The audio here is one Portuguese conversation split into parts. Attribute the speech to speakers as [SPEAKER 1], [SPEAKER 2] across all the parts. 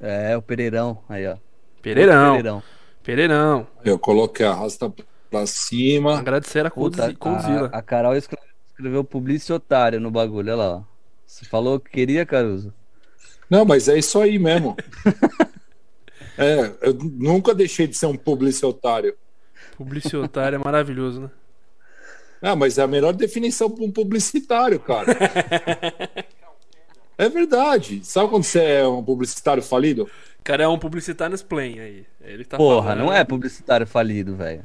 [SPEAKER 1] É, o Pereirão. Aí, ó.
[SPEAKER 2] Pereirão.
[SPEAKER 1] Pereirão.
[SPEAKER 2] Pereirão.
[SPEAKER 3] Eu coloquei arrasta pra cima.
[SPEAKER 2] Agradecer a
[SPEAKER 1] Ah. Puta,
[SPEAKER 2] Conzi- Conzilla.
[SPEAKER 1] a, a Carol escre- escreveu publicitário no bagulho, olha lá. ó. Você falou que queria, Caruso?
[SPEAKER 3] Não, mas é isso aí mesmo. é, eu nunca deixei de ser um publicitário.
[SPEAKER 2] Publicitário é maravilhoso, né?
[SPEAKER 3] Ah, mas é a melhor definição para um publicitário, cara. é verdade. Sabe quando você é um publicitário falido?
[SPEAKER 2] O cara é um publicitário Splain aí. Ele tá
[SPEAKER 1] Porra,
[SPEAKER 2] falando-
[SPEAKER 1] não é publicitário falido, velho.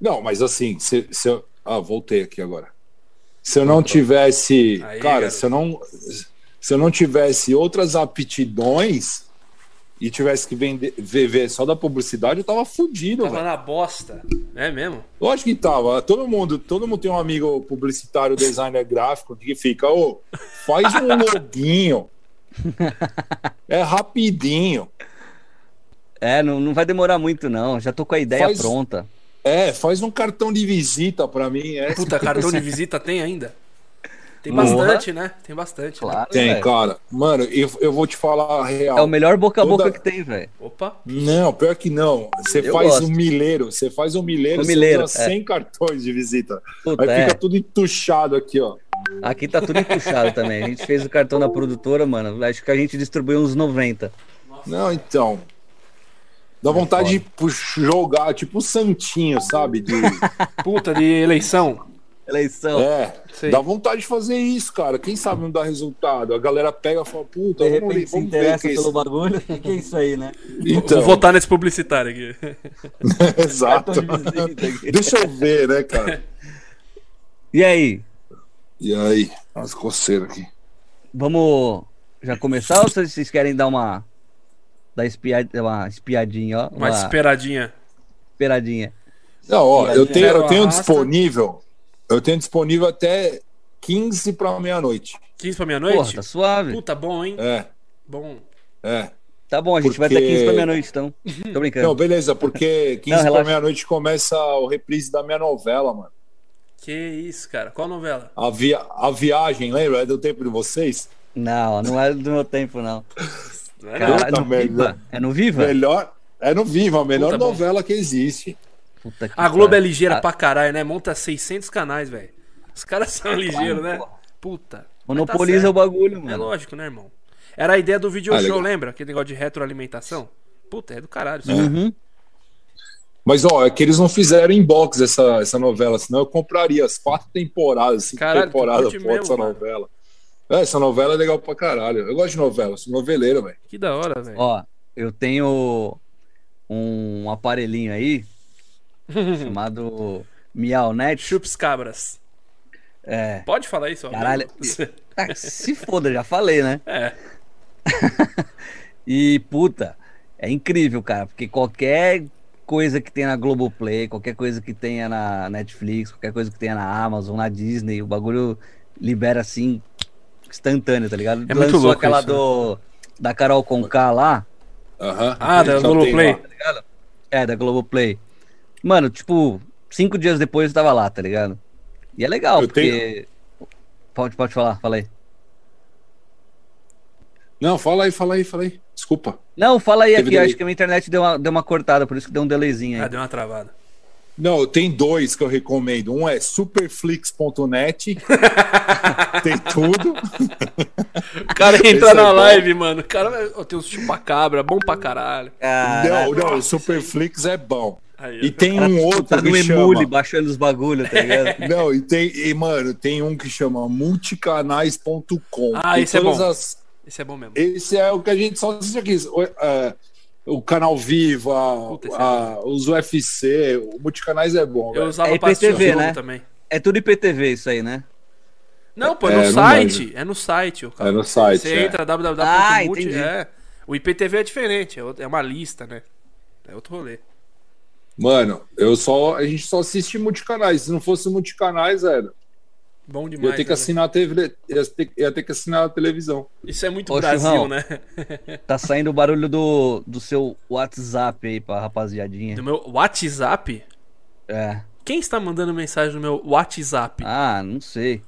[SPEAKER 3] Não, mas assim, se, se eu... Ah, voltei aqui agora. Se eu não tivesse.
[SPEAKER 2] Aí,
[SPEAKER 3] cara,
[SPEAKER 2] garoto.
[SPEAKER 3] se eu não. Se eu não tivesse outras aptidões e tivesse que vender, viver só da publicidade, eu tava fudido,
[SPEAKER 2] Tava
[SPEAKER 3] velho.
[SPEAKER 2] na bosta. É mesmo?
[SPEAKER 3] Lógico que tava. Todo mundo, todo mundo tem um amigo publicitário, designer gráfico, que fica, ô, faz um loginho. É rapidinho.
[SPEAKER 1] É, não, não vai demorar muito, não. Já tô com a ideia
[SPEAKER 3] Faz-
[SPEAKER 1] pronta.
[SPEAKER 3] É, faz um cartão de visita pra mim. É.
[SPEAKER 2] Puta, cartão de visita tem ainda? Tem
[SPEAKER 1] Porra.
[SPEAKER 2] bastante, né? Tem bastante. né?
[SPEAKER 1] Claro,
[SPEAKER 3] Tem,
[SPEAKER 1] velho.
[SPEAKER 3] cara. Mano, eu, eu vou te falar a real.
[SPEAKER 1] É o melhor boca a boca
[SPEAKER 3] Toda-
[SPEAKER 1] que tem, velho.
[SPEAKER 2] Opa.
[SPEAKER 3] Não, pior que não. Você
[SPEAKER 1] Eu
[SPEAKER 3] faz
[SPEAKER 1] gosto.
[SPEAKER 3] um milheiro, você faz um milheiro,
[SPEAKER 1] Um
[SPEAKER 3] você
[SPEAKER 1] milheiro,
[SPEAKER 3] usa 100 cartões de visita.
[SPEAKER 1] Puta,
[SPEAKER 3] Aí
[SPEAKER 1] é.
[SPEAKER 3] fica tudo entuchado aqui, ó.
[SPEAKER 1] Aqui tá tudo empuxado também. A gente fez o cartão da produtora, mano. Acho que a gente distribuiu uns 90.
[SPEAKER 3] Não, então. Dá vontade de pu- jogar, tipo o Santinho, sabe? De-
[SPEAKER 2] Puta de eleição.
[SPEAKER 1] Eleição.
[SPEAKER 3] é.
[SPEAKER 2] Sei.
[SPEAKER 3] Dá vontade de fazer isso, cara. Quem sabe não dá resultado. A galera pega e fala, puta,
[SPEAKER 1] De
[SPEAKER 3] vamos, ver-
[SPEAKER 1] repente se
[SPEAKER 3] vamos ver o
[SPEAKER 1] interessa
[SPEAKER 3] que é
[SPEAKER 1] pelo
[SPEAKER 3] isso.
[SPEAKER 1] bagulho. O que, que é isso aí, né?
[SPEAKER 3] Então,
[SPEAKER 2] Vou votar nesse publicitário aqui.
[SPEAKER 3] exato.
[SPEAKER 1] Cartão de visita.
[SPEAKER 3] Deixa eu ver, né, cara?
[SPEAKER 1] E aí?
[SPEAKER 3] E aí? As coceiras aqui.
[SPEAKER 1] Vamos já começar ou vocês vocês querem dar uma. Dar espiad... uma espiadinha, ó?
[SPEAKER 2] Uma
[SPEAKER 1] uma
[SPEAKER 2] esperadinha.
[SPEAKER 1] esperadinha.
[SPEAKER 3] Não, ó, eu tenho, eu tenho
[SPEAKER 2] Arrasta.
[SPEAKER 3] disponível. Eu tenho disponível até 15 para meia-noite.
[SPEAKER 2] 15 pra
[SPEAKER 1] Porra,
[SPEAKER 2] meia-noite?
[SPEAKER 1] tá suave.
[SPEAKER 2] Puta, bom, hein?
[SPEAKER 3] É,
[SPEAKER 2] Bom.
[SPEAKER 3] é.
[SPEAKER 1] Tá bom, a gente vai até
[SPEAKER 3] Porque-
[SPEAKER 1] 15 pra meia-noite, então.
[SPEAKER 2] Uhum.
[SPEAKER 1] Tô
[SPEAKER 3] Não,
[SPEAKER 1] brincando.
[SPEAKER 3] beleza, porque 15 para
[SPEAKER 1] relaxa.
[SPEAKER 3] meia-noite começa o reprise da minha novela, mano.
[SPEAKER 2] Que isso, cara. Qual novela?
[SPEAKER 3] A, via... a viagem, lembra? É do tempo de vocês?
[SPEAKER 1] Não, não é do meu tempo, não.
[SPEAKER 2] Não é
[SPEAKER 1] Cara, é no
[SPEAKER 3] merda.
[SPEAKER 1] Viva? É no Viva?
[SPEAKER 3] Melhor. É no Viva, a melhor
[SPEAKER 2] Puta, bom.
[SPEAKER 3] novela que existe.
[SPEAKER 1] Puta que
[SPEAKER 2] A Globo é
[SPEAKER 1] pariu.
[SPEAKER 2] ligeira
[SPEAKER 1] Ah.
[SPEAKER 2] pra caralho, né? Monta 600 canais, velho. Os caras são ligeiros, né? Puta.
[SPEAKER 1] Monopoliza o
[SPEAKER 2] Mas tá
[SPEAKER 1] bagulho,
[SPEAKER 2] certo. É
[SPEAKER 1] mano.
[SPEAKER 2] lógico, né, irmão? Era a ideia do video
[SPEAKER 3] Ah,
[SPEAKER 2] show,
[SPEAKER 3] legal.
[SPEAKER 2] lembra? Aquele negócio de retroalimentação. Puta, é do caralho. isso.
[SPEAKER 1] Uhum.
[SPEAKER 3] Mas, ó, é que eles não fizeram inbox essa, essa novela, senão eu compraria as quatro temporadas, cinco
[SPEAKER 2] Caralho, tu
[SPEAKER 3] temporadas
[SPEAKER 2] curte
[SPEAKER 3] foda
[SPEAKER 2] mesmo,
[SPEAKER 3] essa
[SPEAKER 2] mano.
[SPEAKER 3] novela. É, essa novela é legal pra caralho. Eu gosto de novela, sou noveleiro, velho.
[SPEAKER 2] Que da hora, velho.
[SPEAKER 1] Ó, eu tenho um aparelhinho aí chamado Miaunet.
[SPEAKER 2] Chups cabras.
[SPEAKER 1] É.
[SPEAKER 2] Pode falar isso, ó.
[SPEAKER 1] Caralho. Ah, se foda, já falei, né?
[SPEAKER 2] É.
[SPEAKER 1] E, puta, é incrível, cara, porque qualquer coisa que tenha na Globoplay, qualquer coisa que tenha na Netflix, qualquer coisa que tenha na Amazon, na Disney, o bagulho libera assim, instantâneo, tá ligado?
[SPEAKER 2] É muito louco
[SPEAKER 1] aquela
[SPEAKER 2] isso,
[SPEAKER 1] do, da Carol Conká lá,
[SPEAKER 3] Aham.
[SPEAKER 2] Ah, da
[SPEAKER 3] Então tem
[SPEAKER 2] Globoplay.
[SPEAKER 3] lá.
[SPEAKER 1] é, da Globoplay. Mano, tipo, cinco dias depois eu tava lá, tá ligado? E é legal,
[SPEAKER 3] Eu
[SPEAKER 1] porque. Pode, pode falar, falei.
[SPEAKER 3] Não, fala aí, fala aí, fala aí. Desculpa.
[SPEAKER 1] Não, fala aí
[SPEAKER 3] Teve
[SPEAKER 1] aqui,
[SPEAKER 3] delay.
[SPEAKER 1] acho que a minha internet deu uma, deu uma cortada, por isso que deu um delayzinho aí.
[SPEAKER 2] Ah, deu uma travada.
[SPEAKER 3] Não, tem dois que eu recomendo. Um é superflix.net. tem tudo.
[SPEAKER 2] O cara
[SPEAKER 3] entra
[SPEAKER 2] entra
[SPEAKER 3] é na
[SPEAKER 2] na
[SPEAKER 3] bom.
[SPEAKER 2] live,
[SPEAKER 3] live,
[SPEAKER 2] mano. O cara tem uns chupacabra, bom pra caralho.
[SPEAKER 3] Ah,
[SPEAKER 1] É.
[SPEAKER 3] não, não, o Superflix é bom.
[SPEAKER 2] Aí,
[SPEAKER 3] E tem
[SPEAKER 1] Ah, Cara,
[SPEAKER 3] um
[SPEAKER 1] tipo,
[SPEAKER 3] outro
[SPEAKER 1] tá no
[SPEAKER 3] que
[SPEAKER 1] emule,
[SPEAKER 3] chama...
[SPEAKER 1] baixando os bagulhos, tá ligado?
[SPEAKER 3] Não, e tem, e, mano, tem um que chama multicanais.com.
[SPEAKER 2] Ah,
[SPEAKER 3] Tem
[SPEAKER 2] esse é
[SPEAKER 3] todas
[SPEAKER 2] bom.
[SPEAKER 3] as-
[SPEAKER 2] Esse é bom mesmo.
[SPEAKER 3] Esse é o que a gente só assiste aqui. O, é, o Canal Viva,
[SPEAKER 2] Puta, esse é
[SPEAKER 3] a- os UFC, o multicanais é bom.
[SPEAKER 2] Eu
[SPEAKER 3] velho.
[SPEAKER 2] usava
[SPEAKER 1] É
[SPEAKER 2] pra assistir
[SPEAKER 1] IPTV,
[SPEAKER 2] jogo
[SPEAKER 1] né?
[SPEAKER 2] também.
[SPEAKER 1] É tudo IPTV isso aí, né?
[SPEAKER 2] Não, pô, é,
[SPEAKER 3] É,
[SPEAKER 2] no
[SPEAKER 3] não
[SPEAKER 2] site. É no site, ô, cara.
[SPEAKER 3] É no site,
[SPEAKER 2] Você
[SPEAKER 3] é.
[SPEAKER 2] entra
[SPEAKER 1] Ah,
[SPEAKER 2] www.multi.
[SPEAKER 1] entendi.
[SPEAKER 2] é. O IPTV é diferente, é outra- é uma lista, né? É outro rolê.
[SPEAKER 3] Mano, eu só, a gente só assiste multicanais. Se não fosse multicanais, era.
[SPEAKER 2] Bom demais.
[SPEAKER 3] Ia ter que
[SPEAKER 2] né,
[SPEAKER 3] assinar a TV, ia ter, ia ter que assinar a televisão.
[SPEAKER 2] velho? Isso é muito
[SPEAKER 1] Ô,
[SPEAKER 2] Brasil,
[SPEAKER 1] Churrão.
[SPEAKER 2] né?
[SPEAKER 1] Tá saindo o barulho do, do seu WhatsApp aí pra rapaziadinha.
[SPEAKER 2] Do meu WhatsApp?
[SPEAKER 1] É.
[SPEAKER 2] Quem está mandando mensagem no meu WhatsApp?
[SPEAKER 1] Ah, não sei.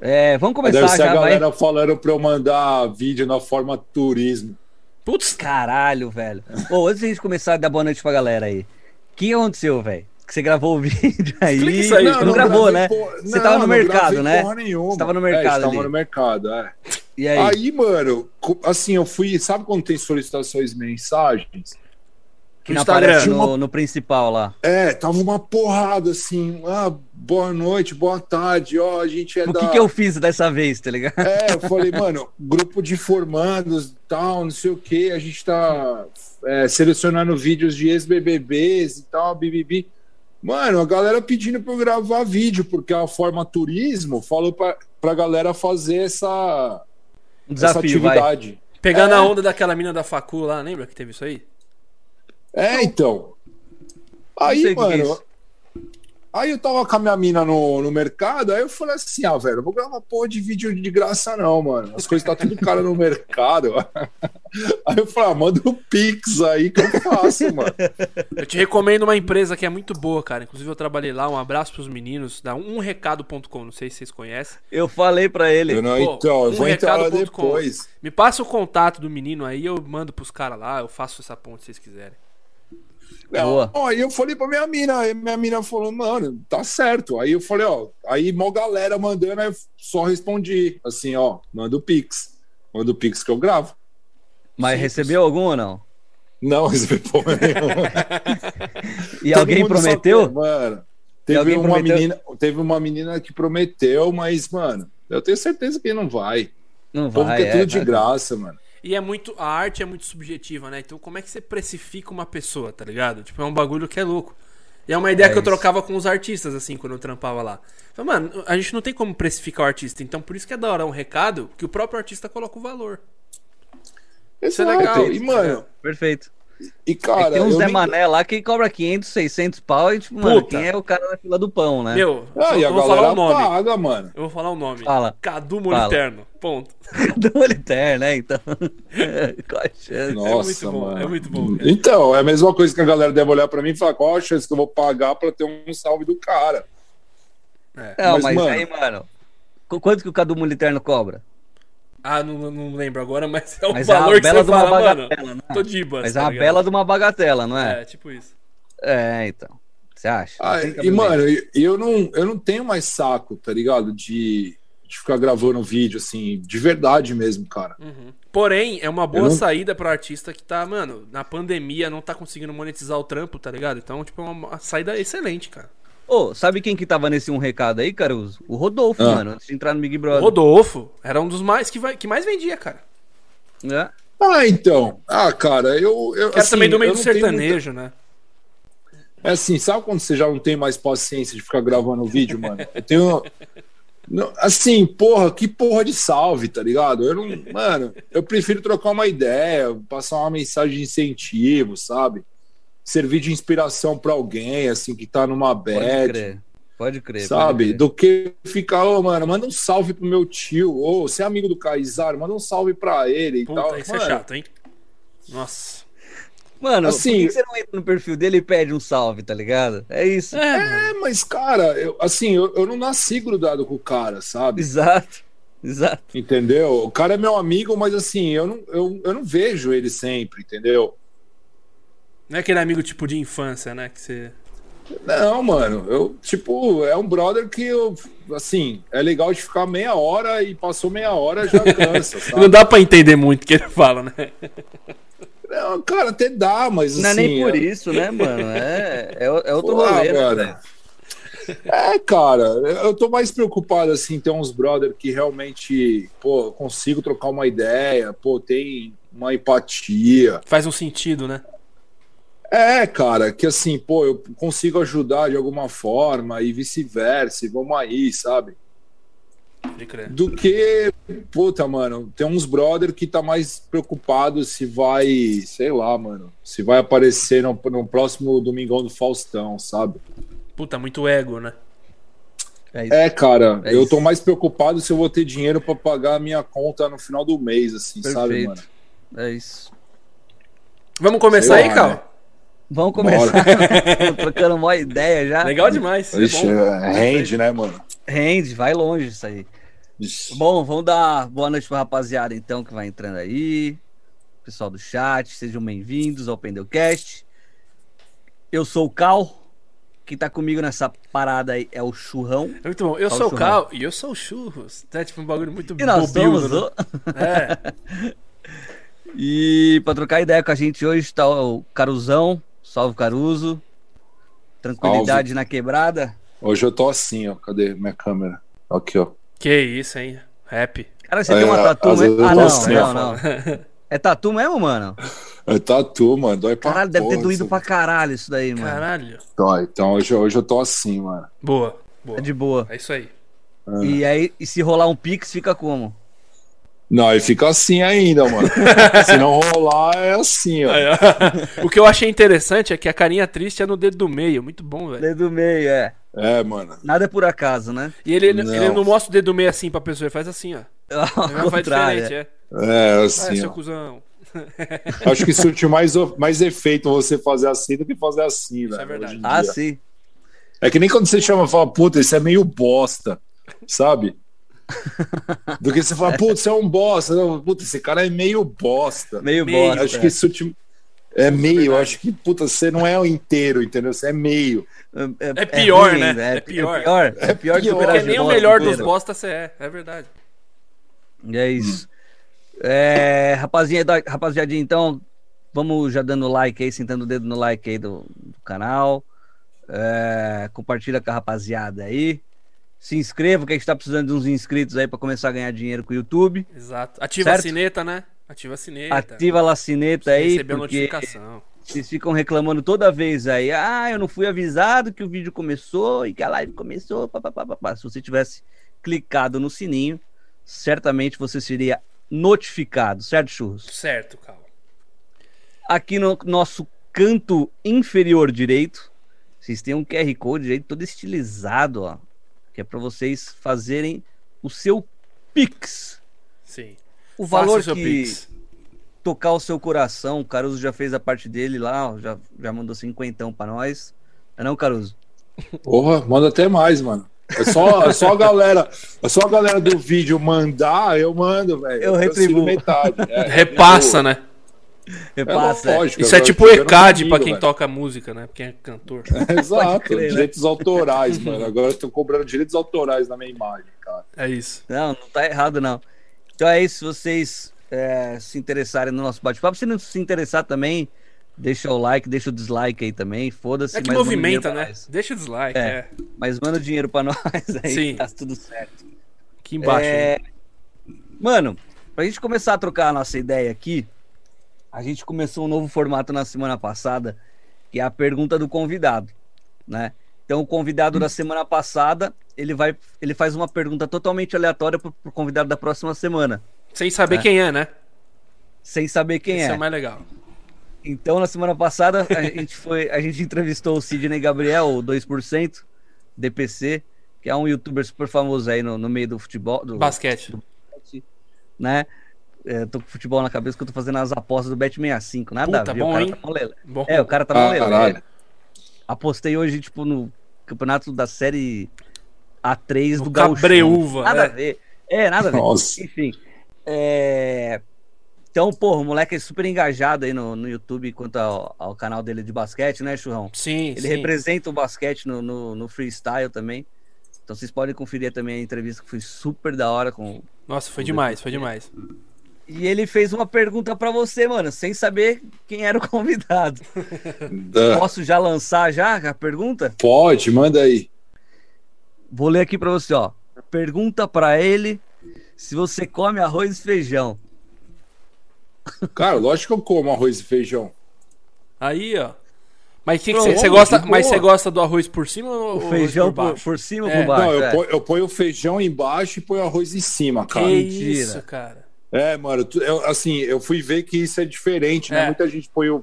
[SPEAKER 1] É, vamos
[SPEAKER 3] Deve
[SPEAKER 1] começar
[SPEAKER 3] ser a
[SPEAKER 1] já, vai.
[SPEAKER 3] galera falando pra eu mandar vídeo na forma turismo.
[SPEAKER 2] Putz,
[SPEAKER 1] Caralho, velho. Ô, antes de a gente começar a dar boa noite pra galera aí, o que aconteceu, velho? Que você gravou o vídeo aí.
[SPEAKER 2] Explica isso aí.
[SPEAKER 1] Não,
[SPEAKER 2] Não,
[SPEAKER 1] gravou,
[SPEAKER 3] gravei
[SPEAKER 1] né?
[SPEAKER 3] por-
[SPEAKER 1] Você tava no
[SPEAKER 3] não
[SPEAKER 1] mercado,
[SPEAKER 3] gravei
[SPEAKER 1] né?
[SPEAKER 3] Porra nenhuma.
[SPEAKER 1] Você tava no mercado
[SPEAKER 3] É, eu tava
[SPEAKER 1] ali.
[SPEAKER 3] no mercado, é.
[SPEAKER 1] E
[SPEAKER 3] Aí.
[SPEAKER 1] aí?
[SPEAKER 3] mano, co- assim, eu fui. Sabe quando tem solicitações mensagens?
[SPEAKER 1] que
[SPEAKER 2] no
[SPEAKER 1] não
[SPEAKER 2] Instagram.
[SPEAKER 1] aparece
[SPEAKER 3] Tinha
[SPEAKER 1] no, no principal lá.
[SPEAKER 3] É, tava uma porrada assim. Ah, boa noite, boa tarde. Ó, a gente é
[SPEAKER 1] O
[SPEAKER 3] da.
[SPEAKER 1] que, que eu fiz dessa vez, tá ligado?
[SPEAKER 3] É, eu falei, mano, grupo de formandos, tal, não sei o que, a gente tá é, selecionando vídeos de ex-BBBs e tal, bibibi. Mano, a galera pedindo pra eu gravar vídeo, porque a forma turismo falou pra, pra galera fazer essa,
[SPEAKER 1] Um
[SPEAKER 3] essa
[SPEAKER 1] desafio, vai.
[SPEAKER 3] atividade.
[SPEAKER 2] pegando
[SPEAKER 3] É.
[SPEAKER 2] a onda daquela mina da facu lá, lembra que teve isso aí?
[SPEAKER 3] É, então. Aí,
[SPEAKER 1] Não sei o que que é
[SPEAKER 3] mano,
[SPEAKER 1] isso.
[SPEAKER 3] Aí eu tava com a minha mina no, no mercado, aí eu falei assim, ah, velho, eu vou gravar porra de vídeo de graça não, mano. As coisas tá tudo cara no mercado. Aí eu falei, ah, manda o Pix aí que eu faço, mano.
[SPEAKER 2] Eu te recomendo uma empresa que é muito boa, cara. Inclusive eu trabalhei lá. Um abraço pros meninos um da umrecado.com. Não sei se vocês conhecem.
[SPEAKER 1] Eu falei pra ele.
[SPEAKER 3] Eu não,
[SPEAKER 2] Pô,
[SPEAKER 3] então, eu vou entrar lá
[SPEAKER 2] umrecado.com.
[SPEAKER 3] depois.
[SPEAKER 2] Me passa o contato do menino aí, eu mando pros caras lá, eu faço essa ponte se vocês quiserem.
[SPEAKER 1] Boa.
[SPEAKER 3] Não, aí eu falei pra minha mina, aí minha mina falou, mano, tá certo. Aí eu falei, ó, aí mó galera mandando, aí eu só respondi, assim, ó, manda o Pix. Manda o Pix que eu gravo.
[SPEAKER 1] Mas recebeu algum ou não?
[SPEAKER 3] Não, recebi porra nenhuma.
[SPEAKER 1] E
[SPEAKER 3] Todo
[SPEAKER 1] alguém
[SPEAKER 3] mundo só tem,
[SPEAKER 1] prometeu?
[SPEAKER 3] mano,
[SPEAKER 1] E
[SPEAKER 3] teve
[SPEAKER 1] alguém
[SPEAKER 3] uma
[SPEAKER 1] prometeu?
[SPEAKER 3] menina, teve uma menina que prometeu, mas mano, eu tenho certeza que não vai.
[SPEAKER 1] Não
[SPEAKER 3] O povo
[SPEAKER 1] vai.
[SPEAKER 3] quer tudo
[SPEAKER 1] é,
[SPEAKER 3] de
[SPEAKER 1] cara.
[SPEAKER 3] graça, mano.
[SPEAKER 2] E é muito. A arte é muito subjetiva, né? Então como é que você precifica uma pessoa, tá ligado? Tipo, é um bagulho que é louco. E é uma
[SPEAKER 1] É
[SPEAKER 2] ideia que eu
[SPEAKER 1] isso.
[SPEAKER 2] trocava com os artistas, assim, quando eu trampava lá. Falei, mano, a gente não tem como precificar o artista, então por isso que é da hora um recado que o próprio artista coloca o valor. Isso é legal,
[SPEAKER 3] E
[SPEAKER 2] tá
[SPEAKER 3] mano,
[SPEAKER 2] ligado?
[SPEAKER 1] Perfeito.
[SPEAKER 3] e
[SPEAKER 1] É que
[SPEAKER 3] cara,
[SPEAKER 1] tem um
[SPEAKER 3] eu
[SPEAKER 1] Zé
[SPEAKER 3] me-
[SPEAKER 2] né?
[SPEAKER 1] Mané lá que cobra 500, 600 pau e, tipo, mano,
[SPEAKER 2] Puta.
[SPEAKER 1] quem é o cara na fila do pão, né?
[SPEAKER 2] Meu,
[SPEAKER 3] Ah,
[SPEAKER 2] só-
[SPEAKER 3] e a
[SPEAKER 2] eu vou falar
[SPEAKER 3] galera
[SPEAKER 2] o nome.
[SPEAKER 3] paga, mano.
[SPEAKER 2] Eu vou falar o nome.
[SPEAKER 1] Fala.
[SPEAKER 2] Cadu Moliterno. Ponto.
[SPEAKER 1] Do Moliter, né? Então. Qual a chance?
[SPEAKER 3] Nossa,
[SPEAKER 2] muito bom,
[SPEAKER 3] mano.
[SPEAKER 2] é muito bom, cara.
[SPEAKER 3] Então, é a mesma coisa que a galera deve olhar pra mim e falar: qual a chance que eu vou pagar pra ter um salve do cara?
[SPEAKER 1] Não, mas,
[SPEAKER 3] Mas, mano-
[SPEAKER 1] aí, mano. qu- Quanto que o Cadu Moliterno cobra?
[SPEAKER 2] Ah, não, não lembro agora, mas é o
[SPEAKER 1] Mas é
[SPEAKER 2] valor
[SPEAKER 1] uma
[SPEAKER 2] que
[SPEAKER 1] bela
[SPEAKER 2] você
[SPEAKER 1] de uma
[SPEAKER 2] fala, mano.
[SPEAKER 1] bagatela, né?
[SPEAKER 2] Tô dibas.
[SPEAKER 1] Mas é
[SPEAKER 2] tá
[SPEAKER 1] uma
[SPEAKER 2] ligado?
[SPEAKER 1] bela de uma bagatela, não é?
[SPEAKER 2] É, tipo isso.
[SPEAKER 1] É, então. Você acha?
[SPEAKER 3] Ah,
[SPEAKER 1] Tem
[SPEAKER 3] e,
[SPEAKER 1] cabimento.
[SPEAKER 3] mano, e- eu não, eu não tenho mais saco, tá ligado? De, de ficar gravando vídeo, assim, de verdade mesmo, cara.
[SPEAKER 2] Uhum. Porém, é uma boa
[SPEAKER 3] Eu não-
[SPEAKER 2] saída pro artista que tá, mano, na pandemia, não tá conseguindo monetizar o trampo, tá ligado? Então, tipo, é uma uma saída excelente, cara.
[SPEAKER 1] Ô, sabe quem que tava nesse um recado aí, Caruso? O Rodolfo,
[SPEAKER 3] Ah.
[SPEAKER 1] mano, antes de entrar no Big
[SPEAKER 2] O
[SPEAKER 1] Brother.
[SPEAKER 2] Rodolfo era um dos mais que, vai, que mais vendia, cara.
[SPEAKER 1] né?
[SPEAKER 3] Ah, então. Ah, cara, eu. eu
[SPEAKER 2] Que era
[SPEAKER 3] assim,
[SPEAKER 2] também do meio
[SPEAKER 3] eu
[SPEAKER 2] do
[SPEAKER 3] não tenho
[SPEAKER 2] sertanejo, né?
[SPEAKER 3] muita- É assim, sabe quando você já não tem mais paciência de ficar gravando vídeo, mano? Eu tenho. Não, assim, porra, que porra de salve, tá ligado? Eu não. Mano, eu prefiro trocar uma ideia, passar uma mensagem de incentivo, sabe? Servir de inspiração pra alguém, assim, que tá numa
[SPEAKER 1] Pode
[SPEAKER 3] bad,
[SPEAKER 1] crer. Pode crer.
[SPEAKER 3] sabe?
[SPEAKER 1] pode crer.
[SPEAKER 3] Do que ficar, ô, mano, manda um salve pro meu tio, ô, você é amigo do Kaysar, manda um salve pra ele e
[SPEAKER 2] Puta,
[SPEAKER 3] tal.
[SPEAKER 2] isso
[SPEAKER 3] Mano,
[SPEAKER 2] é chato, hein? Nossa.
[SPEAKER 1] Mano,
[SPEAKER 3] Assim-
[SPEAKER 1] por que que você não entra no perfil dele e pede um salve, tá ligado? É isso.
[SPEAKER 2] É, mano.
[SPEAKER 3] É, mas, cara, eu, assim, eu, eu não nasci grudado com o cara, sabe?
[SPEAKER 1] Exato. Exato.
[SPEAKER 3] Entendeu? O cara é meu amigo, mas assim, eu não, eu, eu não vejo ele sempre, entendeu?
[SPEAKER 2] Não é aquele amigo tipo de infância, né? Que você.
[SPEAKER 3] Não, mano, eu, tipo, é um brother que eu, assim, é legal de ficar meia hora e passou meia hora já cansa,
[SPEAKER 2] Não
[SPEAKER 3] sabe?
[SPEAKER 2] dá pra entender muito o que ele fala, né?
[SPEAKER 3] Não, cara, até dá, mas
[SPEAKER 1] não é
[SPEAKER 3] assim.
[SPEAKER 1] nem por
[SPEAKER 3] é-
[SPEAKER 1] isso, né, mano? É, é, o- é outro
[SPEAKER 3] Porra,
[SPEAKER 1] rolê. né,
[SPEAKER 3] mano.
[SPEAKER 1] velho?
[SPEAKER 3] É, cara, eu tô mais preocupado assim, em ter uns brother que realmente, pô, eu consigo trocar uma ideia, pô, tem uma empatia.
[SPEAKER 2] Faz um sentido, né?
[SPEAKER 3] É, cara, que assim, pô, eu consigo ajudar de alguma forma e vice-versa, e vamos aí, sabe?
[SPEAKER 2] Pode crer.
[SPEAKER 3] Do que, puta, mano, tem uns brother que tá mais preocupado se vai, sei lá, mano, se vai aparecer no, no próximo Domingão do Faustão, sabe?
[SPEAKER 2] Puta, muito ego, né?
[SPEAKER 1] É isso.
[SPEAKER 3] É, cara,
[SPEAKER 1] É
[SPEAKER 3] eu
[SPEAKER 1] isso.
[SPEAKER 3] tô mais preocupado se eu vou ter dinheiro pra pagar a minha conta no final do mês, assim, sabe,
[SPEAKER 1] Perfeito.
[SPEAKER 3] mano?
[SPEAKER 1] É isso.
[SPEAKER 2] Vamos começar
[SPEAKER 3] Sei
[SPEAKER 2] aí,
[SPEAKER 3] lá,
[SPEAKER 2] Cal?
[SPEAKER 1] Vamos começar. Tô trocando uma ideia já.
[SPEAKER 2] Legal demais. é
[SPEAKER 3] né? Ixi,
[SPEAKER 2] bom.
[SPEAKER 3] é, rende, né, mano?
[SPEAKER 1] Rende, vai longe isso aí.
[SPEAKER 3] Ixi.
[SPEAKER 1] Bom, vamos dar boa noite pra rapaziada então que vai entrando aí. pessoal do chat, sejam bem-vindos ao Pendelcast. Eu sou o Cal. Quem tá comigo nessa parada aí é o Churrão.
[SPEAKER 2] É muito bom. Eu
[SPEAKER 1] Qual
[SPEAKER 2] sou o
[SPEAKER 1] churrasco?
[SPEAKER 2] Cal e eu sou o Churros. É tipo um bagulho muito
[SPEAKER 1] E nós somos
[SPEAKER 2] né?
[SPEAKER 1] o...
[SPEAKER 2] É.
[SPEAKER 1] E pra trocar ideia com a gente hoje tá o Caruzão. Salve, Caruso. Tranquilidade na quebrada.
[SPEAKER 3] Hoje eu tô assim, ó. Cadê minha câmera? Aqui, ó.
[SPEAKER 2] Que isso, hein? Rap.
[SPEAKER 1] Cara, você
[SPEAKER 3] É,
[SPEAKER 1] tem uma tatu...
[SPEAKER 3] às vezes
[SPEAKER 1] mesmo?
[SPEAKER 3] eu
[SPEAKER 1] Ah,
[SPEAKER 3] tô
[SPEAKER 1] não,
[SPEAKER 3] assim,
[SPEAKER 1] não,
[SPEAKER 3] ó.
[SPEAKER 1] não. É tatu mesmo, mano?
[SPEAKER 3] É tatu, mano. Dói pra
[SPEAKER 1] Caralho, deve ter
[SPEAKER 3] porra,
[SPEAKER 1] doído
[SPEAKER 3] isso.
[SPEAKER 1] pra caralho isso daí, mano.
[SPEAKER 2] Caralho.
[SPEAKER 3] Dói. Então hoje, hoje eu tô assim, mano.
[SPEAKER 2] Boa. Boa.
[SPEAKER 1] É de boa.
[SPEAKER 2] É isso aí.
[SPEAKER 1] E aí, e se rolar um pix, fica como?
[SPEAKER 3] Não, e fica assim ainda, mano. Se não rolar, é assim, ó.
[SPEAKER 2] o que eu achei interessante é que a carinha triste é no dedo do meio. Muito bom, velho.
[SPEAKER 1] Dedo meio, é.
[SPEAKER 3] É, mano.
[SPEAKER 1] Nada é por acaso, né?
[SPEAKER 2] E ele ele
[SPEAKER 3] Não.
[SPEAKER 2] ele não. mostra o dedo do meio assim pra pessoa, ele faz assim, ó.
[SPEAKER 1] Ao
[SPEAKER 2] Ele faz
[SPEAKER 1] contrário.
[SPEAKER 2] diferente, é.
[SPEAKER 3] É,
[SPEAKER 2] Ah,
[SPEAKER 3] assim,
[SPEAKER 2] seu
[SPEAKER 3] ó.
[SPEAKER 2] cuzão.
[SPEAKER 3] Acho que surte mais, o- mais efeito você fazer assim do que fazer assim,
[SPEAKER 2] Isso é
[SPEAKER 3] velho.
[SPEAKER 2] verdade.
[SPEAKER 3] hoje em
[SPEAKER 1] Ah,
[SPEAKER 3] dia.
[SPEAKER 1] sim.
[SPEAKER 3] É que nem quando você chama e fala, puta, isso é meio bosta, sabe? Do que você fala, puta, isso é um bosta. Não, puta, esse cara é meio bosta.
[SPEAKER 1] Meio,
[SPEAKER 2] Meio,
[SPEAKER 1] bosta.
[SPEAKER 3] acho que isso te... É meio,
[SPEAKER 2] Verdade.
[SPEAKER 3] acho que, puta, você não é o inteiro, entendeu? Você é meio.
[SPEAKER 2] É pior,
[SPEAKER 1] ruim
[SPEAKER 2] né?
[SPEAKER 1] ainda,
[SPEAKER 2] É pior.
[SPEAKER 1] É pior, é pior que
[SPEAKER 3] pior.
[SPEAKER 1] superar
[SPEAKER 2] Porque
[SPEAKER 1] as
[SPEAKER 2] nem o
[SPEAKER 1] bolas
[SPEAKER 2] melhor dos
[SPEAKER 1] inteiras.
[SPEAKER 2] bosta você é. É verdade.
[SPEAKER 1] É isso. É, rapazinha, da- rapaziadinha, então, vamos já dando like aí, sentando o dedo no like aí do, do canal. É, compartilha com a rapaziada aí. Se inscreva, que a gente tá precisando de uns inscritos aí pra começar a ganhar dinheiro com o YouTube.
[SPEAKER 2] Exato. Ativa
[SPEAKER 1] Certo?
[SPEAKER 2] a sineta, né? Ativa a sineta.
[SPEAKER 1] Ativa a lacineta
[SPEAKER 2] Você
[SPEAKER 1] aí,
[SPEAKER 2] recebeu
[SPEAKER 1] porque
[SPEAKER 2] notificação.
[SPEAKER 1] vocês ficam reclamando toda vez aí. Ah, eu não fui avisado que o vídeo começou e que a live começou. pá, pá, pá, pá, pá." Se você tivesse clicado no sininho, certamente você seria notificado, certo, Churros?
[SPEAKER 2] Certo, Cal.
[SPEAKER 1] Aqui no nosso canto inferior direito, vocês têm um QR Code aí todo estilizado, ó. Que é para vocês fazerem o seu Pix.
[SPEAKER 2] Sim.
[SPEAKER 1] O valor
[SPEAKER 2] Faça o seu
[SPEAKER 1] que
[SPEAKER 2] Pix.
[SPEAKER 1] tocar o seu coração, o Caruso já fez a parte dele lá, ó, já, já mandou cinquentão pra nós. Não, é não, Caruso?
[SPEAKER 3] Porra, manda até mais, mano. É só, é só a galera, é só a galera do vídeo mandar, eu mando, velho.
[SPEAKER 1] Eu retribuo.
[SPEAKER 3] transfiro metade. É,
[SPEAKER 2] Repassa, né?
[SPEAKER 1] Repassa.
[SPEAKER 3] É lógico,
[SPEAKER 2] Isso é
[SPEAKER 3] eu-
[SPEAKER 2] tipo o
[SPEAKER 3] eu não
[SPEAKER 2] ECAD pra
[SPEAKER 3] comigo,
[SPEAKER 2] quem
[SPEAKER 3] velho.
[SPEAKER 2] toca música, né? Pra quem é cantor.
[SPEAKER 3] Exato,
[SPEAKER 1] crer, né?
[SPEAKER 3] direitos autorais, mano. Agora estão cobrando direitos autorais na minha imagem, cara.
[SPEAKER 2] É isso.
[SPEAKER 1] Não, não tá errado, não. Então é isso, se vocês é, se interessarem no nosso bate-papo, se não se interessar também, deixa o like, deixa o dislike aí também, foda-se.
[SPEAKER 2] É que
[SPEAKER 1] mas manda dinheiro
[SPEAKER 2] movimenta,
[SPEAKER 1] pra
[SPEAKER 2] né?
[SPEAKER 1] nós.
[SPEAKER 2] Deixa o dislike.
[SPEAKER 1] É.
[SPEAKER 2] É.
[SPEAKER 1] Mas manda o dinheiro pra nós aí,
[SPEAKER 2] Sim.
[SPEAKER 1] que tá tudo certo.
[SPEAKER 2] Aqui embaixo. né?
[SPEAKER 1] É,
[SPEAKER 2] hein?
[SPEAKER 1] Mano, pra gente começar a trocar a nossa ideia aqui, a gente começou um novo formato na semana passada, que é a pergunta do convidado, né? Então o convidado da semana passada, ele vai, ele faz uma pergunta totalmente aleatória pro, pro convidado da próxima semana,
[SPEAKER 2] Sem saber quem é, né?
[SPEAKER 1] sem saber quem
[SPEAKER 2] Isso é
[SPEAKER 1] é.
[SPEAKER 2] o mais legal.
[SPEAKER 1] Então na semana passada a gente foi, a gente entrevistou o Sidney Gabriel, o 2%, DPC, que é um youtuber super famoso aí no, no meio do futebol, do,
[SPEAKER 2] Basquete.
[SPEAKER 1] né? É, tô com futebol na cabeça que eu tô fazendo as apostas do Bet 65. Nada
[SPEAKER 2] Puta,
[SPEAKER 1] a ver, o
[SPEAKER 2] bom,
[SPEAKER 1] cara
[SPEAKER 2] hein?
[SPEAKER 1] tá mó lelé.
[SPEAKER 2] Bom.
[SPEAKER 1] É, o cara tá
[SPEAKER 3] Ah,
[SPEAKER 1] mó lelé.
[SPEAKER 3] caralho.
[SPEAKER 1] Apostei hoje, tipo, no campeonato da série A3
[SPEAKER 2] No
[SPEAKER 1] do Gaúcho.
[SPEAKER 2] Cabreúva,
[SPEAKER 1] Nada
[SPEAKER 2] é.
[SPEAKER 1] a ver. É, nada a ver.
[SPEAKER 3] Nossa.
[SPEAKER 1] Enfim. é, Então, porra, o moleque é super engajado aí no, no YouTube quanto ao, ao canal dele de basquete, né, Churrão?
[SPEAKER 2] Sim,
[SPEAKER 1] Ele
[SPEAKER 2] sim.
[SPEAKER 1] representa o basquete no, no, no freestyle também. Então vocês podem conferir também a entrevista que foi super da hora com,
[SPEAKER 2] Nossa, foi demais, foi demais.
[SPEAKER 1] E ele fez uma pergunta pra você, mano, sem saber quem era o convidado.
[SPEAKER 3] Da-
[SPEAKER 1] Posso já lançar já a pergunta?
[SPEAKER 3] Pode, manda aí.
[SPEAKER 1] Vou ler aqui pra você, ó. Pergunta pra ele se você come arroz e feijão.
[SPEAKER 3] Cara, lógico que eu como arroz e feijão.
[SPEAKER 2] Aí, ó. Mas que que
[SPEAKER 3] Não,
[SPEAKER 2] você você
[SPEAKER 3] vamos,
[SPEAKER 2] gosta,
[SPEAKER 3] de
[SPEAKER 2] mas
[SPEAKER 3] boa.
[SPEAKER 2] você gosta do arroz por cima ou
[SPEAKER 1] O
[SPEAKER 2] arroz
[SPEAKER 1] feijão
[SPEAKER 2] por
[SPEAKER 1] por,
[SPEAKER 2] baixo?
[SPEAKER 1] por cima ou
[SPEAKER 2] É.
[SPEAKER 1] por baixo?
[SPEAKER 3] Não, eu
[SPEAKER 1] é.
[SPEAKER 3] ponho, eu ponho o feijão embaixo e ponho o arroz em cima,
[SPEAKER 2] Que
[SPEAKER 3] cara.
[SPEAKER 1] Mentira.
[SPEAKER 2] isso, cara.
[SPEAKER 3] É, mano, tu- eu- assim, eu fui ver que isso é diferente, né?
[SPEAKER 2] É.
[SPEAKER 3] Muita gente põe o,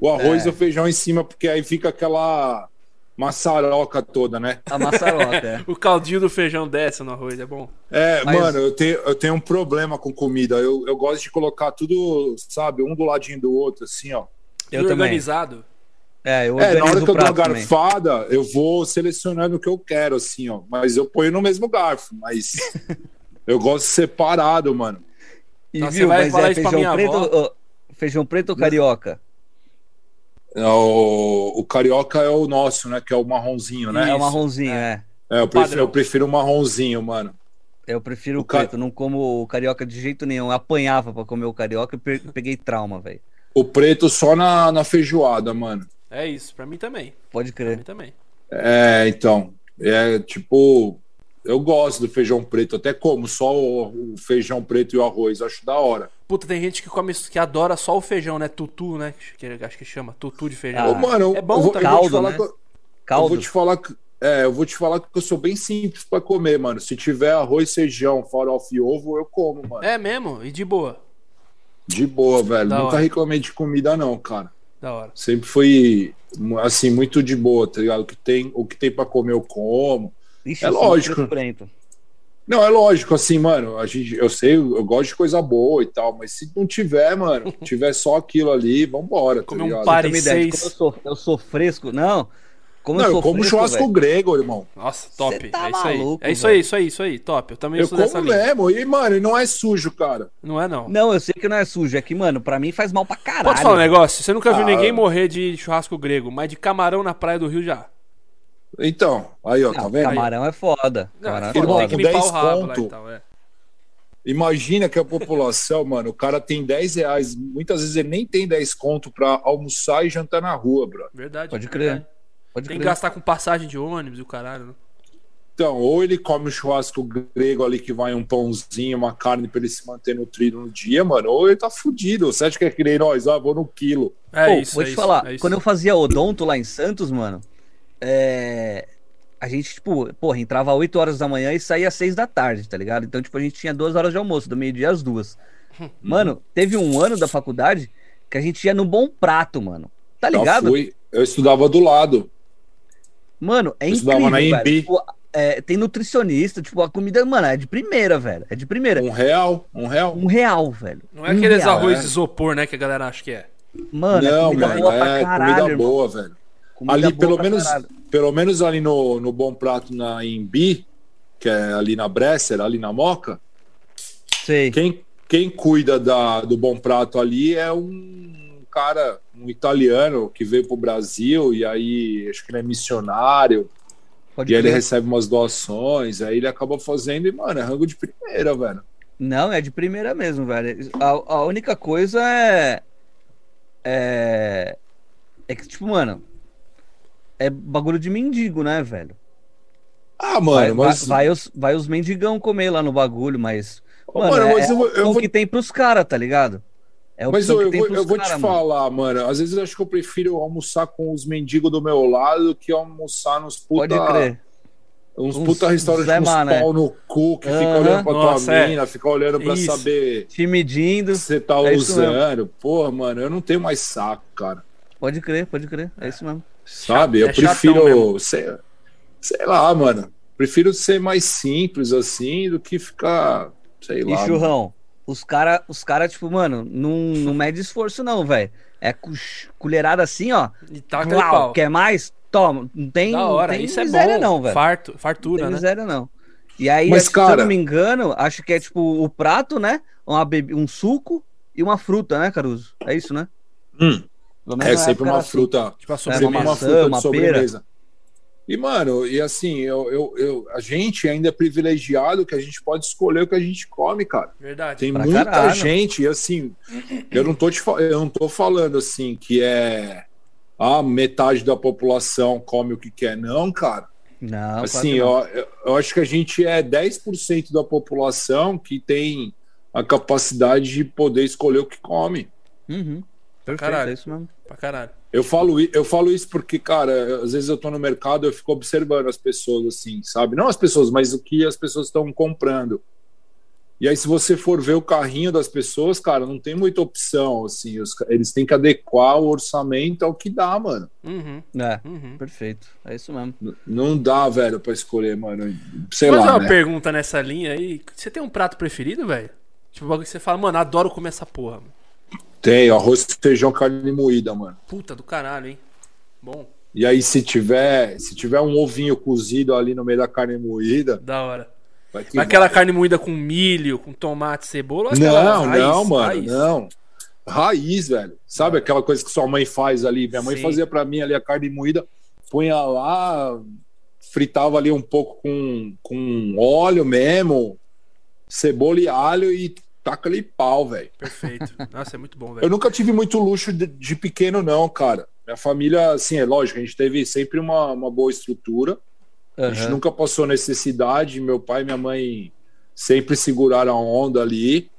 [SPEAKER 3] o arroz
[SPEAKER 1] É.
[SPEAKER 3] e o feijão em cima, porque aí fica aquela maçaroca toda, né?
[SPEAKER 1] A maçaroca, é.
[SPEAKER 2] O caldinho do feijão desce no arroz, é bom.
[SPEAKER 3] É,
[SPEAKER 1] Mas-
[SPEAKER 3] mano, eu tenho, eu tenho um problema com comida. Eu, eu gosto de colocar tudo, sabe, um do ladinho do outro, assim, ó.
[SPEAKER 1] Eu
[SPEAKER 2] E
[SPEAKER 1] também.
[SPEAKER 2] organizado.
[SPEAKER 1] É, eu
[SPEAKER 3] É, na hora
[SPEAKER 1] organizo
[SPEAKER 3] que eu
[SPEAKER 1] o
[SPEAKER 3] dou a
[SPEAKER 1] prato também.
[SPEAKER 3] garfada, eu vou selecionando o que eu quero, assim, ó. Mas eu ponho no mesmo garfo, mas eu gosto separado, mano.
[SPEAKER 1] E
[SPEAKER 2] Nossa,
[SPEAKER 1] viu,
[SPEAKER 2] você vai
[SPEAKER 1] mas
[SPEAKER 2] falar
[SPEAKER 1] é
[SPEAKER 2] isso pra
[SPEAKER 1] feijão
[SPEAKER 2] minha
[SPEAKER 1] preto,
[SPEAKER 2] avó?
[SPEAKER 1] ou- ou Feijão preto ou carioca?
[SPEAKER 3] É O, o carioca é o nosso, né? Que é o marronzinho, né?
[SPEAKER 1] É o marronzinho, é.
[SPEAKER 3] É, eu,
[SPEAKER 2] padrão.
[SPEAKER 3] prefiro, eu prefiro o marronzinho, mano.
[SPEAKER 1] Eu prefiro o
[SPEAKER 3] O ca-
[SPEAKER 1] preto, não como o carioca de jeito nenhum. Eu apanhava pra comer o carioca e pe- peguei trauma, velho.
[SPEAKER 3] O preto só na, na feijoada, mano.
[SPEAKER 2] É isso, pra mim também.
[SPEAKER 1] Pode
[SPEAKER 2] Pra
[SPEAKER 1] crer.
[SPEAKER 2] mim também.
[SPEAKER 3] É, então. É tipo. Eu gosto do feijão preto, até como, só o, o feijão preto e o arroz, acho da hora.
[SPEAKER 2] Puta, tem gente que come que adora só o feijão, né? Tutu, né? Que acho que chama. Tutu de feijão.
[SPEAKER 1] Ah,
[SPEAKER 3] Ô, mano,
[SPEAKER 2] é bom
[SPEAKER 3] eu, vou- eu
[SPEAKER 2] também.
[SPEAKER 3] vou te
[SPEAKER 1] Caldo,
[SPEAKER 3] falar
[SPEAKER 1] né?
[SPEAKER 3] que eu- Eu
[SPEAKER 1] Caldo.
[SPEAKER 3] vou te falar que. É, eu vou te falar que eu sou bem simples pra comer, mano. Se tiver arroz, feijão, farofa e ovo, eu como,
[SPEAKER 1] Ah.
[SPEAKER 3] mano.
[SPEAKER 2] É mesmo? E de boa.
[SPEAKER 3] De boa, velho.
[SPEAKER 2] Da
[SPEAKER 3] Nunca
[SPEAKER 2] hora.
[SPEAKER 3] reclamei de comida, não, cara.
[SPEAKER 2] Da hora.
[SPEAKER 3] Sempre fui, assim, muito de boa, tá ligado? O que tem, o que tem pra comer, eu como.
[SPEAKER 1] Ixi,
[SPEAKER 3] é
[SPEAKER 1] eu sou muito
[SPEAKER 3] lógico.
[SPEAKER 1] frescurento.
[SPEAKER 3] Não, é lógico, assim, mano, a gente, eu sei, eu gosto de coisa boa e tal, mas se não tiver, mano, tiver só aquilo ali, vambora, tá
[SPEAKER 2] Comer um
[SPEAKER 3] ligado?
[SPEAKER 2] par-
[SPEAKER 1] Tem uma ideia de como
[SPEAKER 2] Seis.
[SPEAKER 1] eu sou, eu sou fresco. Não. Como
[SPEAKER 3] Não,
[SPEAKER 1] eu
[SPEAKER 3] eu
[SPEAKER 1] sou
[SPEAKER 3] como
[SPEAKER 1] fresco,
[SPEAKER 3] churrasco
[SPEAKER 1] velho.
[SPEAKER 3] grego, irmão.
[SPEAKER 2] Nossa, top.
[SPEAKER 1] Cê tá
[SPEAKER 2] é isso aí.
[SPEAKER 1] maluco,
[SPEAKER 2] é isso
[SPEAKER 1] velho.
[SPEAKER 2] aí, isso aí, isso aí. Top. Eu também
[SPEAKER 3] Eu
[SPEAKER 2] sou dessa
[SPEAKER 3] como né?
[SPEAKER 2] linha.
[SPEAKER 3] mesmo. E, mano, e não é sujo, cara.
[SPEAKER 2] Não é, não.
[SPEAKER 1] Não, eu sei que não é sujo. É que, mano, pra mim faz mal pra caralho.
[SPEAKER 2] Pode falar um negócio? Você nunca viu
[SPEAKER 3] Ah.
[SPEAKER 2] ninguém morrer de churrasco grego, mas de camarão na praia do Rio já.
[SPEAKER 3] Então, aí, ó, tá
[SPEAKER 1] Não,
[SPEAKER 3] vendo?
[SPEAKER 1] camarão é foda.
[SPEAKER 2] Não,
[SPEAKER 1] Camarão é
[SPEAKER 2] foda,
[SPEAKER 3] irmão,
[SPEAKER 1] foda.
[SPEAKER 2] tem que
[SPEAKER 3] com
[SPEAKER 2] limpar o
[SPEAKER 3] 10
[SPEAKER 2] rabo lá e
[SPEAKER 3] ponto.
[SPEAKER 2] tal, é.
[SPEAKER 3] Imagina que a população, mano, o cara tem 10 reais, muitas vezes ele nem tem 10 conto pra almoçar e jantar na rua, bro.
[SPEAKER 2] Verdade.
[SPEAKER 1] Pode crer.
[SPEAKER 2] verdade.
[SPEAKER 1] Pode
[SPEAKER 2] Tem
[SPEAKER 1] crer.
[SPEAKER 2] que gastar com passagem de ônibus e o caralho, né?
[SPEAKER 3] Então, ou ele come o churrasco grego ali que vai um pãozinho, uma carne pra ele se manter nutrido no dia, mano, ou ele tá fudido. Você acha que é que nem nós? Ah, vou no quilo.
[SPEAKER 2] É
[SPEAKER 1] Pô,
[SPEAKER 2] isso,
[SPEAKER 1] vou
[SPEAKER 2] é
[SPEAKER 1] te
[SPEAKER 2] isso,
[SPEAKER 1] falar,
[SPEAKER 2] é isso.
[SPEAKER 1] quando eu fazia odonto lá em Santos, mano, é, a gente, tipo, porra, entrava 8 horas da manhã e saía às 6 da tarde, tá ligado? Então, tipo, a gente tinha duas horas de almoço, do meio-dia às duas. Mano, teve um ano da faculdade que a gente ia no Bom Prato, mano. Tá
[SPEAKER 3] Já
[SPEAKER 1] ligado?
[SPEAKER 3] fui. Eu estudava do lado.
[SPEAKER 1] Mano, é
[SPEAKER 3] Eu estudava
[SPEAKER 1] incrível,
[SPEAKER 3] na
[SPEAKER 1] velho.
[SPEAKER 3] Embi.
[SPEAKER 1] Tipo, é, tem nutricionista, tipo, a comida, mano, é de primeira, velho. É de primeira.
[SPEAKER 3] Um real, um real.
[SPEAKER 1] Um real, velho.
[SPEAKER 2] Não é
[SPEAKER 1] Um
[SPEAKER 2] aqueles
[SPEAKER 1] real.
[SPEAKER 2] arroz
[SPEAKER 3] é.
[SPEAKER 2] isopor, né, que a galera acha que é.
[SPEAKER 1] Mano, é
[SPEAKER 3] Não,
[SPEAKER 1] comida
[SPEAKER 3] mano,
[SPEAKER 1] boa
[SPEAKER 3] é
[SPEAKER 1] pra caralho,
[SPEAKER 3] comida
[SPEAKER 1] irmão.
[SPEAKER 3] boa, velho.
[SPEAKER 1] Comida
[SPEAKER 3] ali,
[SPEAKER 1] boa
[SPEAKER 3] pelo
[SPEAKER 1] pra
[SPEAKER 3] menos,
[SPEAKER 1] caralho.
[SPEAKER 3] pelo menos ali no, no Bom Prato, na Imbi, que é ali na Bresser, ali na Moca,
[SPEAKER 1] Sei.
[SPEAKER 3] quem, quem cuida da, do Bom Prato ali é um cara, um italiano que veio pro Brasil e aí acho que ele é missionário
[SPEAKER 1] Pode
[SPEAKER 3] e aí ele
[SPEAKER 1] crer.
[SPEAKER 3] recebe umas doações, aí ele acaba fazendo e, mano, é rango de primeira, velho.
[SPEAKER 1] Não, é de primeira mesmo, velho. A, a única coisa é. É. É que, tipo, mano. É bagulho de mendigo, né, velho?
[SPEAKER 3] Ah,
[SPEAKER 1] Vai,
[SPEAKER 3] mano, mas.
[SPEAKER 1] vai- vai os, vai os mendigão comer lá no bagulho, mas.
[SPEAKER 3] Ô,
[SPEAKER 1] mano,
[SPEAKER 3] mano,
[SPEAKER 1] é-
[SPEAKER 3] mas eu vou-
[SPEAKER 1] É
[SPEAKER 3] eu
[SPEAKER 1] o
[SPEAKER 3] vou
[SPEAKER 1] que tem pros caras, tá ligado? É o que
[SPEAKER 3] Mas ô, eu,
[SPEAKER 1] tem
[SPEAKER 3] vou,
[SPEAKER 1] pros
[SPEAKER 3] eu vou te
[SPEAKER 1] cara, mano.
[SPEAKER 3] falar, mano. Às vezes eu acho que eu prefiro almoçar com os mendigos do meu lado que almoçar nos puta,
[SPEAKER 1] Pode crer.
[SPEAKER 3] uns
[SPEAKER 1] Uns-
[SPEAKER 3] puta restaurantes
[SPEAKER 1] Zé
[SPEAKER 3] com uns
[SPEAKER 1] Mané.
[SPEAKER 3] pau no cu que fica
[SPEAKER 1] Aham.
[SPEAKER 3] olhando pra
[SPEAKER 2] Nossa,
[SPEAKER 3] tua
[SPEAKER 2] é.
[SPEAKER 3] mina, fica olhando pra
[SPEAKER 2] Isso.
[SPEAKER 3] saber
[SPEAKER 1] Te medindo.
[SPEAKER 3] se você tá
[SPEAKER 1] É isso
[SPEAKER 3] usando. Porra, mano, eu não tenho mais saco, cara.
[SPEAKER 1] Pode crer, pode crer. É isso mesmo.
[SPEAKER 3] Sabe?
[SPEAKER 2] é
[SPEAKER 3] Eu
[SPEAKER 2] chatão
[SPEAKER 3] prefiro, sei, sei lá, mano. Prefiro ser mais simples assim do que ficar, sei
[SPEAKER 1] E
[SPEAKER 3] lá. mano.
[SPEAKER 1] churrão, os cara, os cara, tipo, mano, não, não mede esforço, não, velho. É cu- colherada assim, ó.
[SPEAKER 2] E taca de
[SPEAKER 1] Uau,
[SPEAKER 2] pau.
[SPEAKER 1] quer mais? Toma. Não tem,
[SPEAKER 2] Da hora,
[SPEAKER 1] não tem
[SPEAKER 2] isso é
[SPEAKER 1] miséria,
[SPEAKER 2] bom.
[SPEAKER 1] não, velho.
[SPEAKER 2] Farto,
[SPEAKER 1] Não
[SPEAKER 2] fartura,
[SPEAKER 1] tem
[SPEAKER 2] né?
[SPEAKER 1] miséria, não. E aí,
[SPEAKER 3] Mas,
[SPEAKER 1] acho, se eu
[SPEAKER 3] cara-
[SPEAKER 1] não me engano, acho que é tipo o prato, né? Uma bebe... Um suco e uma fruta, né, Caruso? É isso, né?
[SPEAKER 3] Hum.
[SPEAKER 1] Pelo
[SPEAKER 3] É
[SPEAKER 1] na
[SPEAKER 3] sempre
[SPEAKER 1] época
[SPEAKER 3] uma
[SPEAKER 1] era assim.
[SPEAKER 3] fruta.
[SPEAKER 2] Tipo a
[SPEAKER 1] É,
[SPEAKER 3] Sempre
[SPEAKER 2] sobremesa.
[SPEAKER 1] uma maçã, uma pera.
[SPEAKER 3] E, mano, e assim, eu, eu, eu- a gente ainda é privilegiado que a gente pode escolher o que a gente come, cara.
[SPEAKER 2] Verdade.
[SPEAKER 3] Tem
[SPEAKER 1] Pra
[SPEAKER 3] muita
[SPEAKER 1] caralho.
[SPEAKER 3] gente, e assim, eu não tô te fa- eu não tô falando assim que é a metade da população come o que quer, não, cara.
[SPEAKER 1] Não,
[SPEAKER 3] assim,
[SPEAKER 1] claro
[SPEAKER 3] eu, eu- eu acho que a gente é 10% da população que tem a capacidade de poder escolher o que come.
[SPEAKER 1] que não. Uhum. Perfeito,
[SPEAKER 2] caralho.
[SPEAKER 1] é isso mesmo.
[SPEAKER 2] Pra caralho.
[SPEAKER 3] Eu falo, i- eu falo isso porque, cara, eu- às vezes eu tô no mercado, eu fico observando as pessoas, assim, sabe? Não as pessoas, mas o que as pessoas estão comprando. E aí, se você for ver o carrinho das pessoas, cara, não tem muita opção, assim. os ca- eles têm que adequar o orçamento ao que dá, mano.
[SPEAKER 2] Uhum,
[SPEAKER 1] É,
[SPEAKER 2] uhum.
[SPEAKER 1] perfeito. É isso mesmo.
[SPEAKER 3] N- Não dá, velho, pra escolher, mano. Sei
[SPEAKER 2] Vou fazer
[SPEAKER 3] lá,
[SPEAKER 2] uma
[SPEAKER 3] né?
[SPEAKER 2] pergunta nessa linha aí. Você tem um prato preferido, velho? Tipo, um bagulho que você fala, mano, adoro comer essa porra. mano.
[SPEAKER 3] Tem arroz, feijão, carne moída, mano.
[SPEAKER 2] Puta do caralho, hein? Bom,
[SPEAKER 3] E aí, se tiver, se tiver um ovinho cozido ali no meio da carne moída,
[SPEAKER 2] da hora.
[SPEAKER 3] vai que
[SPEAKER 2] Mas aquela carne moída com milho, com tomate, cebola? ou aquela
[SPEAKER 3] Não,
[SPEAKER 2] é raiz,
[SPEAKER 3] não, mano,
[SPEAKER 2] raiz?
[SPEAKER 3] não. raiz, velho. Sabe aquela coisa que sua mãe faz ali? Minha mãe
[SPEAKER 2] Sim.
[SPEAKER 3] fazia pra mim ali a carne moída, punha lá, fritava ali um pouco com, com óleo mesmo, cebola e alho e taca ali pau, velho.
[SPEAKER 2] Perfeito. Nossa, é muito bom,
[SPEAKER 3] Eu
[SPEAKER 2] velho.
[SPEAKER 3] nunca tive muito luxo de, de pequeno, não, cara. Minha família, assim, é lógico, a gente teve sempre uma, uma boa estrutura. A gente
[SPEAKER 1] Aham.
[SPEAKER 3] nunca passou necessidade. Meu pai e minha mãe sempre seguraram a onda ali.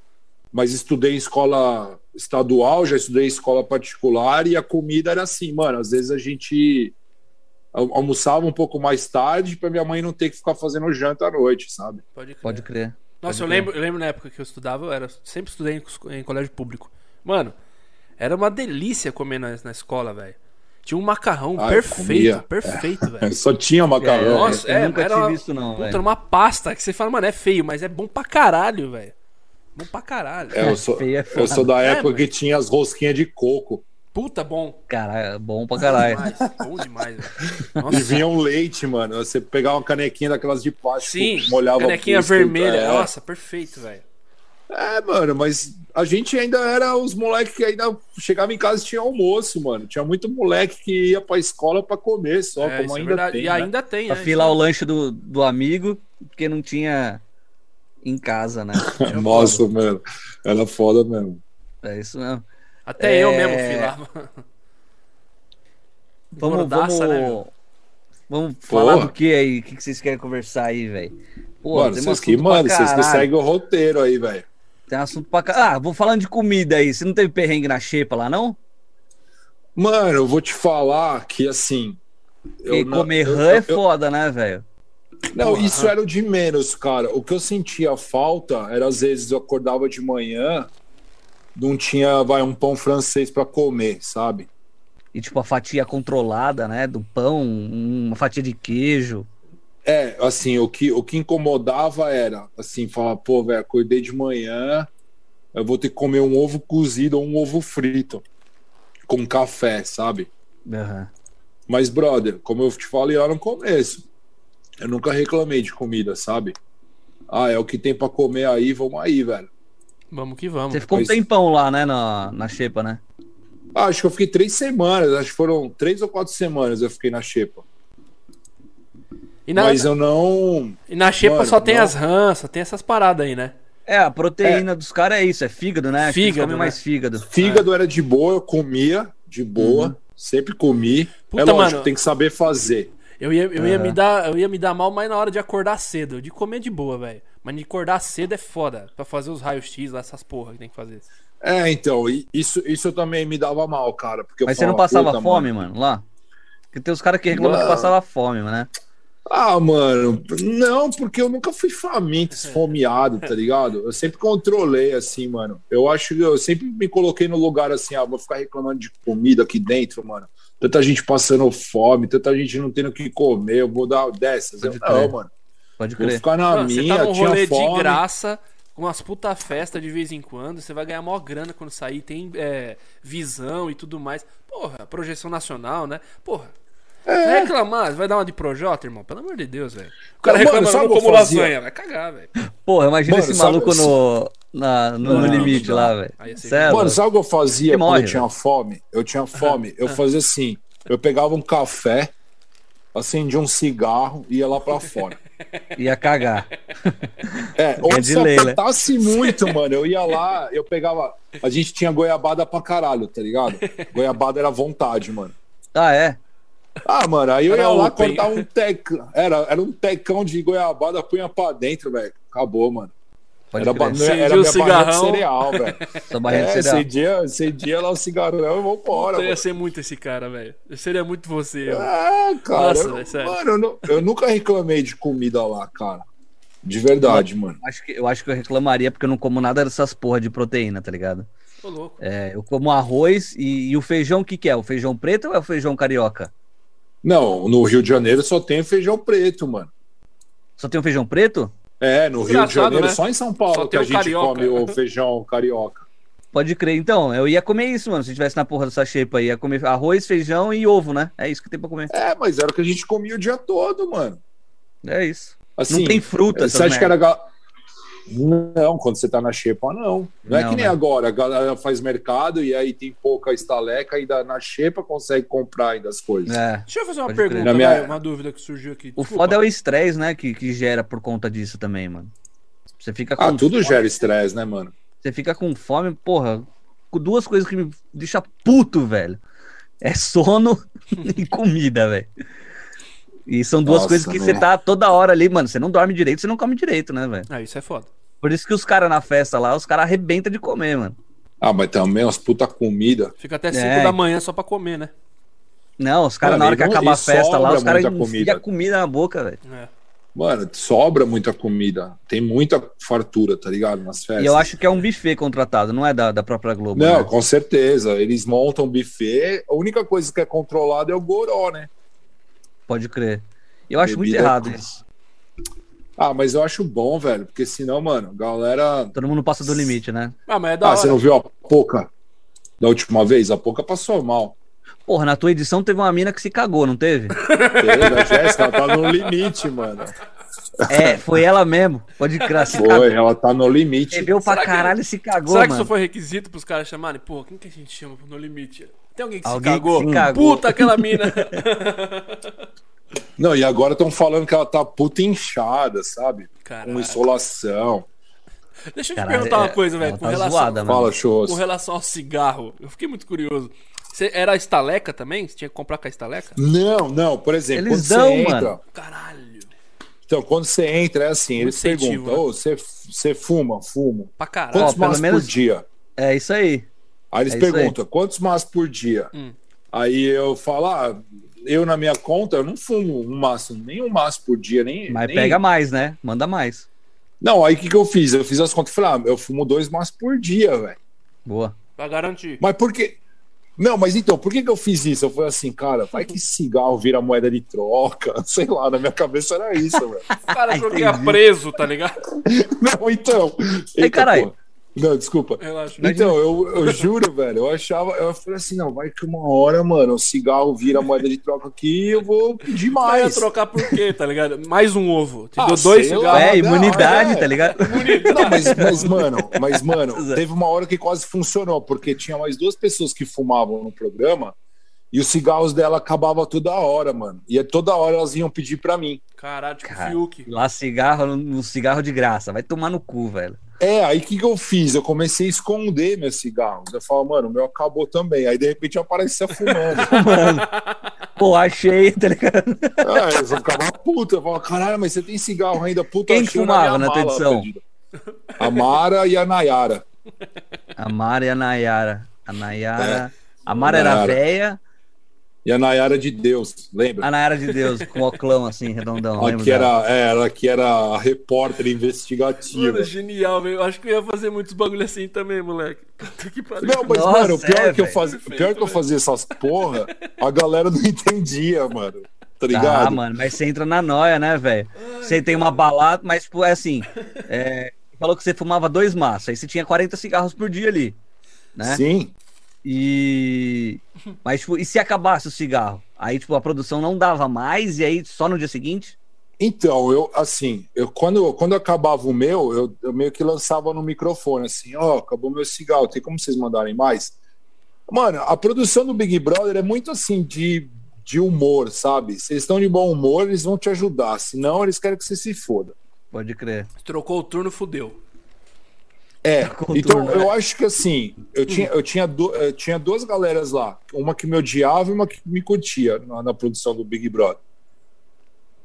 [SPEAKER 3] Mas estudei em escola estadual, já estudei em escola particular e a comida era assim, mano. Às vezes a gente al- almoçava um pouco mais tarde para minha mãe não ter que ficar fazendo janta à noite, sabe?
[SPEAKER 2] Pode crer.
[SPEAKER 1] Pode crer.
[SPEAKER 2] Nossa,
[SPEAKER 1] Pode crer.
[SPEAKER 2] eu lembro, eu lembro na época que eu estudava, eu era, sempre estudei em, cos- em colégio público. Mano, era uma delícia comer na, na escola, velho. Tinha um macarrão
[SPEAKER 3] Ah, eu
[SPEAKER 2] perfeito,
[SPEAKER 3] comia.
[SPEAKER 2] perfeito, velho.
[SPEAKER 3] Só tinha
[SPEAKER 1] É,
[SPEAKER 3] macarrão.
[SPEAKER 2] Nossa,
[SPEAKER 1] eu
[SPEAKER 2] é,
[SPEAKER 1] nunca
[SPEAKER 2] era
[SPEAKER 1] tive
[SPEAKER 2] uma-
[SPEAKER 1] isso, não,
[SPEAKER 2] Puta,
[SPEAKER 1] velho.
[SPEAKER 2] uma pasta que você fala, mano, é feio, mas é bom pra caralho, velho. Bom pra caralho.
[SPEAKER 3] É, eu, sou,
[SPEAKER 1] Feio é
[SPEAKER 3] eu sou da
[SPEAKER 2] É,
[SPEAKER 3] época
[SPEAKER 2] mas-
[SPEAKER 3] que tinha as rosquinhas de coco.
[SPEAKER 2] Puta, bom.
[SPEAKER 1] Caralho, é bom pra caralho.
[SPEAKER 2] Demais, bom demais, velho.
[SPEAKER 3] E
[SPEAKER 2] Nossa,
[SPEAKER 3] vinha um leite, mano. Você pegava uma canequinha daquelas tipo de plástico,
[SPEAKER 2] sim,
[SPEAKER 3] molhava o
[SPEAKER 2] canequinha
[SPEAKER 3] pulso,
[SPEAKER 2] vermelha.
[SPEAKER 3] é.
[SPEAKER 2] Nossa, perfeito, velho.
[SPEAKER 3] É, mano, mas a gente ainda era os moleques que ainda chegava em casa e tinha almoço, mano. Tinha muito moleque que ia pra escola pra comer só,
[SPEAKER 2] É,
[SPEAKER 3] como
[SPEAKER 2] isso é
[SPEAKER 3] ainda
[SPEAKER 2] verdade.
[SPEAKER 3] tem.
[SPEAKER 2] e
[SPEAKER 3] né?
[SPEAKER 2] ainda tem,
[SPEAKER 1] Pra
[SPEAKER 2] né?
[SPEAKER 1] filar o lanche do, do amigo, porque não tinha em casa, né? Era
[SPEAKER 3] Nossa, mano, era foda mesmo.
[SPEAKER 1] foda. É isso mesmo.
[SPEAKER 2] Até eu mesmo
[SPEAKER 1] É.
[SPEAKER 2] filava.
[SPEAKER 1] Vamos,
[SPEAKER 2] Gordaça,
[SPEAKER 1] vamos,
[SPEAKER 2] né, meu?
[SPEAKER 1] vamos falar
[SPEAKER 3] Porra.
[SPEAKER 1] do que aí? O que que vocês querem conversar aí, velho? Pô,
[SPEAKER 3] mano,
[SPEAKER 1] tem um
[SPEAKER 3] vocês que,
[SPEAKER 1] assunto pra
[SPEAKER 3] mano, vocês que
[SPEAKER 1] caralho.
[SPEAKER 3] seguem o roteiro aí, velho.
[SPEAKER 1] Tem assunto pra caralho. Ah, vou falando de comida aí. Você não teve perrengue na xepa lá, não?
[SPEAKER 3] Mano, eu vou te falar que assim.
[SPEAKER 1] Porque
[SPEAKER 3] não-
[SPEAKER 1] comer
[SPEAKER 3] eu-
[SPEAKER 1] rã é
[SPEAKER 3] eu-
[SPEAKER 1] foda, né, velho?
[SPEAKER 3] Não,
[SPEAKER 2] Porra.
[SPEAKER 3] isso era o de menos, cara. O que eu sentia falta era às vezes eu acordava de manhã, não tinha, vai, um pão francês pra comer, sabe?
[SPEAKER 1] E tipo, a fatia controlada, né? Do pão, um- uma fatia de queijo.
[SPEAKER 3] É, assim, o que, o que incomodava era, assim, falar, pô, velho, acordei de manhã, eu vou ter que comer um ovo cozido ou um ovo frito com café, sabe?
[SPEAKER 1] Aham.
[SPEAKER 3] Mas, brother, como eu te falei lá no começo, eu nunca reclamei de comida, sabe? Ah, é o que tem pra comer aí, vamos aí, velho.
[SPEAKER 2] Vamos que vamos.
[SPEAKER 1] Você ficou um
[SPEAKER 3] Pois-
[SPEAKER 1] tempão lá, né, na, na xepa, né?
[SPEAKER 3] Ah, acho que eu fiquei três semanas, acho que foram três ou quatro semanas eu fiquei na xepa.
[SPEAKER 2] E na,
[SPEAKER 3] Mas eu não.
[SPEAKER 2] e na xepa
[SPEAKER 3] Mano,
[SPEAKER 2] só tem
[SPEAKER 3] não.
[SPEAKER 2] as rãs, só tem essas paradas aí, né?
[SPEAKER 1] É, a proteína dos caras é isso, é fígado, né? Acho que eles
[SPEAKER 2] Fígado,
[SPEAKER 1] comem
[SPEAKER 2] né?
[SPEAKER 1] mais fígado.
[SPEAKER 3] Fígado
[SPEAKER 2] É.
[SPEAKER 3] era de boa, eu comia de boa, sempre comi.
[SPEAKER 2] Uhum. Puta,
[SPEAKER 3] é lógico,
[SPEAKER 2] mano.
[SPEAKER 3] tem que saber fazer.
[SPEAKER 2] Eu ia, eu, ia
[SPEAKER 1] Aham.
[SPEAKER 2] me dar, eu ia me dar mal mais na hora de acordar cedo. De comer de boa, velho. Mas de acordar cedo é foda. Pra fazer os raios-x lá, essas porra que tem que fazer.
[SPEAKER 3] É, então, e isso, isso eu também me dava mal, cara. Porque eu
[SPEAKER 1] Mas você não
[SPEAKER 3] falava,
[SPEAKER 1] passava
[SPEAKER 3] "Puta,
[SPEAKER 1] fome, mano, lá? Porque tem os caras que reclamam que
[SPEAKER 3] Mano.
[SPEAKER 1] passava fome, né?
[SPEAKER 3] Ah, mano, não, porque eu nunca fui faminto, esfomeado, tá ligado? Eu sempre controlei, assim, mano. Eu acho que eu sempre me coloquei no lugar assim, ah, vou ficar reclamando de comida aqui dentro, mano. Tanta gente passando fome, tanta gente não tendo o que comer, eu vou dar dessas. Eu,
[SPEAKER 1] Pode
[SPEAKER 3] não,
[SPEAKER 1] crer.
[SPEAKER 3] mano,
[SPEAKER 1] Pode
[SPEAKER 3] vou
[SPEAKER 1] crer.
[SPEAKER 3] ficar na
[SPEAKER 2] Mano, você
[SPEAKER 3] minha,
[SPEAKER 2] tá num rolê
[SPEAKER 3] tinha fome.
[SPEAKER 2] de graça, com umas puta festa de vez em quando. Você vai ganhar maior grana quando sair. Tem é, visão e tudo mais. Porra, projeção nacional, né? Porra.
[SPEAKER 3] É.
[SPEAKER 2] Vai reclamar, vai dar uma de Projota, irmão? Pelo amor de Deus, velho. O cara
[SPEAKER 3] Mano,
[SPEAKER 2] reclamando
[SPEAKER 3] sabe
[SPEAKER 2] reclama,
[SPEAKER 3] o que
[SPEAKER 2] não
[SPEAKER 3] eu
[SPEAKER 2] como
[SPEAKER 3] fazia?
[SPEAKER 2] lasanha. Vai cagar, velho.
[SPEAKER 1] Porra, imagina
[SPEAKER 3] Mano,
[SPEAKER 1] esse
[SPEAKER 3] sabe-
[SPEAKER 1] maluco no, na- no, no
[SPEAKER 3] Não,
[SPEAKER 1] limite
[SPEAKER 3] não.
[SPEAKER 1] lá, velho.
[SPEAKER 2] Aí você-
[SPEAKER 1] Cê é
[SPEAKER 3] Mano,
[SPEAKER 1] louco.
[SPEAKER 3] sabe o que eu fazia
[SPEAKER 1] Ele
[SPEAKER 3] quando
[SPEAKER 1] morre,
[SPEAKER 3] eu tinha
[SPEAKER 1] velho.
[SPEAKER 3] fome? Eu tinha fome, eu fazia assim: eu pegava um café, acendia um cigarro e ia lá pra fora.
[SPEAKER 1] Ia cagar.
[SPEAKER 3] É, ou
[SPEAKER 1] Grande
[SPEAKER 3] se
[SPEAKER 1] Leila.
[SPEAKER 3] apertasse muito, mano, eu ia lá, eu pegava. A gente tinha goiabada pra caralho, tá ligado? Goiabada era vontade, mano.
[SPEAKER 1] Ah, é?
[SPEAKER 3] Ah, mano, aí eu
[SPEAKER 2] Era
[SPEAKER 3] ia lá
[SPEAKER 2] open.
[SPEAKER 3] cortar um tecão. Era, era um tecão de goiabada, punha pra dentro, velho. Acabou, mano.
[SPEAKER 1] Pode
[SPEAKER 3] Era, ba... é,
[SPEAKER 1] crer.
[SPEAKER 3] era minha
[SPEAKER 2] Acendia o
[SPEAKER 3] barra de
[SPEAKER 2] cigarrão.
[SPEAKER 3] cereal, velho.
[SPEAKER 1] Sua barriga
[SPEAKER 3] É,
[SPEAKER 1] de cereal.
[SPEAKER 3] acendia, acendia lá o cigarrão e vambora,
[SPEAKER 2] Eu
[SPEAKER 3] mano.
[SPEAKER 2] ia ser muito esse cara, velho. Eu seria muito você. eu.
[SPEAKER 3] É, cara.
[SPEAKER 2] Nossa,
[SPEAKER 3] eu,
[SPEAKER 2] velho, sério.
[SPEAKER 3] mano, eu, nu- eu nunca reclamei de comida lá, cara. De verdade, mano.
[SPEAKER 1] Acho que, eu acho que eu reclamaria porque eu não como nada dessas porra de proteína, tá ligado?
[SPEAKER 2] Ô, louco.
[SPEAKER 1] É, eu como arroz e, e o feijão, o que que é? O feijão preto ou é o feijão carioca?
[SPEAKER 3] Não, no Rio de Janeiro só tem feijão preto, mano.
[SPEAKER 1] Só tem o feijão preto?
[SPEAKER 3] É, no Rio de
[SPEAKER 2] Engraçado,
[SPEAKER 3] Janeiro,
[SPEAKER 2] né?
[SPEAKER 3] só em São
[SPEAKER 2] Só
[SPEAKER 3] Paulo que
[SPEAKER 2] tem
[SPEAKER 3] a
[SPEAKER 2] o
[SPEAKER 3] gente
[SPEAKER 2] carioca.
[SPEAKER 3] come o feijão carioca.
[SPEAKER 1] Pode crer. Então, eu ia comer isso, mano. Se tivesse na porra dessa xepa, ia comer arroz, feijão e ovo, né? É isso que tem pra comer.
[SPEAKER 3] É, mas era o que a gente comia o dia todo, mano.
[SPEAKER 1] É isso.
[SPEAKER 3] Assim, é,
[SPEAKER 1] não tem fruta,
[SPEAKER 3] você acha que
[SPEAKER 1] merda.
[SPEAKER 3] era. ga- Não, quando você tá na xepa, não. Não, é
[SPEAKER 1] Não,
[SPEAKER 3] que nem
[SPEAKER 1] né?
[SPEAKER 3] agora, a galera faz mercado e aí tem pouca estaleca, ainda na xepa consegue comprar ainda as coisas.
[SPEAKER 1] É.
[SPEAKER 2] Deixa eu fazer uma
[SPEAKER 1] Pode crer.
[SPEAKER 2] pergunta,
[SPEAKER 3] Na minha- é.
[SPEAKER 2] vai, uma dúvida que surgiu aqui.
[SPEAKER 1] O foda é o estresse, né? Que, que gera por conta disso também, mano. Você fica com
[SPEAKER 3] Ah, tudo gera estresse, né, mano?
[SPEAKER 1] Você fica com fome, porra. com Duas coisas que me deixam puto, velho. É sono e comida, velho. E são duas
[SPEAKER 3] Nossa,
[SPEAKER 1] coisas que
[SPEAKER 3] né?
[SPEAKER 1] você tá toda hora ali, mano. Você não dorme direito, você não come direito, né, velho?
[SPEAKER 2] Ah, isso é foda.
[SPEAKER 1] Por isso que os caras na festa lá, os caras arrebentam de comer, mano.
[SPEAKER 3] Ah, mas também umas puta comida.
[SPEAKER 2] Fica até 5
[SPEAKER 1] É.
[SPEAKER 2] da manhã só pra comer, né?
[SPEAKER 1] Não, os caras
[SPEAKER 3] Mano,
[SPEAKER 1] na hora
[SPEAKER 3] e
[SPEAKER 1] que
[SPEAKER 3] não-
[SPEAKER 1] acaba a
[SPEAKER 3] e
[SPEAKER 1] festa lá,
[SPEAKER 3] sobra
[SPEAKER 1] os caras
[SPEAKER 3] muita
[SPEAKER 1] enfiam
[SPEAKER 3] comida.
[SPEAKER 1] a comida na boca, velho.
[SPEAKER 2] É.
[SPEAKER 3] Mano, sobra muita comida. Tem muita fartura, tá ligado? Nas festas.
[SPEAKER 1] E eu acho que é um buffet contratado, não é da, da própria Globo.
[SPEAKER 3] Não,
[SPEAKER 1] né?
[SPEAKER 3] com certeza. Eles montam buffet. A única coisa que é controlada é o goró, né?
[SPEAKER 1] Pode crer. Eu acho muito
[SPEAKER 3] Bebida é
[SPEAKER 1] errado
[SPEAKER 3] com-
[SPEAKER 1] isso.
[SPEAKER 3] Ah, mas eu acho bom, velho. Porque senão, mano, galera.
[SPEAKER 1] Todo mundo passa do limite, né?
[SPEAKER 2] Ah, mas é da
[SPEAKER 3] Ah,
[SPEAKER 2] hora.
[SPEAKER 3] você não viu a Poca da última vez? A Poca passou mal.
[SPEAKER 1] Porra, na tua edição teve uma mina que se cagou, não teve?
[SPEAKER 3] Teve, a Jéssica, ela tá no limite, mano.
[SPEAKER 1] É, foi ela mesmo. Pode crer, ela se cagou.
[SPEAKER 3] Foi, ela tá no limite.
[SPEAKER 1] Bebeu pra
[SPEAKER 2] Será que-
[SPEAKER 1] caralho e se cagou,
[SPEAKER 2] Será que
[SPEAKER 1] mano.
[SPEAKER 2] isso foi requisito pros caras chamarem? Pô, quem que a gente chama no limite? Tem alguém que
[SPEAKER 1] Alguém
[SPEAKER 2] se
[SPEAKER 1] que
[SPEAKER 2] cagou?
[SPEAKER 1] se cagou.
[SPEAKER 2] Puta aquela mina.
[SPEAKER 3] Não, e agora estão falando que ela tá puta inchada, sabe? Com
[SPEAKER 2] Caralho.
[SPEAKER 3] insolação.
[SPEAKER 2] Deixa eu te
[SPEAKER 1] Caralho,
[SPEAKER 2] perguntar uma
[SPEAKER 1] é,
[SPEAKER 2] coisa, velho.
[SPEAKER 1] ela
[SPEAKER 2] Com,
[SPEAKER 1] tá
[SPEAKER 2] relação-
[SPEAKER 1] zoada, mano.
[SPEAKER 3] Fala, Churros.
[SPEAKER 2] com relação ao cigarro. Eu fiquei muito curioso. Você era a estaleca também? Você tinha que comprar com a estaleca?
[SPEAKER 3] Não, não, por exemplo,
[SPEAKER 1] Eles
[SPEAKER 3] quando
[SPEAKER 1] dão,
[SPEAKER 3] você entra.
[SPEAKER 1] mano.
[SPEAKER 2] Caralho.
[SPEAKER 3] Então, quando você entra, é
[SPEAKER 1] Um
[SPEAKER 3] assim, eles
[SPEAKER 2] incentivo,
[SPEAKER 3] perguntam:
[SPEAKER 2] né?
[SPEAKER 3] "Ô, você, você fuma? Fumo.
[SPEAKER 2] Pra caralho.
[SPEAKER 1] Ó,
[SPEAKER 3] Quantos
[SPEAKER 1] Ah, pelo
[SPEAKER 3] maços
[SPEAKER 1] menos-
[SPEAKER 3] por dia?
[SPEAKER 1] É isso aí.
[SPEAKER 3] Aí eles
[SPEAKER 1] É isso aí.
[SPEAKER 3] perguntam: quantos maços por dia?
[SPEAKER 2] Hum.
[SPEAKER 3] Aí eu falo: ah, eu na minha conta, eu não fumo um maço, nem um maço por dia, nem.
[SPEAKER 1] Mas
[SPEAKER 3] nem-
[SPEAKER 1] pega mais, né? Manda mais.
[SPEAKER 3] Não, aí o que, que eu fiz? Eu fiz as contas e falei: ah, eu fumo dois maços por dia, velho.
[SPEAKER 1] Boa.
[SPEAKER 2] Pra garantir.
[SPEAKER 3] Mas por quê? Não, mas então, por que, que eu fiz isso? Eu falei assim, cara, vai que cigarro vira moeda de troca, sei lá, na minha cabeça era isso, velho.
[SPEAKER 2] O cara
[SPEAKER 1] Ai,
[SPEAKER 2] troqueia
[SPEAKER 1] Ah, entendi.
[SPEAKER 2] preso, tá ligado?
[SPEAKER 3] Não, então.
[SPEAKER 1] Ei,
[SPEAKER 3] Eita,
[SPEAKER 1] caralho.
[SPEAKER 3] pô. Não, desculpa.
[SPEAKER 2] Relaxa.
[SPEAKER 3] Então, eu, eu juro, velho, eu achava, eu falei assim, não, vai que uma hora, mano, o cigarro vira moeda de troca aqui, eu vou pedir
[SPEAKER 2] Mas Ah, ia
[SPEAKER 3] mais.
[SPEAKER 2] trocar por quê, tá ligado? Mais um ovo. Te
[SPEAKER 3] Ah,
[SPEAKER 2] dou dois
[SPEAKER 3] sei
[SPEAKER 2] cigarros.
[SPEAKER 3] lá.
[SPEAKER 1] é,
[SPEAKER 3] não,
[SPEAKER 1] imunidade,
[SPEAKER 3] é.
[SPEAKER 1] tá ligado?
[SPEAKER 3] Não, mas, mas, mano, mas, mano, teve uma hora que quase funcionou, porque tinha mais duas pessoas que fumavam no programa e os cigarros dela acabavam toda hora, mano. E é toda hora elas iam pedir pra mim.
[SPEAKER 2] Caralho, tipo
[SPEAKER 1] Cara.
[SPEAKER 2] Fiuk.
[SPEAKER 1] Lá cigarro, um cigarro de graça. Vai tomar no cu, velho.
[SPEAKER 3] É, aí o que, que eu fiz? Eu comecei a esconder meus cigarros. Eu falo, mano, o meu acabou também. Aí de repente eu aparecia fumando.
[SPEAKER 1] Pô, achei, tá ligado?
[SPEAKER 3] É, eu ficava puta. Eu falava, caralho, mas você tem cigarro ainda, puta.
[SPEAKER 1] Quem
[SPEAKER 3] eu achei
[SPEAKER 1] fumava
[SPEAKER 3] minha
[SPEAKER 1] na tua
[SPEAKER 3] mala
[SPEAKER 1] edição?
[SPEAKER 3] perdida. A Mara e a Nayara.
[SPEAKER 1] A Mara e a Nayara. A Nayara. A Mara era
[SPEAKER 3] É. Nayara.
[SPEAKER 1] véia,
[SPEAKER 3] E a Nayara de Deus, lembra?
[SPEAKER 1] a Nayara de Deus, com o oclão assim, redondão.
[SPEAKER 3] Ela
[SPEAKER 1] Ah, lembro
[SPEAKER 3] que,
[SPEAKER 1] dela.
[SPEAKER 3] era, é, ela que era a repórter
[SPEAKER 2] Mano,
[SPEAKER 3] investigativa.
[SPEAKER 2] genial, velho. Eu acho que eu ia fazer muitos bagulho assim também, moleque. Puta que pariu.
[SPEAKER 3] Não, mas,
[SPEAKER 1] Nossa,
[SPEAKER 3] mano, o pior,
[SPEAKER 1] é,
[SPEAKER 3] que eu
[SPEAKER 1] velho.
[SPEAKER 3] fazia, o pior que eu fazia essas porra, a galera não entendia, mano. Tá ligado?
[SPEAKER 1] Ah, mano, mas você entra na noia, né, velho? Você tem uma balada, mas pô, é assim. é, você falou que você fumava dois maços, aí você tinha 40 cigarros por dia ali, né?
[SPEAKER 3] Sim.
[SPEAKER 1] E. Mas, tipo, e se acabasse o cigarro? Aí, tipo, a produção não dava mais, e aí só no dia seguinte?
[SPEAKER 3] Então, eu, assim, eu, quando, quando eu acabava o meu, eu, eu meio que lançava no microfone, assim, ó, acabou meu cigarro, tem como vocês mandarem mais? Mano, a produção do Big Brother é muito assim de, de humor, sabe? Vocês estão de bom humor, eles vão te ajudar, senão eles querem que você se foda.
[SPEAKER 1] Pode crer.
[SPEAKER 2] Trocou o turno, fudeu.
[SPEAKER 3] É,
[SPEAKER 1] Cultura,
[SPEAKER 3] então
[SPEAKER 1] né?
[SPEAKER 3] eu acho que assim, eu tinha, eu, tinha du- eu tinha duas galeras lá, uma que me odiava e uma que me curtia na, na produção do Big Brother.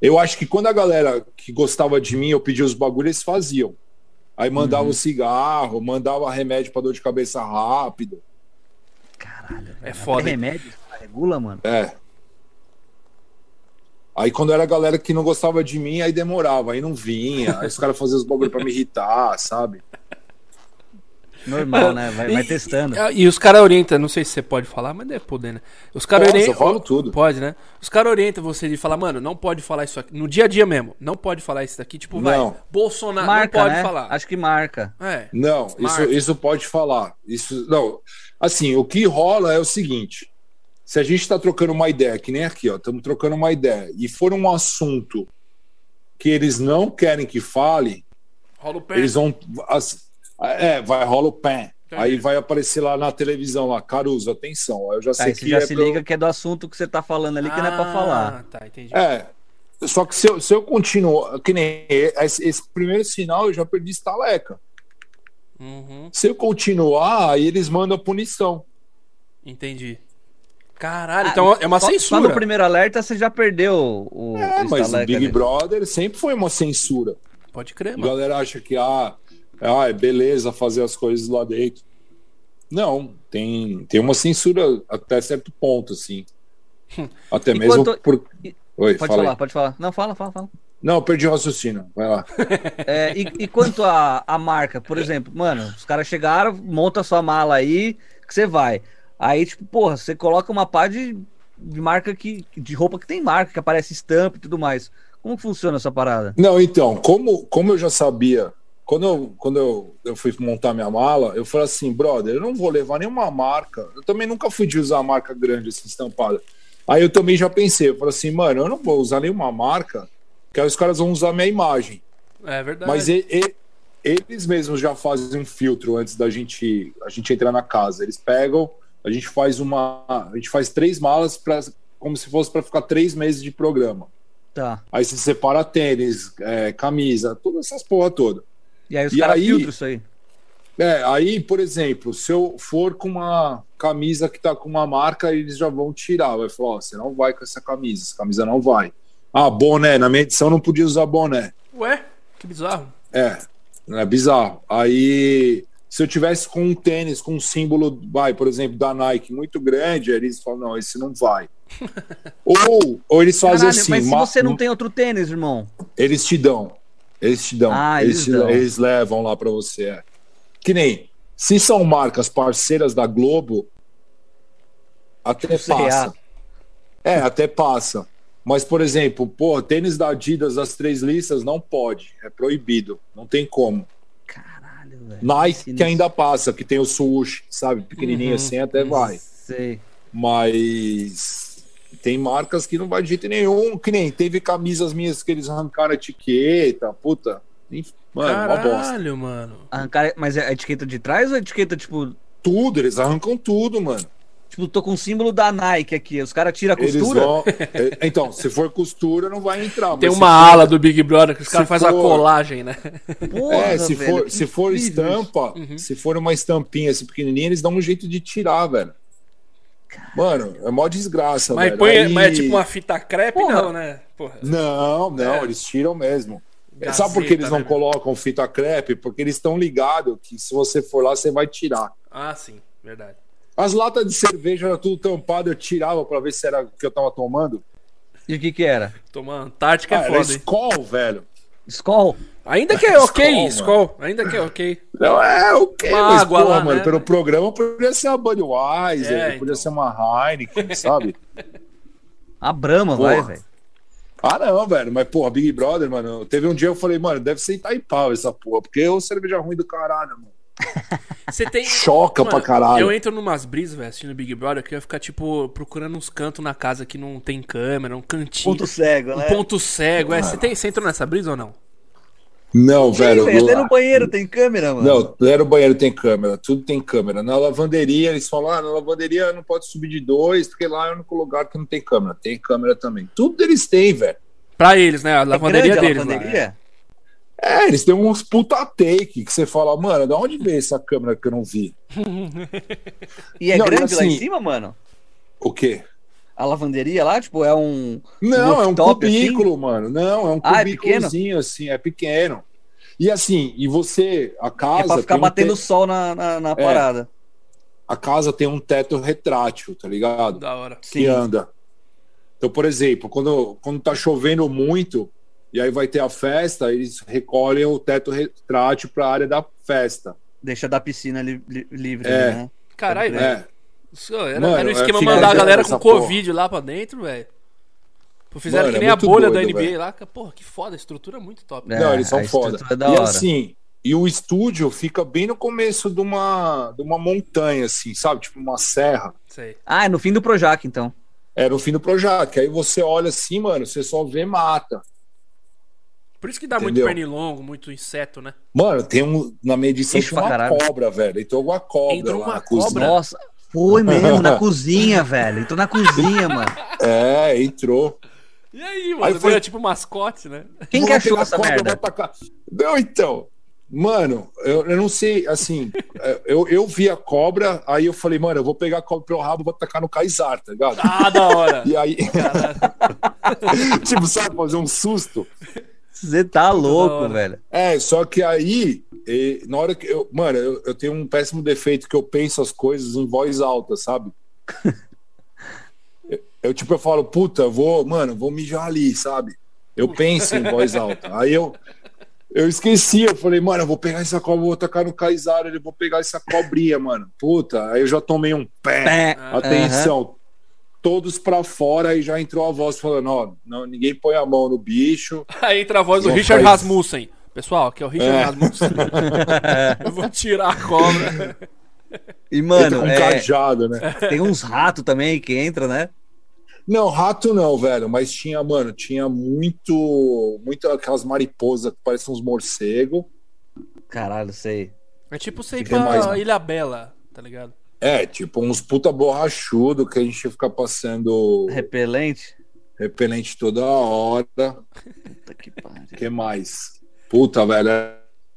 [SPEAKER 3] Eu acho que quando a galera que gostava de mim, eu pedia os bagulhos, eles faziam. Aí mandava o cigarro, mandava remédio pra dor de cabeça rápido.
[SPEAKER 1] Caralho.
[SPEAKER 2] É
[SPEAKER 1] Tem
[SPEAKER 2] foda. hein?
[SPEAKER 1] remédio? que Regula, mano.
[SPEAKER 3] É. Aí quando era a galera que não gostava de mim, aí demorava, aí não vinha. Aí os caras faziam os bagulhos pra me irritar, sabe?
[SPEAKER 1] Normal, né? Vai, vai
[SPEAKER 2] E-
[SPEAKER 1] testando.
[SPEAKER 2] É, E, e os caras orientam, não sei se você pode falar, mas deve poder, né? Os caras
[SPEAKER 3] Posso,
[SPEAKER 2] orientam.
[SPEAKER 3] eu falo tudo.
[SPEAKER 2] Pode, né? Os caras orientam você de falar, mano, não pode falar isso aqui. No dia a dia mesmo, não pode falar isso daqui. Tipo,
[SPEAKER 3] Não.
[SPEAKER 2] vai, Bolsonaro
[SPEAKER 1] Marca,
[SPEAKER 2] não pode
[SPEAKER 1] né?
[SPEAKER 2] falar.
[SPEAKER 1] Acho que marca.
[SPEAKER 2] É.
[SPEAKER 3] Não, isso,
[SPEAKER 2] Marca.
[SPEAKER 3] isso pode falar. Isso não. Assim, o que rola é o seguinte: se a gente está trocando uma ideia, que nem aqui, ó, estamos trocando uma ideia, e for um assunto que eles não querem que fale,
[SPEAKER 2] Rola o pé.
[SPEAKER 3] Eles vão. as- é, vai, rola o pé.
[SPEAKER 2] Entendi.
[SPEAKER 3] Aí vai aparecer lá na televisão, lá, Caruso, atenção. Aí eu já
[SPEAKER 1] Tá,
[SPEAKER 3] sei
[SPEAKER 1] aí você
[SPEAKER 3] que
[SPEAKER 1] já
[SPEAKER 3] é
[SPEAKER 1] se
[SPEAKER 3] pra eu-
[SPEAKER 1] liga que é do assunto que você tá falando ali, que não é pra falar.
[SPEAKER 2] Ah, tá, entendi.
[SPEAKER 3] É. Só que se eu, se eu continuo, que nem esse, esse primeiro sinal, eu já perdi estaleca.
[SPEAKER 2] Uhum,
[SPEAKER 3] Se eu continuar, aí eles mandam a punição.
[SPEAKER 2] entendi. Caralho, então é uma
[SPEAKER 1] Ah, só,
[SPEAKER 2] censura.
[SPEAKER 1] Só no primeiro alerta você já perdeu o.
[SPEAKER 3] É,
[SPEAKER 1] o
[SPEAKER 3] mas o
[SPEAKER 1] estaleca
[SPEAKER 3] Big
[SPEAKER 1] ali. É,
[SPEAKER 3] Brother sempre foi uma censura.
[SPEAKER 2] Pode crer,
[SPEAKER 3] A
[SPEAKER 2] mano.
[SPEAKER 3] galera acha que ah, ah, é beleza fazer as coisas lá dentro. Não, tem, tem uma censura até certo ponto, assim. Até mesmo
[SPEAKER 1] Enquanto-
[SPEAKER 3] por.
[SPEAKER 1] Hum. e-
[SPEAKER 3] Oi,
[SPEAKER 1] Pode
[SPEAKER 3] fala aí.
[SPEAKER 1] falar, pode falar. Não, fala, fala, fala.
[SPEAKER 3] Não, eu perdi o raciocínio. Vai lá.
[SPEAKER 1] É, e, e quanto à à marca, por exemplo, mano, os caras chegaram, monta sua mala aí, que você vai. Aí, tipo, porra, você coloca uma pá de, de marca que. de roupa que tem marca, que aparece estampa e tudo mais. Como funciona essa parada?
[SPEAKER 3] Não, então, como, como eu já sabia, quando, eu, quando eu, eu fui montar minha mala, eu falei assim, brother, eu não vou levar nenhuma marca. Eu também nunca fui de usar marca grande, assim, estampada. Aí eu também já pensei, eu falei assim, mano, eu não vou usar nenhuma marca, porque aí os caras vão usar minha imagem.
[SPEAKER 2] É verdade.
[SPEAKER 3] Mas e- e- eles mesmos já fazem um filtro antes da gente, a gente entrar na casa. Eles pegam, a gente faz uma. A gente faz três malas pra, como se fosse para ficar três meses de programa.
[SPEAKER 1] Tá.
[SPEAKER 3] Aí você separa tênis, é, camisa, todas essas porra toda.
[SPEAKER 1] E aí os
[SPEAKER 3] E
[SPEAKER 1] caras
[SPEAKER 3] aí-
[SPEAKER 1] filtram isso aí.
[SPEAKER 3] É, aí, por exemplo, se eu for com uma camisa que tá com uma marca, eles já vão tirar. Vai falar, ó, você não vai com essa camisa, essa camisa não vai. Ah, boné, na minha edição não podia usar boné.
[SPEAKER 2] Ué, que bizarro.
[SPEAKER 3] É, é bizarro. Aí, se eu tivesse com um tênis com um símbolo, vai, por exemplo, da Nike muito grande, aí eles falam, não, esse não vai. ou, ou eles fazem
[SPEAKER 1] Caralho,
[SPEAKER 3] assim,
[SPEAKER 1] mas se
[SPEAKER 3] ma-
[SPEAKER 1] você não tem outro tênis, irmão.
[SPEAKER 3] Eles te dão. Eles te dão.
[SPEAKER 1] Ah,
[SPEAKER 3] eles,
[SPEAKER 1] eles
[SPEAKER 3] te-
[SPEAKER 1] dão.
[SPEAKER 3] eles levam lá pra você. é. Que nem, se são marcas parceiras da Globo, até
[SPEAKER 1] Tipo,
[SPEAKER 3] passa. É, até passa. Mas, por exemplo, pô, tênis da Adidas das três listas não pode. É proibido. Não tem como.
[SPEAKER 1] Caralho, velho.
[SPEAKER 3] Nike,
[SPEAKER 1] Sinistro.
[SPEAKER 3] que ainda passa, que tem o sushi, sabe? Pequenininho
[SPEAKER 2] Uhum.
[SPEAKER 3] assim, até vai
[SPEAKER 1] Sei.
[SPEAKER 3] mas tem marcas que não vai de jeito nenhum, que nem teve camisas minhas que eles arrancaram a etiqueta, puta. Enfim, Mano, uma bosta.
[SPEAKER 2] Caralho, mano.
[SPEAKER 1] Arrancar- mas é a etiqueta de trás ou a etiqueta, tipo,
[SPEAKER 3] Tudo, eles arrancam tudo, mano.
[SPEAKER 2] Tá
[SPEAKER 1] tipo, tô com o símbolo da Nike aqui. Os caras tiram a
[SPEAKER 3] Eles
[SPEAKER 1] costura?
[SPEAKER 3] vão- É, Então, se for costura, não vai entrar.
[SPEAKER 2] Tem
[SPEAKER 3] mas
[SPEAKER 2] uma
[SPEAKER 3] se
[SPEAKER 1] é
[SPEAKER 2] ala do Big Brother que os
[SPEAKER 3] se
[SPEAKER 2] caras fazem a
[SPEAKER 3] for-
[SPEAKER 2] colagem, né?
[SPEAKER 1] Porra,
[SPEAKER 3] for... É, se
[SPEAKER 1] velho,
[SPEAKER 3] for, se for
[SPEAKER 1] incrível isso.
[SPEAKER 3] estampa,
[SPEAKER 2] Uhum.
[SPEAKER 3] se for uma estampinha assim pequenininha, eles dão um jeito de tirar, velho. Mano, é mó desgraça,
[SPEAKER 2] Mas,
[SPEAKER 3] velho.
[SPEAKER 2] põe,
[SPEAKER 3] Aí-
[SPEAKER 2] mas é tipo uma fita crepe,
[SPEAKER 1] Porra.
[SPEAKER 2] não, né? Porra.
[SPEAKER 3] Não, não,
[SPEAKER 2] É.
[SPEAKER 3] eles tiram mesmo.
[SPEAKER 2] Gazeta,
[SPEAKER 3] Sabe por que É eles não
[SPEAKER 2] né?
[SPEAKER 3] colocam fita crepe? Porque eles estão ligados que se você for lá, você vai tirar.
[SPEAKER 2] Ah, sim, verdade.
[SPEAKER 3] As latas de cerveja eram tudo tampado, eu tirava pra ver se era o que eu tava tomando.
[SPEAKER 1] E o que que era?
[SPEAKER 2] Tomar Antártica
[SPEAKER 3] Ah,
[SPEAKER 2] é
[SPEAKER 3] era
[SPEAKER 2] foda, hein?
[SPEAKER 3] Skol, velho.
[SPEAKER 1] Skol?
[SPEAKER 2] Ainda que é ok,
[SPEAKER 3] Skol,
[SPEAKER 2] Skol. Ainda que é ok.
[SPEAKER 3] Não, é o quê?
[SPEAKER 2] Uma
[SPEAKER 3] Mas,
[SPEAKER 2] água
[SPEAKER 3] porra,
[SPEAKER 2] lá,
[SPEAKER 3] mano,
[SPEAKER 2] né?
[SPEAKER 3] pelo programa podia ser a Budweiser,
[SPEAKER 2] É, então.
[SPEAKER 3] podia ser uma Heineken, sabe?
[SPEAKER 1] A Brahma,
[SPEAKER 3] Porra.
[SPEAKER 1] vai, velho.
[SPEAKER 3] ah, não, velho, mas, porra, Big Brother, mano, teve um dia eu falei, mano, deve ser Itaipava essa porra, porque é uma cerveja ruim do caralho, mano.
[SPEAKER 2] Você tem.
[SPEAKER 3] Choca pra caralho.
[SPEAKER 2] Eu entro numas brisas, velho, assistindo Big Brother, que eu ia ficar, tipo, procurando uns cantos na casa que não tem câmera, um cantinho.
[SPEAKER 1] Ponto cego,
[SPEAKER 2] um
[SPEAKER 1] né?
[SPEAKER 2] ponto cego. É, você, tem, você entrou nessa brisa ou não?
[SPEAKER 3] Não,
[SPEAKER 1] Ih,
[SPEAKER 3] velho.
[SPEAKER 2] é
[SPEAKER 1] velho, até
[SPEAKER 3] lá-
[SPEAKER 1] no banheiro tem câmera, mano.
[SPEAKER 3] Não, lá no banheiro tem câmera, tudo tem câmera. Na lavanderia, eles falam, ah, na lavanderia não pode subir de dois, porque lá é o único lugar que não tem câmera. Tem câmera também. Tudo eles têm, velho.
[SPEAKER 2] Pra eles, né? A
[SPEAKER 1] É
[SPEAKER 2] lavanderia
[SPEAKER 1] grande a
[SPEAKER 2] deles.
[SPEAKER 1] lavanderia?
[SPEAKER 2] Lá, é.
[SPEAKER 3] É, eles têm uns puta take que você fala, mano, da onde veio essa câmera que eu não vi?
[SPEAKER 1] E é
[SPEAKER 3] Não, e
[SPEAKER 1] grande lá em
[SPEAKER 3] assim-
[SPEAKER 1] cima, mano?
[SPEAKER 3] O quê?
[SPEAKER 1] A lavanderia lá, tipo, é um.
[SPEAKER 3] Não, é um
[SPEAKER 1] Rooftop, assim?
[SPEAKER 3] cubículo, mano. Não, é um
[SPEAKER 1] Ah, é pequeno?
[SPEAKER 3] cubículozinho, assim, é pequeno. E assim, e você, a casa.
[SPEAKER 1] é pra ficar
[SPEAKER 3] tem um
[SPEAKER 1] batendo
[SPEAKER 3] te- É,
[SPEAKER 1] sol na, na, na parada.
[SPEAKER 3] A casa tem um teto retrátil, tá ligado?
[SPEAKER 2] Da hora.
[SPEAKER 3] que é- anda. Então, por exemplo, quando, quando tá chovendo muito, e aí vai ter a festa, eles recolhem o teto retrátil para a área da festa.
[SPEAKER 1] Deixa da piscina li- li- livre,
[SPEAKER 3] É.
[SPEAKER 1] né?
[SPEAKER 2] Caralho, velho.
[SPEAKER 3] É.
[SPEAKER 2] Isso, Era,
[SPEAKER 3] Mano,
[SPEAKER 2] era o
[SPEAKER 3] é,
[SPEAKER 2] esquema
[SPEAKER 3] fica
[SPEAKER 2] mandar a
[SPEAKER 3] olhando
[SPEAKER 2] galera com
[SPEAKER 3] essa porra.
[SPEAKER 2] Covid lá pra dentro, velho. Pô, Fizeram
[SPEAKER 3] Mano,
[SPEAKER 2] que
[SPEAKER 3] é
[SPEAKER 2] nem a
[SPEAKER 3] muito
[SPEAKER 2] bolha da
[SPEAKER 3] doido,
[SPEAKER 2] NBA
[SPEAKER 3] velho.
[SPEAKER 2] lá. que- Porra, que foda, a estrutura é muito top.
[SPEAKER 1] É,
[SPEAKER 3] Não, eles são
[SPEAKER 1] a
[SPEAKER 3] foda.
[SPEAKER 1] estrutura é da
[SPEAKER 3] e
[SPEAKER 1] hora.
[SPEAKER 3] assim, e o estúdio fica bem no começo de uma, de uma montanha, assim, sabe? Tipo uma serra. É
[SPEAKER 2] Sei.
[SPEAKER 1] Ah, é no fim do Projac, então.
[SPEAKER 3] Era o fim do Projac. Aí você olha assim, mano, você só vê mata.
[SPEAKER 2] Por isso que dá
[SPEAKER 3] Entendeu?
[SPEAKER 2] muito pernilongo, muito inseto, né?
[SPEAKER 3] Mano, tem um. Na minha edição
[SPEAKER 1] Bicho
[SPEAKER 3] tinha
[SPEAKER 1] pra
[SPEAKER 3] uma
[SPEAKER 1] caralho.
[SPEAKER 3] cobra, velho. Entrou uma cobra.
[SPEAKER 2] Entrou
[SPEAKER 3] lá
[SPEAKER 2] uma
[SPEAKER 3] na cozinha.
[SPEAKER 2] cobra?
[SPEAKER 1] Nossa, foi mesmo, na cozinha, velho. Entrou na cozinha, mano.
[SPEAKER 3] É, entrou.
[SPEAKER 2] E aí, mano?
[SPEAKER 3] Aí
[SPEAKER 2] Agora
[SPEAKER 3] foi-
[SPEAKER 2] é tipo mascote, né?
[SPEAKER 1] Quem
[SPEAKER 3] Vou
[SPEAKER 1] que
[SPEAKER 3] lá
[SPEAKER 1] achou
[SPEAKER 3] pegar a
[SPEAKER 1] essa
[SPEAKER 3] cobra, vai
[SPEAKER 1] merda?
[SPEAKER 3] pra cá. Não, então. Mano, eu, eu não sei, assim, é, eu, eu vi a cobra, aí eu falei, mano, eu vou pegar a cobra pelo rabo e vou tacar no Kaysar, tá ligado?
[SPEAKER 2] Ah, da hora.
[SPEAKER 3] E aí,
[SPEAKER 2] Caralho.
[SPEAKER 3] tipo, sabe, fazer um susto.
[SPEAKER 1] Você tá
[SPEAKER 2] da hora.
[SPEAKER 1] louco, velho.
[SPEAKER 3] É, só que aí, eh, na hora que eu. Mano, eu, eu tenho um péssimo defeito que eu penso as coisas em voz alta, sabe? Eu- Eu, tipo, eu falo, puta, eu vou, mano, vou mijar ali, sabe? Eu penso em voz alta. Aí eu. Eu esqueci, eu falei, mano, eu vou pegar essa cobra, vou tacar no Kaysar, ele vou pegar essa cobrinha, mano. Puta, aí eu já tomei um pé.
[SPEAKER 1] Pé. Aham.
[SPEAKER 3] Atenção. Todos pra fora e já entrou a voz falando, ó, não, ninguém põe a mão no bicho.
[SPEAKER 2] Aí entra a voz do
[SPEAKER 3] Não
[SPEAKER 2] Richard
[SPEAKER 3] faz-
[SPEAKER 2] Rasmussen. Pessoal, aqui é o Richard
[SPEAKER 3] É.
[SPEAKER 2] Rasmussen. Eu vou tirar a cobra.
[SPEAKER 1] é. E,
[SPEAKER 3] entra
[SPEAKER 1] mano,
[SPEAKER 3] com
[SPEAKER 1] é,
[SPEAKER 3] cajado, né?
[SPEAKER 1] tem uns ratos também que entra, né?
[SPEAKER 3] Não, rato não, velho, mas tinha, mano, tinha muito, muito aquelas mariposas que parecem uns morcegos.
[SPEAKER 1] Caralho, sei.
[SPEAKER 2] É tipo você ir
[SPEAKER 3] Tem mais,
[SPEAKER 2] pra
[SPEAKER 3] né?
[SPEAKER 2] Ilha Bela, tá ligado?
[SPEAKER 3] É, tipo uns puta borrachudo que a gente fica passando
[SPEAKER 1] Repelente?
[SPEAKER 3] repelente toda hora.
[SPEAKER 1] Puta que pariu.
[SPEAKER 3] que mais? Puta, velho,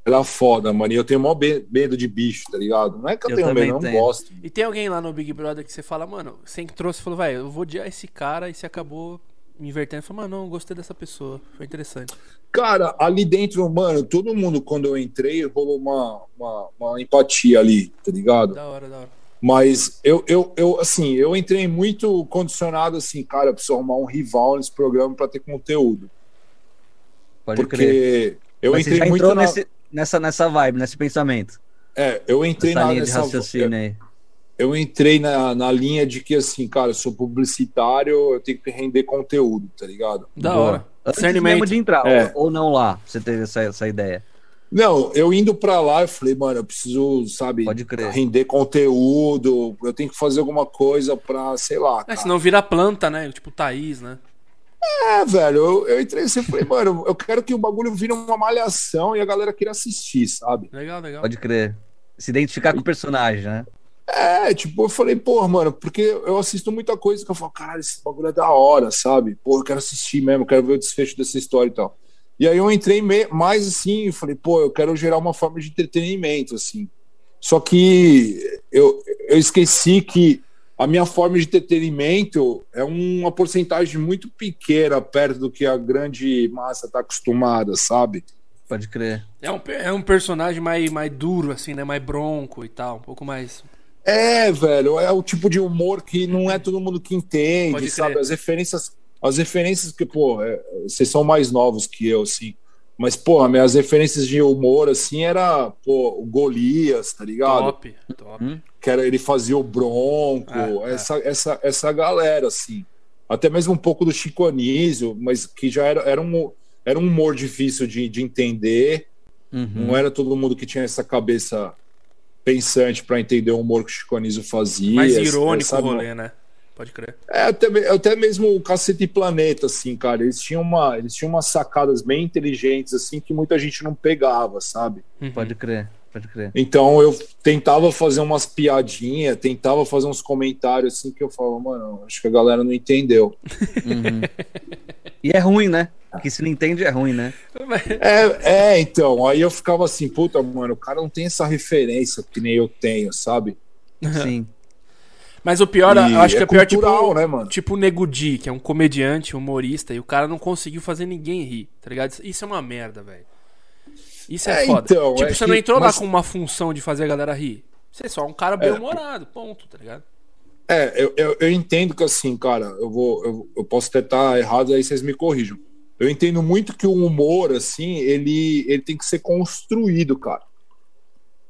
[SPEAKER 3] era foda, mano. E eu tenho mó be- medo de bicho, tá ligado? Não é que eu,
[SPEAKER 1] Eu
[SPEAKER 3] tenho
[SPEAKER 1] também
[SPEAKER 3] medo, eu não
[SPEAKER 1] tenho.
[SPEAKER 3] gosto.
[SPEAKER 2] E tem alguém lá no Big Brother que você fala, mano, você entrou, você falou, vai, eu vou odiar esse cara e você acabou me invertendo. Falou, mano, não, eu gostei dessa pessoa. Foi interessante.
[SPEAKER 3] Cara, ali dentro, mano, todo mundo, quando eu entrei, rolou uma, uma, uma empatia ali, tá ligado?
[SPEAKER 2] Da hora, da hora.
[SPEAKER 3] Mas eu, eu, eu, assim, eu entrei muito condicionado assim, cara, eu preciso arrumar um rival nesse programa para ter conteúdo.
[SPEAKER 1] Pode crer.
[SPEAKER 3] porque eu
[SPEAKER 1] Mas você
[SPEAKER 3] entrei
[SPEAKER 1] já
[SPEAKER 3] muito
[SPEAKER 1] entrou
[SPEAKER 3] na,
[SPEAKER 1] nesse, nessa, nessa vibe, nesse pensamento.
[SPEAKER 3] é, eu entrei
[SPEAKER 1] Nessa
[SPEAKER 3] na,
[SPEAKER 1] linha de
[SPEAKER 3] nessa-
[SPEAKER 1] raciocínio né? aí.
[SPEAKER 3] eu, eu entrei na, na linha de que assim, cara, eu sou publicitário, eu tenho que render conteúdo, tá ligado?
[SPEAKER 2] Da
[SPEAKER 1] Boa.
[SPEAKER 2] hora.
[SPEAKER 1] Antes
[SPEAKER 2] Discernimento.
[SPEAKER 1] mesmo de entrar,
[SPEAKER 3] É.
[SPEAKER 1] ou ou não lá, você teve essa, essa ideia.
[SPEAKER 3] Não, eu indo para lá, eu falei, mano, eu preciso, sabe,
[SPEAKER 1] Pode crer.
[SPEAKER 3] render conteúdo, eu tenho que fazer alguma coisa para, sei lá,
[SPEAKER 2] É,
[SPEAKER 3] cara.
[SPEAKER 2] senão vira planta, né? Tipo Thaís, né?
[SPEAKER 3] É, velho, eu, eu entrei assim e falei, mano, eu quero que o bagulho vire uma malhação e a galera queira assistir, sabe?
[SPEAKER 2] Legal, legal.
[SPEAKER 1] Pode crer. Se identificar com o personagem, né?
[SPEAKER 3] É, tipo, eu falei, porra, mano, porque eu assisto muita coisa que eu falo, caralho, esse bagulho é da hora, sabe? Pô, eu quero assistir mesmo, eu quero ver o desfecho dessa história e tal. E aí eu entrei me- mais assim, eu falei, pô, eu quero gerar uma forma de entretenimento, assim. Só que eu, eu esqueci que a minha forma de entretenimento é uma porcentagem muito pequena perto do que a grande massa tá acostumada, sabe?
[SPEAKER 1] Pode crer.
[SPEAKER 2] É um, pe- é um personagem mais, mais duro, assim, né? Mais bronco e tal. Um pouco mais.
[SPEAKER 3] É, velho, é o tipo de humor que não é todo mundo que
[SPEAKER 2] Pode
[SPEAKER 3] entende,
[SPEAKER 2] crer.
[SPEAKER 3] sabe? As referências, as referências que, pô, é, vocês são mais novos que eu, assim. Mas, pô, minhas referências de humor, assim, era, pô, o Golias, tá ligado?
[SPEAKER 2] Top, top.
[SPEAKER 3] que era ele fazia o Bronco,
[SPEAKER 2] Ah,
[SPEAKER 3] essa, Essa, essa galera, assim. Até mesmo um pouco do Chico Anísio, mas que já era, era, um, era um humor difícil de, de entender.
[SPEAKER 1] Uhum.
[SPEAKER 3] Não era todo mundo que tinha essa cabeça pensante para entender o humor que o Chico Anísio fazia.
[SPEAKER 2] Mais
[SPEAKER 3] essa- é
[SPEAKER 2] irônico o
[SPEAKER 3] sabe?
[SPEAKER 2] rolê, né? Pode crer.
[SPEAKER 3] É, até, me- até mesmo o Cacete e Planeta, assim, cara. Eles tinham, uma, eles tinham umas sacadas bem inteligentes, assim, que muita gente não pegava, sabe?
[SPEAKER 1] Pode crer. Pode crer.
[SPEAKER 3] Então eu tentava fazer umas piadinhas, tentava fazer uns comentários assim que eu falava, mano, acho que a galera não entendeu.
[SPEAKER 1] Uhum. e é ruim, né? Porque se não entende, é ruim, né?
[SPEAKER 2] Uhum.
[SPEAKER 3] É, é, então, aí eu ficava assim, puta, mano, o cara não tem essa referência que nem eu tenho, sabe?
[SPEAKER 1] Sim.
[SPEAKER 2] Mas o pior,
[SPEAKER 3] E
[SPEAKER 2] eu acho que é, pior,
[SPEAKER 3] cultural,
[SPEAKER 2] tipo,
[SPEAKER 3] né, mano?
[SPEAKER 2] tipo o Nego Di, que é um comediante, humorista, e o cara não conseguiu fazer ninguém rir, tá ligado? Isso é uma merda, velho. Isso é,
[SPEAKER 3] É,
[SPEAKER 2] foda.
[SPEAKER 3] então,
[SPEAKER 2] tipo,
[SPEAKER 3] é
[SPEAKER 2] você não
[SPEAKER 3] que-
[SPEAKER 2] entrou
[SPEAKER 3] mas-
[SPEAKER 2] lá com uma função de fazer a galera rir. Você é só um cara bem-humorado, ponto, tá ligado?
[SPEAKER 3] É, eu, eu, eu entendo que assim, cara, eu vou, eu, eu posso até estar errado, aí vocês me corrijam. Eu entendo muito que o humor, assim, ele, ele tem que ser construído, cara.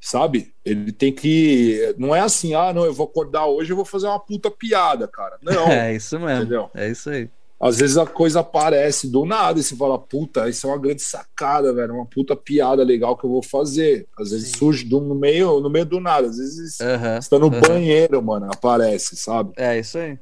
[SPEAKER 3] Sabe? Ele tem que. Não é assim, ah, não, eu vou acordar hoje e vou fazer uma puta piada, cara. Não.
[SPEAKER 1] É isso mesmo.
[SPEAKER 3] Entendeu?
[SPEAKER 1] É isso aí.
[SPEAKER 3] Às vezes a coisa aparece do nada e você fala, puta, isso é uma grande sacada, velho, uma puta piada legal que eu vou fazer. Às vezes
[SPEAKER 2] Sim.
[SPEAKER 3] surge do, no, meio, no meio do nada, às vezes
[SPEAKER 1] Aham.
[SPEAKER 3] você tá no
[SPEAKER 1] aham.
[SPEAKER 3] banheiro, mano, aparece, sabe?
[SPEAKER 1] É isso aí.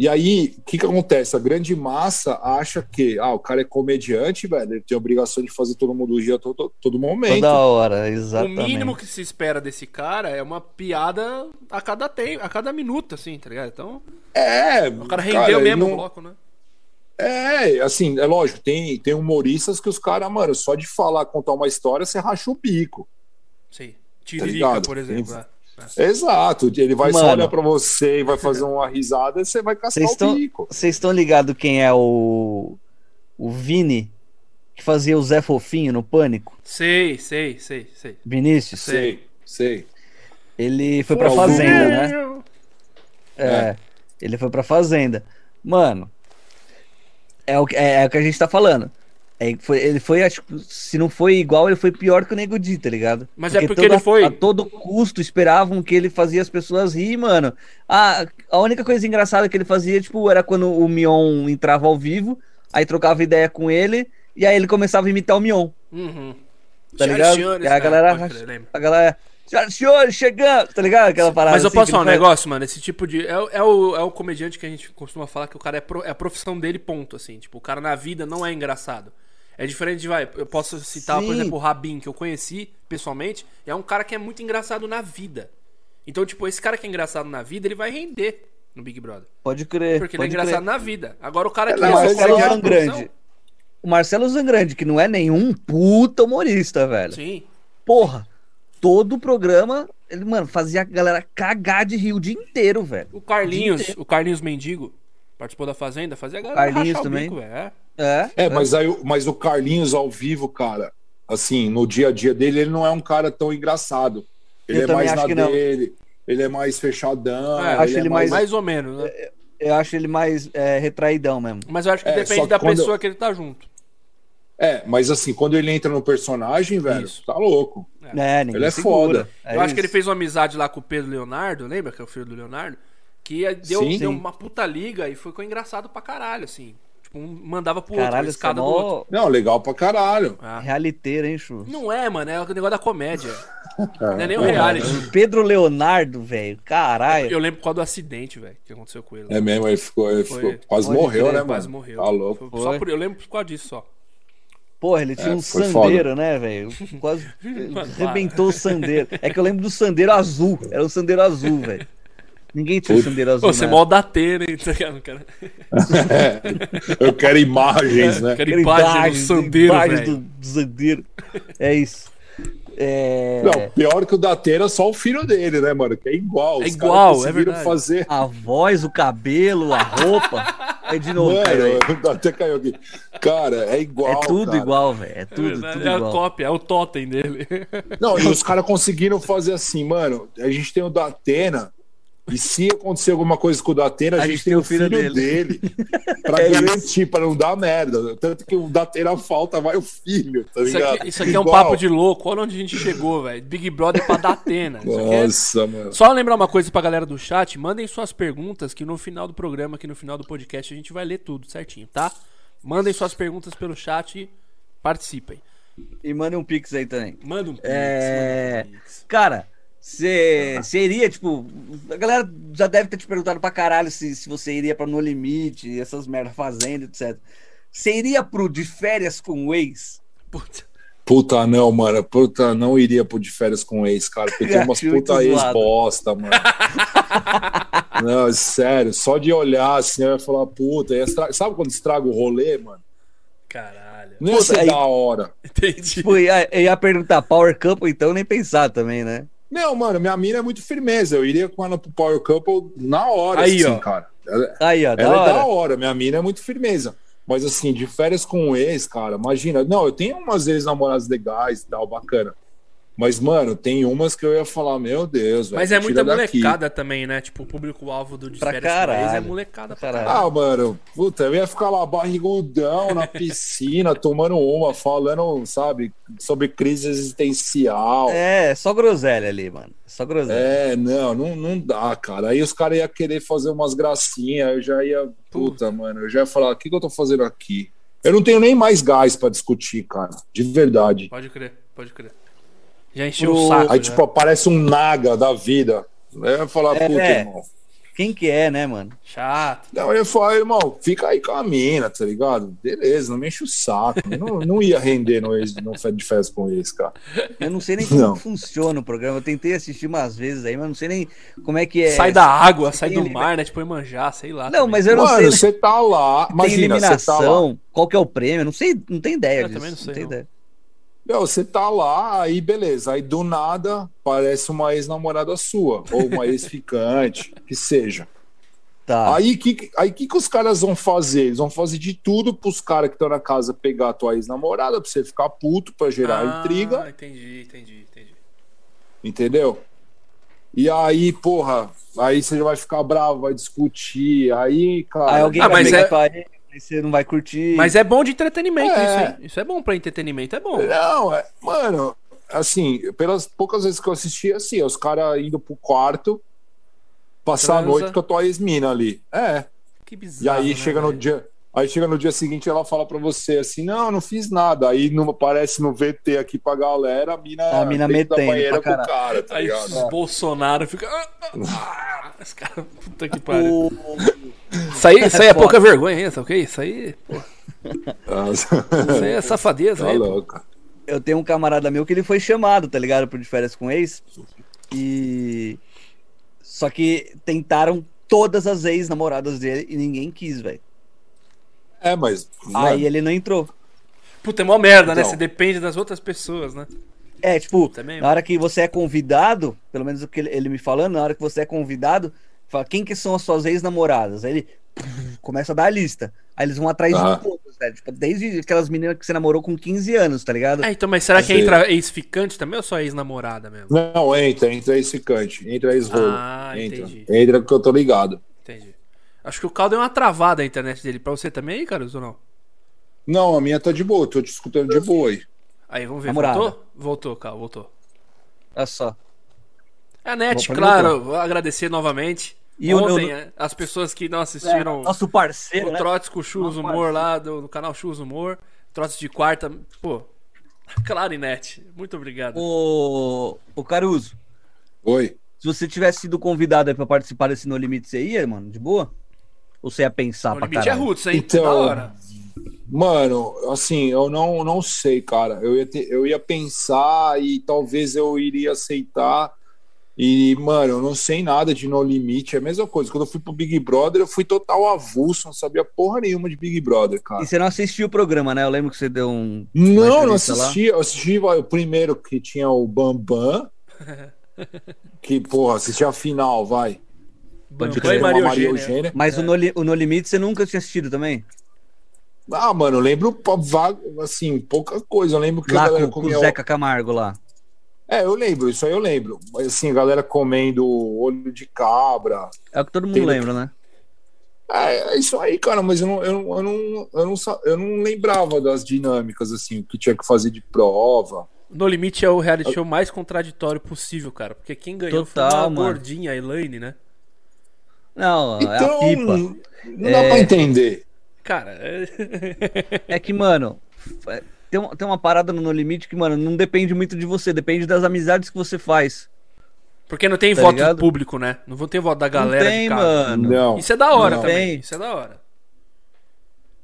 [SPEAKER 3] E aí, o que, que acontece? A grande massa acha que ah, o cara é comediante, velho, ele tem a obrigação de fazer todo mundo rir a todo, todo momento.
[SPEAKER 1] Toda hora, exatamente.
[SPEAKER 2] O mínimo que se espera desse cara é uma piada a cada tempo, a cada minuto, assim, tá ligado? Então,
[SPEAKER 3] É,
[SPEAKER 2] o cara rendeu
[SPEAKER 3] cara, ele
[SPEAKER 2] mesmo
[SPEAKER 3] não-
[SPEAKER 2] o bloco, né?
[SPEAKER 3] É, assim, é lógico, tem, tem humoristas que os caras, mano, só de falar, contar uma história, você racha o bico.
[SPEAKER 2] Sim. Tiririca,
[SPEAKER 3] Tá ligado?
[SPEAKER 2] por exemplo. é.
[SPEAKER 3] Exato, ele vai só
[SPEAKER 1] Mano.
[SPEAKER 3] olhar pra você e vai fazer uma risada e você vai cascar
[SPEAKER 1] Vocês
[SPEAKER 3] o
[SPEAKER 1] estão-
[SPEAKER 3] bico.
[SPEAKER 1] Vocês estão ligados quem é o. O Vini, que fazia o Zé Fofinho no Pânico?
[SPEAKER 2] Sei, sei, sei, sei.
[SPEAKER 1] Vinícius?
[SPEAKER 3] Sei, sei.
[SPEAKER 1] Ele foi pra
[SPEAKER 3] Fofinho.
[SPEAKER 1] Fazenda, né?
[SPEAKER 2] Fofinho.
[SPEAKER 1] É. Ele foi pra fazenda. Mano, é o, que- é, é o que a gente tá falando. É, foi- ele foi, acho que, se não foi igual, ele foi pior que o Nego Di, tá ligado?
[SPEAKER 2] Mas é porque ele foi-
[SPEAKER 1] A todo custo esperavam que ele fazia as pessoas rir, mano. A, a única coisa engraçada que ele fazia, tipo, era quando o Mion entrava ao vivo, aí trocava ideia com ele, e aí ele começava a imitar o Mion.
[SPEAKER 2] Uhum.
[SPEAKER 1] Tá
[SPEAKER 2] Senhoras e
[SPEAKER 1] ligado?
[SPEAKER 2] senhores,
[SPEAKER 1] E a
[SPEAKER 2] né?
[SPEAKER 1] galera-
[SPEAKER 2] Pode crer, lembro.
[SPEAKER 1] A galera, senhoras e senhores, chegamos, tá ligado? Aquela parada
[SPEAKER 2] Mas eu
[SPEAKER 1] assim que
[SPEAKER 2] posso falar um
[SPEAKER 1] ele faz.
[SPEAKER 2] negócio, mano? Esse tipo de. É, o- é o, é o comediante que a gente costuma falar que o cara é, pro- é a profissão dele, ponto, assim. Tipo, o cara na vida não é engraçado. É diferente de, vai, eu posso citar, por
[SPEAKER 1] Sim.
[SPEAKER 2] exemplo, o Rabin, que eu conheci pessoalmente, é um cara que é muito engraçado na vida. Então, tipo, esse cara que é engraçado na vida, ele vai render no Big Brother.
[SPEAKER 1] Pode crer.
[SPEAKER 2] Porque ele é
[SPEAKER 1] pode
[SPEAKER 2] engraçado
[SPEAKER 1] crer.
[SPEAKER 2] na vida. Agora o cara que
[SPEAKER 3] Não,
[SPEAKER 1] o
[SPEAKER 2] é
[SPEAKER 3] mas
[SPEAKER 2] só
[SPEAKER 1] Marcelo
[SPEAKER 3] é
[SPEAKER 2] uma
[SPEAKER 3] a
[SPEAKER 1] Zangrande.
[SPEAKER 2] profissão-
[SPEAKER 1] O Marcelo Zangrande, que não é nenhum puta humorista, velho.
[SPEAKER 2] Sim.
[SPEAKER 1] Porra, todo o programa, ele, mano, fazia a galera cagar de rir o dia inteiro, velho.
[SPEAKER 2] O Carlinhos, o Carlinhos Mendigo, participou da Fazenda, fazia a galera
[SPEAKER 1] Carlinhos
[SPEAKER 2] rachar o
[SPEAKER 1] também.
[SPEAKER 2] bico, velho. É.
[SPEAKER 1] É,
[SPEAKER 3] É, mas, aí, o- mas o Carlinhos ao vivo, cara, assim, no dia a dia dele, ele não é um cara tão engraçado. Ele
[SPEAKER 1] Eu
[SPEAKER 3] é
[SPEAKER 1] também
[SPEAKER 3] mais
[SPEAKER 1] acho
[SPEAKER 3] na
[SPEAKER 1] que não.
[SPEAKER 3] dele, ele é mais fechadão.
[SPEAKER 2] É,
[SPEAKER 1] Ah, acho
[SPEAKER 3] é
[SPEAKER 1] ele mais-
[SPEAKER 2] Mais ou menos, né?
[SPEAKER 1] eu acho ele mais é, retraidão mesmo.
[SPEAKER 2] Mas eu acho que
[SPEAKER 3] É,
[SPEAKER 2] depende
[SPEAKER 3] só que
[SPEAKER 2] da
[SPEAKER 3] quando eu-
[SPEAKER 2] pessoa que ele tá junto.
[SPEAKER 3] É, mas assim, quando ele entra no personagem, velho,
[SPEAKER 2] Isso.
[SPEAKER 3] tá louco.
[SPEAKER 1] É, ninguém
[SPEAKER 3] Ele é
[SPEAKER 1] segura.
[SPEAKER 3] foda.
[SPEAKER 1] É
[SPEAKER 2] eu acho que ele
[SPEAKER 1] isso.
[SPEAKER 2] fez uma amizade lá com o Pedro Leonardo, lembra que é o filho do Leonardo? Que eh, deu,
[SPEAKER 3] Sim.
[SPEAKER 2] deu
[SPEAKER 1] Sim.
[SPEAKER 2] uma puta liga e foi com engraçado pra caralho, assim. Tipo, um mandava pro outro,
[SPEAKER 1] Caralho,
[SPEAKER 2] uma
[SPEAKER 1] isso é
[SPEAKER 2] escada do outro.
[SPEAKER 1] mó
[SPEAKER 3] Não, legal pra caralho.
[SPEAKER 2] Ah.
[SPEAKER 1] realiteiro, hein, Chu?
[SPEAKER 2] Não é, mano, é o negócio da comédia. Não é nem o reality.
[SPEAKER 1] Pedro Leonardo, velho, caralho.
[SPEAKER 2] Eu lembro qual do acidente, velho, que aconteceu com ele. lá.
[SPEAKER 3] É mesmo, ele ficou, ele ficou-
[SPEAKER 2] Foi. é,
[SPEAKER 3] quase
[SPEAKER 1] Pode
[SPEAKER 3] morreu,
[SPEAKER 1] crer,
[SPEAKER 3] né, mano?
[SPEAKER 2] Quase morreu.
[SPEAKER 3] Tá louco.
[SPEAKER 2] Foi- só
[SPEAKER 1] Foi.
[SPEAKER 2] por- eu lembro por causa disso só.
[SPEAKER 1] Porra, ele tinha
[SPEAKER 3] É,
[SPEAKER 1] um
[SPEAKER 3] foi
[SPEAKER 1] sandeiro, né, velho? Quase arrebentou o sandeiro. É que eu lembro do sandeiro azul. Era o sandeiro azul, velho. Ninguém tinha
[SPEAKER 3] Puta.
[SPEAKER 1] sandeiro azul.
[SPEAKER 2] Pô, você
[SPEAKER 1] né?
[SPEAKER 2] mó da T, né? Tá ligado, cara?
[SPEAKER 3] É, Eu quero imagens, né?
[SPEAKER 2] É, Quero imagem do
[SPEAKER 1] Imagens,
[SPEAKER 2] sandeiro,
[SPEAKER 1] imagens
[SPEAKER 2] velho.
[SPEAKER 1] do, do sandeiro. É isso. É...
[SPEAKER 3] Não, pior que o da Tera é só o filho dele, né, mano? Que é igual.
[SPEAKER 2] É
[SPEAKER 3] Os caras
[SPEAKER 2] igual, é
[SPEAKER 3] conseguiram
[SPEAKER 2] verdade.
[SPEAKER 3] fazer.
[SPEAKER 1] A voz, o cabelo, a roupa. É de novo, cara. velho.
[SPEAKER 3] Mano, até caiu aqui. Cara, é
[SPEAKER 1] É
[SPEAKER 3] igual.
[SPEAKER 1] tudo
[SPEAKER 3] cara.
[SPEAKER 1] igual, velho. É
[SPEAKER 2] É
[SPEAKER 1] tudo,
[SPEAKER 2] verdade,
[SPEAKER 1] tudo
[SPEAKER 2] é a
[SPEAKER 1] igual.
[SPEAKER 2] cópia, é o totem dele.
[SPEAKER 3] Tá Não, e os caras conseguiram fazer assim, mano. A gente tem o da Atena. E se acontecer alguma coisa com o da Atena, a, gente, tem o filho, dele. pra
[SPEAKER 1] É isso.
[SPEAKER 3] garantir, pra não dar merda. Tanto que o da Atena falta, vai o filho, tá
[SPEAKER 2] Isso
[SPEAKER 3] ligado?
[SPEAKER 2] aqui, isso aqui é um
[SPEAKER 3] Igual.
[SPEAKER 2] papo de louco. Olha onde a gente chegou, velho. Big Brother é pra dar Atena. Isso aqui é-
[SPEAKER 3] Nossa, mano.
[SPEAKER 2] Só lembrar uma coisa pra galera do chat: mandem suas perguntas, que no final do programa, aqui no final do podcast, a gente vai ler tudo certinho, tá? Mandem suas perguntas pelo chat e participem.
[SPEAKER 1] E manda um pix aí também.
[SPEAKER 2] Manda um pix,
[SPEAKER 1] É.
[SPEAKER 2] manda um pix.
[SPEAKER 1] Cara, você seria, tipo. A galera já deve ter te perguntado pra caralho se, se você iria pra No Limite, essas merda fazenda, etc. Você iria pro de férias com o ex?
[SPEAKER 2] Puta.
[SPEAKER 3] Puta não, mano. Puta, não iria pro de férias com ex, cara. Porque tem umas
[SPEAKER 1] Acho muito
[SPEAKER 3] puta ex
[SPEAKER 1] zoado.
[SPEAKER 3] bosta, mano. não, sério. Só de olhar assim, eu ia falar, puta. ia estra- Sabe quando estraga o rolê, mano?
[SPEAKER 2] Caralho.
[SPEAKER 3] Não ia
[SPEAKER 1] Puta,
[SPEAKER 3] ser
[SPEAKER 1] aí-
[SPEAKER 3] da hora.
[SPEAKER 2] Entendi.
[SPEAKER 1] Tipo, ia, ia perguntar Power Couple, então nem pensar também, né?
[SPEAKER 3] Não, mano, minha mina é muito firmeza. Eu iria com ela pro Power Couple na hora,
[SPEAKER 2] Aí,
[SPEAKER 3] assim,
[SPEAKER 2] ó.
[SPEAKER 3] cara. Ela,
[SPEAKER 1] Aí, ó, da
[SPEAKER 3] ela é
[SPEAKER 1] hora.
[SPEAKER 3] da hora, minha mina é muito firmeza. Mas assim, de férias com o ex, cara, imagina. Não, eu tenho umas ex-namoradas legais e tal, bacana. Mas, mano, tem umas que eu ia falar, meu Deus, velho,
[SPEAKER 2] Mas é
[SPEAKER 3] me
[SPEAKER 2] muita
[SPEAKER 3] tira daqui.
[SPEAKER 2] molecada também, né? Tipo, o público-alvo do de
[SPEAKER 1] Pra
[SPEAKER 2] férias com ex é
[SPEAKER 1] caralho.
[SPEAKER 2] molecada pra
[SPEAKER 1] Pra
[SPEAKER 2] caralho.
[SPEAKER 1] caralho.
[SPEAKER 3] Ah, mano, puta, eu ia ficar lá barrigudão na piscina, tomando uma, falando, sabe, sobre crise existencial.
[SPEAKER 1] É, só groselha ali, mano. Só groselha.
[SPEAKER 3] É, não, não, não dá, cara. Aí os caras iam querer fazer umas gracinhas, eu já ia. Puta, mano, eu já ia falar, o que, que eu tô fazendo aqui? Eu não tenho nem mais gás pra discutir, cara. De verdade.
[SPEAKER 2] Pode crer, pode crer. Já encheu o
[SPEAKER 1] Pro-
[SPEAKER 2] saco. né?
[SPEAKER 3] Aí,
[SPEAKER 2] já.
[SPEAKER 3] tipo, aparece um naga da vida. Eu ia falar,
[SPEAKER 1] É,
[SPEAKER 3] puta,
[SPEAKER 1] é.
[SPEAKER 3] irmão.
[SPEAKER 1] Quem que é, né, mano?
[SPEAKER 2] Chato.
[SPEAKER 3] Não, eu falei, irmão, fica aí com a mina, tá ligado? Beleza, não me enche o saco. Eu não, não ia render no ex, no Fed de festa com ex, cara.
[SPEAKER 1] Eu não sei nem como
[SPEAKER 3] Não.
[SPEAKER 1] funciona o programa. Eu tentei assistir umas vezes aí, mas não sei nem como é que é.
[SPEAKER 2] Sai da água, sai do
[SPEAKER 1] Ele-
[SPEAKER 2] mar, né? Tipo, manjar, sei lá.
[SPEAKER 1] Não,
[SPEAKER 2] também.
[SPEAKER 1] mas eu não sei.
[SPEAKER 3] Mano, você tá lá,
[SPEAKER 1] Tem
[SPEAKER 3] imagina, você tá lá.
[SPEAKER 1] eliminação, qual que é o prêmio, não sei, não tem ideia
[SPEAKER 2] Eu
[SPEAKER 1] disso.
[SPEAKER 2] também não sei,
[SPEAKER 1] tem
[SPEAKER 2] não.
[SPEAKER 1] ideia.
[SPEAKER 3] Meu, você tá lá, aí beleza. Aí do nada parece uma ex-namorada sua, ou uma ex-ficante, que seja.
[SPEAKER 1] Tá.
[SPEAKER 3] Aí o que, aí, que, que os caras vão fazer? Eles vão fazer de tudo pros caras que estão na casa pegar a tua ex-namorada, pra você ficar puto, pra gerar
[SPEAKER 2] Ah,
[SPEAKER 3] intriga,
[SPEAKER 2] Entendi, entendi, entendi.
[SPEAKER 3] entendeu? E aí, porra, aí você já vai ficar bravo, vai discutir. Aí, cara.
[SPEAKER 1] Aí alguém
[SPEAKER 2] Ah,
[SPEAKER 1] vai
[SPEAKER 2] mas
[SPEAKER 1] pegar
[SPEAKER 2] é-
[SPEAKER 1] e falar, "Ei, aí você não vai curtir.
[SPEAKER 2] Mas é bom de entretenimento
[SPEAKER 3] É.
[SPEAKER 2] isso, hein? Isso é bom pra entretenimento, é bom.
[SPEAKER 3] Não, é, mano, assim, pelas poucas vezes que eu assisti, assim, é os caras indo pro quarto,
[SPEAKER 2] Transa.
[SPEAKER 3] passar a noite com a tua ex-mina ali. É.
[SPEAKER 2] Que
[SPEAKER 3] E
[SPEAKER 2] bizarro.
[SPEAKER 3] aí
[SPEAKER 2] né,
[SPEAKER 3] chega no
[SPEAKER 2] velho?
[SPEAKER 3] dia. Aí chega no dia seguinte ela fala pra você assim: não, não fiz nada. Aí não aparece no VT aqui pra galera, a mina,
[SPEAKER 1] A mina
[SPEAKER 3] dentro da
[SPEAKER 1] metendo
[SPEAKER 3] banheira
[SPEAKER 1] pra
[SPEAKER 3] com o cara, tá
[SPEAKER 2] Aí
[SPEAKER 3] ligado?
[SPEAKER 2] os Bolsonaro fica. Ah, ah, ah, Esse cara, puta que pariu.
[SPEAKER 1] o...
[SPEAKER 2] Isso aí, isso aí é
[SPEAKER 1] foda.
[SPEAKER 2] pouca vergonha, hein? Sabe o que? Isso aí, pô, isso aí é safadeza,
[SPEAKER 3] tá
[SPEAKER 2] né?
[SPEAKER 3] louca.
[SPEAKER 1] Eu tenho um camarada meu que ele foi chamado, tá ligado? Por de férias com ex. E. Só que tentaram todas as ex-namoradas dele e ninguém quis, velho.
[SPEAKER 3] É, mas.
[SPEAKER 1] Aí
[SPEAKER 3] mano,
[SPEAKER 1] ele não entrou.
[SPEAKER 2] Puta, é mó merda, né?
[SPEAKER 3] Então.
[SPEAKER 2] Você depende das outras pessoas, né?
[SPEAKER 1] É, tipo,
[SPEAKER 2] Também.
[SPEAKER 1] na hora que você é convidado, pelo menos o que ele- ele me falando, na hora que você é convidado, fala, quem que são as suas ex-namoradas? Aí ele começa a dar a lista. Aí eles vão atrás
[SPEAKER 3] Aham.
[SPEAKER 1] de todos, velho. Tipo, desde aquelas meninas que você namorou com 15 anos, tá ligado?
[SPEAKER 2] Ah, então, mas será que
[SPEAKER 3] Sim.
[SPEAKER 2] entra ex-ficante também ou só ex-namorada mesmo?
[SPEAKER 3] Não, entra, entra esse cante, entra esse rolo.
[SPEAKER 2] Ah,
[SPEAKER 3] entra.
[SPEAKER 2] entendi.
[SPEAKER 3] Entra que eu tô ligado.
[SPEAKER 2] Entendi. Acho que o Cal deu uma travada na internet dele. Pra você também aí, Carlos, ou não?
[SPEAKER 3] Não, a minha tá de boa, tô te escutando de boa aí.
[SPEAKER 2] Aí, vamos ver.
[SPEAKER 1] Namorada.
[SPEAKER 2] Voltou? Voltou, Cal, voltou.
[SPEAKER 1] Olha só.
[SPEAKER 2] A NET,
[SPEAKER 1] Vou então.
[SPEAKER 2] claro, vou agradecer novamente.
[SPEAKER 1] E o-
[SPEAKER 2] Ontem,
[SPEAKER 1] eu-
[SPEAKER 2] eh, as pessoas que não
[SPEAKER 1] É,
[SPEAKER 2] assistiram
[SPEAKER 1] nosso parceiro,
[SPEAKER 2] o
[SPEAKER 1] né?
[SPEAKER 2] Trotes com o Churros
[SPEAKER 1] Nosso
[SPEAKER 2] Humor lá, do, do canal Churros Humor, Trotes de quarta, pô, claro, e NET, muito obrigado.
[SPEAKER 1] O... o Caruso,
[SPEAKER 3] Oi.
[SPEAKER 1] se você tivesse sido convidado aí pra participar desse No Limite, você ia, mano? De boa? Ou você ia pensar
[SPEAKER 2] o
[SPEAKER 1] tá pra
[SPEAKER 2] limite é
[SPEAKER 1] caralho?
[SPEAKER 2] Roots, hein?
[SPEAKER 3] Então-
[SPEAKER 2] Da hora.
[SPEAKER 3] Mano, assim, eu não, não sei, cara. Eu ia, ter- eu ia pensar e talvez eu iria aceitar. E, mano, eu não sei nada de No Limite. É a mesma coisa. Quando eu fui pro Big Brother, eu fui total avulso, não sabia porra nenhuma de Big Brother, cara.
[SPEAKER 1] E você não assistiu o programa, né? Eu lembro que você deu um.
[SPEAKER 3] Não, não
[SPEAKER 1] entrevista lá?
[SPEAKER 3] assisti. Eu assisti vai, o primeiro que tinha o Bambam. Que, porra, assisti a final, vai.
[SPEAKER 1] Pode crer.
[SPEAKER 2] Bambam e
[SPEAKER 3] Que tinha
[SPEAKER 2] Maria
[SPEAKER 3] uma Maria
[SPEAKER 2] Eugênia.
[SPEAKER 3] Eugênia.
[SPEAKER 1] Mas
[SPEAKER 2] É.
[SPEAKER 1] o, no Li- o No Limite você nunca tinha assistido também?
[SPEAKER 3] Ah, mano, eu lembro pa- vago, assim, pouca coisa. Eu lembro que a
[SPEAKER 1] Lá
[SPEAKER 3] galera
[SPEAKER 1] com, com
[SPEAKER 3] comia
[SPEAKER 1] o Zeca Camargo lá.
[SPEAKER 3] É, eu lembro, isso aí eu lembro. Mas assim, a galera comendo olho de cabra.
[SPEAKER 1] É o que todo mundo
[SPEAKER 3] Tem-
[SPEAKER 1] lembra, né?
[SPEAKER 3] É, é isso aí, cara, mas eu não, eu, não, eu, não, eu, não, sa- eu não lembrava das dinâmicas, assim, o que tinha que fazer de prova.
[SPEAKER 2] No Limite é o reality show mais contraditório possível, cara, porque quem ganhou foi
[SPEAKER 1] Total,
[SPEAKER 2] uma
[SPEAKER 1] mano.
[SPEAKER 2] gordinha, a Elaine, né?
[SPEAKER 1] Não, é a
[SPEAKER 3] Então,
[SPEAKER 1] pipa.
[SPEAKER 3] não dá pra entender.
[SPEAKER 2] Cara, é...
[SPEAKER 1] É que, mano, é- tem, um- tem uma parada no No Limite que, mano, não depende muito de você, depende das amizades que você faz.
[SPEAKER 2] porque não tem
[SPEAKER 1] Tá
[SPEAKER 2] voto
[SPEAKER 1] ligado?
[SPEAKER 2] público, né? Não tem voto da galera
[SPEAKER 1] não
[SPEAKER 2] de
[SPEAKER 1] tem,
[SPEAKER 2] casa.
[SPEAKER 1] mano.
[SPEAKER 3] Não.
[SPEAKER 2] Isso é da hora
[SPEAKER 3] Não.
[SPEAKER 2] também.
[SPEAKER 1] Tem.
[SPEAKER 2] Isso é da hora.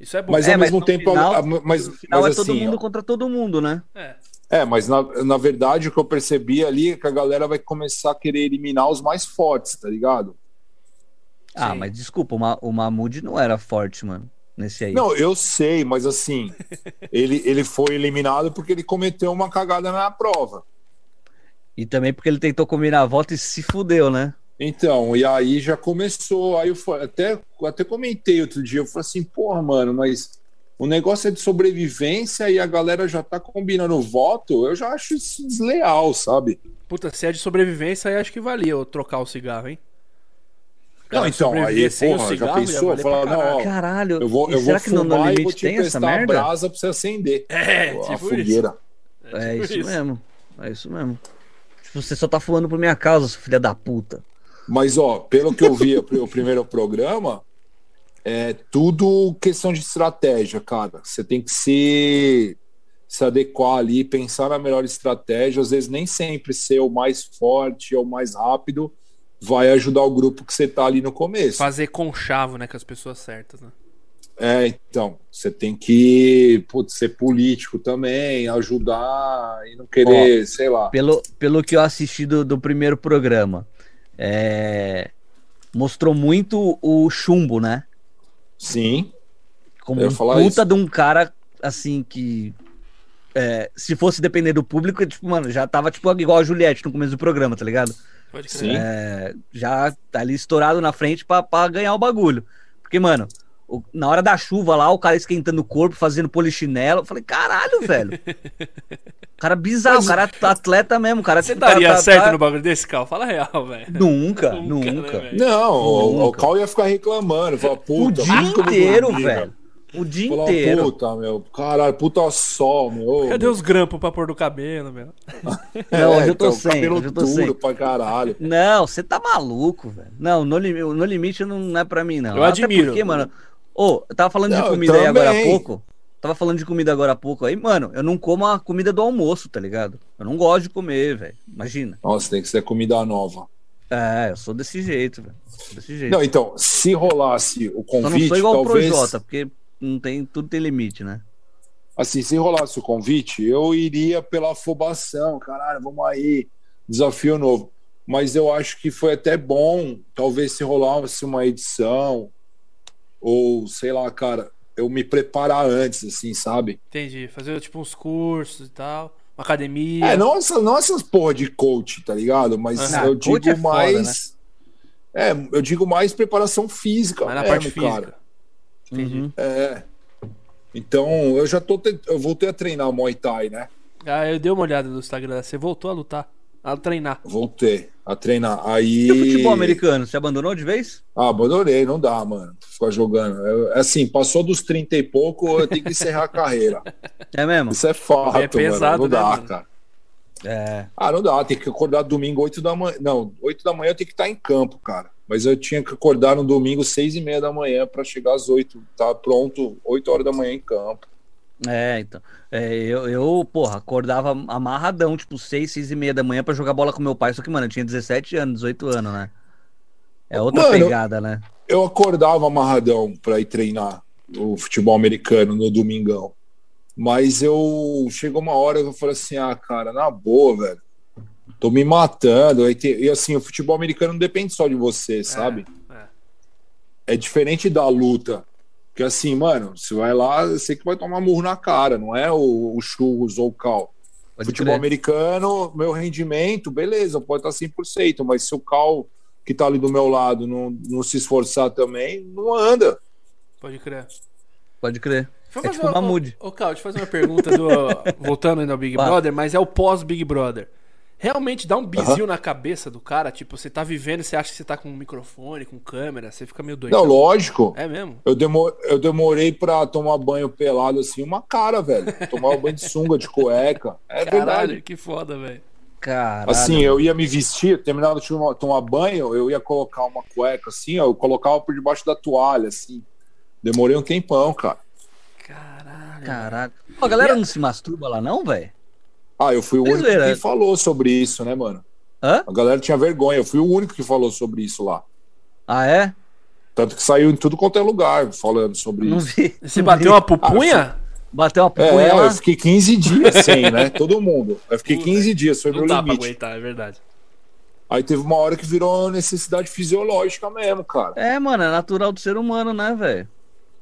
[SPEAKER 2] Isso é bom.
[SPEAKER 3] Mas
[SPEAKER 1] É,
[SPEAKER 3] ao
[SPEAKER 1] mas
[SPEAKER 3] mesmo
[SPEAKER 1] no
[SPEAKER 3] tempo,
[SPEAKER 1] final-
[SPEAKER 3] a- a- mas,
[SPEAKER 1] No final
[SPEAKER 3] mas
[SPEAKER 1] é todo
[SPEAKER 3] assim,
[SPEAKER 1] mundo
[SPEAKER 3] ó,
[SPEAKER 1] contra todo mundo, né?
[SPEAKER 2] É.
[SPEAKER 3] é, mas na, na verdade o que eu percebi ali é que a galera vai começar a querer eliminar os mais fortes, tá ligado?
[SPEAKER 1] Ah,
[SPEAKER 2] Sim.
[SPEAKER 1] mas desculpa, o, Ma o Mahmoud não era forte, mano, nesse aí.
[SPEAKER 3] Não, eu sei, mas assim, ele, ele foi eliminado porque ele cometeu uma cagada na prova.
[SPEAKER 1] E também porque ele tentou combinar a volta e se fudeu, né?
[SPEAKER 3] Então, e aí já começou. Aí eu fa- até, até comentei outro dia, eu falei assim, porra, mano, mas o negócio é de sobrevivência e a galera já tá combinando voto, eu já acho isso desleal, sabe?
[SPEAKER 2] Puta, se é de sobrevivência, aí acho que valia eu trocar o cigarro, hein?
[SPEAKER 3] não, então, aí,
[SPEAKER 2] sobreviver sem o
[SPEAKER 3] porra, já
[SPEAKER 2] cigarro ia
[SPEAKER 3] pensou?
[SPEAKER 2] valer
[SPEAKER 3] Falar,
[SPEAKER 2] pra
[SPEAKER 3] não,
[SPEAKER 2] caralho.
[SPEAKER 3] ó,
[SPEAKER 1] Caralho.
[SPEAKER 3] eu vou,
[SPEAKER 1] e
[SPEAKER 3] eu vou
[SPEAKER 1] será que no No
[SPEAKER 3] fumar e vou
[SPEAKER 1] Limite
[SPEAKER 3] te
[SPEAKER 1] tem essa
[SPEAKER 3] emprestar um a
[SPEAKER 1] merda?
[SPEAKER 3] brasa pra você acender.
[SPEAKER 2] É,
[SPEAKER 3] a
[SPEAKER 2] tipo isso.
[SPEAKER 3] fogueira.
[SPEAKER 1] É
[SPEAKER 2] tipo
[SPEAKER 1] isso,
[SPEAKER 2] isso.
[SPEAKER 1] mesmo. É isso mesmo. Tipo, você só tá falando por minha causa, seu filho da puta.
[SPEAKER 3] Mas, ó, pelo que eu vi o primeiro programa, é tudo questão de estratégia, cara. Você tem que se, se adequar ali, pensar na melhor estratégia. Às vezes, nem sempre ser o mais forte ou o mais rápido vai ajudar o grupo que você tá ali no começo.
[SPEAKER 2] Fazer conchavo, né, com as pessoas certas, né?
[SPEAKER 3] É, então, você tem que putz, ser político também, ajudar e não querer,
[SPEAKER 1] Ó,
[SPEAKER 3] sei lá.
[SPEAKER 1] Pelo, pelo que eu assisti do, do primeiro programa, é, mostrou muito o chumbo, né?
[SPEAKER 3] Sim.
[SPEAKER 1] Como
[SPEAKER 3] Eu ia
[SPEAKER 1] um
[SPEAKER 3] falar
[SPEAKER 1] puta
[SPEAKER 3] isso.
[SPEAKER 1] de um cara assim que. é, se fosse depender do público, é tipo, mano, já tava tipo igual a Juliette no começo do programa, tá ligado?
[SPEAKER 2] Pode crer.
[SPEAKER 3] Sim.
[SPEAKER 1] É. já tá ali estourado na frente pra, pra ganhar o bagulho. Porque, mano, o- na hora da chuva lá, o cara esquentando o corpo, fazendo polichinelo. Eu falei, caralho, velho. O cara bizarro, o cara é atleta mesmo, o cara.
[SPEAKER 2] Você
[SPEAKER 1] tipo, tá-
[SPEAKER 2] daria
[SPEAKER 1] tá-
[SPEAKER 2] certo
[SPEAKER 1] tá-
[SPEAKER 2] no bagulho desse, Cal? Fala real, velho.
[SPEAKER 1] Nunca,
[SPEAKER 2] Nunca,
[SPEAKER 1] nunca.
[SPEAKER 2] né, velho?
[SPEAKER 3] Não, o, o
[SPEAKER 1] Nunca.
[SPEAKER 3] Cal ia ficar reclamando, falar,
[SPEAKER 1] o
[SPEAKER 3] puta,
[SPEAKER 1] dia
[SPEAKER 3] nunca vou
[SPEAKER 1] inteiro,
[SPEAKER 3] dormir,
[SPEAKER 1] velho. O dia
[SPEAKER 3] Falar,
[SPEAKER 1] inteiro.
[SPEAKER 3] puta, meu, caralho, puta sol, meu.
[SPEAKER 2] Cadê os grampos pra pôr do cabelo, meu?
[SPEAKER 1] Não, hoje eu tô
[SPEAKER 3] então,
[SPEAKER 1] sem,
[SPEAKER 3] cabelo
[SPEAKER 1] hoje eu tô
[SPEAKER 3] duro
[SPEAKER 1] sem.
[SPEAKER 3] pra caralho.
[SPEAKER 1] Não, você tá maluco, velho. Não, no, Lim- o no limite não é pra mim, não.
[SPEAKER 2] Eu admiro.
[SPEAKER 1] Até porque, mano. Ô, eu tava falando
[SPEAKER 3] Não,
[SPEAKER 1] de
[SPEAKER 3] eu
[SPEAKER 1] comida aí agora há
[SPEAKER 3] também.
[SPEAKER 1] pouco. Tava falando de comida agora há pouco aí, mano. Eu não como a comida do almoço, tá ligado? Eu não gosto de comer, velho. Imagina.
[SPEAKER 3] Nossa, tem que ser comida nova.
[SPEAKER 1] É, eu sou desse jeito, velho. Sou Desse jeito.
[SPEAKER 3] Não, então, se rolasse o
[SPEAKER 1] Só não
[SPEAKER 3] convite,
[SPEAKER 1] sou igual o
[SPEAKER 3] talvez.
[SPEAKER 1] Projota, porque não tem, tudo tem limite, né?
[SPEAKER 3] Assim, se rolasse o convite, eu iria pela afobação, caralho, vamos aí, desafio novo. Mas eu acho que foi até bom, talvez se rolasse uma edição, ou sei lá, cara, eu me preparar antes, assim, sabe?
[SPEAKER 2] Entendi. Fazer tipo uns cursos e tal. Uma academia.
[SPEAKER 3] É, não, essa- não essas porra de coach, tá ligado? Mas
[SPEAKER 1] Ah,
[SPEAKER 3] eu
[SPEAKER 1] coach
[SPEAKER 3] digo
[SPEAKER 1] é foda,
[SPEAKER 3] mais. É, eu digo mais preparação física.
[SPEAKER 2] mas na
[SPEAKER 3] mesmo,
[SPEAKER 2] parte física.
[SPEAKER 3] é, cara.
[SPEAKER 2] Entendi.
[SPEAKER 1] Uhum.
[SPEAKER 3] Então, eu já tô. te- Eu voltei a treinar Muay Thai, né?
[SPEAKER 2] Ah, eu dei uma olhada no Instagram. Você voltou a lutar. A treinar.
[SPEAKER 3] Voltei a treinar.
[SPEAKER 1] E o futebol
[SPEAKER 3] Aí.
[SPEAKER 1] é tipo americano, você abandonou de vez?
[SPEAKER 3] Ah, abandonei, não dá, mano. Ficar jogando. Eu- assim, passou dos 30 e pouco, eu tenho que encerrar a carreira.
[SPEAKER 1] É mesmo?
[SPEAKER 3] Isso é fato,
[SPEAKER 2] É pesado,
[SPEAKER 3] mano. Não
[SPEAKER 2] né,
[SPEAKER 3] dá,
[SPEAKER 2] mano?
[SPEAKER 3] cara.
[SPEAKER 1] É.
[SPEAKER 3] Ah, não dá. Tem que acordar domingo 8 da manhã. Não, 8 da manhã eu tenho que estar em campo, cara. Mas eu tinha que acordar no domingo 6 e meia da manhã pra chegar às 8. Tá pronto, 8 horas da manhã em campo.
[SPEAKER 1] É, então. É, eu, eu, porra, acordava amarradão, tipo, 6, 6 e meia da manhã pra jogar bola com meu pai. Só que, mano, eu tinha 17 anos, 18 anos, né? É outra
[SPEAKER 3] Mano,
[SPEAKER 1] pegada, né?
[SPEAKER 3] Eu acordava amarradão pra ir treinar o futebol americano no domingão. Mas eu chegou uma hora que eu falei assim: ah, cara, na boa, velho. Tô me matando. Aí tem- E assim, o futebol americano não depende só de você, sabe?
[SPEAKER 2] é.
[SPEAKER 3] É diferente da luta. Porque assim, mano, você vai lá, você que vai tomar murro na cara, não é o, o churros ou o cal.
[SPEAKER 1] Pode
[SPEAKER 3] Futebol
[SPEAKER 1] crer.
[SPEAKER 3] americano, meu rendimento, beleza, pode estar 100%, mas se o cal que tá ali do meu lado não, não se esforçar também, não anda.
[SPEAKER 2] Pode crer.
[SPEAKER 1] Pode crer.
[SPEAKER 2] Deixa eu
[SPEAKER 1] É
[SPEAKER 2] fazer
[SPEAKER 1] tipo
[SPEAKER 2] uma-
[SPEAKER 1] Mahmood.
[SPEAKER 2] Ô, Cal, deixa eu fazer uma pergunta do. Voltando ainda ao Big
[SPEAKER 1] Fala.
[SPEAKER 2] Brother, mas é o pós-Big Brother. Realmente dá um bizil na cabeça do cara, tipo, você tá vivendo, você acha que você tá com um microfone, com câmera, você fica meio doido.
[SPEAKER 1] Então.
[SPEAKER 3] Não, lógico.
[SPEAKER 2] É mesmo?
[SPEAKER 3] Eu, demo- eu demorei pra tomar banho pelado assim, uma cara, velho. Tomava banho de sunga, de cueca. É verdade.
[SPEAKER 2] Caralho, que foda, velho.
[SPEAKER 1] Caralho.
[SPEAKER 3] Assim, eu ia me vestir, terminava de tomar- tomar banho, eu ia colocar uma cueca assim, ó, eu colocava por debaixo da toalha, assim. Demorei um tempão, cara.
[SPEAKER 2] Caralho.
[SPEAKER 1] Caralho. Pô, a galera não se masturba lá, não, velho?
[SPEAKER 3] Ah, eu fui o único
[SPEAKER 1] Brasileira.
[SPEAKER 3] que falou sobre isso, né, mano?
[SPEAKER 1] Hã?
[SPEAKER 3] A galera tinha vergonha, eu fui o único que falou sobre isso lá.
[SPEAKER 1] Ah, é?
[SPEAKER 3] Tanto que saiu em tudo quanto é lugar falando sobre
[SPEAKER 1] Não
[SPEAKER 3] isso.
[SPEAKER 1] vi.
[SPEAKER 2] Você
[SPEAKER 1] não
[SPEAKER 2] bateu
[SPEAKER 1] vi.
[SPEAKER 2] uma pupunha?
[SPEAKER 1] Bateu uma
[SPEAKER 3] É,
[SPEAKER 1] punha lá?
[SPEAKER 3] eu fiquei 15 dias sem, né? Todo mundo. Eu fiquei
[SPEAKER 2] Puta,
[SPEAKER 3] 15 dias, foi
[SPEAKER 2] não
[SPEAKER 3] meu
[SPEAKER 2] dá pra
[SPEAKER 3] limite.
[SPEAKER 2] aguentar, é verdade.
[SPEAKER 3] Aí teve uma hora que virou necessidade fisiológica mesmo, cara.
[SPEAKER 1] É, mano, é natural do ser humano, né, velho?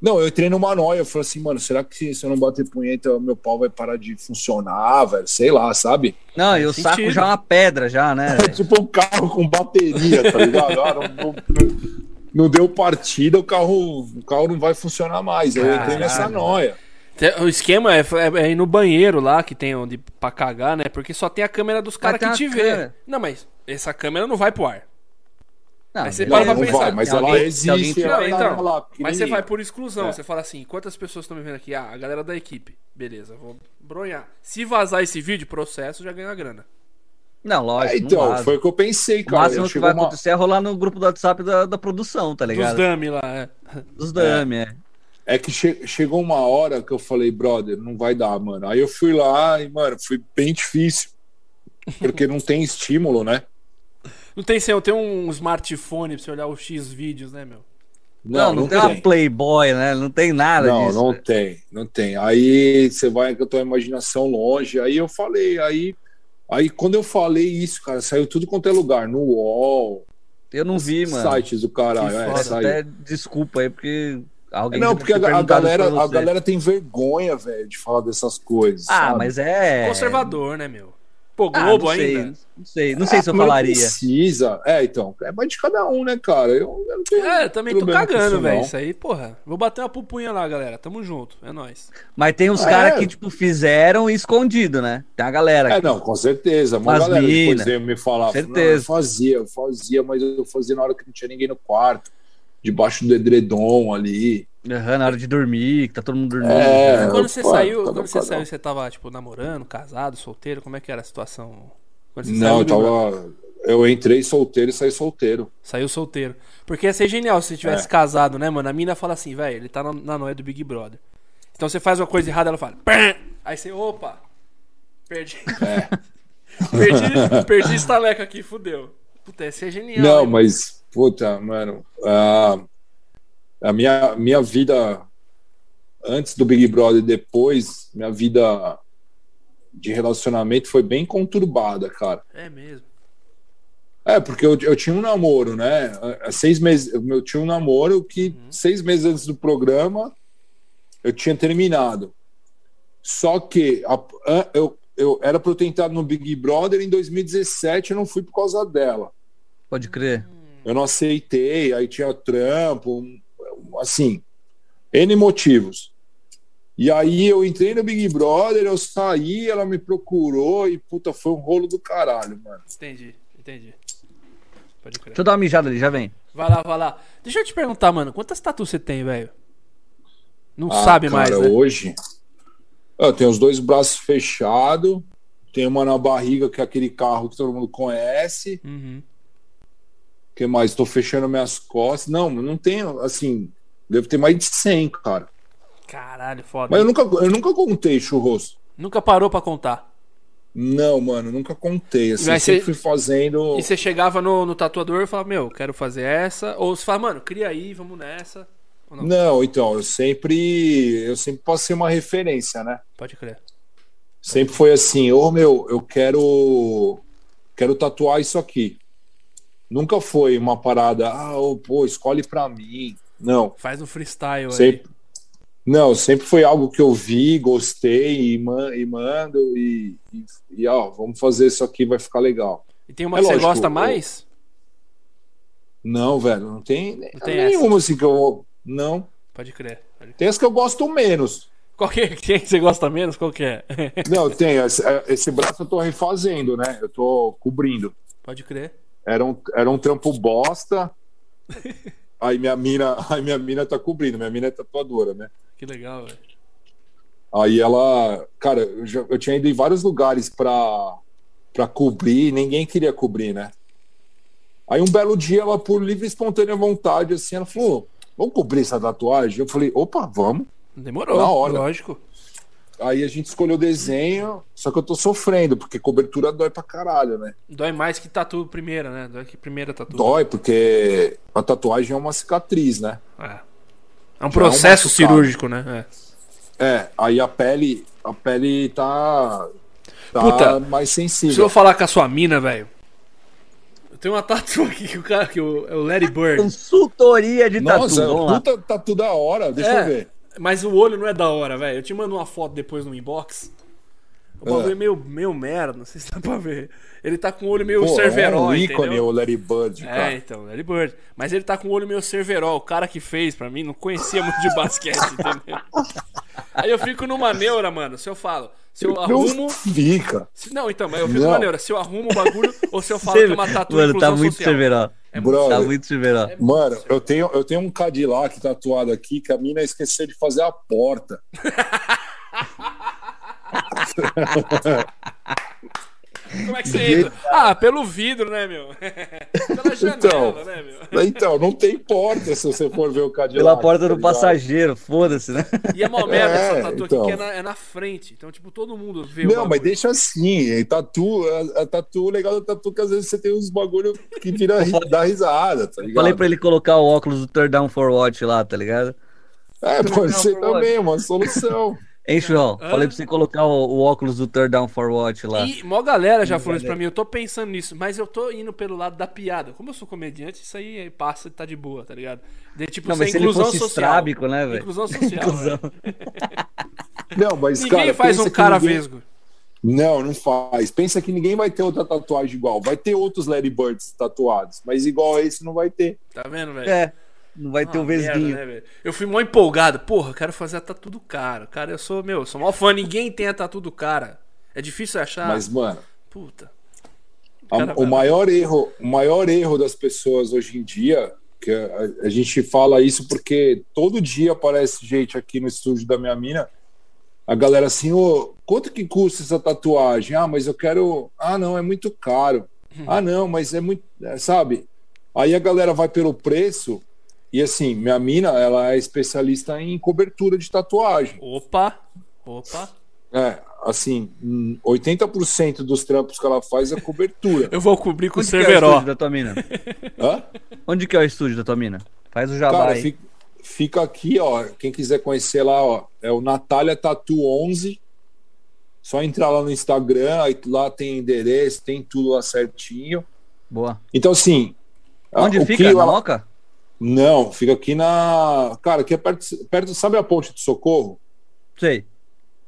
[SPEAKER 3] Não, eu entrei numa noia, eu falei assim, mano, será que se eu não bater punheta, meu pau vai parar de funcionar, velho? Sei lá, sabe?
[SPEAKER 1] Não, e o
[SPEAKER 2] Faz
[SPEAKER 1] saco
[SPEAKER 2] sentido.
[SPEAKER 1] já é uma pedra, já, né?
[SPEAKER 3] É
[SPEAKER 1] velho?
[SPEAKER 3] tipo um carro com bateria, tá ligado? Ah, não, não- não deu partida, o carro, o carro não vai funcionar mais. Aí eu entrei
[SPEAKER 2] Caralho.
[SPEAKER 3] nessa noia.
[SPEAKER 2] Te- O esquema é, é- é ir no banheiro lá, que tem onde pra cagar, né? Porque só tem a câmera dos caras
[SPEAKER 1] tem
[SPEAKER 2] que
[SPEAKER 1] uma
[SPEAKER 2] te vê.
[SPEAKER 1] câmera.
[SPEAKER 2] Não, mas essa câmera não vai pro ar.
[SPEAKER 1] Não,
[SPEAKER 2] Aí você
[SPEAKER 1] beleza.
[SPEAKER 3] Não,
[SPEAKER 2] para pra
[SPEAKER 3] não
[SPEAKER 2] pensar,
[SPEAKER 3] vai, mas
[SPEAKER 1] tem
[SPEAKER 3] ela
[SPEAKER 1] alguém-
[SPEAKER 3] existe.
[SPEAKER 1] tem alguém que-
[SPEAKER 2] Não,
[SPEAKER 3] ela tá
[SPEAKER 2] então,
[SPEAKER 3] lá,
[SPEAKER 2] Mas você
[SPEAKER 3] pequenininha.
[SPEAKER 2] vai por exclusão.
[SPEAKER 3] É.
[SPEAKER 2] Você fala assim: quantas pessoas estão me vendo aqui? Ah, a galera da equipe. Beleza, vou bronhar. Se vazar esse vídeo, processo, já ganha a grana.
[SPEAKER 1] Não,
[SPEAKER 3] É,
[SPEAKER 1] lógico. não
[SPEAKER 3] então,
[SPEAKER 1] vaza.
[SPEAKER 3] foi o que eu pensei,
[SPEAKER 1] O
[SPEAKER 3] cara.
[SPEAKER 1] máximo que
[SPEAKER 3] Chegou
[SPEAKER 1] vai
[SPEAKER 3] uma-
[SPEAKER 1] acontecer é rolar no grupo do WhatsApp da, da produção, tá
[SPEAKER 2] Dos
[SPEAKER 1] ligado?
[SPEAKER 2] dummy lá, é.
[SPEAKER 1] Dos dummy, é.
[SPEAKER 3] É que che- chegou uma hora que eu falei, brother, não vai dar, mano. Aí eu fui lá e, mano, foi bem difícil. Porque não tem estímulo, né?
[SPEAKER 2] Não tem senha, tem um smartphone pra você olhar os X vídeos, né, meu?
[SPEAKER 1] Não, não, tem, uma Playboy, né? Não tem nada
[SPEAKER 3] não,
[SPEAKER 1] disso. né?
[SPEAKER 3] não tem, não tem. Aí você vai com a tua imaginação longe. Aí eu falei, aí, aí quando eu falei isso, cara, saiu tudo quanto é lugar, no UOL,
[SPEAKER 1] Eu não vi, mano.
[SPEAKER 3] sites do
[SPEAKER 1] Que
[SPEAKER 3] caralho. é,
[SPEAKER 1] foda.
[SPEAKER 3] saiu.
[SPEAKER 1] Até desculpa aí, porque alguém.
[SPEAKER 3] Não,
[SPEAKER 1] deve
[SPEAKER 3] porque
[SPEAKER 1] ter
[SPEAKER 3] a, a
[SPEAKER 1] perguntado
[SPEAKER 3] galera,
[SPEAKER 1] isso pra
[SPEAKER 3] a
[SPEAKER 1] você.
[SPEAKER 3] galera tem vergonha, velho, de falar dessas coisas.
[SPEAKER 1] Ah,
[SPEAKER 3] sabe?
[SPEAKER 1] mas é.
[SPEAKER 2] Conservador, né, meu? Pô,
[SPEAKER 1] Ah,
[SPEAKER 2] Globo
[SPEAKER 1] não sei,
[SPEAKER 2] ainda?
[SPEAKER 1] Não sei, não sei se eu
[SPEAKER 3] Ah, mas
[SPEAKER 1] falaria.
[SPEAKER 3] Precisa. É, então. É mais de cada um, né, cara? Eu, eu não tenho
[SPEAKER 2] É, também tô
[SPEAKER 3] problema com
[SPEAKER 2] cagando,
[SPEAKER 3] isso, não.
[SPEAKER 2] velho. Isso aí, porra. Vou bater uma pupunha lá, galera. Tamo junto. É nóis.
[SPEAKER 1] Mas tem uns
[SPEAKER 3] Ah,
[SPEAKER 1] caras
[SPEAKER 3] é.
[SPEAKER 1] que, tipo, fizeram escondido, né? Tem a galera.
[SPEAKER 3] É,
[SPEAKER 1] que-
[SPEAKER 3] não, com certeza. Uma
[SPEAKER 1] Mas
[SPEAKER 3] galera
[SPEAKER 1] mina.
[SPEAKER 3] depois veio me falar. falou,
[SPEAKER 1] Certeza.
[SPEAKER 3] "Não, Eu fazia, eu fazia, mas eu fazia na hora que não tinha ninguém no quarto, debaixo do edredom ali.
[SPEAKER 1] Aham, na hora de dormir, que tá todo mundo dormindo.
[SPEAKER 3] É.
[SPEAKER 1] né?
[SPEAKER 2] quando você
[SPEAKER 3] pô,
[SPEAKER 2] saiu,
[SPEAKER 3] cada-
[SPEAKER 2] quando você
[SPEAKER 3] cada-
[SPEAKER 2] saiu, você tava, tipo, namorando, casado, solteiro? Como é que era a situação? Quando você saiu,
[SPEAKER 3] não, eu tava. Eu entrei solteiro e saí solteiro.
[SPEAKER 2] Saiu solteiro. Porque ia ser genial se você tivesse
[SPEAKER 3] É.
[SPEAKER 2] casado, né, mano? A mina fala assim, velho, ele tá na, na noia do Big Brother. Então você faz uma coisa errada, ela fala. "Pã!" Aí você, opa! Perdi.
[SPEAKER 3] É.
[SPEAKER 2] perdi, perdi estaleca aqui, fudeu. Puta, ia ser genial.
[SPEAKER 3] não,
[SPEAKER 2] hein?
[SPEAKER 3] mas, puta, mano. A, a minha, minha vida antes do Big Brother e depois, minha vida de relacionamento foi bem conturbada, cara.
[SPEAKER 2] É mesmo.
[SPEAKER 3] É, porque eu, eu tinha um namoro, né? Há Seis meses, eu eu tinha um namoro que seis meses antes do programa eu tinha terminado. Só que a- a- eu, eu era pra eu ter entrado no Big Brother em 2017, eu não fui por causa dela.
[SPEAKER 1] Pode crer.
[SPEAKER 3] Eu não aceitei, aí tinha trampo, um- um- assim, N motivos. E aí eu entrei no Big Brother, eu saí, ela me procurou e puta, foi um rolo do caralho, mano.
[SPEAKER 2] Entendi, entendi. Pode crer.
[SPEAKER 1] Deixa eu dar uma mijada ali, já vem.
[SPEAKER 2] Vai lá, vai lá. Deixa eu te perguntar, mano, quantas tatuas você tem, velho? Não
[SPEAKER 3] Ah,
[SPEAKER 2] sabe
[SPEAKER 3] cara,
[SPEAKER 2] mais, né?
[SPEAKER 3] hoje. Eu tenho os dois braços fechados, tem uma na barriga, que é aquele carro que todo mundo conhece.
[SPEAKER 2] Uhum.
[SPEAKER 3] O que mais? Tô fechando minhas costas. Não, não tenho, assim, devo ter mais de 100, cara.
[SPEAKER 2] Caralho, foda.
[SPEAKER 3] Mas eu nunca, eu nunca contei churrosco.
[SPEAKER 2] Nunca parou pra contar.
[SPEAKER 3] Não, mano, nunca contei. Assim,
[SPEAKER 2] Mas
[SPEAKER 3] sempre
[SPEAKER 2] cê-
[SPEAKER 3] fui fazendo.
[SPEAKER 2] E você chegava no, no tatuador e falava, meu, quero fazer essa. Ou você fala, mano, cria aí, vamos nessa. Ou não?
[SPEAKER 3] Não, então, eu sempre. Eu sempre passei uma referência, né?
[SPEAKER 2] Pode crer.
[SPEAKER 3] Sempre foi assim, ô meu, eu quero quero tatuar isso aqui. Nunca foi uma parada, ah, ô, pô, escolhe pra mim. Não,
[SPEAKER 2] Faz um freestyle
[SPEAKER 3] sempre
[SPEAKER 2] aí.
[SPEAKER 3] Não, sempre foi algo que eu vi, gostei e, man- e mando e, e, e, ó, vamos fazer isso aqui, vai ficar legal.
[SPEAKER 2] E tem uma
[SPEAKER 3] É
[SPEAKER 2] que você
[SPEAKER 3] lógico,
[SPEAKER 2] gosta
[SPEAKER 3] o-
[SPEAKER 2] mais?
[SPEAKER 3] Não, velho, não tem,
[SPEAKER 2] tem
[SPEAKER 3] nenhuma assim que eu vou- não.
[SPEAKER 2] Pode crer. Pode-
[SPEAKER 3] Tem as que eu gosto menos.
[SPEAKER 2] Qual que é que tem que você gosta menos? Qual que é?
[SPEAKER 3] Não, tem esse, é, esse braço eu tô refazendo, né? Eu tô cobrindo.
[SPEAKER 2] Pode crer.
[SPEAKER 3] era um, era um trampo bosta. Aí minha mina, aí minha mina tá cobrindo, minha mina é tatuadora, né?
[SPEAKER 2] Que legal, velho.
[SPEAKER 3] Aí ela, cara, eu, já- eu tinha ido em vários lugares pra, pra cobrir, ninguém queria cobrir, né? Aí um belo dia ela, por livre e espontânea vontade, assim, ela falou: vamos cobrir essa tatuagem? Eu falei: opa, vamos.
[SPEAKER 2] Demorou,
[SPEAKER 3] Na hora.
[SPEAKER 2] lógico.
[SPEAKER 3] Aí a gente escolheu o desenho, só que eu tô sofrendo, porque cobertura dói pra caralho, né?
[SPEAKER 2] Dói mais que tatu primeira, né? Dói que primeira tatu.
[SPEAKER 3] Dói, porque a tatuagem é uma cicatriz, né?
[SPEAKER 2] É. É um processo
[SPEAKER 3] machucado.
[SPEAKER 2] cirúrgico, né? É.
[SPEAKER 3] É, aí a pele, a pele tá, tá
[SPEAKER 2] Puta,
[SPEAKER 3] mais
[SPEAKER 2] Se eu
[SPEAKER 3] sensível.
[SPEAKER 2] falar com a sua mina, velho. Eu tenho uma tatu aqui que o cara, que o, é o Larry Bird.
[SPEAKER 1] Consultoria de
[SPEAKER 3] Nossa,
[SPEAKER 1] tatu. Vamos lá.
[SPEAKER 3] puta, tá tudo da hora, deixa
[SPEAKER 2] É.
[SPEAKER 3] eu ver.
[SPEAKER 2] Mas o olho não é da hora, velho. Eu te mando uma foto depois no inbox. O bagulho
[SPEAKER 3] É.
[SPEAKER 2] é meio, meio merda, não sei se dá pra ver. Ele tá com o olho meio
[SPEAKER 3] Pô, é
[SPEAKER 2] serverol,
[SPEAKER 3] um ícone
[SPEAKER 2] entendeu?
[SPEAKER 3] o Larry Bird,
[SPEAKER 2] É,
[SPEAKER 3] cara.
[SPEAKER 2] então, Larry Bird. Mas ele tá com o olho meio serverol. O cara que fez pra mim não conhecia muito de basquete, entendeu? Aí eu fico numa neura, mano. Se eu falo, se eu arrumo.
[SPEAKER 3] Não fica.
[SPEAKER 2] se- não, então, mas eu fico
[SPEAKER 3] Não.
[SPEAKER 2] numa neura. Se eu arrumo o bagulho ou se eu falo
[SPEAKER 1] Você-
[SPEAKER 2] que é uma tatu
[SPEAKER 1] Mano, tá
[SPEAKER 2] inclusão
[SPEAKER 1] muito
[SPEAKER 2] social. É
[SPEAKER 1] severo. Tá
[SPEAKER 3] Brother,
[SPEAKER 1] muito severo.
[SPEAKER 3] mano, eu tenho, eu tenho um Cadillac tatuado aqui que a mina esqueceu de fazer a porta.
[SPEAKER 2] Como é que você entra? Ah, pelo vidro, né, meu? Pela janela,
[SPEAKER 3] Então.
[SPEAKER 2] né, meu?
[SPEAKER 3] Então, não tem porta se você for ver o Cadillac.
[SPEAKER 1] Pela porta do
[SPEAKER 3] tá ligado? Tá
[SPEAKER 1] passageiro, foda-se, né?
[SPEAKER 2] E é uma merda
[SPEAKER 3] É,
[SPEAKER 2] essa tatu
[SPEAKER 3] então.
[SPEAKER 2] aqui que é na, é na frente. Então, tipo, todo mundo vê
[SPEAKER 3] Não, mas
[SPEAKER 2] bagulho.
[SPEAKER 3] deixa assim. é, Tatu, a, a tatu, o legal da tatu é que às vezes você tem uns bagulho que vira ri- dá risada, tá ligado?
[SPEAKER 1] Falei pra ele colocar o óculos do Turn Down for Watch lá, tá ligado?
[SPEAKER 3] É, pode ser
[SPEAKER 1] Não, não,
[SPEAKER 3] também, uma solução.
[SPEAKER 1] Hein, João?
[SPEAKER 2] Hã?
[SPEAKER 1] Falei pra você colocar o, o óculos do Turn Down for Watch lá.
[SPEAKER 2] E mó galera já falou isso pra mim, eu tô pensando nisso, mas eu tô indo pelo lado da piada. Como eu sou comediante, isso aí passa e tá de boa, tá ligado? De, tipo,
[SPEAKER 1] Não, mas se
[SPEAKER 2] isso é
[SPEAKER 1] ele
[SPEAKER 2] inclusão
[SPEAKER 1] fosse
[SPEAKER 2] social.
[SPEAKER 1] estrábico, né, velho?
[SPEAKER 2] Inclusão social.
[SPEAKER 1] Inclusão.
[SPEAKER 2] velho.
[SPEAKER 3] Não, mas
[SPEAKER 2] Ninguém
[SPEAKER 3] cara,
[SPEAKER 2] faz
[SPEAKER 3] pensa
[SPEAKER 2] um
[SPEAKER 3] que
[SPEAKER 2] cara
[SPEAKER 3] ninguém-
[SPEAKER 2] vesgo.
[SPEAKER 3] Não, não faz. Pensa que ninguém vai ter outra tatuagem igual. Vai ter outros Larry Birds tatuados, mas igual a esse não vai ter.
[SPEAKER 2] Tá vendo, velho?
[SPEAKER 1] É, não vai ter
[SPEAKER 2] Ah,
[SPEAKER 1] o vesguinho.
[SPEAKER 2] merda, né, velho? eu fui mó empolgado. Porra, eu quero fazer a tatu do cara. Cara, eu sou, meu, eu sou mó fã. Ninguém tem a tatu do cara. É difícil achar.
[SPEAKER 3] Mas, mano,
[SPEAKER 2] Puta.
[SPEAKER 3] a-
[SPEAKER 2] Cara,
[SPEAKER 3] o
[SPEAKER 2] velho.
[SPEAKER 3] maior erro, o maior erro das pessoas hoje em dia, que a, a gente fala isso porque todo dia aparece gente aqui no estúdio da minha mina, a galera assim, ô, quanto que custa essa tatuagem? Ah, mas eu quero. Ah, não, é muito caro.
[SPEAKER 2] Uhum.
[SPEAKER 3] Ah, não, mas é muito. é, Sabe? Aí a galera vai pelo preço. E assim, minha mina, ela é especialista em cobertura de tatuagem.
[SPEAKER 2] Opa. Opa.
[SPEAKER 3] É, assim, hum, 80% dos trampos que ela faz é cobertura.
[SPEAKER 2] Eu vou cobrir com o
[SPEAKER 1] Onde que é o
[SPEAKER 2] Cerveró.
[SPEAKER 1] estúdio da tua mina?
[SPEAKER 3] Hã?
[SPEAKER 1] Onde que é o estúdio da tua mina? Faz o jabá
[SPEAKER 3] Cara,
[SPEAKER 1] aí.
[SPEAKER 3] fica, fica aqui, ó. Quem quiser conhecer lá, ó, é o Natália Tatu 11. Só entrar lá no Instagram, aí lá tem endereço, tem tudo lá certinho.
[SPEAKER 1] Boa.
[SPEAKER 3] Então, assim. a-
[SPEAKER 1] Onde
[SPEAKER 3] o
[SPEAKER 1] fica?
[SPEAKER 3] que
[SPEAKER 1] Na
[SPEAKER 3] ela-
[SPEAKER 1] Moca?
[SPEAKER 3] Não, fica aqui na. Cara, aqui é perto, perto. Sabe a Ponte do Socorro?
[SPEAKER 1] Sei.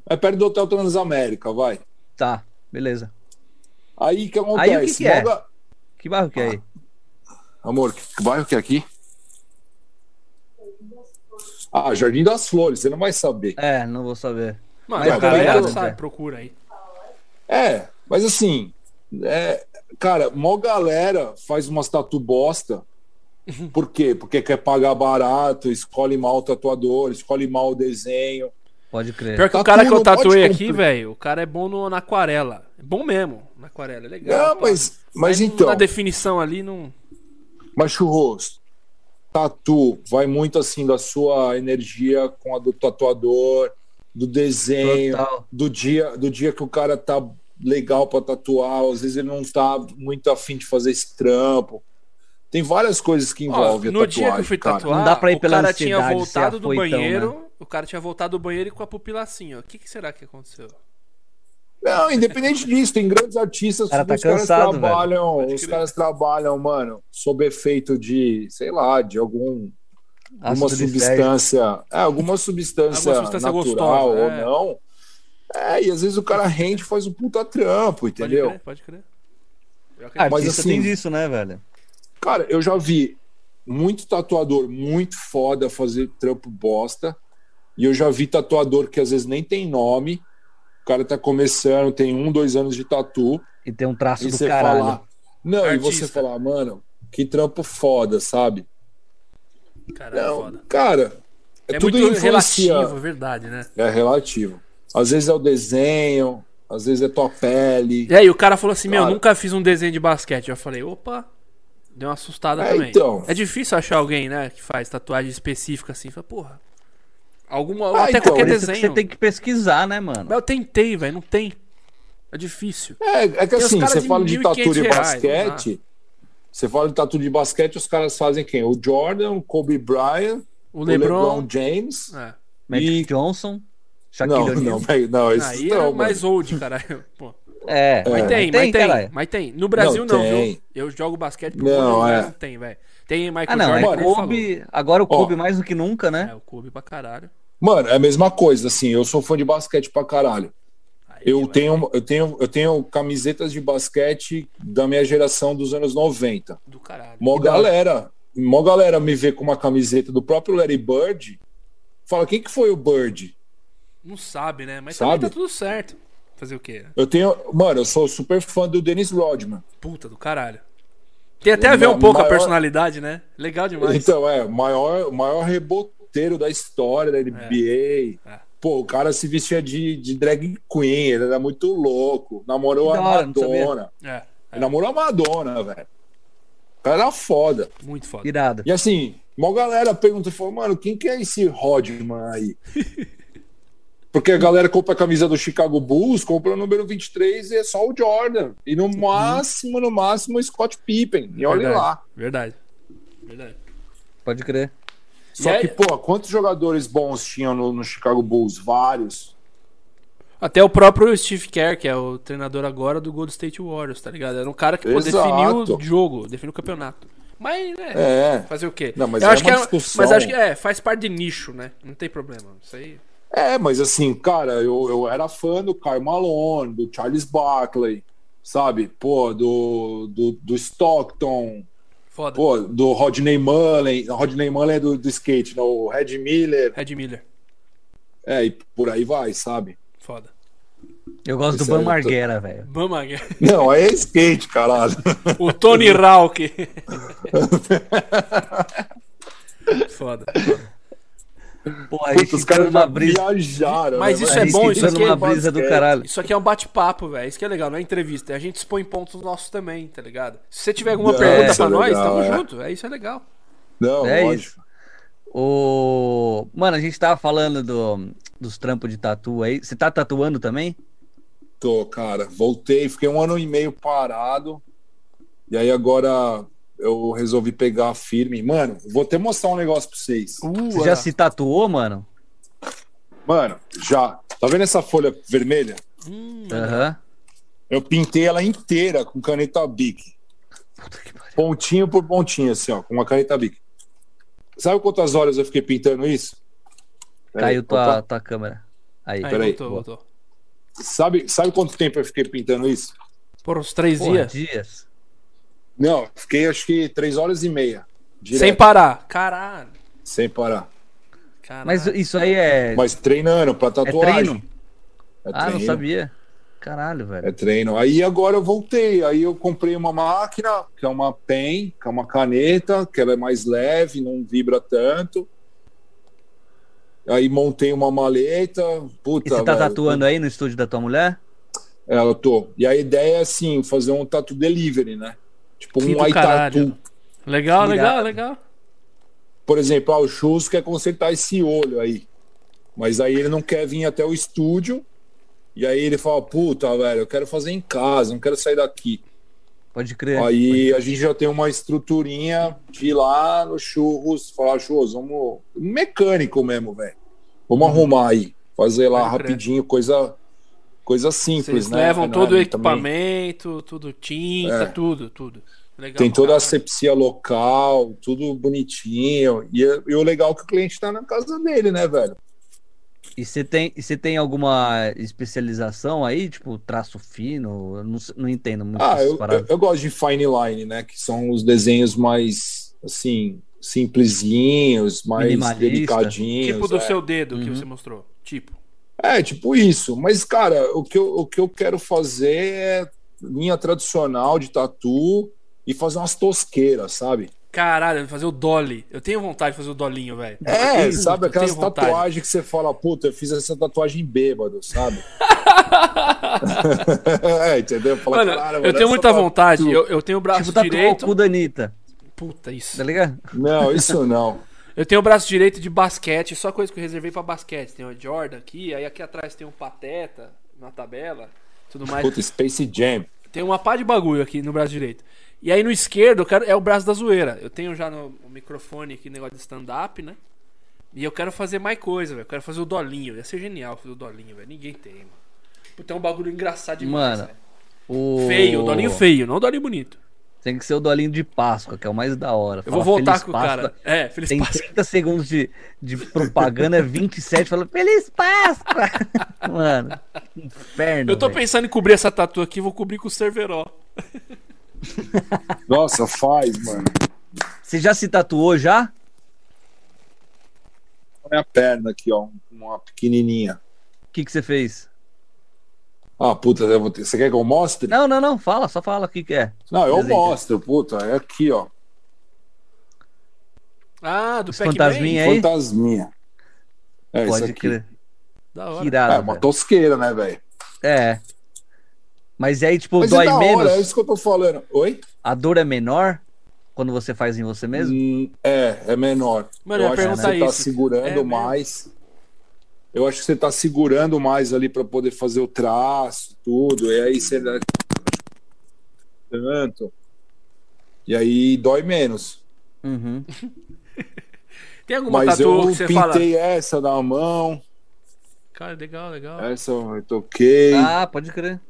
[SPEAKER 3] É perto do Hotel Transamérica, vai.
[SPEAKER 1] Tá, beleza.
[SPEAKER 3] Aí que acontece?
[SPEAKER 1] Aí o que que é?
[SPEAKER 3] Moga-
[SPEAKER 1] Que bairro que é
[SPEAKER 3] Ah.
[SPEAKER 1] aí?
[SPEAKER 3] Amor, que bairro que é aqui? Ah, Jardim das Flores, você não vai saber.
[SPEAKER 1] É, não vou saber.
[SPEAKER 2] Mano, é
[SPEAKER 1] Mas
[SPEAKER 2] a
[SPEAKER 3] tá
[SPEAKER 2] galera
[SPEAKER 3] ligado,
[SPEAKER 2] sabe,
[SPEAKER 1] velho.
[SPEAKER 2] procura aí.
[SPEAKER 3] É, mas assim, é, cara, mó galera faz umas tatu bosta. Por quê? Porque quer pagar barato, escolhe mal o tatuador, escolhe mal o desenho.
[SPEAKER 1] Pode crer.
[SPEAKER 2] Pior que o
[SPEAKER 3] Tatu
[SPEAKER 2] cara que eu
[SPEAKER 3] não pode
[SPEAKER 2] tatuei
[SPEAKER 3] comprar.
[SPEAKER 2] aqui, velho, o cara é bom no, na aquarela. É bom mesmo na aquarela, é legal.
[SPEAKER 3] Ah,
[SPEAKER 2] pá.
[SPEAKER 3] mas, mas
[SPEAKER 2] Aí
[SPEAKER 3] então,
[SPEAKER 2] Na definição ali, não.
[SPEAKER 3] mas churros, tatu vai muito assim da sua energia com a do tatuador, do desenho,
[SPEAKER 1] Total.
[SPEAKER 3] do dia, do dia que o cara tá legal pra tatuar, às vezes ele não tá muito afim de fazer esse trampo. Tem várias coisas que
[SPEAKER 2] Ó,
[SPEAKER 3] envolvem a
[SPEAKER 2] no dia que eu
[SPEAKER 3] tatuagem,
[SPEAKER 2] fui
[SPEAKER 3] cara.
[SPEAKER 2] tatuar,
[SPEAKER 1] Não dá pra ir
[SPEAKER 2] o
[SPEAKER 1] pela
[SPEAKER 2] cara
[SPEAKER 1] ansiedade,
[SPEAKER 2] tinha
[SPEAKER 1] ser
[SPEAKER 2] voltado do
[SPEAKER 1] afoitão,
[SPEAKER 2] banheiro. O cara tinha voltado do banheiro e com a pupila assim, ó. O que, que será que aconteceu?
[SPEAKER 3] Não, independente disso, tem grandes artistas
[SPEAKER 1] O cara tá
[SPEAKER 3] os caras
[SPEAKER 1] cansado, velho.
[SPEAKER 3] trabalham,
[SPEAKER 2] Pode
[SPEAKER 3] os
[SPEAKER 2] crer.
[SPEAKER 3] caras trabalham, mano, sob efeito de, sei lá, de algum alguma
[SPEAKER 1] Ácido lisérgico.
[SPEAKER 3] substância, é, alguma substância,
[SPEAKER 2] Alguma substância
[SPEAKER 3] natural
[SPEAKER 2] gostosa,
[SPEAKER 3] ou
[SPEAKER 2] é.
[SPEAKER 3] não. É, e às vezes o cara rende e faz um puta trampo,
[SPEAKER 2] Pode
[SPEAKER 3] entendeu?
[SPEAKER 2] crer, pode crer. Pior que-
[SPEAKER 1] Artista
[SPEAKER 3] Mas
[SPEAKER 1] tem
[SPEAKER 3] assim-
[SPEAKER 1] disso, né, velho?
[SPEAKER 3] Cara, eu já vi muito tatuador muito foda fazer trampo bosta. E eu já vi tatuador que às vezes nem tem nome. O cara tá começando, tem um, dois anos de tatu.
[SPEAKER 1] E tem um traço
[SPEAKER 3] E
[SPEAKER 1] do
[SPEAKER 3] você
[SPEAKER 1] caralho.
[SPEAKER 3] falar. Não, e
[SPEAKER 2] Artista.
[SPEAKER 3] você falar, mano, que trampo foda, sabe?
[SPEAKER 2] Caralho,
[SPEAKER 3] Não,
[SPEAKER 2] É foda.
[SPEAKER 3] cara, é,
[SPEAKER 2] É
[SPEAKER 3] tudo
[SPEAKER 2] muito
[SPEAKER 3] influencia.
[SPEAKER 2] relativo, é verdade, né?
[SPEAKER 3] É relativo. Às vezes é o desenho, às vezes é tua pele.
[SPEAKER 2] E aí o cara falou assim, meu,
[SPEAKER 3] Cara.
[SPEAKER 2] nunca fiz um desenho de basquete. Eu falei, opa, deu uma assustada
[SPEAKER 3] É,
[SPEAKER 2] também.
[SPEAKER 3] então.
[SPEAKER 2] É difícil achar alguém, né, que faz tatuagem específica assim. Fala, porra, alguma,
[SPEAKER 3] Ah,
[SPEAKER 2] até
[SPEAKER 3] então,
[SPEAKER 2] qualquer
[SPEAKER 1] Por isso que
[SPEAKER 2] desenho.
[SPEAKER 1] você tem que pesquisar, né, mano?
[SPEAKER 2] Mas eu tentei, velho, não tem. É difícil.
[SPEAKER 3] É, é que
[SPEAKER 2] os
[SPEAKER 3] assim,
[SPEAKER 2] caras
[SPEAKER 3] você
[SPEAKER 2] de
[SPEAKER 3] fala de
[SPEAKER 2] 1.500
[SPEAKER 3] tatu de
[SPEAKER 2] reais,
[SPEAKER 3] basquete. Você fala de tatu de basquete, os caras fazem quem? O Jordan, o Kobe Bryant,
[SPEAKER 2] O
[SPEAKER 3] o
[SPEAKER 2] LeBron...
[SPEAKER 3] LeBron, James.
[SPEAKER 2] É.
[SPEAKER 1] Magic
[SPEAKER 3] E-
[SPEAKER 1] Johnson,
[SPEAKER 2] tá
[SPEAKER 1] Shaquille
[SPEAKER 3] Não,
[SPEAKER 1] O'Neal.
[SPEAKER 3] não, velho, não, esses
[SPEAKER 2] Aí é,
[SPEAKER 3] não,
[SPEAKER 2] era
[SPEAKER 3] mano.
[SPEAKER 2] mais old, caralho. Pô.
[SPEAKER 1] É,
[SPEAKER 2] Mas tem, mas tem,
[SPEAKER 1] caralho.
[SPEAKER 2] mas tem. No Brasil não,
[SPEAKER 3] Não, tem.
[SPEAKER 2] viu? Eu jogo basquete
[SPEAKER 3] Não,
[SPEAKER 2] outro lugar,
[SPEAKER 3] é.
[SPEAKER 2] não tem, velho. Tem Michael
[SPEAKER 1] Ah, não, é
[SPEAKER 2] Jordan,
[SPEAKER 3] Mano,
[SPEAKER 2] como ele
[SPEAKER 1] Kobe, agora o Kobe
[SPEAKER 3] Ó.
[SPEAKER 1] mais do que nunca,
[SPEAKER 2] falou.
[SPEAKER 1] né?
[SPEAKER 2] É, o Kobe pra caralho.
[SPEAKER 3] Mano, é a mesma coisa, assim, eu sou fã de basquete pra caralho.
[SPEAKER 2] Aí, é
[SPEAKER 3] Eu
[SPEAKER 2] velho.
[SPEAKER 3] tenho, eu tenho, eu tenho camisetas de basquete da minha geração dos anos 90.
[SPEAKER 2] Do caralho. um
[SPEAKER 3] Mó galera, mó galera me vê com uma camiseta do próprio Larry Bird, fala quem que foi o Bird?
[SPEAKER 2] Não sabe, né? Mas
[SPEAKER 3] Sabe?
[SPEAKER 2] também tá tudo certo. Fazer o quê? né?
[SPEAKER 3] Eu tenho, mano, eu sou super fã do Dennis Rodman.
[SPEAKER 2] Puta do caralho. Tem até a ver
[SPEAKER 3] Ma-
[SPEAKER 2] um pouco a
[SPEAKER 3] Então, maior-
[SPEAKER 2] personalidade, né? Legal demais.
[SPEAKER 3] Então é o maior, o maior reboteiro da história da NBA.
[SPEAKER 2] É.
[SPEAKER 3] Pô, o cara se vestia de, de drag queen, ele era muito louco. Namorou
[SPEAKER 1] Que
[SPEAKER 3] a
[SPEAKER 1] da hora, não sabia.
[SPEAKER 3] Madonna.
[SPEAKER 2] É,
[SPEAKER 3] Ele namorou a Madonna, velho. O cara era foda.
[SPEAKER 2] muito foda.
[SPEAKER 1] Irado.
[SPEAKER 3] E assim, mó galera pergunta, falou, mano, quem que é esse Rodman aí? Porque a galera compra a camisa do Chicago Bulls, compra o número 23 e é só o Jordan. E no máximo, no máximo, o Scott Pippen. E olha
[SPEAKER 2] Verdade,
[SPEAKER 3] lá.
[SPEAKER 2] Verdade. Verdade.
[SPEAKER 1] Pode crer.
[SPEAKER 3] Só
[SPEAKER 2] E é- aí-
[SPEAKER 3] que, pô, quantos jogadores bons tinham no, no Chicago Bulls? Vários.
[SPEAKER 2] Até o próprio Steve Kerr, que é o treinador agora do Golden State Warriors, tá ligado? Era um cara que pô,
[SPEAKER 3] Exato.
[SPEAKER 2] definiu o jogo, definiu o campeonato. Mas, né,
[SPEAKER 3] É.
[SPEAKER 2] fazer o quê?
[SPEAKER 3] Não, mas
[SPEAKER 2] Eu
[SPEAKER 3] é
[SPEAKER 2] acho
[SPEAKER 3] uma
[SPEAKER 2] que
[SPEAKER 3] discussão.
[SPEAKER 2] Mas acho que é, faz parte de nicho, né? Não tem problema. Isso aí.
[SPEAKER 3] É, mas assim, cara, eu, eu era fã do Kyle Malone, do Charles Barkley, sabe? Pô, do, do, do Stockton,
[SPEAKER 2] Foda.
[SPEAKER 3] pô, do Rodney Mullen. Rodney Mullen é do, do skate, não, o Red Miller.
[SPEAKER 2] Red Miller.
[SPEAKER 3] É, e por aí vai, sabe?
[SPEAKER 2] Foda.
[SPEAKER 1] Eu gosto
[SPEAKER 3] Esse é
[SPEAKER 1] do
[SPEAKER 3] aí
[SPEAKER 1] Ban
[SPEAKER 3] eu tô-
[SPEAKER 1] Marguera, velho.
[SPEAKER 2] Bama, né?
[SPEAKER 3] Não, aí é skate, caralho.
[SPEAKER 2] o Tony Hawk. Foda.
[SPEAKER 1] Pô, a
[SPEAKER 3] Puta,
[SPEAKER 1] gente
[SPEAKER 3] os caras
[SPEAKER 1] numa
[SPEAKER 3] já
[SPEAKER 1] brisa.
[SPEAKER 3] viajaram.
[SPEAKER 2] Mas
[SPEAKER 3] né,
[SPEAKER 2] isso
[SPEAKER 1] a
[SPEAKER 2] é
[SPEAKER 1] gente
[SPEAKER 2] bom,
[SPEAKER 1] entrou
[SPEAKER 2] isso aqui é
[SPEAKER 1] numa brisa do
[SPEAKER 3] basquete.
[SPEAKER 1] caralho.
[SPEAKER 2] Isso aqui é um bate-papo, velho. Isso que é legal, não é entrevista. A gente expõe pontos nossos também, tá ligado? Se você tiver alguma
[SPEAKER 3] É,
[SPEAKER 2] pergunta
[SPEAKER 3] isso
[SPEAKER 2] pra
[SPEAKER 3] é
[SPEAKER 2] nós,
[SPEAKER 3] legal,
[SPEAKER 2] tamo
[SPEAKER 3] é.
[SPEAKER 2] junto. É, isso é legal.
[SPEAKER 3] Não,
[SPEAKER 1] É isso.
[SPEAKER 3] lógico.
[SPEAKER 1] O... Mano, a gente tava falando do- dos trampos de tatu aí. Você tá tatuando também?
[SPEAKER 3] Tô, cara. Voltei, fiquei um ano e meio parado. E aí agora eu resolvi pegar firme. Mano, vou até mostrar um negócio pra vocês.
[SPEAKER 1] Você já se tatuou, mano?
[SPEAKER 3] Mano, já. Tá vendo essa folha vermelha?
[SPEAKER 2] Hum,
[SPEAKER 1] Aham.
[SPEAKER 3] Eu pintei ela inteira com caneta Bic.
[SPEAKER 1] Puta que pariu.
[SPEAKER 3] Pontinho por pontinho, assim, ó, com uma caneta Bic. Sabe quantas horas eu fiquei pintando isso? Peraí,
[SPEAKER 1] Caiu tua,
[SPEAKER 3] opa.
[SPEAKER 1] tua câmera. Aí.
[SPEAKER 2] aí,
[SPEAKER 3] peraí,
[SPEAKER 2] voltou,
[SPEAKER 3] boa.
[SPEAKER 2] voltou.
[SPEAKER 3] Sabe, sabe quanto tempo eu fiquei pintando isso?
[SPEAKER 2] Por uns três
[SPEAKER 1] Porra,
[SPEAKER 2] dias.
[SPEAKER 1] dias.
[SPEAKER 3] Não, fiquei acho que três horas e meia.
[SPEAKER 2] Sem
[SPEAKER 3] Direto,
[SPEAKER 2] parar. Caralho.
[SPEAKER 3] sem parar.
[SPEAKER 2] Caralho.
[SPEAKER 1] Mas isso aí é,
[SPEAKER 3] Mas treinando pra
[SPEAKER 1] é
[SPEAKER 3] tatuagem.
[SPEAKER 1] treino?
[SPEAKER 3] É
[SPEAKER 1] Ah, não
[SPEAKER 3] treino.
[SPEAKER 1] sabia. Caralho, velho.
[SPEAKER 3] É treino. Aí agora eu voltei. Aí eu comprei uma máquina, que é uma pen, que é uma caneta, que ela é mais leve, não vibra tanto. Aí montei uma maleta. Puta,
[SPEAKER 1] E você tá
[SPEAKER 3] velho.
[SPEAKER 1] tatuando aí no estúdio da tua mulher?
[SPEAKER 3] É, eu tô. E a ideia é assim, fazer um tatu delivery, né? Tipo
[SPEAKER 2] Que
[SPEAKER 3] um
[SPEAKER 2] do
[SPEAKER 3] Muay
[SPEAKER 2] caralho.
[SPEAKER 3] Tatu.
[SPEAKER 2] Legal, legal,
[SPEAKER 1] Irado.
[SPEAKER 2] legal.
[SPEAKER 3] Por exemplo, ah, o Chus quer consertar esse olho aí. Mas aí ele não quer vir até o estúdio. E aí ele fala, puta, velho, eu quero fazer em casa, não quero sair daqui.
[SPEAKER 1] Pode crer.
[SPEAKER 2] É.
[SPEAKER 3] Aí a gente já tem uma estruturinha de ir lá no churros, falar, churros, vamos. Mecânico mesmo, velho. Vamos arrumar aí. Fazer lá
[SPEAKER 2] Uhum. Pode crer.
[SPEAKER 3] rapidinho, coisa, coisa simples,
[SPEAKER 2] Vocês
[SPEAKER 3] né?
[SPEAKER 2] levam
[SPEAKER 3] Não
[SPEAKER 2] todo
[SPEAKER 3] é
[SPEAKER 2] o
[SPEAKER 3] também-
[SPEAKER 2] equipamento, tudo tinta,
[SPEAKER 3] É.
[SPEAKER 2] tudo, tudo. Legal
[SPEAKER 3] Tem
[SPEAKER 2] pra
[SPEAKER 3] toda a
[SPEAKER 2] caralho.
[SPEAKER 3] asepsia local, tudo bonitinho. E, é- e o legal é que o cliente tá na casa dele, né, velho?
[SPEAKER 1] E você tem, e você tem alguma especialização aí, tipo traço fino? Eu não, se- não entendo muito
[SPEAKER 3] Ah,
[SPEAKER 1] essas
[SPEAKER 3] eu, eu,
[SPEAKER 1] paradas.
[SPEAKER 3] eu gosto de fine line, né? Que são os desenhos mais, assim, simplesinhos, mais
[SPEAKER 1] Minimalista.
[SPEAKER 3] delicadinhos.
[SPEAKER 2] Tipo do
[SPEAKER 3] é.
[SPEAKER 2] seu dedo que
[SPEAKER 1] Uhum.
[SPEAKER 2] você mostrou. Tipo.
[SPEAKER 3] É, tipo isso. Mas, cara, o que eu, o que eu quero fazer é linha tradicional de tatu e fazer umas tosqueiras, sabe?
[SPEAKER 2] Caralho, fazer o dolly. Eu tenho vontade de fazer o dolinho, velho.
[SPEAKER 3] É,
[SPEAKER 2] Eu
[SPEAKER 3] sabe
[SPEAKER 2] tenho
[SPEAKER 3] aquelas
[SPEAKER 2] vontade.
[SPEAKER 3] tatuagens que você fala, puta, eu fiz essa tatuagem bêbado, sabe? é, entendeu? Fala,
[SPEAKER 2] Mano,
[SPEAKER 3] "Caralho,
[SPEAKER 2] eu
[SPEAKER 3] mano,
[SPEAKER 2] tenho
[SPEAKER 3] essa tá-"
[SPEAKER 2] muita
[SPEAKER 3] tatu-"
[SPEAKER 2] vontade. Eu, eu tenho o braço
[SPEAKER 1] Tipo tatuou o
[SPEAKER 2] direito.
[SPEAKER 1] cu da Anitta,
[SPEAKER 2] Puta isso.
[SPEAKER 1] tá ligado?
[SPEAKER 3] Não, isso não.
[SPEAKER 2] Eu tenho o braço direito de basquete, só coisa que eu reservei pra basquete. Tem o Jordan aqui, aí aqui atrás tem um pateta na tabela, tudo mais.
[SPEAKER 3] Puta, Space Jam.
[SPEAKER 2] Tem uma pá de bagulho aqui no braço direito. E aí no esquerdo, eu quero- é o braço da zoeira. Eu tenho já no, o microfone aqui, negócio de stand-up, né? E eu quero fazer mais coisa, velho. Eu quero fazer o dolinho. Ia ser genial fazer o dolinho, velho. Ninguém tem, mano. Puta, é um bagulho engraçado demais,
[SPEAKER 1] Mano,
[SPEAKER 2] velho.
[SPEAKER 1] O...
[SPEAKER 2] Feio, o dolinho feio, não o dolinho bonito.
[SPEAKER 1] Tem que ser o dolinho de Páscoa, que é o mais da hora.
[SPEAKER 2] Eu
[SPEAKER 1] Fala,
[SPEAKER 2] vou voltar
[SPEAKER 1] "Feliz
[SPEAKER 2] com o
[SPEAKER 1] Páscoa".
[SPEAKER 2] cara. É, feliz
[SPEAKER 1] tá Tem
[SPEAKER 2] Páscoa.
[SPEAKER 1] 30 segundos de, de propaganda, é 27 falando Feliz Páscoa! Mano, que inferno.
[SPEAKER 2] Eu tô
[SPEAKER 1] velho.
[SPEAKER 2] pensando em cobrir essa tatu aqui, vou cobrir com o Cerveró.
[SPEAKER 3] Nossa, faz, mano.
[SPEAKER 1] Você já se tatuou já?
[SPEAKER 3] Olha a perna aqui, ó. Uma pequenininha.
[SPEAKER 1] O que, que você fez?
[SPEAKER 3] Ah, puta, eu vou ter- você quer que eu mostre?
[SPEAKER 1] Não, não, não, fala, só fala o que, que é.
[SPEAKER 3] Não, eu
[SPEAKER 2] então.
[SPEAKER 1] Desenho.
[SPEAKER 3] mostro, puta. É aqui, ó.
[SPEAKER 2] Ah, do
[SPEAKER 1] Os
[SPEAKER 2] Pac-Man? Ah,
[SPEAKER 1] fantasminha E aí?
[SPEAKER 3] Fantasminha. É, isso
[SPEAKER 1] Pode
[SPEAKER 3] aqui.
[SPEAKER 1] crer.
[SPEAKER 2] Da hora.
[SPEAKER 1] Que irado,
[SPEAKER 3] é, uma tosqueira, né, velho?
[SPEAKER 1] velho. É. Mas aí, tipo,
[SPEAKER 3] Mas é
[SPEAKER 1] dói
[SPEAKER 3] da
[SPEAKER 1] menos?
[SPEAKER 3] hora, é isso que eu tô falando. Oi?
[SPEAKER 1] A dor é menor quando você faz em você mesmo?
[SPEAKER 3] Hum, é, é menor.
[SPEAKER 2] Mano, eu ia
[SPEAKER 3] eu acho que
[SPEAKER 2] perguntar
[SPEAKER 3] você tá
[SPEAKER 2] isso. É
[SPEAKER 3] segurando
[SPEAKER 2] mesmo?
[SPEAKER 3] mais. Eu acho que você tá segurando mais ali pra poder fazer o traço, tudo. E aí você dá tanto. E aí dói menos.
[SPEAKER 2] Hum.
[SPEAKER 1] Uhum.
[SPEAKER 2] Tem alguma
[SPEAKER 3] Mas
[SPEAKER 2] tatu
[SPEAKER 3] eu
[SPEAKER 2] que você
[SPEAKER 3] pintei
[SPEAKER 2] fala?
[SPEAKER 3] essa na mão,
[SPEAKER 2] Cara, legal, legal.
[SPEAKER 3] essa eu toquei.
[SPEAKER 1] Ah, pode crer.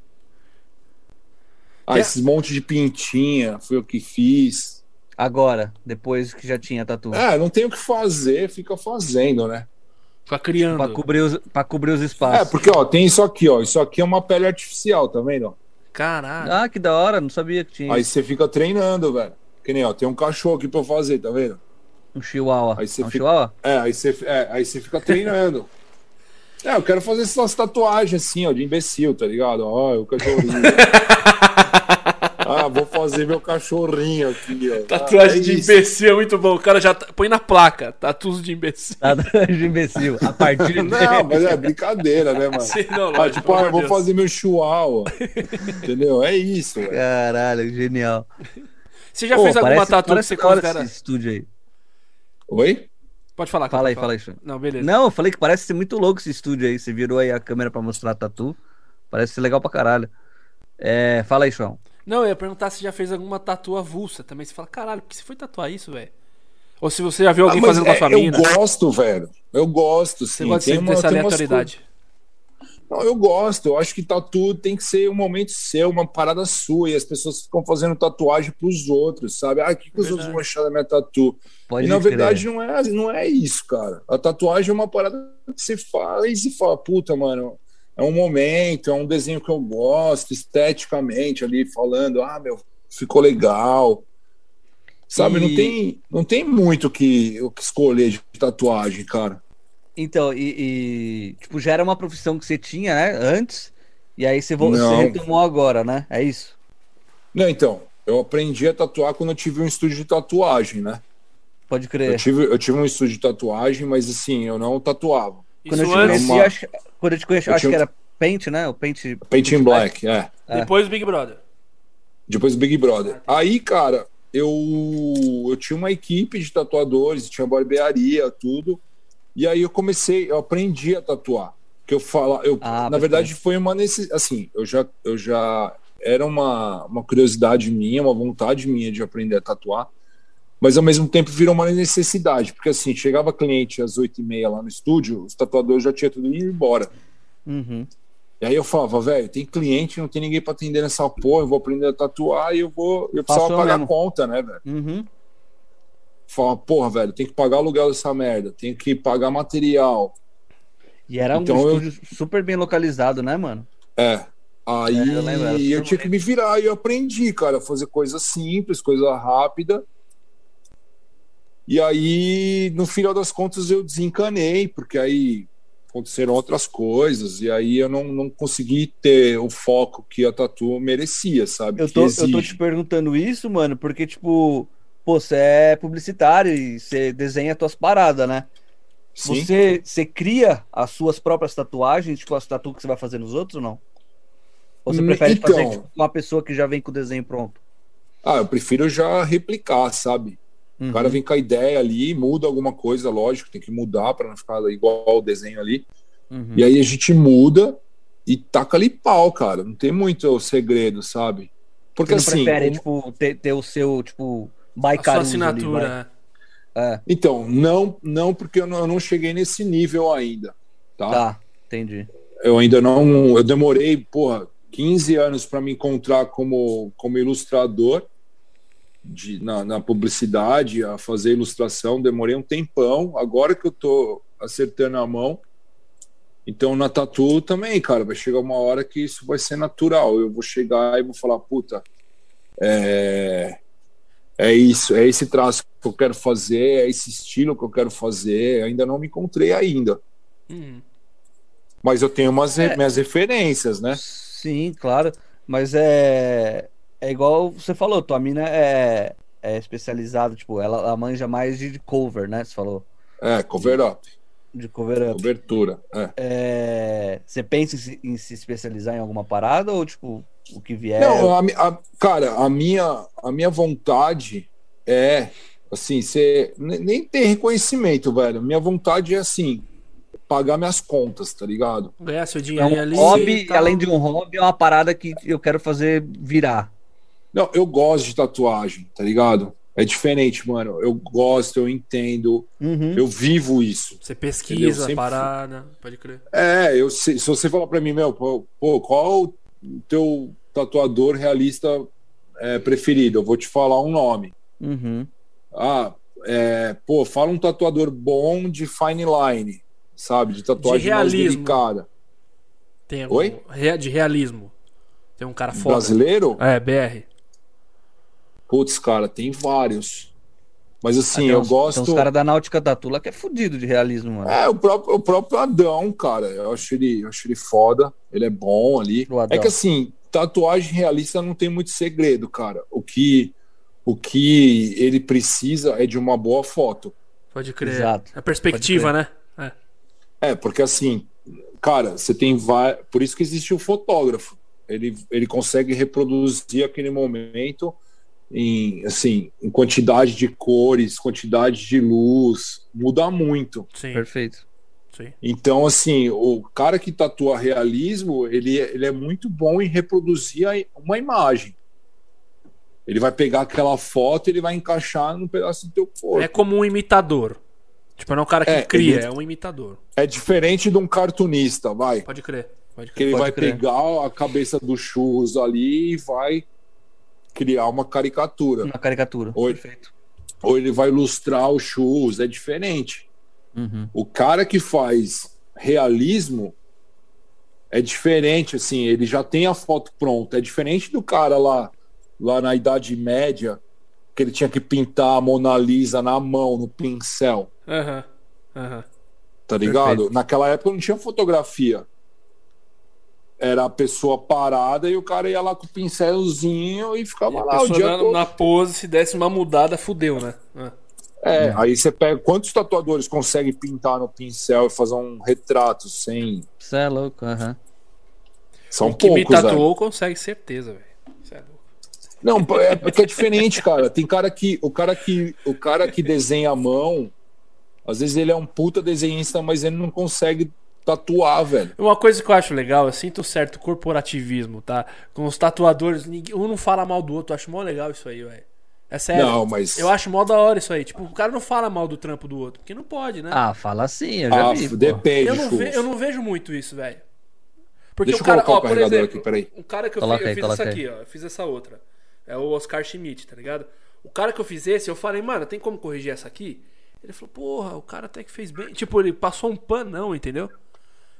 [SPEAKER 3] Ah, esses monte de pintinha, foi o que fiz.
[SPEAKER 1] Agora, depois que já tinha tatu.
[SPEAKER 3] É, não tem o que fazer, fica fazendo, né?
[SPEAKER 2] Fica criando.
[SPEAKER 1] Pra cobrir os, pra cobrir os
[SPEAKER 3] É,
[SPEAKER 1] espaços.
[SPEAKER 3] porque ó, tem isso aqui, ó. Isso aqui é uma pele artificial, tá vendo? ó?
[SPEAKER 2] Caralho.
[SPEAKER 1] Ah, que da hora, não sabia que tinha
[SPEAKER 3] Aí você fica treinando, velho. Que nem, ó, tem um cachorro aqui pra eu fazer, tá vendo?
[SPEAKER 1] um chihuahua.
[SPEAKER 3] Aí você
[SPEAKER 1] É um
[SPEAKER 3] fica-
[SPEAKER 1] chihuahua?
[SPEAKER 3] É, aí você, é, aí você fica treinando. É, eu quero fazer essas tatuagens assim, ó, de imbecil, tá ligado? Ó, o cachorrinho. ah, vou fazer meu cachorrinho aqui, ó.
[SPEAKER 2] Tatuagem
[SPEAKER 3] Ah, é
[SPEAKER 2] de
[SPEAKER 3] isso.
[SPEAKER 2] imbecil é muito bom. O cara já tá- põe na placa. Tatuagem de imbecil.
[SPEAKER 1] Nada de imbecil. A partir de...
[SPEAKER 3] Não, mas é brincadeira, né, mano?
[SPEAKER 2] Sim, não,
[SPEAKER 3] Ah,
[SPEAKER 2] lógico,
[SPEAKER 3] tipo,
[SPEAKER 2] pelo amor
[SPEAKER 3] ah, eu vou
[SPEAKER 2] de Deus.
[SPEAKER 3] fazer meu chihuahua. Entendeu? É isso, velho.
[SPEAKER 1] Caralho, genial.
[SPEAKER 2] Você já
[SPEAKER 1] Pô,
[SPEAKER 2] fez alguma
[SPEAKER 1] parece-
[SPEAKER 2] tatu que
[SPEAKER 1] parece
[SPEAKER 2] você
[SPEAKER 1] da hora
[SPEAKER 2] considera.
[SPEAKER 1] Esse estúdio aí.
[SPEAKER 3] Oi?
[SPEAKER 2] Pode falar,
[SPEAKER 1] Fala aí,
[SPEAKER 2] pode
[SPEAKER 1] fala aí, Sean.
[SPEAKER 2] falar. Não, beleza.
[SPEAKER 1] Não, eu falei que parece ser muito louco esse estúdio aí. Você virou aí a câmera pra mostrar a tatu. Parece ser legal pra caralho. É, fala aí, Sean.
[SPEAKER 2] Não, eu ia perguntar se já fez alguma tatu avulsa também. Você fala, caralho, por que você foi tatuar isso, velho? Ou se você já viu alguém
[SPEAKER 3] Ah, mas
[SPEAKER 2] fazendo com a
[SPEAKER 3] é,
[SPEAKER 2] sua
[SPEAKER 3] eu
[SPEAKER 2] mina.
[SPEAKER 3] gosto, velho. Eu gosto,
[SPEAKER 2] Você
[SPEAKER 3] sim.
[SPEAKER 2] gosta sempre dessa
[SPEAKER 3] tem umas
[SPEAKER 2] aleatoriedade.
[SPEAKER 3] Não, eu gosto. Eu acho que tatu tem que ser um momento seu, uma parada sua. E as pessoas ficam fazendo tatuagem pros outros, sabe? Ah, o que, que os
[SPEAKER 2] Verdade.
[SPEAKER 3] outros vão achar da minha tatu?
[SPEAKER 1] Pode
[SPEAKER 3] e na
[SPEAKER 1] crer.
[SPEAKER 3] verdade não é, não é isso, cara. A tatuagem é uma parada que você faz e fala, puta, mano, é um momento, é um desenho que eu gosto, esteticamente ali, falando, ah, meu, ficou legal. Sabe,
[SPEAKER 1] E-
[SPEAKER 3] não, tem, não tem muito o que, o que escolher de tatuagem, cara.
[SPEAKER 1] Então, e, e, tipo, já era uma profissão que você tinha, né? Antes. E aí você, vo- você
[SPEAKER 3] Não.
[SPEAKER 1] retomou agora, né? É isso.
[SPEAKER 3] Não, então, eu aprendi a tatuar quando eu tive um estúdio de tatuagem, né?
[SPEAKER 1] Pode
[SPEAKER 3] Eu
[SPEAKER 1] crer.
[SPEAKER 3] tive, eu tive um estúdio de tatuagem, mas assim, eu não tatuava.
[SPEAKER 1] Quando eu
[SPEAKER 2] Isso
[SPEAKER 1] te
[SPEAKER 3] tinha
[SPEAKER 2] antes,
[SPEAKER 1] conheci,
[SPEAKER 3] uma-
[SPEAKER 1] eu acho, quando eu te conheci, eu
[SPEAKER 3] Eu
[SPEAKER 1] acho
[SPEAKER 3] tinha
[SPEAKER 1] que
[SPEAKER 3] um-
[SPEAKER 1] era Paint, né? O Paint.
[SPEAKER 3] Paint in Black, é.
[SPEAKER 1] É.
[SPEAKER 2] depois do Big Brother.
[SPEAKER 3] Depois do Big Brother. Aí, cara, eu, eu tinha uma equipe de tatuadores, tinha barbearia, tudo. E aí eu comecei, eu aprendi a tatuar. Que eu fala, eu,
[SPEAKER 1] Ah,
[SPEAKER 3] na
[SPEAKER 1] pode
[SPEAKER 3] verdade, foi uma necessidade. Assim, eu já, eu já era uma, uma curiosidade minha, uma vontade minha de aprender a tatuar. Mas ao mesmo tempo virou uma necessidade, porque assim, chegava cliente às 8h30 lá no estúdio, os tatuadores já tinham tudo ido embora.
[SPEAKER 1] Uhum.
[SPEAKER 3] E aí eu falava, velho, tem cliente, não tem ninguém pra atender nessa porra, eu vou aprender a tatuar e eu vou. Eu precisava
[SPEAKER 1] Passou
[SPEAKER 3] pagar
[SPEAKER 1] mesmo.
[SPEAKER 3] a conta, né, velho?
[SPEAKER 1] Uhum.
[SPEAKER 3] Falava, porra, velho, tem que pagar o aluguel dessa merda, tem que pagar material.
[SPEAKER 1] E era um
[SPEAKER 3] Então eu-
[SPEAKER 1] estúdio super bem localizado, né, mano?
[SPEAKER 3] É. Aí
[SPEAKER 1] É, eu
[SPEAKER 3] eu,
[SPEAKER 1] lembro, era super
[SPEAKER 3] tinha que me virar e eu aprendi, cara, a fazer coisa simples, coisa rápida. E aí, no final das contas, eu desencanei, porque aí aconteceram outras coisas, e aí eu não, não consegui ter o foco que a tatu merecia, sabe?
[SPEAKER 1] Eu
[SPEAKER 3] Que
[SPEAKER 1] tô, eu tô
[SPEAKER 3] exige.
[SPEAKER 1] te perguntando isso, mano, porque, tipo, pô, você é publicitário e você desenha tuas paradas, né?
[SPEAKER 3] Sim.
[SPEAKER 1] Você, você cria as suas próprias tatuagens, tipo as tatu que você vai fazer nos outros ou não? Ou você
[SPEAKER 3] Hum,
[SPEAKER 1] prefere
[SPEAKER 3] então.
[SPEAKER 1] fazer tipo, uma pessoa que já vem com o desenho pronto?
[SPEAKER 3] Ah, eu prefiro já replicar, sabe? O
[SPEAKER 1] Uhum.
[SPEAKER 3] cara vem com a ideia ali, muda alguma coisa, lógico, tem que mudar para não ficar igual o desenho ali.
[SPEAKER 1] Uhum.
[SPEAKER 3] E aí a gente muda e taca ali pau, cara. Não tem muito segredo, sabe?
[SPEAKER 1] Você
[SPEAKER 3] Porque
[SPEAKER 1] não
[SPEAKER 3] assim.
[SPEAKER 1] prefere,
[SPEAKER 3] o-
[SPEAKER 1] tipo, ter, ter o seu, tipo,
[SPEAKER 2] A
[SPEAKER 1] by
[SPEAKER 2] sua
[SPEAKER 1] Caruso ali, vai.
[SPEAKER 2] assinatura. né?
[SPEAKER 1] É,
[SPEAKER 3] Então, não, não porque eu não, eu não cheguei nesse nível ainda, tá?
[SPEAKER 1] tá, entendi.
[SPEAKER 3] Eu ainda não. Eu demorei, porra, 15 anos para me encontrar como, como ilustrador de, na, na publicidade, a fazer ilustração. Demorei um tempão. Agora que eu tô acertando a mão. Então, na tatu também, cara, vai chegar uma hora que isso vai ser natural. Eu vou chegar e vou falar, puta, é. É isso, é esse traço que eu quero fazer, é esse estilo que eu quero fazer. Ainda não me encontrei ainda.
[SPEAKER 2] Hum.
[SPEAKER 3] Mas eu tenho umas re-
[SPEAKER 1] É.
[SPEAKER 3] minhas referências, né?
[SPEAKER 1] Sim, claro. Mas é. É igual você falou, tua mina é, é especializada, tipo, ela, ela manja mais de cover, né? Você falou.
[SPEAKER 3] É, cover up.
[SPEAKER 1] de cover up.
[SPEAKER 3] Cobertura. É.
[SPEAKER 1] É, Você pensa em se, em se especializar em alguma parada ou, tipo, o que vier? é
[SPEAKER 3] Não, a mi- a- cara, a minha, a minha vontade é assim, você ne- nem tem reconhecimento, velho. Minha vontade é assim, pagar minhas contas, tá ligado?
[SPEAKER 2] Ganhar seu
[SPEAKER 1] é
[SPEAKER 2] dinheirinho
[SPEAKER 1] um
[SPEAKER 2] ali. tá
[SPEAKER 1] hobby,
[SPEAKER 2] e tal.
[SPEAKER 1] além de um hobby, é uma parada que eu quero fazer virar.
[SPEAKER 3] Não, eu gosto de tatuagem, tá ligado? É diferente, mano. Eu gosto, eu entendo,
[SPEAKER 1] Uhum.
[SPEAKER 3] eu vivo isso.
[SPEAKER 2] Você
[SPEAKER 3] Entendeu?
[SPEAKER 2] pesquisa
[SPEAKER 3] Sempre
[SPEAKER 2] a parada, pode crer.
[SPEAKER 3] É, eu sei, se você falar pra mim, meu, pô, pô, qual o teu tatuador realista é, preferido? Eu vou te falar um nome.
[SPEAKER 1] Uhum.
[SPEAKER 3] Ah, é, pô, fala um tatuador bom de fine line, sabe? De tatuagem
[SPEAKER 2] De
[SPEAKER 3] mais
[SPEAKER 2] realismo.
[SPEAKER 3] delicada.
[SPEAKER 2] Tem algum-
[SPEAKER 3] Oi?
[SPEAKER 2] Rea- de realismo. Tem um cara foda.
[SPEAKER 3] Brasileiro?
[SPEAKER 2] É, BR.
[SPEAKER 3] Putz, cara, tem vários. Mas assim,
[SPEAKER 1] Ah, tem
[SPEAKER 3] eu
[SPEAKER 1] uns- Tem
[SPEAKER 3] gosto.
[SPEAKER 1] uns caras da Náutica Tatula que é fudido de realismo, mano.
[SPEAKER 3] É, o próprio, o próprio Adão, cara. Eu acho, ele, eu acho ele foda. Ele é bom ali.
[SPEAKER 1] O Adão.
[SPEAKER 3] É que assim, tatuagem realista não tem muito segredo, cara. O que, o que ele precisa é de uma boa foto.
[SPEAKER 2] Pode crer.
[SPEAKER 1] Exato.
[SPEAKER 2] A perspectiva, né? É.
[SPEAKER 3] É, porque assim, cara, você tem vai... por isso que existe o fotógrafo. Ele, ele consegue reproduzir aquele momento em assim, em quantidade de cores, quantidade de luz, muda muito.
[SPEAKER 2] Sim,
[SPEAKER 1] Perfeito.
[SPEAKER 2] sim.
[SPEAKER 3] Então, assim, o cara que tatua realismo, ele, ele é muito bom em reproduzir a i- uma imagem. Ele vai pegar aquela foto, e ele vai encaixar num pedaço do teu corpo.
[SPEAKER 2] É como um imitador. Tipo, não é um cara que
[SPEAKER 3] É,
[SPEAKER 2] cria,
[SPEAKER 3] ele-
[SPEAKER 2] é um imitador.
[SPEAKER 3] É diferente de um cartunista, vai.
[SPEAKER 2] Pode crer. Pode
[SPEAKER 3] que
[SPEAKER 2] crer.
[SPEAKER 3] ele
[SPEAKER 1] Pode
[SPEAKER 3] vai
[SPEAKER 1] crer.
[SPEAKER 3] pegar a cabeça do churros ali e vai criar uma caricatura.
[SPEAKER 1] Uma caricatura.
[SPEAKER 3] Oi.
[SPEAKER 1] Perfeito.
[SPEAKER 3] Ou ele vai ilustrar o churros, é diferente.
[SPEAKER 1] Uhum.
[SPEAKER 3] O cara que faz realismo é diferente, assim, ele já tem a foto pronta. É diferente do cara lá, lá na Idade Média, que ele tinha que pintar a Mona Lisa na mão, no pincel,
[SPEAKER 2] Aham. Aham.
[SPEAKER 3] tá ligado?
[SPEAKER 1] Perfeito.
[SPEAKER 3] Naquela época não tinha fotografia. Era a pessoa parada e o cara ia lá com o pincelzinho e
[SPEAKER 2] E
[SPEAKER 3] ficava
[SPEAKER 2] a
[SPEAKER 3] lá o
[SPEAKER 2] pessoa
[SPEAKER 3] dia
[SPEAKER 2] na-
[SPEAKER 3] todo.
[SPEAKER 2] na pose, se desse uma mudada, fudeu, né? É.
[SPEAKER 3] É, aí você pega. Quantos tatuadores conseguem pintar no pincel e fazer um retrato sem.
[SPEAKER 1] Você é louco, aham.
[SPEAKER 3] São
[SPEAKER 2] O que me
[SPEAKER 3] poucos, né? velho.
[SPEAKER 2] tatuou consegue certeza, velho. Isso é louco.
[SPEAKER 3] Não, é porque é diferente, cara. Tem cara que o cara que o cara que desenha a mão, às vezes ele é um puta desenhista, mas ele não consegue tatuar, velho.
[SPEAKER 2] Uma coisa que eu acho legal, eu sinto um certo corporativismo, tá? Com os tatuadores, ninguém- um não fala mal do outro, eu acho mó legal isso aí, velho. É sério.
[SPEAKER 3] Não, mas
[SPEAKER 2] Eu acho mó da hora isso aí. Tipo, o cara não fala mal do trampo do outro, porque não pode, né?
[SPEAKER 1] Ah, fala assim, eu já
[SPEAKER 3] ah,
[SPEAKER 1] vi. pô.
[SPEAKER 3] depende.
[SPEAKER 2] eu, não ve-
[SPEAKER 3] Churros.
[SPEAKER 2] eu não vejo muito isso, velho. Porque o
[SPEAKER 3] Deixa eu
[SPEAKER 2] cara,
[SPEAKER 3] colocar
[SPEAKER 2] ó,
[SPEAKER 3] o
[SPEAKER 2] por
[SPEAKER 3] carregador
[SPEAKER 2] exemplo,
[SPEAKER 3] aqui, peraí.
[SPEAKER 2] um cara que eu,
[SPEAKER 1] Coloca
[SPEAKER 2] fi- eu
[SPEAKER 1] aí,
[SPEAKER 2] fiz
[SPEAKER 1] coloca
[SPEAKER 2] essa
[SPEAKER 1] aí.
[SPEAKER 2] aqui, ó, eu fiz essa outra. É o Oscar Schmidt, tá ligado? O cara que eu fiz esse, eu falei, mano, tem como corrigir essa aqui? Ele falou, porra, o cara até que fez bem. Tipo, ele passou um panão, entendeu?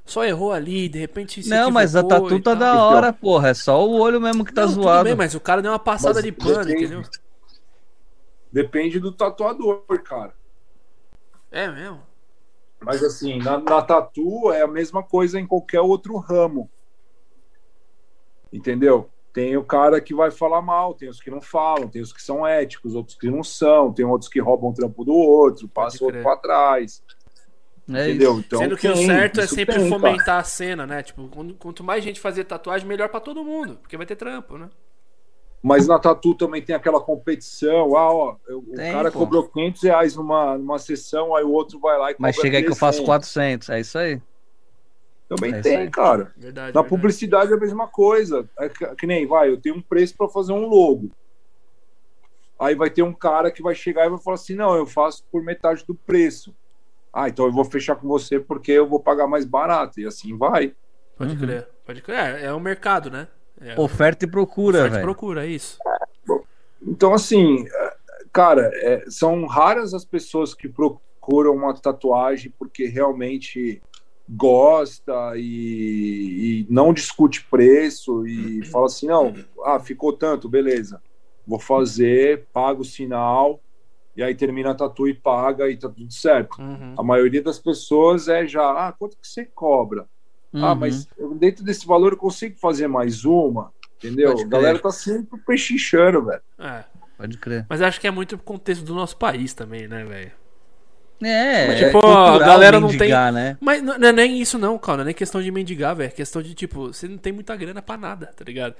[SPEAKER 2] Só errou ali, de repente se
[SPEAKER 1] Não, mas a
[SPEAKER 2] equivocou
[SPEAKER 1] tatu
[SPEAKER 2] e
[SPEAKER 1] tá
[SPEAKER 2] tal. Então,
[SPEAKER 1] da hora, porra. É só o olho mesmo que tá
[SPEAKER 2] Não, Tudo
[SPEAKER 1] zoado.
[SPEAKER 2] bem, mas o cara deu uma passada
[SPEAKER 3] Mas
[SPEAKER 2] de pano,
[SPEAKER 3] depende.
[SPEAKER 2] entendeu?
[SPEAKER 3] Depende do tatuador, cara.
[SPEAKER 2] É mesmo?
[SPEAKER 3] Mas assim, na, na tatu é a mesma coisa em qualquer outro ramo. Entendeu? Tem o cara que vai falar mal, tem os que não falam, tem os que são éticos, outros que não são, tem outros que roubam o trampo do outro, passa o outro
[SPEAKER 2] crer.
[SPEAKER 3] pra trás.
[SPEAKER 1] É
[SPEAKER 3] entendeu?
[SPEAKER 1] isso.
[SPEAKER 3] Então,
[SPEAKER 2] Sendo que o
[SPEAKER 3] tem,
[SPEAKER 2] certo é
[SPEAKER 3] isso
[SPEAKER 2] sempre
[SPEAKER 3] tem,
[SPEAKER 2] fomentar a cena, né? Tipo, quando- quanto mais gente fazer tatuagem, melhor pra todo mundo, porque vai ter trampo, né?
[SPEAKER 3] Mas na Tatu também tem aquela competição. Ah, ó, eu- o
[SPEAKER 1] Tem,
[SPEAKER 3] cara
[SPEAKER 1] pô.
[SPEAKER 3] cobrou 500 reais numa, numa sessão, aí o outro vai lá e
[SPEAKER 1] Mas
[SPEAKER 3] cobra
[SPEAKER 1] chega aí que eu faço
[SPEAKER 2] assim,
[SPEAKER 3] 300.
[SPEAKER 1] 400. É isso aí.
[SPEAKER 3] Também
[SPEAKER 1] É isso aí.
[SPEAKER 3] tem, cara.
[SPEAKER 2] Verdade.
[SPEAKER 3] Na
[SPEAKER 2] verdade.
[SPEAKER 3] publicidade é a mesma coisa. É que, que nem, vai, eu tenho um preço para fazer um logo. Aí vai ter um cara que vai chegar e vai falar assim: não, eu faço por metade do preço. Ah, então eu vou fechar com você porque eu vou pagar mais barato. E assim vai.
[SPEAKER 2] Pode
[SPEAKER 1] Uhum.
[SPEAKER 2] crer. Pode crer. É, é o mercado, né? É,
[SPEAKER 1] Oferta e procura,
[SPEAKER 2] oferta e
[SPEAKER 1] velho.
[SPEAKER 2] procura, é isso.
[SPEAKER 3] Então, assim, é, cara, é, são raras as pessoas que procuram uma tatuagem porque realmente gosta e, e não discute preço e fala assim: não, ah, ficou tanto, beleza, vou fazer, pago o sinal, e aí termina a tatu e paga e tá tudo certo.
[SPEAKER 2] Uhum.
[SPEAKER 3] A maioria das pessoas é já, ah, quanto que você cobra? Ah,
[SPEAKER 1] Uhum.
[SPEAKER 3] mas eu- dentro desse valor eu consigo fazer mais uma, entendeu?
[SPEAKER 1] Pode
[SPEAKER 3] A
[SPEAKER 1] crer.
[SPEAKER 3] galera tá sempre pechinchando, velho.
[SPEAKER 2] É.
[SPEAKER 1] Pode crer.
[SPEAKER 2] Mas acho que é muito contexto do nosso país também, né, velho?
[SPEAKER 1] É,
[SPEAKER 2] Tipo,
[SPEAKER 1] é cultural
[SPEAKER 2] a galera não tem-
[SPEAKER 1] mendigar, né?
[SPEAKER 2] Mas não não é nem isso, não, cara. Não é nem questão de mendigar, velho. É questão de, tipo, você não tem muita grana pra nada, tá ligado?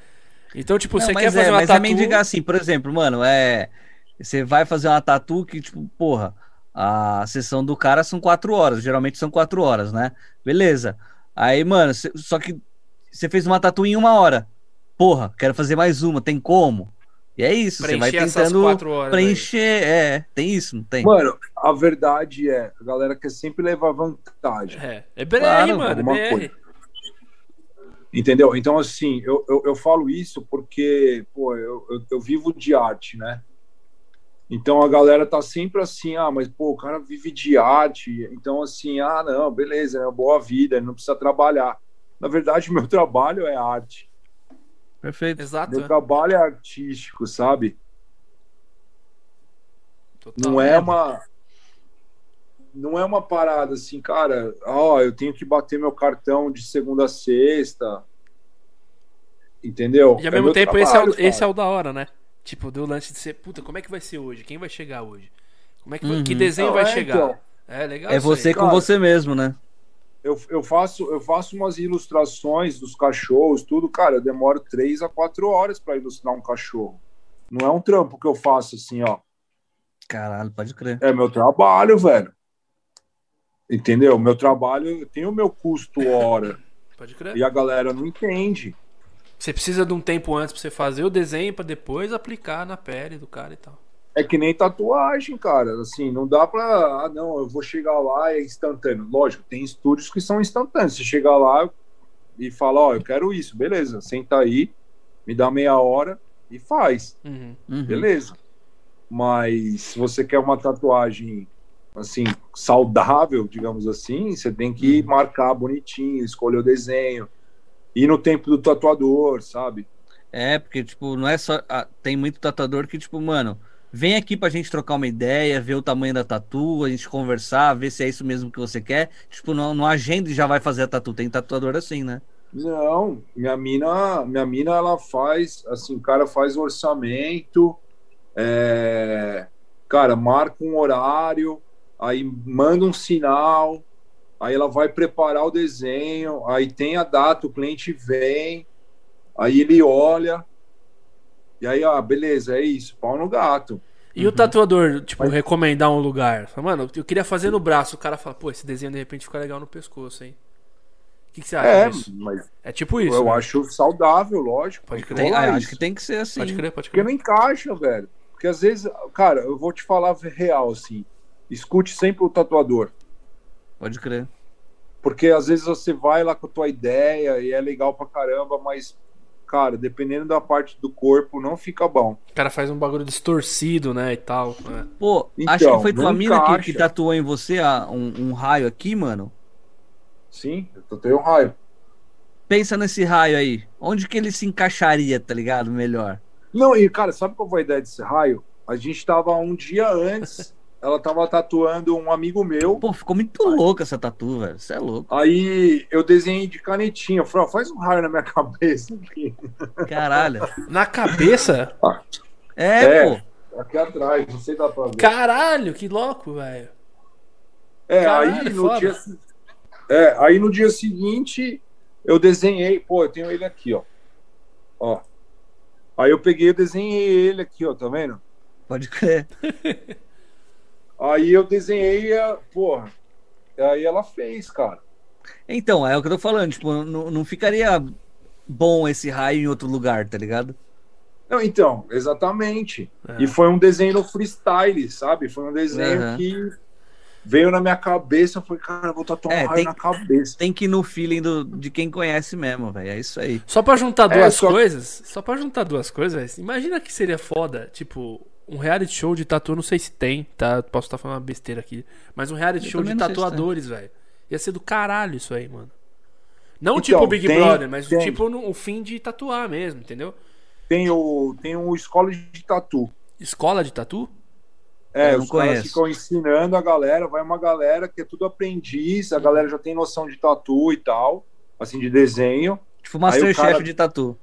[SPEAKER 2] Então, tipo,
[SPEAKER 1] Não,
[SPEAKER 2] você
[SPEAKER 1] mas
[SPEAKER 2] quer fazer
[SPEAKER 1] é,
[SPEAKER 2] uma
[SPEAKER 1] mas
[SPEAKER 2] tatu...
[SPEAKER 1] é mendigar assim, por exemplo, mano, é. Você vai fazer uma tatu que, tipo, porra, a sessão do cara são quatro horas, geralmente são quatro horas, né? Beleza. Aí, mano, cê- só que você fez uma tatu em uma hora. Porra, quero fazer mais uma, tem como? E é isso, você vai
[SPEAKER 2] preencher essas
[SPEAKER 1] tentando
[SPEAKER 2] quatro horas.
[SPEAKER 1] preencher. É, tem isso, não tem?
[SPEAKER 3] Mano, a verdade é, a galera quer sempre levar vantagem.
[SPEAKER 2] aí. É, é BR,
[SPEAKER 1] Claro,
[SPEAKER 2] mano, é
[SPEAKER 3] alguma
[SPEAKER 2] BR.
[SPEAKER 3] coisa. Entendeu? Então, assim, eu, eu, eu falo isso porque, pô, eu, eu, eu vivo de arte, né? Então a galera tá sempre assim, ah, mas pô, o cara vive de arte, então assim, ah, não, beleza, é uma boa vida, não precisa trabalhar. Na verdade, meu trabalho é arte.
[SPEAKER 1] Perfeito.
[SPEAKER 2] Exato.
[SPEAKER 3] Meu
[SPEAKER 2] é.
[SPEAKER 3] trabalho é artístico, sabe?
[SPEAKER 2] Total.
[SPEAKER 3] Não é uma. Não é uma parada assim, cara, ó, eu tenho que bater meu cartão de segunda a sexta. Entendeu?
[SPEAKER 2] E ao
[SPEAKER 3] É
[SPEAKER 2] mesmo
[SPEAKER 3] meu
[SPEAKER 2] tempo, esse é, o,
[SPEAKER 3] trabalho, cara.
[SPEAKER 2] esse é o da hora, né? Tipo, do lance de ser, puta, como é que vai ser hoje? Quem vai chegar hoje? Como é que, vai- que
[SPEAKER 1] Uhum.
[SPEAKER 2] desenho
[SPEAKER 3] Não,
[SPEAKER 2] vai
[SPEAKER 3] é,
[SPEAKER 2] chegar?
[SPEAKER 3] então.
[SPEAKER 2] É legal
[SPEAKER 1] É
[SPEAKER 2] isso aí.
[SPEAKER 1] você com
[SPEAKER 3] Cara.
[SPEAKER 1] você mesmo, né?
[SPEAKER 3] Eu, eu, faço, eu faço umas ilustrações dos cachorros, tudo, cara. Eu demoro três a quatro horas para ilustrar um cachorro. Não é um trampo que eu faço assim, ó.
[SPEAKER 1] Caralho, pode crer.
[SPEAKER 3] É meu trabalho, velho. Entendeu? Meu trabalho tem o meu custo hora.
[SPEAKER 2] Pode crer.
[SPEAKER 3] e a galera não entende.
[SPEAKER 2] Você precisa de um tempo antes pra você fazer o desenho, pra depois aplicar na pele do cara e tal.
[SPEAKER 3] É que nem tatuagem, cara. Assim, não dá pra. Ah, não, eu vou chegar lá e é instantâneo. Lógico, tem estúdios que são instantâneos. Você chega lá e fala, ó, eu quero isso, beleza. Senta aí, me dá meia hora e faz.
[SPEAKER 2] Uhum.
[SPEAKER 1] Uhum.
[SPEAKER 3] beleza. Mas se você quer uma tatuagem assim saudável, digamos assim, você tem que marcar bonitinho, escolher o desenho, ir no tempo do tatuador, sabe?
[SPEAKER 1] É, porque, tipo, não é só. ah, tem muito tatuador que, tipo, mano, vem aqui pra gente trocar uma ideia, ver o tamanho da tatu, a gente conversar, ver se é isso mesmo que você quer. Tipo, não, não agenda e já vai fazer a tatu. Tem tatuador assim, né?
[SPEAKER 3] Não, minha mina, minha mina ela faz assim, o cara faz orçamento, é, cara, marca um horário, aí manda um sinal, aí ela vai preparar o desenho, aí tem a data, o cliente vem, aí ele olha, e aí, ah, beleza, é isso, pau no gato.
[SPEAKER 2] E o
[SPEAKER 3] Uhum.
[SPEAKER 2] tatuador, tipo, recomendar um lugar? Fala, Mano, eu queria fazer no braço. O cara fala, pô, esse desenho de repente fica legal no pescoço, hein? O que, que você acha
[SPEAKER 3] é,
[SPEAKER 2] disso?
[SPEAKER 3] mas
[SPEAKER 2] É tipo isso.
[SPEAKER 3] eu
[SPEAKER 2] né?
[SPEAKER 3] acho saudável, lógico.
[SPEAKER 2] Pode crer.
[SPEAKER 3] tem que
[SPEAKER 1] Tem-
[SPEAKER 3] rolar
[SPEAKER 1] ah,
[SPEAKER 3] isso.
[SPEAKER 1] acho que tem que ser assim.
[SPEAKER 2] Pode crer, pode
[SPEAKER 3] Porque
[SPEAKER 2] crer.
[SPEAKER 3] não encaixa, velho. Porque às vezes, cara, eu vou te falar real, assim. Escute sempre o tatuador.
[SPEAKER 1] Pode crer.
[SPEAKER 3] Porque às vezes você vai lá com a tua ideia e é legal pra caramba, mas, cara, dependendo da parte do corpo, não fica bom.
[SPEAKER 2] O cara faz um bagulho distorcido, né? E tal. né?
[SPEAKER 1] Pô,
[SPEAKER 3] Então,
[SPEAKER 1] acho que foi tua
[SPEAKER 3] não
[SPEAKER 1] mina que, que
[SPEAKER 3] encaixa.
[SPEAKER 1] tatuou em você ah, um, um raio aqui, mano.
[SPEAKER 3] Sim, eu tatuei um raio.
[SPEAKER 1] Pensa nesse raio aí. Onde que ele se encaixaria, tá ligado? Melhor.
[SPEAKER 3] Não, e, cara, sabe qual foi a ideia desse raio? A gente tava um dia antes, ela tava tatuando um amigo meu.
[SPEAKER 1] Pô, ficou muito louca essa tatu, velho. Você é louco.
[SPEAKER 3] Aí eu desenhei de canetinha. Eu falei, ó, faz um raio na minha cabeça aqui,
[SPEAKER 1] Caralho.
[SPEAKER 2] Na cabeça?
[SPEAKER 1] É,
[SPEAKER 3] É.
[SPEAKER 1] pô.
[SPEAKER 3] aqui atrás, não sei se dá pra ver.
[SPEAKER 2] Caralho, que louco, velho.
[SPEAKER 3] É,
[SPEAKER 2] Caralho,
[SPEAKER 3] aí no
[SPEAKER 2] foda.
[SPEAKER 3] dia se- É, aí no dia seguinte eu desenhei, pô, eu tenho ele aqui, ó. Ó. Aí eu peguei e desenhei ele aqui, ó, tá vendo?
[SPEAKER 1] Pode crer.
[SPEAKER 3] Aí eu desenhei, a- porra. Aí ela fez, cara.
[SPEAKER 1] Então, é o que eu tô falando, tipo, não, não ficaria bom esse raio em outro lugar, tá ligado?
[SPEAKER 3] Não, então, exatamente.
[SPEAKER 2] É.
[SPEAKER 3] E foi um desenho no freestyle, sabe? Foi um desenho
[SPEAKER 1] Aham.
[SPEAKER 3] que veio na minha cabeça, eu falei, cara, eu vou tatuar
[SPEAKER 1] É,
[SPEAKER 3] um raio
[SPEAKER 1] tem-
[SPEAKER 3] na cabeça.
[SPEAKER 1] Tem que ir no feeling do, de quem conhece mesmo, velho. É isso aí.
[SPEAKER 2] Só pra juntar
[SPEAKER 3] É,
[SPEAKER 2] duas
[SPEAKER 3] só-
[SPEAKER 2] coisas, só pra juntar duas coisas, velho, imagina que seria foda, tipo, um reality show de tatu, não sei se tem, tá? Posso estar falando uma besteira aqui, mas um reality
[SPEAKER 1] Eu
[SPEAKER 2] show de
[SPEAKER 1] também não sei se tem.
[SPEAKER 2] tatuadores, velho. Ia ser do caralho isso aí, mano. Não
[SPEAKER 3] Então,
[SPEAKER 2] tipo Big
[SPEAKER 3] tem-
[SPEAKER 2] Brother, mas
[SPEAKER 3] tem.
[SPEAKER 2] tipo no, um fim de tatuar mesmo, entendeu?
[SPEAKER 3] Tem o tem o escola de tatu.
[SPEAKER 2] Escola de tatu?
[SPEAKER 3] É,
[SPEAKER 1] Eu não
[SPEAKER 3] os caras
[SPEAKER 1] conheço.
[SPEAKER 3] ficam ensinando a galera, vai uma galera que é tudo aprendiz, a galera já tem noção de tatu e tal, assim, de desenho.
[SPEAKER 1] Tipo, Masterchef
[SPEAKER 3] cara-
[SPEAKER 1] de tatu.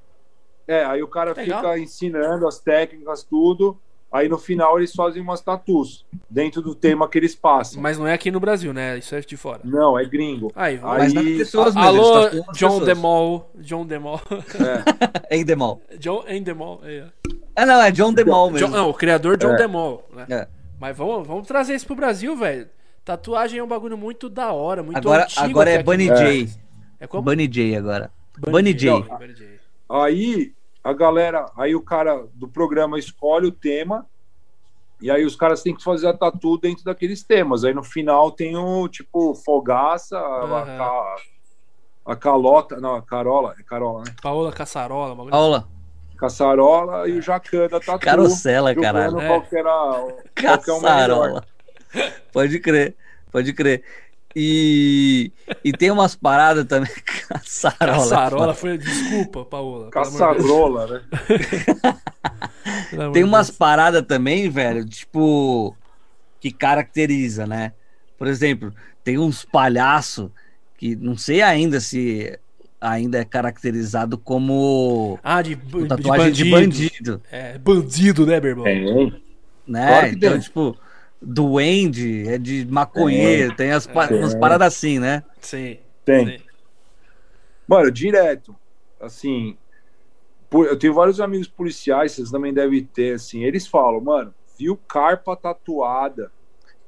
[SPEAKER 3] É, aí o cara
[SPEAKER 2] Legal.
[SPEAKER 3] fica ensinando as técnicas, tudo, Aí no final eles fazem umas tatus dentro do tema que eles passam.
[SPEAKER 2] Mas não é aqui no Brasil, né? Isso é de fora.
[SPEAKER 3] Não, é gringo.
[SPEAKER 2] Aí,
[SPEAKER 3] Aí-
[SPEAKER 1] Mas nas pessoas mesmo.
[SPEAKER 2] Alô,
[SPEAKER 1] eles tatuam as
[SPEAKER 2] John
[SPEAKER 1] pessoas. É,
[SPEAKER 2] Demol. John Demol.
[SPEAKER 1] Em Demol.
[SPEAKER 2] John and Demol. é.
[SPEAKER 1] Ah, não, é John Demol
[SPEAKER 2] John-
[SPEAKER 1] mesmo.
[SPEAKER 2] não, o criador John Demol. Né?
[SPEAKER 1] É.
[SPEAKER 2] Mas vamos, vamos trazer isso pro Brasil, velho. Tatuagem é um bagulho muito da hora, muito
[SPEAKER 1] Agora,
[SPEAKER 2] antigo
[SPEAKER 1] agora
[SPEAKER 2] até
[SPEAKER 1] é
[SPEAKER 2] aqui.
[SPEAKER 1] Bunny J.
[SPEAKER 2] É como?
[SPEAKER 1] Bunny J agora. Bunny J.
[SPEAKER 2] Não, Bunny J.
[SPEAKER 3] Aí a galera, aí o cara do programa escolhe o tema e aí os caras têm que fazer a tatu dentro daqueles temas. Aí no final tem o tipo fogaça, a,
[SPEAKER 2] Aham.
[SPEAKER 3] ca- a calota, não, a carola, é carola, né?
[SPEAKER 2] Paola Caçarola, bagulho.
[SPEAKER 1] Aula.
[SPEAKER 3] Caçarola e o Jacan da tatu.
[SPEAKER 1] Carocela,
[SPEAKER 3] jogando
[SPEAKER 1] caralho.
[SPEAKER 2] É.
[SPEAKER 3] Qual que era, qual que é o melhor.
[SPEAKER 1] Caçarola. Pode crer, pode crer. E, e tem umas paradas também. Caçarola.
[SPEAKER 2] Caçarola foi. Desculpa, Paola. pelo amor de Deus.
[SPEAKER 3] Caçarola, né?
[SPEAKER 2] Pelo amor
[SPEAKER 1] Tem
[SPEAKER 2] de
[SPEAKER 1] umas
[SPEAKER 2] Deus.
[SPEAKER 1] paradas também, velho, tipo, que caracteriza, né? Por exemplo, tem uns palhaço que não sei ainda se ainda é caracterizado como
[SPEAKER 2] Ah, de, bu- de
[SPEAKER 1] tatuagem de
[SPEAKER 2] bandido.
[SPEAKER 1] bandido,
[SPEAKER 2] É, bandido, né, meu irmão?
[SPEAKER 1] né?
[SPEAKER 3] Claro que
[SPEAKER 1] então,
[SPEAKER 3] tem.
[SPEAKER 1] tipo, duende, é de maconheiro, tem as pa-
[SPEAKER 3] É.
[SPEAKER 1] umas paradas assim, né?
[SPEAKER 2] Sim.
[SPEAKER 3] Tem.
[SPEAKER 2] sim.
[SPEAKER 3] Mano, direto. Assim, por- eu tenho vários amigos policiais, vocês também devem ter, assim, eles falam, mano, viu carpa tatuada.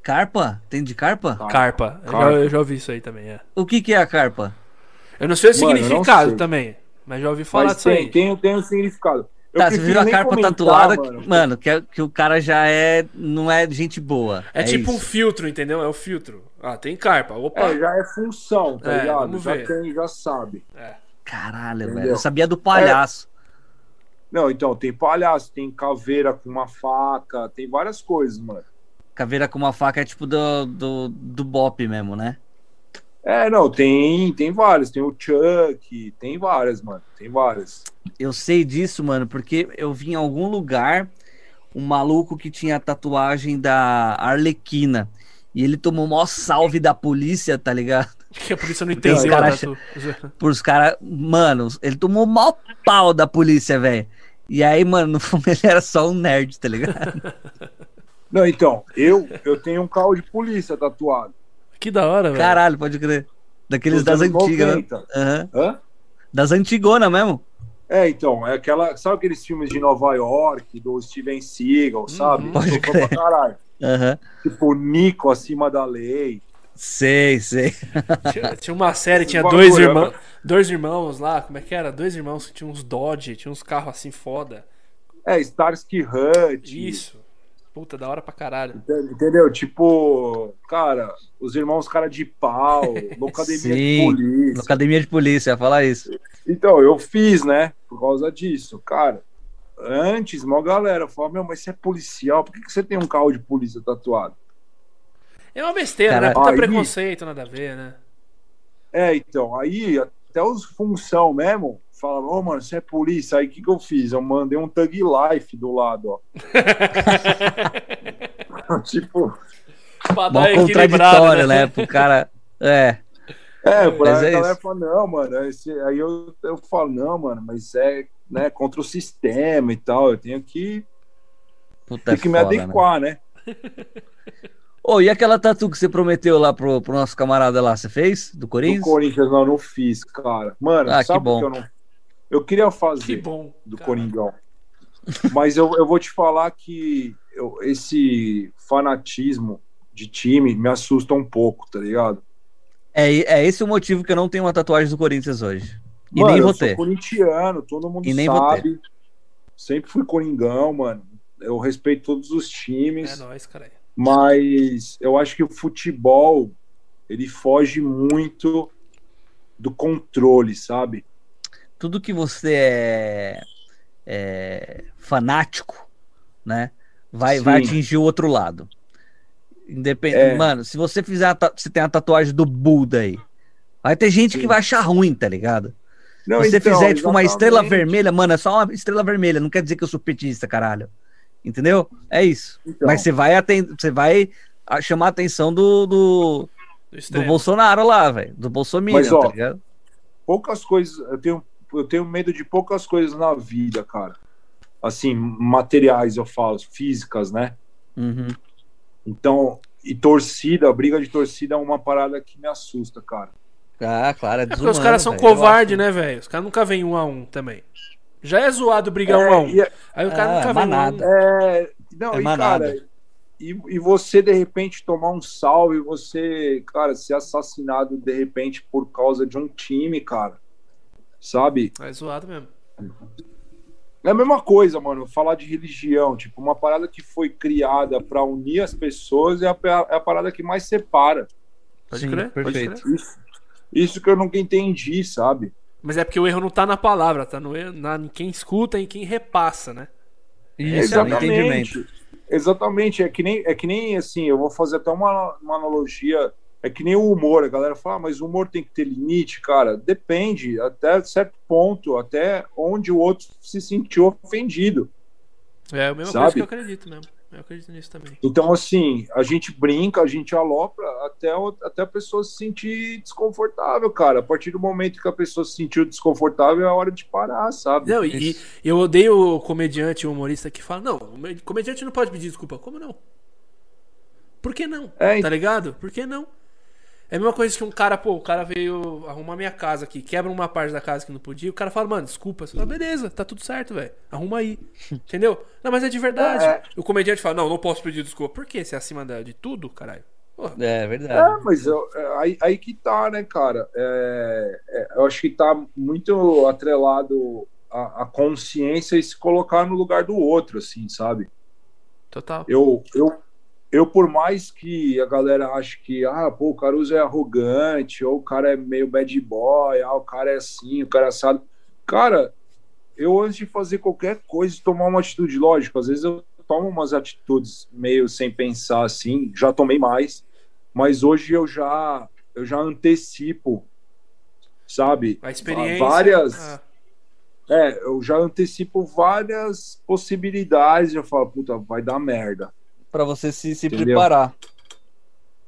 [SPEAKER 1] Carpa? Tem de carpa?
[SPEAKER 3] Tá?
[SPEAKER 2] Carpa. Eu já-
[SPEAKER 3] Carpa.
[SPEAKER 2] Eu já ouvi isso aí também, é.
[SPEAKER 1] O que que é a carpa?
[SPEAKER 2] Eu não sei o
[SPEAKER 3] Mano, eu não
[SPEAKER 2] significado
[SPEAKER 3] sei.
[SPEAKER 2] também, mas já ouvi falar
[SPEAKER 3] Mas
[SPEAKER 2] disso
[SPEAKER 3] tem,
[SPEAKER 2] aí.
[SPEAKER 3] tem, tem um significado. Eu
[SPEAKER 1] tá, você
[SPEAKER 3] prefiro
[SPEAKER 1] viu a
[SPEAKER 3] nem
[SPEAKER 1] carpa
[SPEAKER 3] comentar,
[SPEAKER 1] tatuada, que- mano,
[SPEAKER 3] mano.
[SPEAKER 1] que, é- que o cara já é, não é gente boa.
[SPEAKER 2] É, tipo um
[SPEAKER 1] isso.
[SPEAKER 2] filtro, entendeu? É o filtro. Ah, tem carpa. Opa.
[SPEAKER 3] É, já é função, tá
[SPEAKER 2] É,
[SPEAKER 3] ligado?
[SPEAKER 2] vamos
[SPEAKER 3] Já
[SPEAKER 2] ver.
[SPEAKER 3] tem, já sabe.
[SPEAKER 1] Caralho,
[SPEAKER 3] Entendeu?
[SPEAKER 1] velho. Eu sabia do palhaço.
[SPEAKER 3] Não, então, tem palhaço, tem caveira com uma faca, tem várias coisas, mano.
[SPEAKER 1] Caveira com uma faca é tipo do, do, do bop mesmo, né?
[SPEAKER 3] É, não, tem, tem várias. Tem o Chuck, tem várias, mano. Tem várias.
[SPEAKER 1] Eu sei disso, mano, porque eu vi em algum lugar um maluco que tinha a tatuagem da Arlequina. E ele tomou o maior salve da polícia, tá ligado?
[SPEAKER 2] Que a polícia não
[SPEAKER 1] Tem os
[SPEAKER 2] entendeu.
[SPEAKER 1] cara
[SPEAKER 2] né,
[SPEAKER 1] acha-
[SPEAKER 2] tu-
[SPEAKER 1] Pros caras. Mano, ele tomou o maior pau da polícia, velho. E aí, mano, no fundo ele era só um nerd, tá ligado?
[SPEAKER 3] Não, então, eu, eu tenho um carro de polícia tatuado.
[SPEAKER 2] Que da hora, velho.
[SPEAKER 1] Caralho, pode crer. Daqueles
[SPEAKER 3] Dos
[SPEAKER 1] das
[SPEAKER 3] anos
[SPEAKER 1] antigas, né?
[SPEAKER 3] 90.
[SPEAKER 1] Aham.
[SPEAKER 3] Hã?
[SPEAKER 1] Das antigonas mesmo.
[SPEAKER 3] É, então, é aquela. Sabe aqueles filmes de Nova York, do Steven Seagal, sabe?
[SPEAKER 1] Uhum. Pode
[SPEAKER 3] Tocou
[SPEAKER 1] crer.
[SPEAKER 3] pra caralho.
[SPEAKER 1] Aham.
[SPEAKER 3] Tipo, Nico acima da lei.
[SPEAKER 1] Sei, sei.
[SPEAKER 2] Tinha, tinha uma série, tinha
[SPEAKER 3] Bagulho,
[SPEAKER 2] dois
[SPEAKER 3] né?
[SPEAKER 2] irmãos. Dois irmãos lá, como é que era? Dois irmãos que tinham uns Dodge, tinham uns carros assim foda.
[SPEAKER 3] É, Starsky Hutch.
[SPEAKER 2] Isso. Puta, da hora pra caralho.
[SPEAKER 3] ente- Entendeu? Tipo, cara, os irmãos cara de pau, locademia de
[SPEAKER 1] Sim.
[SPEAKER 3] polícia.
[SPEAKER 1] Academia de polícia, ia falar isso.
[SPEAKER 3] Então, eu fiz, né? Por causa disso. Cara, antes, uma galera falava, meu, mas você é policial, por que, que você tem um carro de polícia tatuado?
[SPEAKER 2] É uma besteira, né?
[SPEAKER 1] Caralho.
[SPEAKER 2] Puta
[SPEAKER 3] Aí-
[SPEAKER 2] preconceito, nada a ver, né?
[SPEAKER 3] É, então, aí até os função mesmo falavam, ô, mano, você é polícia, aí o que, que eu fiz? Eu mandei um Thug Life do lado, ó. tipo,
[SPEAKER 2] Pra
[SPEAKER 1] Mó
[SPEAKER 2] dar
[SPEAKER 1] contraditório,
[SPEAKER 2] equilibrado,
[SPEAKER 1] né? Pro cara. É.
[SPEAKER 3] é, pra
[SPEAKER 1] Mas é
[SPEAKER 3] a galera
[SPEAKER 1] isso.
[SPEAKER 3] fala, não, mano, esse- aí eu, eu falo, não, mano, mas é né, contra o sistema e tal, eu tenho que,
[SPEAKER 1] Puta
[SPEAKER 3] tenho que me
[SPEAKER 1] foda, Né?
[SPEAKER 3] adequar, né?
[SPEAKER 1] Ô, e aquela tatu que você prometeu lá pro, pro nosso camarada lá, você fez? Do
[SPEAKER 3] Do
[SPEAKER 1] Corinthians?
[SPEAKER 3] Corinthians, não, não fiz, cara. Mano,
[SPEAKER 1] Ah, que
[SPEAKER 3] sabe
[SPEAKER 1] bom.
[SPEAKER 3] o que eu não. Eu queria
[SPEAKER 2] Que
[SPEAKER 1] né?
[SPEAKER 3] fazer.
[SPEAKER 2] bom.
[SPEAKER 3] do
[SPEAKER 2] cara.
[SPEAKER 3] Coringão. Mas eu, eu vou te falar que eu- esse fanatismo de time me assusta um pouco, tá ligado?
[SPEAKER 1] É, é esse o motivo que eu não tenho uma tatuagem do Corinthians hoje. E nem
[SPEAKER 3] eu
[SPEAKER 1] vou
[SPEAKER 3] sou
[SPEAKER 1] ter.
[SPEAKER 3] corintiano, todo mundo
[SPEAKER 1] E nem vou
[SPEAKER 3] sabe. Sempre fui Coringão, mano. Eu respeito todos os
[SPEAKER 2] É
[SPEAKER 3] times,
[SPEAKER 2] nóis, cara.
[SPEAKER 3] mas eu acho que o futebol ele foge muito do controle, sabe?
[SPEAKER 1] Tudo que você é, é fanático, né? Vai,
[SPEAKER 3] Sim.
[SPEAKER 1] vai atingir o outro lado. Independ...
[SPEAKER 3] É.
[SPEAKER 1] Mano, se você fizer a ta- se tem a tatuagem do Buda aí, vai ter gente que
[SPEAKER 3] Sim.
[SPEAKER 1] vai achar ruim, tá ligado?
[SPEAKER 3] Não,
[SPEAKER 1] Se você
[SPEAKER 3] então,
[SPEAKER 1] fizer, tipo, uma estrela
[SPEAKER 3] exatamente.
[SPEAKER 1] vermelha, mano, é só uma estrela vermelha, não quer dizer que eu sou petista, caralho. Entendeu? É isso.
[SPEAKER 3] Então.
[SPEAKER 1] Mas você vai aten- você vai a- chamar a atenção do, do,
[SPEAKER 2] Do
[SPEAKER 1] do
[SPEAKER 2] extremo.
[SPEAKER 1] Bolsonaro lá, velho. Do Bolsonaro,
[SPEAKER 3] Mas, ó,
[SPEAKER 1] tá ligado?
[SPEAKER 3] poucas coisas. Eu tenho, eu tenho medo de poucas coisas na vida, cara. assim, materiais, eu falo, físicas, né?
[SPEAKER 1] Uhum.
[SPEAKER 3] Então, e torcida, a briga de torcida é uma parada que me assusta, cara.
[SPEAKER 1] Ah, claro, é
[SPEAKER 2] É porque
[SPEAKER 1] desumano,
[SPEAKER 2] os caras são
[SPEAKER 1] velho, eu
[SPEAKER 2] covardes,
[SPEAKER 1] acho.
[SPEAKER 2] né, velho? Os caras nunca vêm um a um também. Já é zoado brigar um a um.
[SPEAKER 3] e é-
[SPEAKER 2] Aí o cara
[SPEAKER 1] Ah,
[SPEAKER 2] nunca vem um a um.
[SPEAKER 1] manada.
[SPEAKER 3] É, não,
[SPEAKER 1] É
[SPEAKER 3] e,
[SPEAKER 1] manada.
[SPEAKER 3] cara, e, e você de repente tomar um salve, você, cara, ser assassinado de repente por causa de um time, cara. Sabe?
[SPEAKER 2] É zoado mesmo.
[SPEAKER 3] É a mesma coisa, mano, falar de religião. Tipo, uma parada que foi criada pra unir as pessoas é a, pa- é a parada que mais separa.
[SPEAKER 2] Pode
[SPEAKER 1] Sim,
[SPEAKER 2] crer, pode
[SPEAKER 1] perfeito.
[SPEAKER 2] crer.
[SPEAKER 3] Isso, isso que eu nunca entendi, sabe?
[SPEAKER 2] Mas é porque o erro não tá na palavra, tá no erro, na, em quem escuta e em quem repassa, né?
[SPEAKER 1] Isso, é um entendimento.
[SPEAKER 3] Exatamente, é que nem é que nem assim, eu vou fazer até uma, uma analogia, é que nem o humor, a galera fala, ah, mas o humor tem que ter limite, cara. Depende, até certo ponto, até onde o outro se sentiu ofendido.
[SPEAKER 2] É a mesma coisa
[SPEAKER 3] Sabe?
[SPEAKER 2] que eu acredito mesmo. Eu acredito nisso também.
[SPEAKER 3] Então, assim, a gente brinca, a gente alopra até, o- até a pessoa se sentir desconfortável, cara. A partir do momento que a pessoa se sentiu desconfortável, é a hora de parar, sabe?
[SPEAKER 2] Não, e, e eu odeio o comediante, o humorista que fala, não, o me- comediante não pode pedir desculpa. Como não? Por que não?
[SPEAKER 3] É,
[SPEAKER 2] Tá ligado? Por que não? É a mesma coisa que um cara, pô, o cara veio arrumar minha casa aqui, quebra uma parte da casa que não podia, o cara fala, mano, desculpa. Você fala, beleza, tá tudo certo, velho. Arruma aí. Entendeu? Não, mas é de verdade.
[SPEAKER 3] É.
[SPEAKER 2] O comediante fala, não, não posso pedir desculpa. Por quê? Você é acima da- de tudo, caralho? Porra.
[SPEAKER 1] É verdade.
[SPEAKER 3] É, mas eu- é, aí, aí que tá, né, cara? É, é, eu acho que tá muito atrelado a, consciência e se colocar no lugar do outro, assim, sabe?
[SPEAKER 2] Total.
[SPEAKER 3] Eu, eu, eu por mais que a galera ache que, ah, pô, o Caruso é arrogante, ou o cara é meio bad boy, ah, o cara é assim, o cara é assado. Cara, eu antes de fazer qualquer coisa, tomar uma atitude, lógico, às vezes eu tomo umas atitudes meio sem pensar assim, já tomei mais, mas hoje eu já, eu já antecipo, sabe?
[SPEAKER 2] A experiência.
[SPEAKER 3] Várias.
[SPEAKER 2] Ah,
[SPEAKER 3] É, eu já antecipo várias possibilidades, eu falo, puta, vai dar merda.
[SPEAKER 1] Pra você se, se
[SPEAKER 3] Entendeu?
[SPEAKER 1] preparar.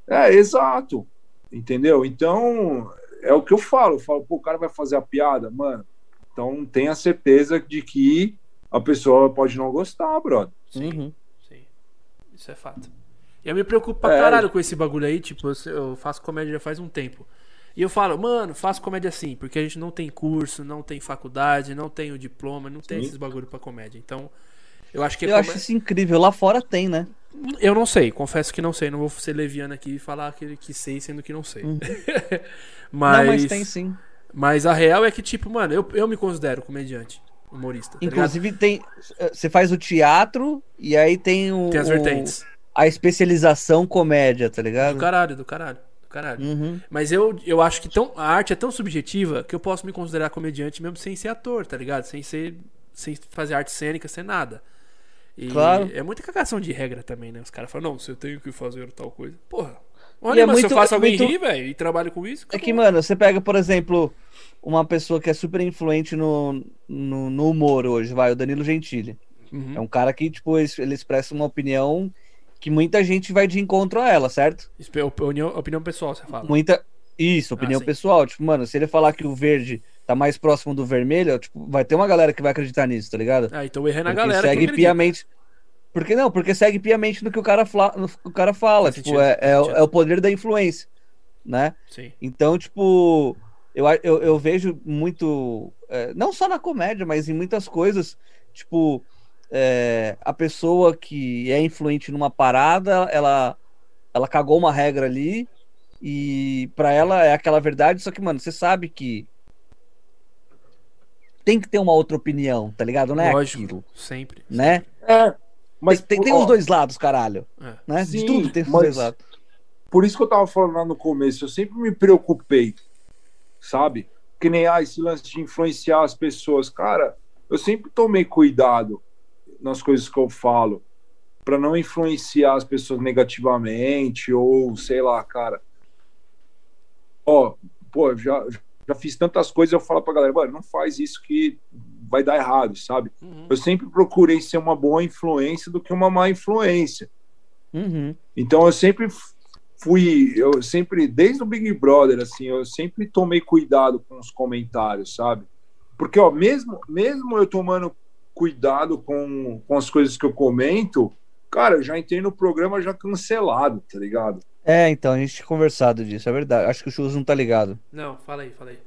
[SPEAKER 3] É, exato. Entendeu? Então, é o que eu falo. Eu falo, pô, o cara vai fazer a piada, mano. Então, tenha certeza de que a pessoa pode não gostar, brother.
[SPEAKER 2] sim.
[SPEAKER 1] Uhum.
[SPEAKER 2] Sim. Isso é fato. E eu me preocupo pra
[SPEAKER 3] É.
[SPEAKER 2] caralho com esse bagulho aí, tipo, eu- eu faço comédia já faz um tempo. E eu falo, mano, faço comédia assim, porque a gente não tem curso, não tem faculdade, não tem o diploma, não tem
[SPEAKER 3] Sim.
[SPEAKER 2] esses bagulho pra comédia. Então, eu acho que é
[SPEAKER 1] Eu acho
[SPEAKER 2] comé-
[SPEAKER 1] isso incrível. Lá fora tem, né?
[SPEAKER 2] Eu não sei, confesso que não sei, não vou ser leviano aqui e falar que, que sei, sendo que não sei. mas,
[SPEAKER 1] Não,
[SPEAKER 2] tá
[SPEAKER 1] Uhum. mas tem sim.
[SPEAKER 2] mas a real é que, tipo, mano, eu, eu me considero comediante, humorista. tá ligado?
[SPEAKER 1] Inclusive, tem. eh, Você faz o teatro e aí tem um, o.
[SPEAKER 2] tem as
[SPEAKER 1] o-
[SPEAKER 2] vertentes.
[SPEAKER 1] a especialização comédia, tá
[SPEAKER 2] Do
[SPEAKER 1] ligado?
[SPEAKER 2] caralho, do caralho, do caralho.
[SPEAKER 1] Uhum.
[SPEAKER 2] Mas eu, eu acho que tão, a arte é tão subjetiva que eu posso me considerar comediante mesmo sem ser ator, tá ligado? Sem ser. Sem fazer arte cênica, sem nada. E
[SPEAKER 1] Claro.
[SPEAKER 2] é muita cagação de regra também, né? Os caras falam, não, se eu tenho que fazer tal coisa. Porra.
[SPEAKER 1] E
[SPEAKER 2] Olha,
[SPEAKER 1] é
[SPEAKER 2] mas se
[SPEAKER 1] muito-
[SPEAKER 2] eu faço alguém
[SPEAKER 1] muito-
[SPEAKER 2] rir, velho, e trabalho com isso.
[SPEAKER 1] É que,
[SPEAKER 2] acabou.
[SPEAKER 1] mano, você pega, por exemplo, uma pessoa que é super influente no, no, no humor hoje, vai, o Danilo Gentili.
[SPEAKER 2] Uhum.
[SPEAKER 1] É um cara que, tipo, es- ele expressa uma opinião que muita gente vai de encontro a ela, certo?
[SPEAKER 2] Isso é opinião, opinião pessoal, você fala.
[SPEAKER 1] Muita. Isso, opinião
[SPEAKER 2] Ah, sim.
[SPEAKER 1] pessoal. Tipo, mano, se ele falar que o verde tá mais próximo do vermelho, tipo, vai ter uma galera que vai acreditar nisso, tá ligado?
[SPEAKER 2] Ah, então eu errei na
[SPEAKER 1] Porque
[SPEAKER 2] galera. que
[SPEAKER 1] segue
[SPEAKER 2] acredita.
[SPEAKER 1] piamente. Porque não, porque segue piamente no que o cara, fla... no que o cara fala.
[SPEAKER 2] Faz
[SPEAKER 1] tipo,
[SPEAKER 2] sentido,
[SPEAKER 1] é,
[SPEAKER 2] faz
[SPEAKER 1] é o-
[SPEAKER 2] sentido.
[SPEAKER 1] é o poder da influência, né?
[SPEAKER 2] Sim.
[SPEAKER 1] Então, tipo, eu, a- eu, eu vejo muito, é, não só na comédia, mas em muitas coisas, tipo, é, a pessoa que é influente numa parada, ela, ela cagou uma regra ali e pra ela é aquela verdade, só que, mano, você sabe que tem que ter uma outra opinião, tá ligado? Não é
[SPEAKER 2] Lógico.
[SPEAKER 1] aquilo,
[SPEAKER 2] Sempre.
[SPEAKER 1] né?
[SPEAKER 3] É.
[SPEAKER 1] Mas
[SPEAKER 3] Mas
[SPEAKER 1] tem, tem
[SPEAKER 3] ó,
[SPEAKER 1] os dois lados, caralho,
[SPEAKER 2] É.
[SPEAKER 1] né? De
[SPEAKER 3] Sim,
[SPEAKER 1] tudo tem os
[SPEAKER 3] mas-
[SPEAKER 1] dois lados.
[SPEAKER 3] Por isso que eu tava falando lá no começo, eu sempre me preocupei, sabe? Que nem ah, esse lance de influenciar as pessoas. Cara, eu sempre tomei cuidado nas coisas que eu falo, pra não influenciar as pessoas negativamente, ou sei lá, cara. Ó, pô, eu já, já fiz tantas coisas, eu falo pra galera, mano, não faz isso que vai dar errado, sabe?
[SPEAKER 2] Uhum.
[SPEAKER 3] Eu sempre procurei ser uma boa influência do que uma má influência.
[SPEAKER 1] Uhum.
[SPEAKER 3] Então eu sempre fui, eu sempre, desde o Big Brother, assim, eu sempre tomei cuidado com os comentários, sabe? Porque, ó, mesmo, mesmo eu tomando cuidado com, com as coisas que eu comento, cara, eu já entrei no programa já cancelado, tá ligado?
[SPEAKER 1] É, então, a gente tinha conversado disso, é verdade. Acho que o Churros não tá ligado.
[SPEAKER 2] Não, fala aí, fala aí.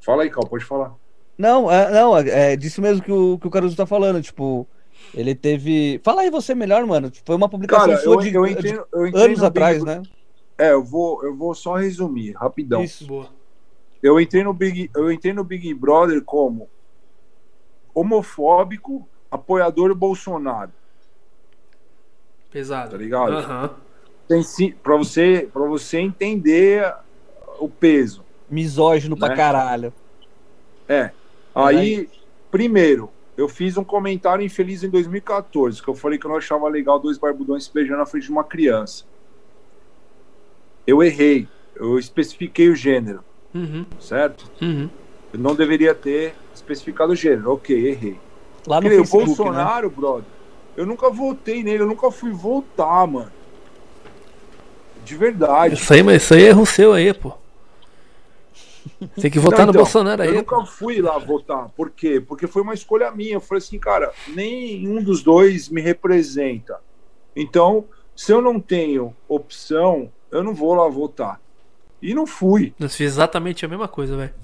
[SPEAKER 3] Fala aí, Cal, pode falar.
[SPEAKER 1] Não, é, não, é, é disso mesmo que o, que o Caruso tá falando, tipo, ele teve. Fala aí você melhor, mano. tipo, Foi uma publicação
[SPEAKER 3] Cara,
[SPEAKER 1] sua
[SPEAKER 3] eu,
[SPEAKER 1] Então, de,
[SPEAKER 3] eu entrei, no- eu
[SPEAKER 1] de
[SPEAKER 3] entrei
[SPEAKER 1] anos
[SPEAKER 3] no
[SPEAKER 1] atrás,
[SPEAKER 3] Big
[SPEAKER 1] né?
[SPEAKER 3] É, eu vou, eu vou só resumir, rapidão.
[SPEAKER 1] Isso.
[SPEAKER 2] Boa.
[SPEAKER 3] Eu entrei no Big, eu entrei no Big Brother como homofóbico, apoiador do Bolsonaro.
[SPEAKER 2] Pesado.
[SPEAKER 3] Tá ligado?
[SPEAKER 2] Aham.
[SPEAKER 3] Tem si- pra você, para você entender o peso.
[SPEAKER 1] Misógino pra
[SPEAKER 3] Né?
[SPEAKER 1] caralho.
[SPEAKER 3] Aí, primeiro, eu fiz um comentário infeliz em 2014, que eu falei que eu não achava legal dois barbudões se beijando na frente de uma criança. Eu errei. Eu especifiquei o gênero,
[SPEAKER 2] Uhum.
[SPEAKER 3] certo?
[SPEAKER 2] Uhum.
[SPEAKER 3] Eu não deveria ter especificado o gênero. Ok, errei.
[SPEAKER 1] Lá no
[SPEAKER 3] Porque o
[SPEAKER 1] Facebook, né?
[SPEAKER 3] Bolsonaro, brother, eu nunca votei nele, eu nunca fui votar, mano. De verdade.
[SPEAKER 2] Isso aí, mas isso aí é erro seu aí, pô. Tem que votar
[SPEAKER 3] Não,
[SPEAKER 2] no
[SPEAKER 3] então,
[SPEAKER 2] Bolsonaro aí.
[SPEAKER 3] Eu
[SPEAKER 2] pô.
[SPEAKER 3] nunca fui lá votar. Por quê? Porque foi uma escolha minha. Eu falei assim, cara, nenhum dos dois me representa. Então, se eu não tenho opção, eu não vou lá votar. E não fui.
[SPEAKER 2] Nós fizemos exatamente a mesma coisa, velho.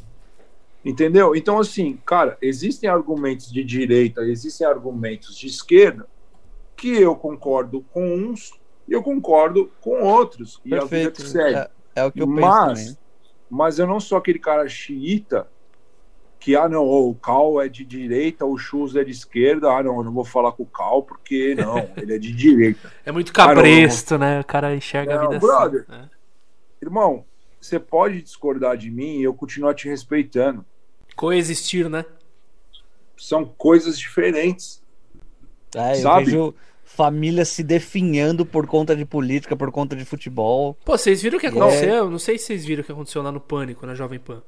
[SPEAKER 3] Entendeu? Então, assim, cara, existem argumentos de direita, existem argumentos de esquerda que eu concordo com uns e eu concordo com outros. E a vida
[SPEAKER 1] Perfeito.
[SPEAKER 3] que segue.
[SPEAKER 1] É, é o que eu penso
[SPEAKER 3] mas,
[SPEAKER 1] também.
[SPEAKER 3] mas eu não sou aquele cara xiita que, ah, não, o Cal é de direita, o Chus é de esquerda, ah, não, eu não vou falar com o Cal porque, não, ele é de direita.
[SPEAKER 2] É muito
[SPEAKER 3] Cara,
[SPEAKER 2] cabresto, né? O cara enxerga
[SPEAKER 3] Não,
[SPEAKER 2] a vida
[SPEAKER 3] brother.
[SPEAKER 2] assim. né?
[SPEAKER 3] Irmão, você pode discordar de mim e eu continuar te respeitando.
[SPEAKER 2] Coexistir, né?
[SPEAKER 3] São coisas diferentes.
[SPEAKER 1] É, eu
[SPEAKER 3] sabe?
[SPEAKER 1] vejo família se definhando por conta de política, por conta de futebol.
[SPEAKER 2] Pô, vocês viram o que
[SPEAKER 1] Não.
[SPEAKER 2] aconteceu? Não sei se vocês viram o que aconteceu lá no Pânico, na Jovem Pan.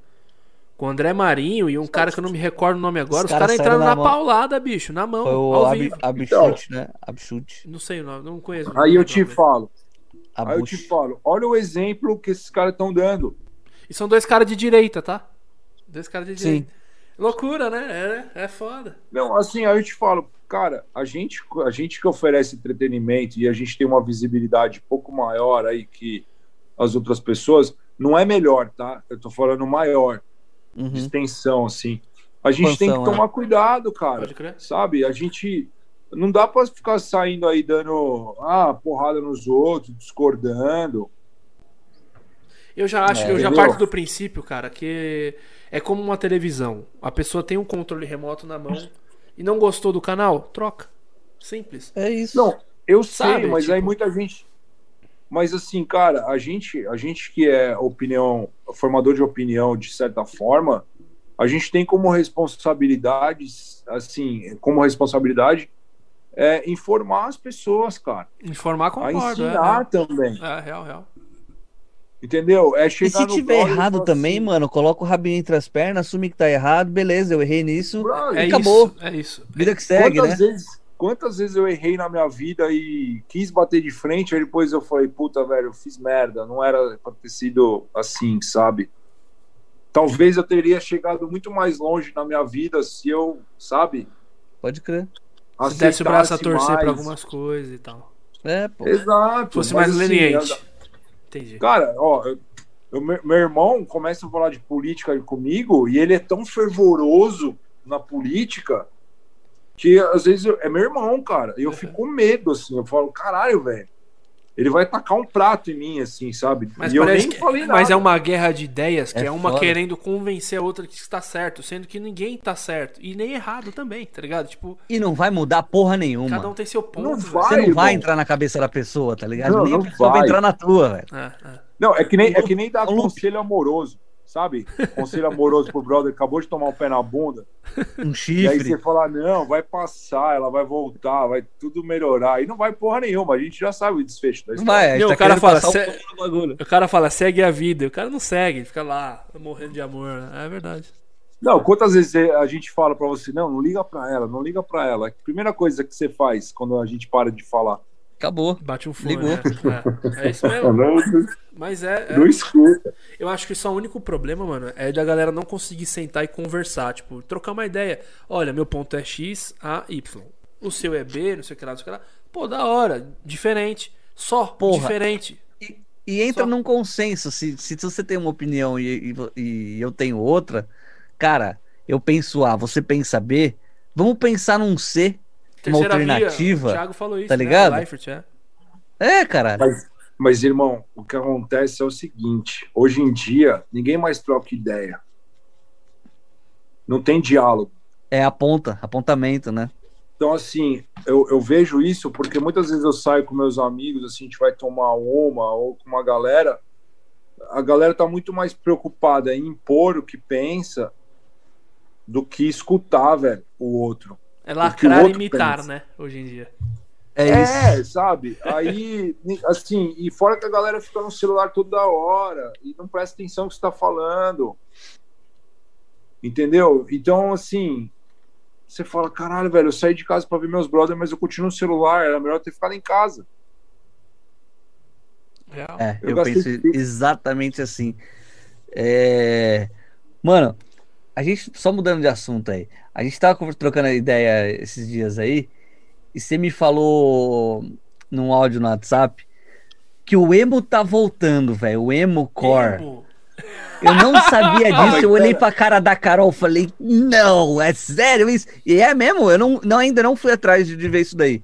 [SPEAKER 2] Com o André Marinho e um cara que eu não me recordo o nome agora,
[SPEAKER 1] Os
[SPEAKER 2] os caras
[SPEAKER 1] caras
[SPEAKER 2] entraram
[SPEAKER 1] saíram
[SPEAKER 2] na,
[SPEAKER 1] na mão.
[SPEAKER 2] paulada, bicho, na mão,
[SPEAKER 1] Foi o
[SPEAKER 2] ao
[SPEAKER 1] Ab-
[SPEAKER 2] vivo.
[SPEAKER 3] Então,
[SPEAKER 1] Abchute, né? Abchute.
[SPEAKER 2] Não sei o nome, não conheço.
[SPEAKER 3] Aí eu te falo, aí eu te
[SPEAKER 1] Abush.
[SPEAKER 3] falo, olha o exemplo que esses caras estão dando.
[SPEAKER 2] E são dois caras de direita, tá? Dois caras de
[SPEAKER 1] Sim.
[SPEAKER 2] direita. Loucura, né? É, é foda.
[SPEAKER 3] Não, assim, aí eu te falo, cara, a gente, a gente que oferece entretenimento e a gente tem uma visibilidade pouco maior aí que as outras pessoas, não é melhor, tá? Eu tô falando maior, de
[SPEAKER 1] Uhum.
[SPEAKER 3] extensão, assim. A gente tem
[SPEAKER 1] Expansão, é.
[SPEAKER 3] que tomar cuidado, cara,
[SPEAKER 2] Pode crer.
[SPEAKER 3] sabe? A gente não dá pra ficar saindo aí dando ah, porrada nos outros, discordando.
[SPEAKER 2] Eu já acho,
[SPEAKER 1] É,
[SPEAKER 2] eu já
[SPEAKER 3] entendeu?
[SPEAKER 2] parto do princípio, cara, que é como uma televisão. A pessoa tem um controle remoto na mão e não gostou do canal, troca. Simples.
[SPEAKER 1] É isso.
[SPEAKER 3] Não, eu
[SPEAKER 2] Sabe,
[SPEAKER 3] sei, mas aí
[SPEAKER 2] tipo-
[SPEAKER 3] muita gente. Mas assim, cara, a gente, a gente que é opinião, formador de opinião de certa forma, a gente tem como responsabilidade, assim, como responsabilidade é informar as pessoas, cara,
[SPEAKER 2] Informar
[SPEAKER 3] a
[SPEAKER 2] concordo, é,
[SPEAKER 3] ensinar também,
[SPEAKER 2] é. É, real, real.
[SPEAKER 3] entendeu? É
[SPEAKER 1] E
[SPEAKER 3] chegar
[SPEAKER 1] se
[SPEAKER 3] no
[SPEAKER 1] tiver
[SPEAKER 3] brother e
[SPEAKER 1] errado
[SPEAKER 3] falar
[SPEAKER 1] também,
[SPEAKER 3] assim,
[SPEAKER 1] mano, coloca o rabinho entre as pernas, assume que tá errado, beleza, eu errei nisso.
[SPEAKER 3] brother,
[SPEAKER 2] É
[SPEAKER 1] Acabou.
[SPEAKER 2] isso, é isso.
[SPEAKER 1] Vida que segue, né?
[SPEAKER 3] quantas vezes, quantas vezes eu errei na minha vida e quis bater de frente, aí depois eu falei, puta, velho, eu fiz merda, não era pra ter sido assim, sabe? Talvez eu teria chegado muito mais longe na minha vida se eu, sabe,
[SPEAKER 1] Pode crer.
[SPEAKER 2] Se desse o braço a
[SPEAKER 3] aceitasse
[SPEAKER 2] torcer
[SPEAKER 3] mais.
[SPEAKER 2] pra algumas coisas e tal.
[SPEAKER 1] É, pô.
[SPEAKER 3] Exato.
[SPEAKER 2] Fosse
[SPEAKER 3] mas
[SPEAKER 2] mais
[SPEAKER 3] assim,
[SPEAKER 2] leniente.
[SPEAKER 3] eu-
[SPEAKER 2] Entendi.
[SPEAKER 3] Cara, ó, eu- eu- meu meu irmão começa a falar de política comigo e ele é tão fervoroso na política que às vezes eu- é meu irmão, cara. E eu
[SPEAKER 2] Uhum.
[SPEAKER 3] fico com medo, assim. Eu falo, caralho, velho. Ele vai tacar um prato em mim, assim, sabe?
[SPEAKER 2] Mas,
[SPEAKER 3] e eu
[SPEAKER 2] parece
[SPEAKER 3] nem
[SPEAKER 2] que-
[SPEAKER 3] falei nada.
[SPEAKER 2] mas é uma guerra de ideias que é,
[SPEAKER 1] É
[SPEAKER 2] uma
[SPEAKER 1] foda.
[SPEAKER 2] querendo convencer a outra que está certo, sendo que ninguém tá certo. E nem errado também, tá ligado? Tipo,
[SPEAKER 1] E não vai mudar porra nenhuma.
[SPEAKER 2] cada um tem seu ponto.
[SPEAKER 3] Não
[SPEAKER 2] velho.
[SPEAKER 3] vai.
[SPEAKER 1] Você não vai
[SPEAKER 3] irmão.
[SPEAKER 1] entrar na cabeça da pessoa, tá ligado?
[SPEAKER 3] Não,
[SPEAKER 1] Nem a
[SPEAKER 3] não
[SPEAKER 1] pessoa vai
[SPEAKER 3] vai.
[SPEAKER 1] entrar na tua, velho.
[SPEAKER 2] É, é.
[SPEAKER 3] Não, é que nem, é que nem dar
[SPEAKER 1] É um loop.
[SPEAKER 3] conselho amoroso, sabe? Conselho amoroso pro brother que acabou de tomar um pé na bunda.
[SPEAKER 1] Um
[SPEAKER 3] E aí você
[SPEAKER 1] chifre.
[SPEAKER 3] fala, não, vai passar, ela vai voltar, vai tudo melhorar. E não vai porra nenhuma, a gente já sabe o desfecho da
[SPEAKER 1] Não
[SPEAKER 3] história.
[SPEAKER 1] vai. a gente
[SPEAKER 2] Não,
[SPEAKER 1] tá
[SPEAKER 2] o cara
[SPEAKER 1] querendo
[SPEAKER 2] fala,
[SPEAKER 1] passar o
[SPEAKER 2] "Cê-
[SPEAKER 1] pano no bagulho.
[SPEAKER 2] O cara fala, segue a vida. E O cara não segue, fica lá, morrendo de amor. né? É verdade.
[SPEAKER 3] Não, quantas vezes a gente fala pra você, não, não liga pra ela, não liga pra ela. A primeira coisa que você faz quando a gente para de falar.
[SPEAKER 1] Acabou.
[SPEAKER 2] Bate um fone.
[SPEAKER 1] Ligou.
[SPEAKER 2] né? É. É isso mesmo.
[SPEAKER 3] Não,
[SPEAKER 2] Mas é, é-
[SPEAKER 3] Não escuta.
[SPEAKER 2] Eu acho que só o único problema, mano, é da galera não conseguir sentar e conversar. Tipo, trocar uma ideia. Olha, meu ponto é X, A, Y. O seu é B, não sei o que lá, não sei o que lá. Pô, da hora. Diferente. Só.
[SPEAKER 1] Porra.
[SPEAKER 2] Diferente.
[SPEAKER 1] E, e entra
[SPEAKER 2] Só-
[SPEAKER 1] num consenso. Se, se você tem uma opinião e, e vo- e eu tenho outra, cara, eu penso A, você pensa B, vamos pensar num C. alternativa,
[SPEAKER 2] Via, o Thiago falou isso.
[SPEAKER 1] tá
[SPEAKER 2] né?
[SPEAKER 1] ligado?
[SPEAKER 2] O Leifert, é.
[SPEAKER 1] É, caralho.
[SPEAKER 3] Mas, mas, irmão, o que acontece é o seguinte: hoje em dia, ninguém mais troca ideia. Não tem diálogo.
[SPEAKER 1] É a ponta, apontamento, né?
[SPEAKER 3] Então, assim, eu, eu vejo isso porque muitas vezes eu saio com meus amigos, assim, a gente vai tomar uma ou com uma galera. A galera tá muito mais preocupada em impor o que pensa do que escutar, velho, o outro.
[SPEAKER 2] É
[SPEAKER 3] O que o
[SPEAKER 2] lacrar e
[SPEAKER 3] outro
[SPEAKER 2] imitar,
[SPEAKER 3] pensa.
[SPEAKER 2] né? Hoje em dia.
[SPEAKER 1] É,
[SPEAKER 3] É, sabe? Aí, ni- assim, e fora que a galera fica no celular toda hora e não presta atenção no que você tá falando. Entendeu? Então, assim, você fala, caralho, velho, eu saí de casa pra ver meus brothers, mas eu continuo no celular, era melhor eu ter ficado em casa.
[SPEAKER 2] Real.
[SPEAKER 1] É,
[SPEAKER 3] Eu
[SPEAKER 1] eu,
[SPEAKER 3] gostei
[SPEAKER 1] penso
[SPEAKER 3] de-
[SPEAKER 1] exatamente assim. É, Mano, a gente, só mudando de assunto aí, a gente tava conver- trocando ideia esses dias aí, e você me falou num áudio no WhatsApp que o emo tá voltando, velho, o emo core.
[SPEAKER 2] Tempo.
[SPEAKER 1] Eu não sabia
[SPEAKER 3] Ah,
[SPEAKER 1] disso,
[SPEAKER 3] mas
[SPEAKER 1] eu olhei
[SPEAKER 3] pera.
[SPEAKER 1] pra cara da Carol, falei, não, é sério isso? E é mesmo, eu não, não- ainda não fui atrás de, de ver isso daí.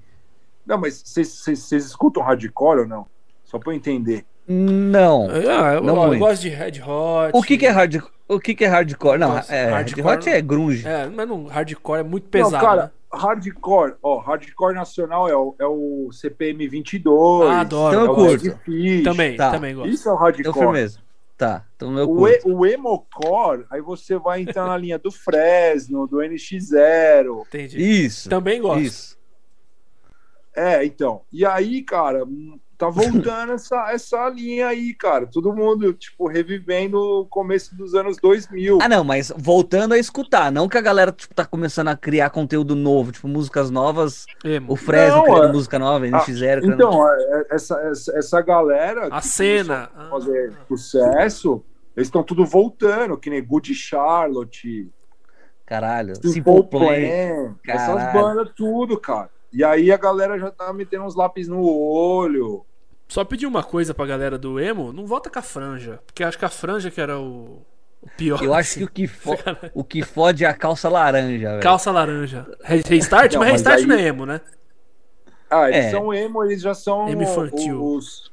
[SPEAKER 3] Não, mas vocês- vocês vocês escutam hardcore ou não? Só pra eu entender.
[SPEAKER 1] Não.
[SPEAKER 2] Ah, eu,
[SPEAKER 1] Não
[SPEAKER 2] ó, eu
[SPEAKER 1] muito.
[SPEAKER 2] gosto de Red Hot.
[SPEAKER 1] O que, que é hard, o que, que é hardcore? Não,
[SPEAKER 2] Nossa,
[SPEAKER 1] é,
[SPEAKER 2] hardcore-
[SPEAKER 1] hard rock é grunge.
[SPEAKER 2] É, mas não, hardcore é muito pesado.
[SPEAKER 3] não, cara,
[SPEAKER 2] né?
[SPEAKER 3] hardcore, ó, hardcore nacional é o, é o CPM 22.
[SPEAKER 2] Ah, adoro.
[SPEAKER 1] então eu
[SPEAKER 3] é o
[SPEAKER 2] gosto.
[SPEAKER 1] curto.
[SPEAKER 3] Red Fish.
[SPEAKER 2] Também,
[SPEAKER 1] Tá.
[SPEAKER 2] também gosto.
[SPEAKER 3] Isso é o
[SPEAKER 1] Então
[SPEAKER 3] hardcore.
[SPEAKER 1] firmeza. Tá, então eu
[SPEAKER 3] O, e,
[SPEAKER 1] curto.
[SPEAKER 3] o emocore, aí você vai entrar na linha do Fresno, do NX0.
[SPEAKER 2] Entendi.
[SPEAKER 1] Isso.
[SPEAKER 3] Então
[SPEAKER 2] Também gosto.
[SPEAKER 1] Isso.
[SPEAKER 3] É, então. E aí, cara, hum, tá voltando essa, essa linha aí, cara. Todo mundo, tipo, revivendo o começo dos anos 2000.
[SPEAKER 1] Ah, não, mas voltando a escutar, não que a galera tipo, tá começando a criar conteúdo novo, tipo músicas novas,
[SPEAKER 2] Emo.
[SPEAKER 1] o Fresno
[SPEAKER 3] Não,
[SPEAKER 1] criando
[SPEAKER 3] é-
[SPEAKER 1] música nova, NX0 criando...
[SPEAKER 3] Então, é, é, essa, essa, essa galera
[SPEAKER 2] A
[SPEAKER 3] que
[SPEAKER 2] cena.
[SPEAKER 3] começou a
[SPEAKER 2] Ah.
[SPEAKER 3] fazer sucesso, eles estão tudo voltando, que nem Good Charlotte,
[SPEAKER 1] caralho, Simple
[SPEAKER 3] Simple
[SPEAKER 1] Plan.
[SPEAKER 3] Plan, essas
[SPEAKER 1] caralho.
[SPEAKER 3] bandas tudo, cara. E aí a galera já tá metendo uns lápis no olho.
[SPEAKER 2] Só pedir uma coisa pra galera do emo, não volta com a franja. Porque acho que a franja que era o, o pior. assim.
[SPEAKER 1] Eu acho que o que, fo... o que fode é a calça laranja, velho.
[SPEAKER 2] Calça laranja. Re- Restart?
[SPEAKER 3] Não,
[SPEAKER 2] mas
[SPEAKER 3] mas
[SPEAKER 2] restart
[SPEAKER 3] aí-
[SPEAKER 2] não é emo, né?
[SPEAKER 3] Ah, eles
[SPEAKER 1] É.
[SPEAKER 3] são emo, eles já são
[SPEAKER 2] Emo infantil.
[SPEAKER 3] os.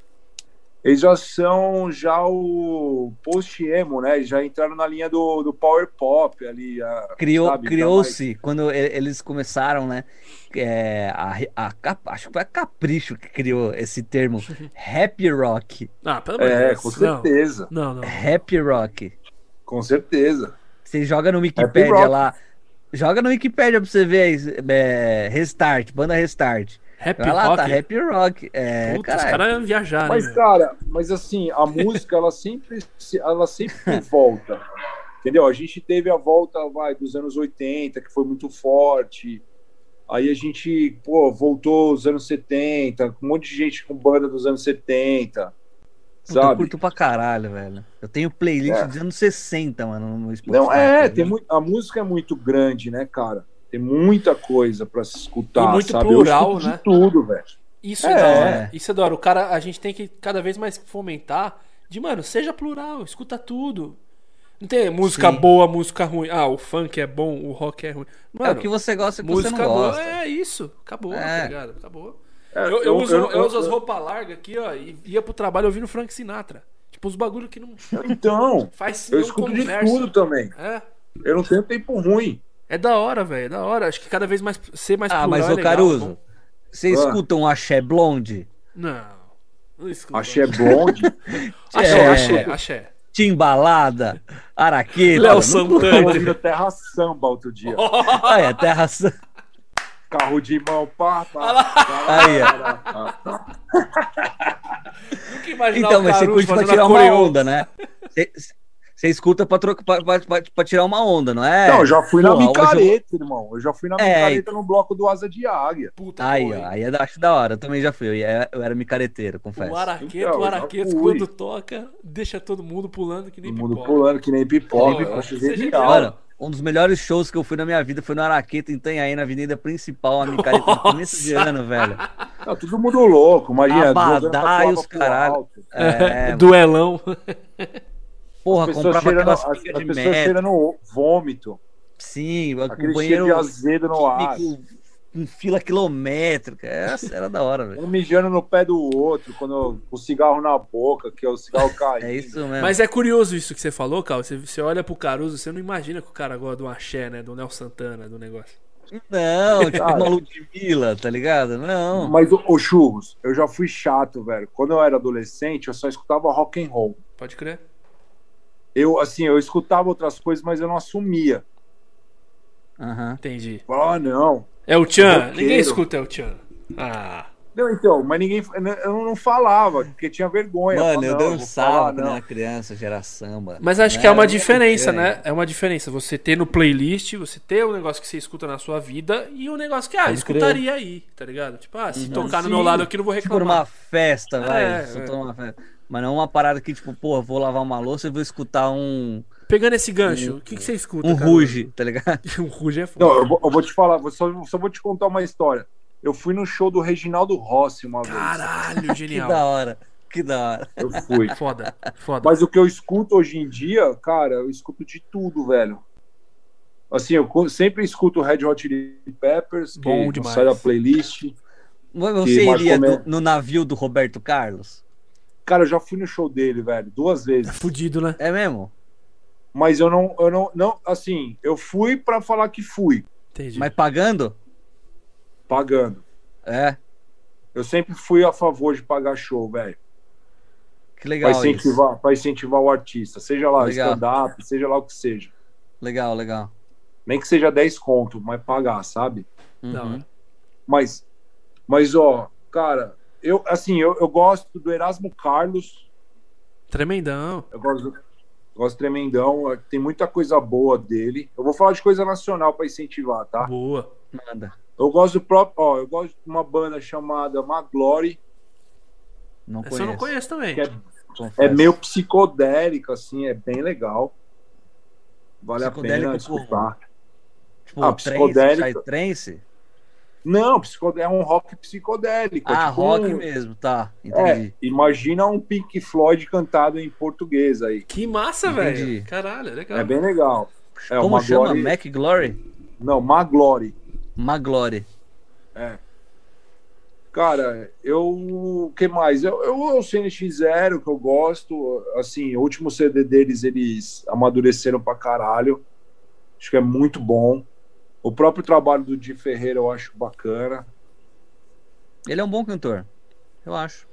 [SPEAKER 3] Eles já são já o post-emo, né? Eles já entraram na linha do, do power pop ali. a-
[SPEAKER 1] Criou-
[SPEAKER 3] sabe,
[SPEAKER 1] Criou-se quando e- eles começaram, né? é, a, a Cap- acho que foi a Capricho que criou esse termo. Happy Rock.
[SPEAKER 2] Ah, pelo amor de
[SPEAKER 3] É,
[SPEAKER 2] Deus.
[SPEAKER 3] com
[SPEAKER 2] não.
[SPEAKER 3] certeza.
[SPEAKER 2] não, não.
[SPEAKER 1] Happy Rock.
[SPEAKER 3] Com certeza.
[SPEAKER 1] Você joga no Wikipedia
[SPEAKER 3] rock.
[SPEAKER 1] lá. Joga no Wikipedia pra você ver aí. é, restart, banda Restart.
[SPEAKER 2] Happy
[SPEAKER 1] Vai lá,
[SPEAKER 2] Rock.
[SPEAKER 1] tá Happy Rock. É,
[SPEAKER 2] Puta, os
[SPEAKER 1] caralho.
[SPEAKER 2] caras iam viajar, né?
[SPEAKER 3] Mas,
[SPEAKER 2] meu?
[SPEAKER 3] cara, mas assim, a música, ela sempre, se- ela sempre volta. Entendeu? A gente teve a volta, vai, dos anos 80, que foi muito forte. Aí a gente, pô, voltou aos anos 70, com um monte de gente com banda dos anos 70.
[SPEAKER 2] é Então,
[SPEAKER 1] Puta, eu
[SPEAKER 3] Sabe?
[SPEAKER 1] curto pra caralho, velho. Eu tenho playlist
[SPEAKER 3] É.
[SPEAKER 1] dos anos 60, mano, no Spotify.
[SPEAKER 3] Não, é,
[SPEAKER 1] tá
[SPEAKER 2] né?
[SPEAKER 3] tem
[SPEAKER 1] ligado?
[SPEAKER 3] muito, a música é muito grande, né, cara? Tem muita coisa pra se escutar,
[SPEAKER 2] E muito
[SPEAKER 3] sabe?
[SPEAKER 2] plural,
[SPEAKER 3] Eu escuto
[SPEAKER 2] né?
[SPEAKER 3] De tudo, velho.
[SPEAKER 2] Isso é,
[SPEAKER 3] É.
[SPEAKER 2] da hora. Isso é da hora. O cara, a gente tem que cada vez mais fomentar de, mano, seja plural, escuta tudo. Não tem música
[SPEAKER 1] Sim.
[SPEAKER 2] boa, música ruim. Ah, o funk é bom, o rock é ruim.
[SPEAKER 1] É
[SPEAKER 2] Mano,
[SPEAKER 1] o que você gosta e o que você
[SPEAKER 2] música
[SPEAKER 1] não
[SPEAKER 2] boa
[SPEAKER 1] gosta.
[SPEAKER 2] é isso. Acabou,
[SPEAKER 1] É.
[SPEAKER 2] tá ligado? Acabou.
[SPEAKER 3] É,
[SPEAKER 2] Eu, eu uso, eu,
[SPEAKER 3] eu-
[SPEAKER 2] uso as roupas largas aqui, ó, e ia pro trabalho ouvindo Frank Sinatra. Tipo, uns bagulho que não
[SPEAKER 3] Então,
[SPEAKER 2] faz
[SPEAKER 3] eu
[SPEAKER 2] não
[SPEAKER 3] escuto
[SPEAKER 2] conversa.
[SPEAKER 3] de tudo também.
[SPEAKER 2] É,
[SPEAKER 3] Eu não tenho tempo ruim.
[SPEAKER 2] é da hora, velho, é da hora. Acho que cada vez mais ser mais
[SPEAKER 1] Ah,
[SPEAKER 2] plural
[SPEAKER 1] mas
[SPEAKER 2] é
[SPEAKER 1] ô
[SPEAKER 2] legal,
[SPEAKER 1] Caruso,
[SPEAKER 2] bom.
[SPEAKER 1] você
[SPEAKER 3] Ah.
[SPEAKER 1] escuta um axé blonde?
[SPEAKER 2] Não. Não escuto.
[SPEAKER 3] Axé é Blonde.
[SPEAKER 2] Axé,
[SPEAKER 1] É.
[SPEAKER 2] axé, axé.
[SPEAKER 1] Timbalada, Araqueta.
[SPEAKER 2] Léo
[SPEAKER 1] não-
[SPEAKER 3] Eu tava
[SPEAKER 2] Santana.
[SPEAKER 3] ouvindo Terra Samba outro dia.
[SPEAKER 1] Ah, é, Terra San-
[SPEAKER 3] Carro de mão, pá, pá.
[SPEAKER 1] Aí, ó.
[SPEAKER 2] Nunca imaginar
[SPEAKER 1] Então,
[SPEAKER 2] o
[SPEAKER 1] mas você
[SPEAKER 2] Caruso
[SPEAKER 1] Então, curte pra
[SPEAKER 2] fazendo a
[SPEAKER 1] tirar uma
[SPEAKER 2] coreo.
[SPEAKER 1] onda, né? Você- Você escuta pra, troca- pra- pra- pra- pra tirar uma onda, não é?
[SPEAKER 3] Não, eu já fui na
[SPEAKER 1] Porra, hoje eu-
[SPEAKER 3] micareta, irmão. Eu já fui na
[SPEAKER 1] É,
[SPEAKER 3] micareta no bloco do Asa de Águia.
[SPEAKER 2] Puta,
[SPEAKER 1] Aí,
[SPEAKER 2] pô,
[SPEAKER 1] ó,
[SPEAKER 2] hein?
[SPEAKER 1] aí eu acho da hora. Eu também já fui. Eu, ia- eu era micareteiro, confesso.
[SPEAKER 2] O Araqueto,
[SPEAKER 3] Então,
[SPEAKER 2] o
[SPEAKER 3] já
[SPEAKER 2] Araqueto,
[SPEAKER 3] fui.
[SPEAKER 2] quando toca, deixa todo mundo pulando que nem
[SPEAKER 3] Todo mundo
[SPEAKER 2] pipoca.
[SPEAKER 3] pulando que nem pipoca.
[SPEAKER 2] Pô,
[SPEAKER 3] eu acho
[SPEAKER 2] seja
[SPEAKER 3] genial.
[SPEAKER 1] Mano, um dos melhores shows que eu fui na minha vida foi no Araqueta, em Tanhaém, na Avenida Principal, a micareta no começo de ano, velho.
[SPEAKER 3] Tá todo mundo louco, imagina.
[SPEAKER 1] Abadá
[SPEAKER 3] jogando tatuava
[SPEAKER 1] e os
[SPEAKER 3] pro
[SPEAKER 1] caralho.
[SPEAKER 3] alto.
[SPEAKER 1] É,
[SPEAKER 2] Duelão.
[SPEAKER 1] porra,
[SPEAKER 3] As pessoas
[SPEAKER 1] comprava
[SPEAKER 3] cheirando,
[SPEAKER 1] aquelas
[SPEAKER 3] as, as
[SPEAKER 1] pingas de
[SPEAKER 3] pessoas
[SPEAKER 1] merda.
[SPEAKER 3] cheirando vômito.
[SPEAKER 1] Sim,
[SPEAKER 3] Aquele
[SPEAKER 1] o
[SPEAKER 3] cheiro
[SPEAKER 1] banheiro
[SPEAKER 3] de azedo no ar.
[SPEAKER 1] químico, em fila quilométrica. Essa era da hora, velho.
[SPEAKER 3] Um mijando no pé do outro, quando o cigarro na boca, que é o cigarro caindo.
[SPEAKER 1] É isso mesmo.
[SPEAKER 2] Mas é curioso isso que você falou, Cal. Você, você olha pro Caruso, você não imagina que o cara gosta do axé, né? Do Nelson Santana, do negócio.
[SPEAKER 1] Não, tipo
[SPEAKER 3] Cara.
[SPEAKER 1] uma Ludmilla, tá ligado? Não.
[SPEAKER 3] Mas, ô, ô, Churros, eu já fui chato, velho. Quando eu era adolescente, eu só escutava rock and roll.
[SPEAKER 2] Pode crer?
[SPEAKER 3] Eu, assim, eu escutava outras coisas, mas eu não assumia.
[SPEAKER 1] Aham.
[SPEAKER 2] Entendi.
[SPEAKER 3] Falava, ah, não.
[SPEAKER 2] É o Tchan.
[SPEAKER 3] Roqueiro.
[SPEAKER 2] Ninguém escuta El Tchan. Ah.
[SPEAKER 3] Não, então, mas ninguém. Eu não falava, porque tinha vergonha.
[SPEAKER 1] Mano,
[SPEAKER 3] falava,
[SPEAKER 1] eu
[SPEAKER 3] não, vou falar,
[SPEAKER 1] dançava quando
[SPEAKER 3] não.
[SPEAKER 1] era criança, gera samba.
[SPEAKER 2] Mas acho
[SPEAKER 1] Não
[SPEAKER 2] que é uma
[SPEAKER 1] era
[SPEAKER 2] diferença,
[SPEAKER 1] bacana.
[SPEAKER 2] né? É uma diferença. Você ter no playlist, você ter o negócio que você escuta na sua vida e o negócio que, ah,
[SPEAKER 1] Pode
[SPEAKER 2] escutaria aí, tá ligado? Tipo, ah, se tocar no
[SPEAKER 3] Sim.
[SPEAKER 2] meu lado aqui, eu não vou
[SPEAKER 1] Tipo, numa
[SPEAKER 2] reclamar.
[SPEAKER 1] festa, vai.
[SPEAKER 2] É,
[SPEAKER 1] só
[SPEAKER 2] é.
[SPEAKER 1] tô numa festa. Mas não uma parada que, tipo, porra, vou lavar uma louça e vou escutar um,
[SPEAKER 2] Pegando esse gancho, o que, que você escuta?
[SPEAKER 1] um
[SPEAKER 2] cara?
[SPEAKER 1] ruge, tá ligado?
[SPEAKER 2] um ruge é foda.
[SPEAKER 3] Não, eu vou, eu vou te falar, vou- só, só vou te contar uma história. Eu fui no show do Reginaldo Rossi uma
[SPEAKER 2] Caralho,
[SPEAKER 1] Que
[SPEAKER 2] genial.
[SPEAKER 1] da hora. Que da hora.
[SPEAKER 3] vez. Eu fui.
[SPEAKER 2] Foda, foda.
[SPEAKER 3] Mas o que eu escuto hoje em dia, cara, eu escuto de tudo, velho. Assim, eu co- sempre escuto Red Hot Chili Peppers, que
[SPEAKER 2] Bom
[SPEAKER 3] não
[SPEAKER 2] demais.
[SPEAKER 3] sai da playlist.
[SPEAKER 1] Você
[SPEAKER 3] marcou
[SPEAKER 1] iria
[SPEAKER 3] mesmo.
[SPEAKER 1] no, no navio do Roberto Carlos?
[SPEAKER 3] Cara, eu já fui no show dele, velho, duas
[SPEAKER 2] É
[SPEAKER 3] vezes.
[SPEAKER 2] fudido, né?
[SPEAKER 1] É mesmo?
[SPEAKER 3] Mas eu não, eu não, não, assim, eu fui pra falar que fui,
[SPEAKER 2] Entendi.
[SPEAKER 1] Mas pagando?
[SPEAKER 3] pagando.
[SPEAKER 1] É.
[SPEAKER 3] Eu sempre fui a favor de pagar show, velho.
[SPEAKER 1] Que
[SPEAKER 3] Pra
[SPEAKER 1] legal isso.
[SPEAKER 3] incentivar, pra incentivar o artista, seja lá
[SPEAKER 1] Legal.
[SPEAKER 3] stand-up, seja lá o que seja.
[SPEAKER 1] Legal, legal.
[SPEAKER 3] Nem que seja 10 conto, mas pagar, sabe?
[SPEAKER 1] Uhum.
[SPEAKER 2] Da hora.
[SPEAKER 3] Mas, mas ó, cara, eu, assim, eu, eu gosto do Erasmo Carlos,
[SPEAKER 2] Tremendão.
[SPEAKER 3] eu gosto, do- gosto do Tremendão, eh, tem muita coisa boa dele. Eu vou falar de coisa nacional pra incentivar, tá?
[SPEAKER 2] Boa.
[SPEAKER 1] Nada.
[SPEAKER 3] Eu gosto do próprio, ó, eu gosto de uma banda chamada Maglory,
[SPEAKER 1] Não
[SPEAKER 2] Essa
[SPEAKER 1] conheço.
[SPEAKER 2] eu não conheço também.
[SPEAKER 3] que é,
[SPEAKER 1] Confesso.
[SPEAKER 3] é meio psicodélica, assim, é bem legal. Vale a
[SPEAKER 1] Psicodélico
[SPEAKER 3] pena
[SPEAKER 1] como?
[SPEAKER 3] escutar.
[SPEAKER 1] Tipo,
[SPEAKER 3] Ah,
[SPEAKER 1] trance,
[SPEAKER 3] psicodélico.
[SPEAKER 1] sai trance?
[SPEAKER 3] Não, psico- é um rock psicodélico. é
[SPEAKER 1] Ah,
[SPEAKER 3] tipo
[SPEAKER 1] rock
[SPEAKER 3] um-
[SPEAKER 1] mesmo, tá. Entendi.
[SPEAKER 3] É, imagina um Pink Floyd cantado em português aí.
[SPEAKER 2] Que massa,
[SPEAKER 1] Entendi.
[SPEAKER 2] velho. Caralho, legal.
[SPEAKER 3] É bem legal. É, o
[SPEAKER 1] Como chama?
[SPEAKER 3] Maglory-
[SPEAKER 1] Mac Glory?
[SPEAKER 3] Não, Maglory.
[SPEAKER 1] Maglory.
[SPEAKER 3] Cara, eu. O que mais? Eu, eu, o CNX0, que eu gosto. Assim, o último CD deles, eles amadureceram pra caralho. Acho que é muito bom. O próprio trabalho do Di Ferreira eu acho bacana.
[SPEAKER 1] Ele é um bom cantor. Eu acho.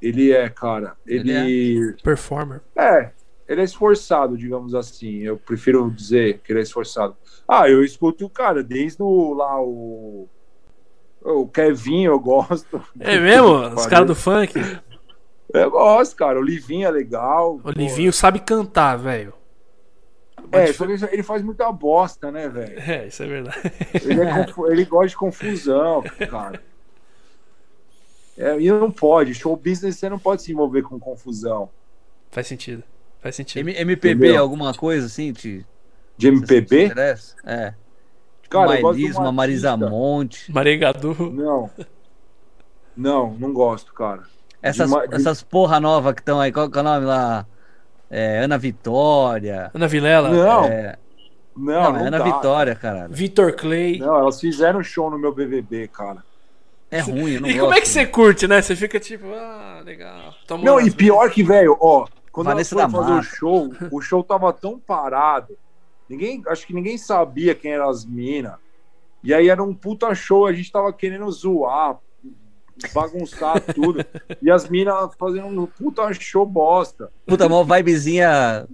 [SPEAKER 3] Ele é, cara. Ele.
[SPEAKER 1] Ele
[SPEAKER 2] Performer.
[SPEAKER 3] É, ele é esforçado, digamos assim. Eu prefiro dizer que ele é esforçado. Ah, eu escuto o cara desde o, lá o. O Kevin, eu gosto.
[SPEAKER 2] É mesmo? Os
[SPEAKER 3] Pariu.
[SPEAKER 2] caras do funk.
[SPEAKER 3] Eu gosto, cara. O Livinho é legal.
[SPEAKER 2] O Livinho sabe cantar, velho.
[SPEAKER 3] Pô, É, só que ele- ele faz muita bosta, né, velho?
[SPEAKER 2] É, isso é verdade.
[SPEAKER 3] Ele, é confu- ele gosta de confusão, cara. É, e não pode. Show business você não pode se envolver com confusão.
[SPEAKER 2] Faz sentido. Faz sentido.
[SPEAKER 1] M- MPB,
[SPEAKER 3] Entendeu?
[SPEAKER 1] alguma coisa assim? Te,
[SPEAKER 3] De
[SPEAKER 1] Você se
[SPEAKER 3] MPB?
[SPEAKER 1] interessa? É. Tipo,
[SPEAKER 3] Cara,
[SPEAKER 1] uma
[SPEAKER 3] eu gosto de
[SPEAKER 1] Elis,
[SPEAKER 3] um
[SPEAKER 1] uma Marisa
[SPEAKER 3] artista.
[SPEAKER 1] Monte.
[SPEAKER 2] Maregadu.
[SPEAKER 3] Não. Não, não gosto, cara.
[SPEAKER 1] Essas,
[SPEAKER 3] uma- de-
[SPEAKER 1] essas porra nova que estão aí. Qual que é o nome lá? É, Ana Vitória.
[SPEAKER 2] Ana Vilela.
[SPEAKER 3] Não,
[SPEAKER 1] É,
[SPEAKER 3] não, não,
[SPEAKER 1] não, é Ana
[SPEAKER 3] dá.
[SPEAKER 1] Vitória, caralho.
[SPEAKER 2] Vitor Clay.
[SPEAKER 3] Não, elas fizeram show no meu BBB, cara.
[SPEAKER 1] É ruim, eu não
[SPEAKER 2] e
[SPEAKER 1] gosto.
[SPEAKER 2] como é que você curte, né? Você fica tipo, ah, legal. Toma assim.
[SPEAKER 3] Não,
[SPEAKER 2] umas
[SPEAKER 3] e
[SPEAKER 2] vezes.
[SPEAKER 3] pior que, velho, ó, quando elas
[SPEAKER 1] Vanessa
[SPEAKER 3] foram
[SPEAKER 1] da
[SPEAKER 3] fazer o
[SPEAKER 1] Mata.
[SPEAKER 3] show, o show tava tão parado. Ninguém, acho que ninguém sabia quem eram as minas. E aí era um puta show, a gente tava querendo zoar, bagunçar tudo. E as minas fazendo um puta show bosta.
[SPEAKER 1] Puta, mó vibezinha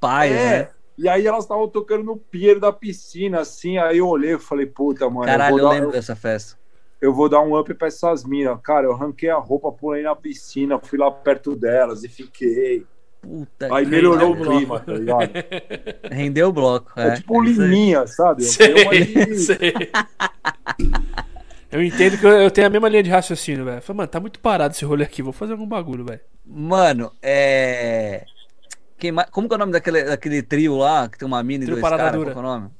[SPEAKER 1] paia,
[SPEAKER 3] É.
[SPEAKER 1] né?
[SPEAKER 3] E aí elas estavam tocando no pier da piscina, assim, aí eu olhei e falei, puta, mano,
[SPEAKER 1] Caralho,
[SPEAKER 3] eu,
[SPEAKER 1] eu
[SPEAKER 3] vou dar, um-
[SPEAKER 1] lembro dessa festa.
[SPEAKER 3] eu vou dar um up pra essas minas. Cara, eu arranquei a roupa, pulei na piscina, fui lá perto delas e fiquei.
[SPEAKER 1] Puta
[SPEAKER 3] Aí
[SPEAKER 1] que
[SPEAKER 3] melhorou o
[SPEAKER 1] pariu.
[SPEAKER 3] clima, tá ligado?
[SPEAKER 1] Rendeu o bloco.
[SPEAKER 3] É,
[SPEAKER 1] É,
[SPEAKER 3] tipo
[SPEAKER 1] é isso aí.
[SPEAKER 3] liminha, sabe?
[SPEAKER 2] Sei,
[SPEAKER 3] Eu, mas-
[SPEAKER 2] sei. Eu entendo que eu, eu tenho a mesma linha de raciocínio, velho. Falei, mano, tá muito parado esse rolê aqui, vou fazer algum bagulho, velho.
[SPEAKER 1] Mano, é. Quem mais... Como que é o nome daquele, daquele trio lá, que tem uma mina e
[SPEAKER 2] Trio
[SPEAKER 1] dois
[SPEAKER 2] Parada
[SPEAKER 1] caras? Qual
[SPEAKER 2] Dura.
[SPEAKER 1] que é o nome?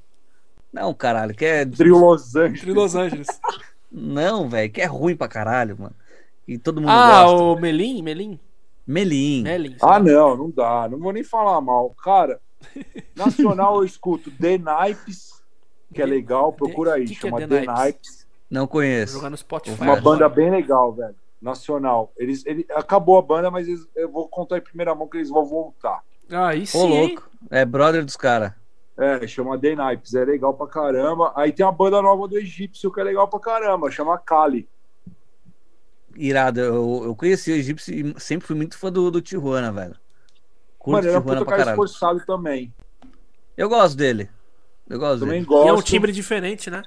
[SPEAKER 1] Não, caralho, que é.
[SPEAKER 3] Trio Los Angeles.
[SPEAKER 2] Entre Los Angeles.
[SPEAKER 1] Não, velho, que é ruim pra caralho, mano. E todo mundo
[SPEAKER 2] ah,
[SPEAKER 1] gosta.
[SPEAKER 2] o Melim? Melim?
[SPEAKER 1] Melim.
[SPEAKER 2] Melim. sei
[SPEAKER 3] Ah,
[SPEAKER 2] lá.
[SPEAKER 3] não, não dá. Não vou nem falar mal. Cara, nacional eu escuto The Naipes, que é
[SPEAKER 2] The-
[SPEAKER 3] legal, procura aí,
[SPEAKER 2] que que é
[SPEAKER 3] chama
[SPEAKER 2] The
[SPEAKER 3] The
[SPEAKER 2] Naipes?
[SPEAKER 3] Naipes.
[SPEAKER 1] Não
[SPEAKER 2] Vou
[SPEAKER 1] conheço.
[SPEAKER 2] jogar no Spotify.
[SPEAKER 3] Uma
[SPEAKER 1] Faz.
[SPEAKER 3] banda bem legal, velho. Nacional. Eles, ele, acabou a banda, mas eles- eu vou contar em primeira mão que eles vão voltar.
[SPEAKER 2] Ah, aí sim,
[SPEAKER 1] Ô,
[SPEAKER 2] hein?
[SPEAKER 1] louco. É brother dos caras.
[SPEAKER 3] É, chama The Naipes, é legal pra caramba. Aí tem a banda nova do Egípcio que é legal pra caramba, chama Kali.
[SPEAKER 1] Irado, eu, eu conheci o egípcio e sempre fui muito fã do, do Tijuana, velho. Curto
[SPEAKER 3] Mano, ele é um
[SPEAKER 1] Tijuana
[SPEAKER 3] puta
[SPEAKER 1] pra
[SPEAKER 3] cara
[SPEAKER 1] caralho.
[SPEAKER 3] esforçado também.
[SPEAKER 1] Eu gosto dele. Eu gosto
[SPEAKER 3] Também
[SPEAKER 1] dele.
[SPEAKER 3] gosto.
[SPEAKER 2] E é um timbre diferente, né?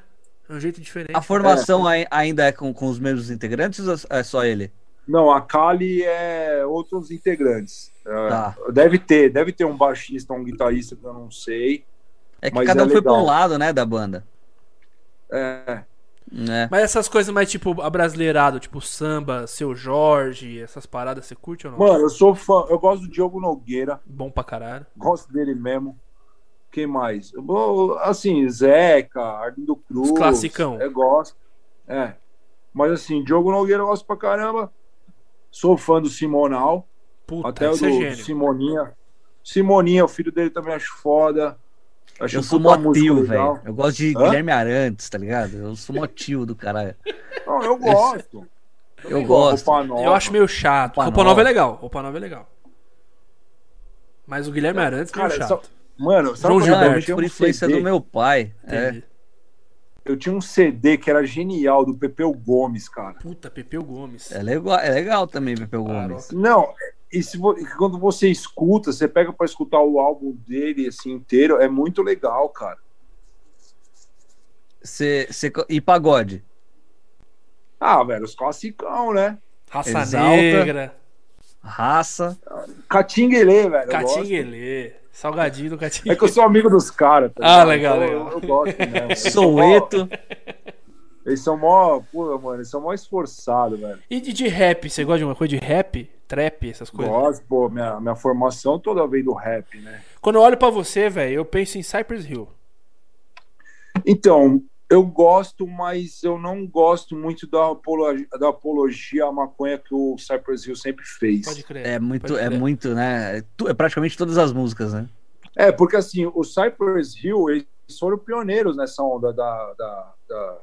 [SPEAKER 2] É um jeito diferente.
[SPEAKER 1] A formação ai- ainda é com, com os mesmos integrantes ou é só ele?
[SPEAKER 3] Não, a Kali é outros integrantes. É,
[SPEAKER 1] Tá.
[SPEAKER 3] Deve ter, deve ter um baixista, um guitarrista que eu não sei.
[SPEAKER 1] É que
[SPEAKER 3] Mas
[SPEAKER 1] cada
[SPEAKER 3] é
[SPEAKER 1] um foi pra um
[SPEAKER 3] legal.
[SPEAKER 1] lado, né, da banda.
[SPEAKER 3] É,
[SPEAKER 1] Né?
[SPEAKER 2] Mas essas coisas mais tipo abrasileirado, tipo samba, seu Jorge, essas paradas, você curte ou não?
[SPEAKER 3] Mano, eu sou fã, eu gosto do Diogo Nogueira,
[SPEAKER 2] Bom pra caralho.
[SPEAKER 3] gosto dele mesmo. Quem mais? Eu vou- assim, Zeca, Arlindo Cruz.
[SPEAKER 2] Os classicão.
[SPEAKER 3] Eu gosto. É. Mas assim, Diogo Nogueira eu gosto pra caramba. Sou fã do Simonal,
[SPEAKER 2] Puta,
[SPEAKER 3] até o
[SPEAKER 2] isso é
[SPEAKER 3] do
[SPEAKER 2] gênio.
[SPEAKER 3] Simoninha. Simoninha, o filho dele também acho foda. Acho
[SPEAKER 1] Eu
[SPEAKER 3] um
[SPEAKER 1] sou
[SPEAKER 3] puta músico
[SPEAKER 1] motil,
[SPEAKER 3] legal.
[SPEAKER 1] velho. Eu gosto de
[SPEAKER 3] Hã?
[SPEAKER 1] Guilherme Arantes, tá ligado? Eu sou motil do caralho.
[SPEAKER 3] Não, eu gosto.
[SPEAKER 1] Eu gosto.
[SPEAKER 3] Roupa nova.
[SPEAKER 2] Eu acho meio chato.
[SPEAKER 1] Opa
[SPEAKER 2] Roupa,
[SPEAKER 1] Nova.
[SPEAKER 2] Nova. é legal. Roupa Nova é legal. Mas o Guilherme Arantes é meio
[SPEAKER 3] Cara,
[SPEAKER 2] chato.
[SPEAKER 3] Mano, sabe
[SPEAKER 2] João
[SPEAKER 3] quando
[SPEAKER 1] Não,
[SPEAKER 3] eu,
[SPEAKER 1] é
[SPEAKER 2] Gilberto,
[SPEAKER 3] tinha
[SPEAKER 1] por
[SPEAKER 3] um
[SPEAKER 1] influência
[SPEAKER 3] CD,
[SPEAKER 1] do meu pai. É.
[SPEAKER 2] Entendi.
[SPEAKER 3] eu tinha um CD que era genial, do Pepeu Gomes, cara.
[SPEAKER 2] Puta, Pepeu Gomes.
[SPEAKER 1] É legal, é legal também, Pepeu Gomes.
[SPEAKER 3] Não, e se vo- quando você escuta, você pega pra escutar o álbum dele assim inteiro, é muito legal, cara.
[SPEAKER 1] Cê, cê, co- e pagode?
[SPEAKER 3] Ah, velho, os classicão, né?
[SPEAKER 2] Raça
[SPEAKER 1] Exalta.
[SPEAKER 2] Negra.
[SPEAKER 1] Raça.
[SPEAKER 3] Catinguelê, velho. eu gosto.
[SPEAKER 2] Catinguelê. Salgadinho do
[SPEAKER 3] É
[SPEAKER 2] Catinguelê.
[SPEAKER 3] que eu sou amigo dos caras. tá
[SPEAKER 2] Ah,
[SPEAKER 3] ligado?
[SPEAKER 2] legal, legal.
[SPEAKER 3] Então, Eu, eu gosto, né? Eles são
[SPEAKER 1] Soueto.
[SPEAKER 3] mó- Eles são mó. Pô, mano, eles são mó esforçados, velho.
[SPEAKER 2] E de, de rap, você gosta de uma coisa de rap? Trap, essas coisas?
[SPEAKER 3] Gosto, pô, minha, minha formação toda veio do rap, né?
[SPEAKER 2] Quando eu olho pra você, velho, eu penso em Cypress Hill.
[SPEAKER 3] Então, eu gosto, mas eu não gosto muito da apologia, da apologia à maconha que o Cypress Hill sempre fez.
[SPEAKER 2] Pode crer.
[SPEAKER 1] É muito,
[SPEAKER 2] pode
[SPEAKER 1] é
[SPEAKER 2] crer.
[SPEAKER 1] muito, né? É tu- É praticamente todas as músicas, né?
[SPEAKER 3] É, porque assim, o Cypress Hill, eles foram pioneiros nessa onda da, da, da,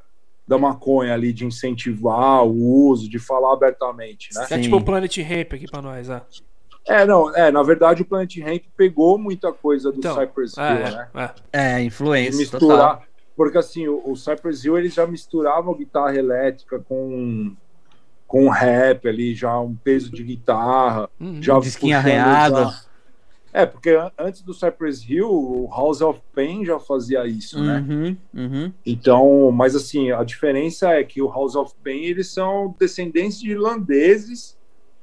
[SPEAKER 3] da maconha ali, de incentivar o uso, de falar abertamente, né?
[SPEAKER 2] É
[SPEAKER 1] Sim.
[SPEAKER 2] tipo o Planet Ramp aqui pra nós, ah.
[SPEAKER 3] É, não, é, na verdade o Planet Hemp pegou muita coisa do
[SPEAKER 2] Então,
[SPEAKER 3] Cypress Hill,
[SPEAKER 2] Ah, é,
[SPEAKER 3] né?
[SPEAKER 2] é.
[SPEAKER 1] É,
[SPEAKER 3] E
[SPEAKER 1] influência
[SPEAKER 3] misturar.
[SPEAKER 1] total.
[SPEAKER 3] Porque assim, o, o Cypress Hill eles já misturavam guitarra elétrica com, com rap ali, já um peso de guitarra.
[SPEAKER 2] Uhum.
[SPEAKER 3] Já
[SPEAKER 1] Hum, Disquinho
[SPEAKER 3] puxando
[SPEAKER 1] arranhado.
[SPEAKER 3] já- É, porque an- antes do Cypress Hill, o House of Pain já fazia isso, né?
[SPEAKER 1] Uhum, uhum.
[SPEAKER 3] Então, mas assim, a diferença é que o House of Pain eles são descendentes de irlandeses.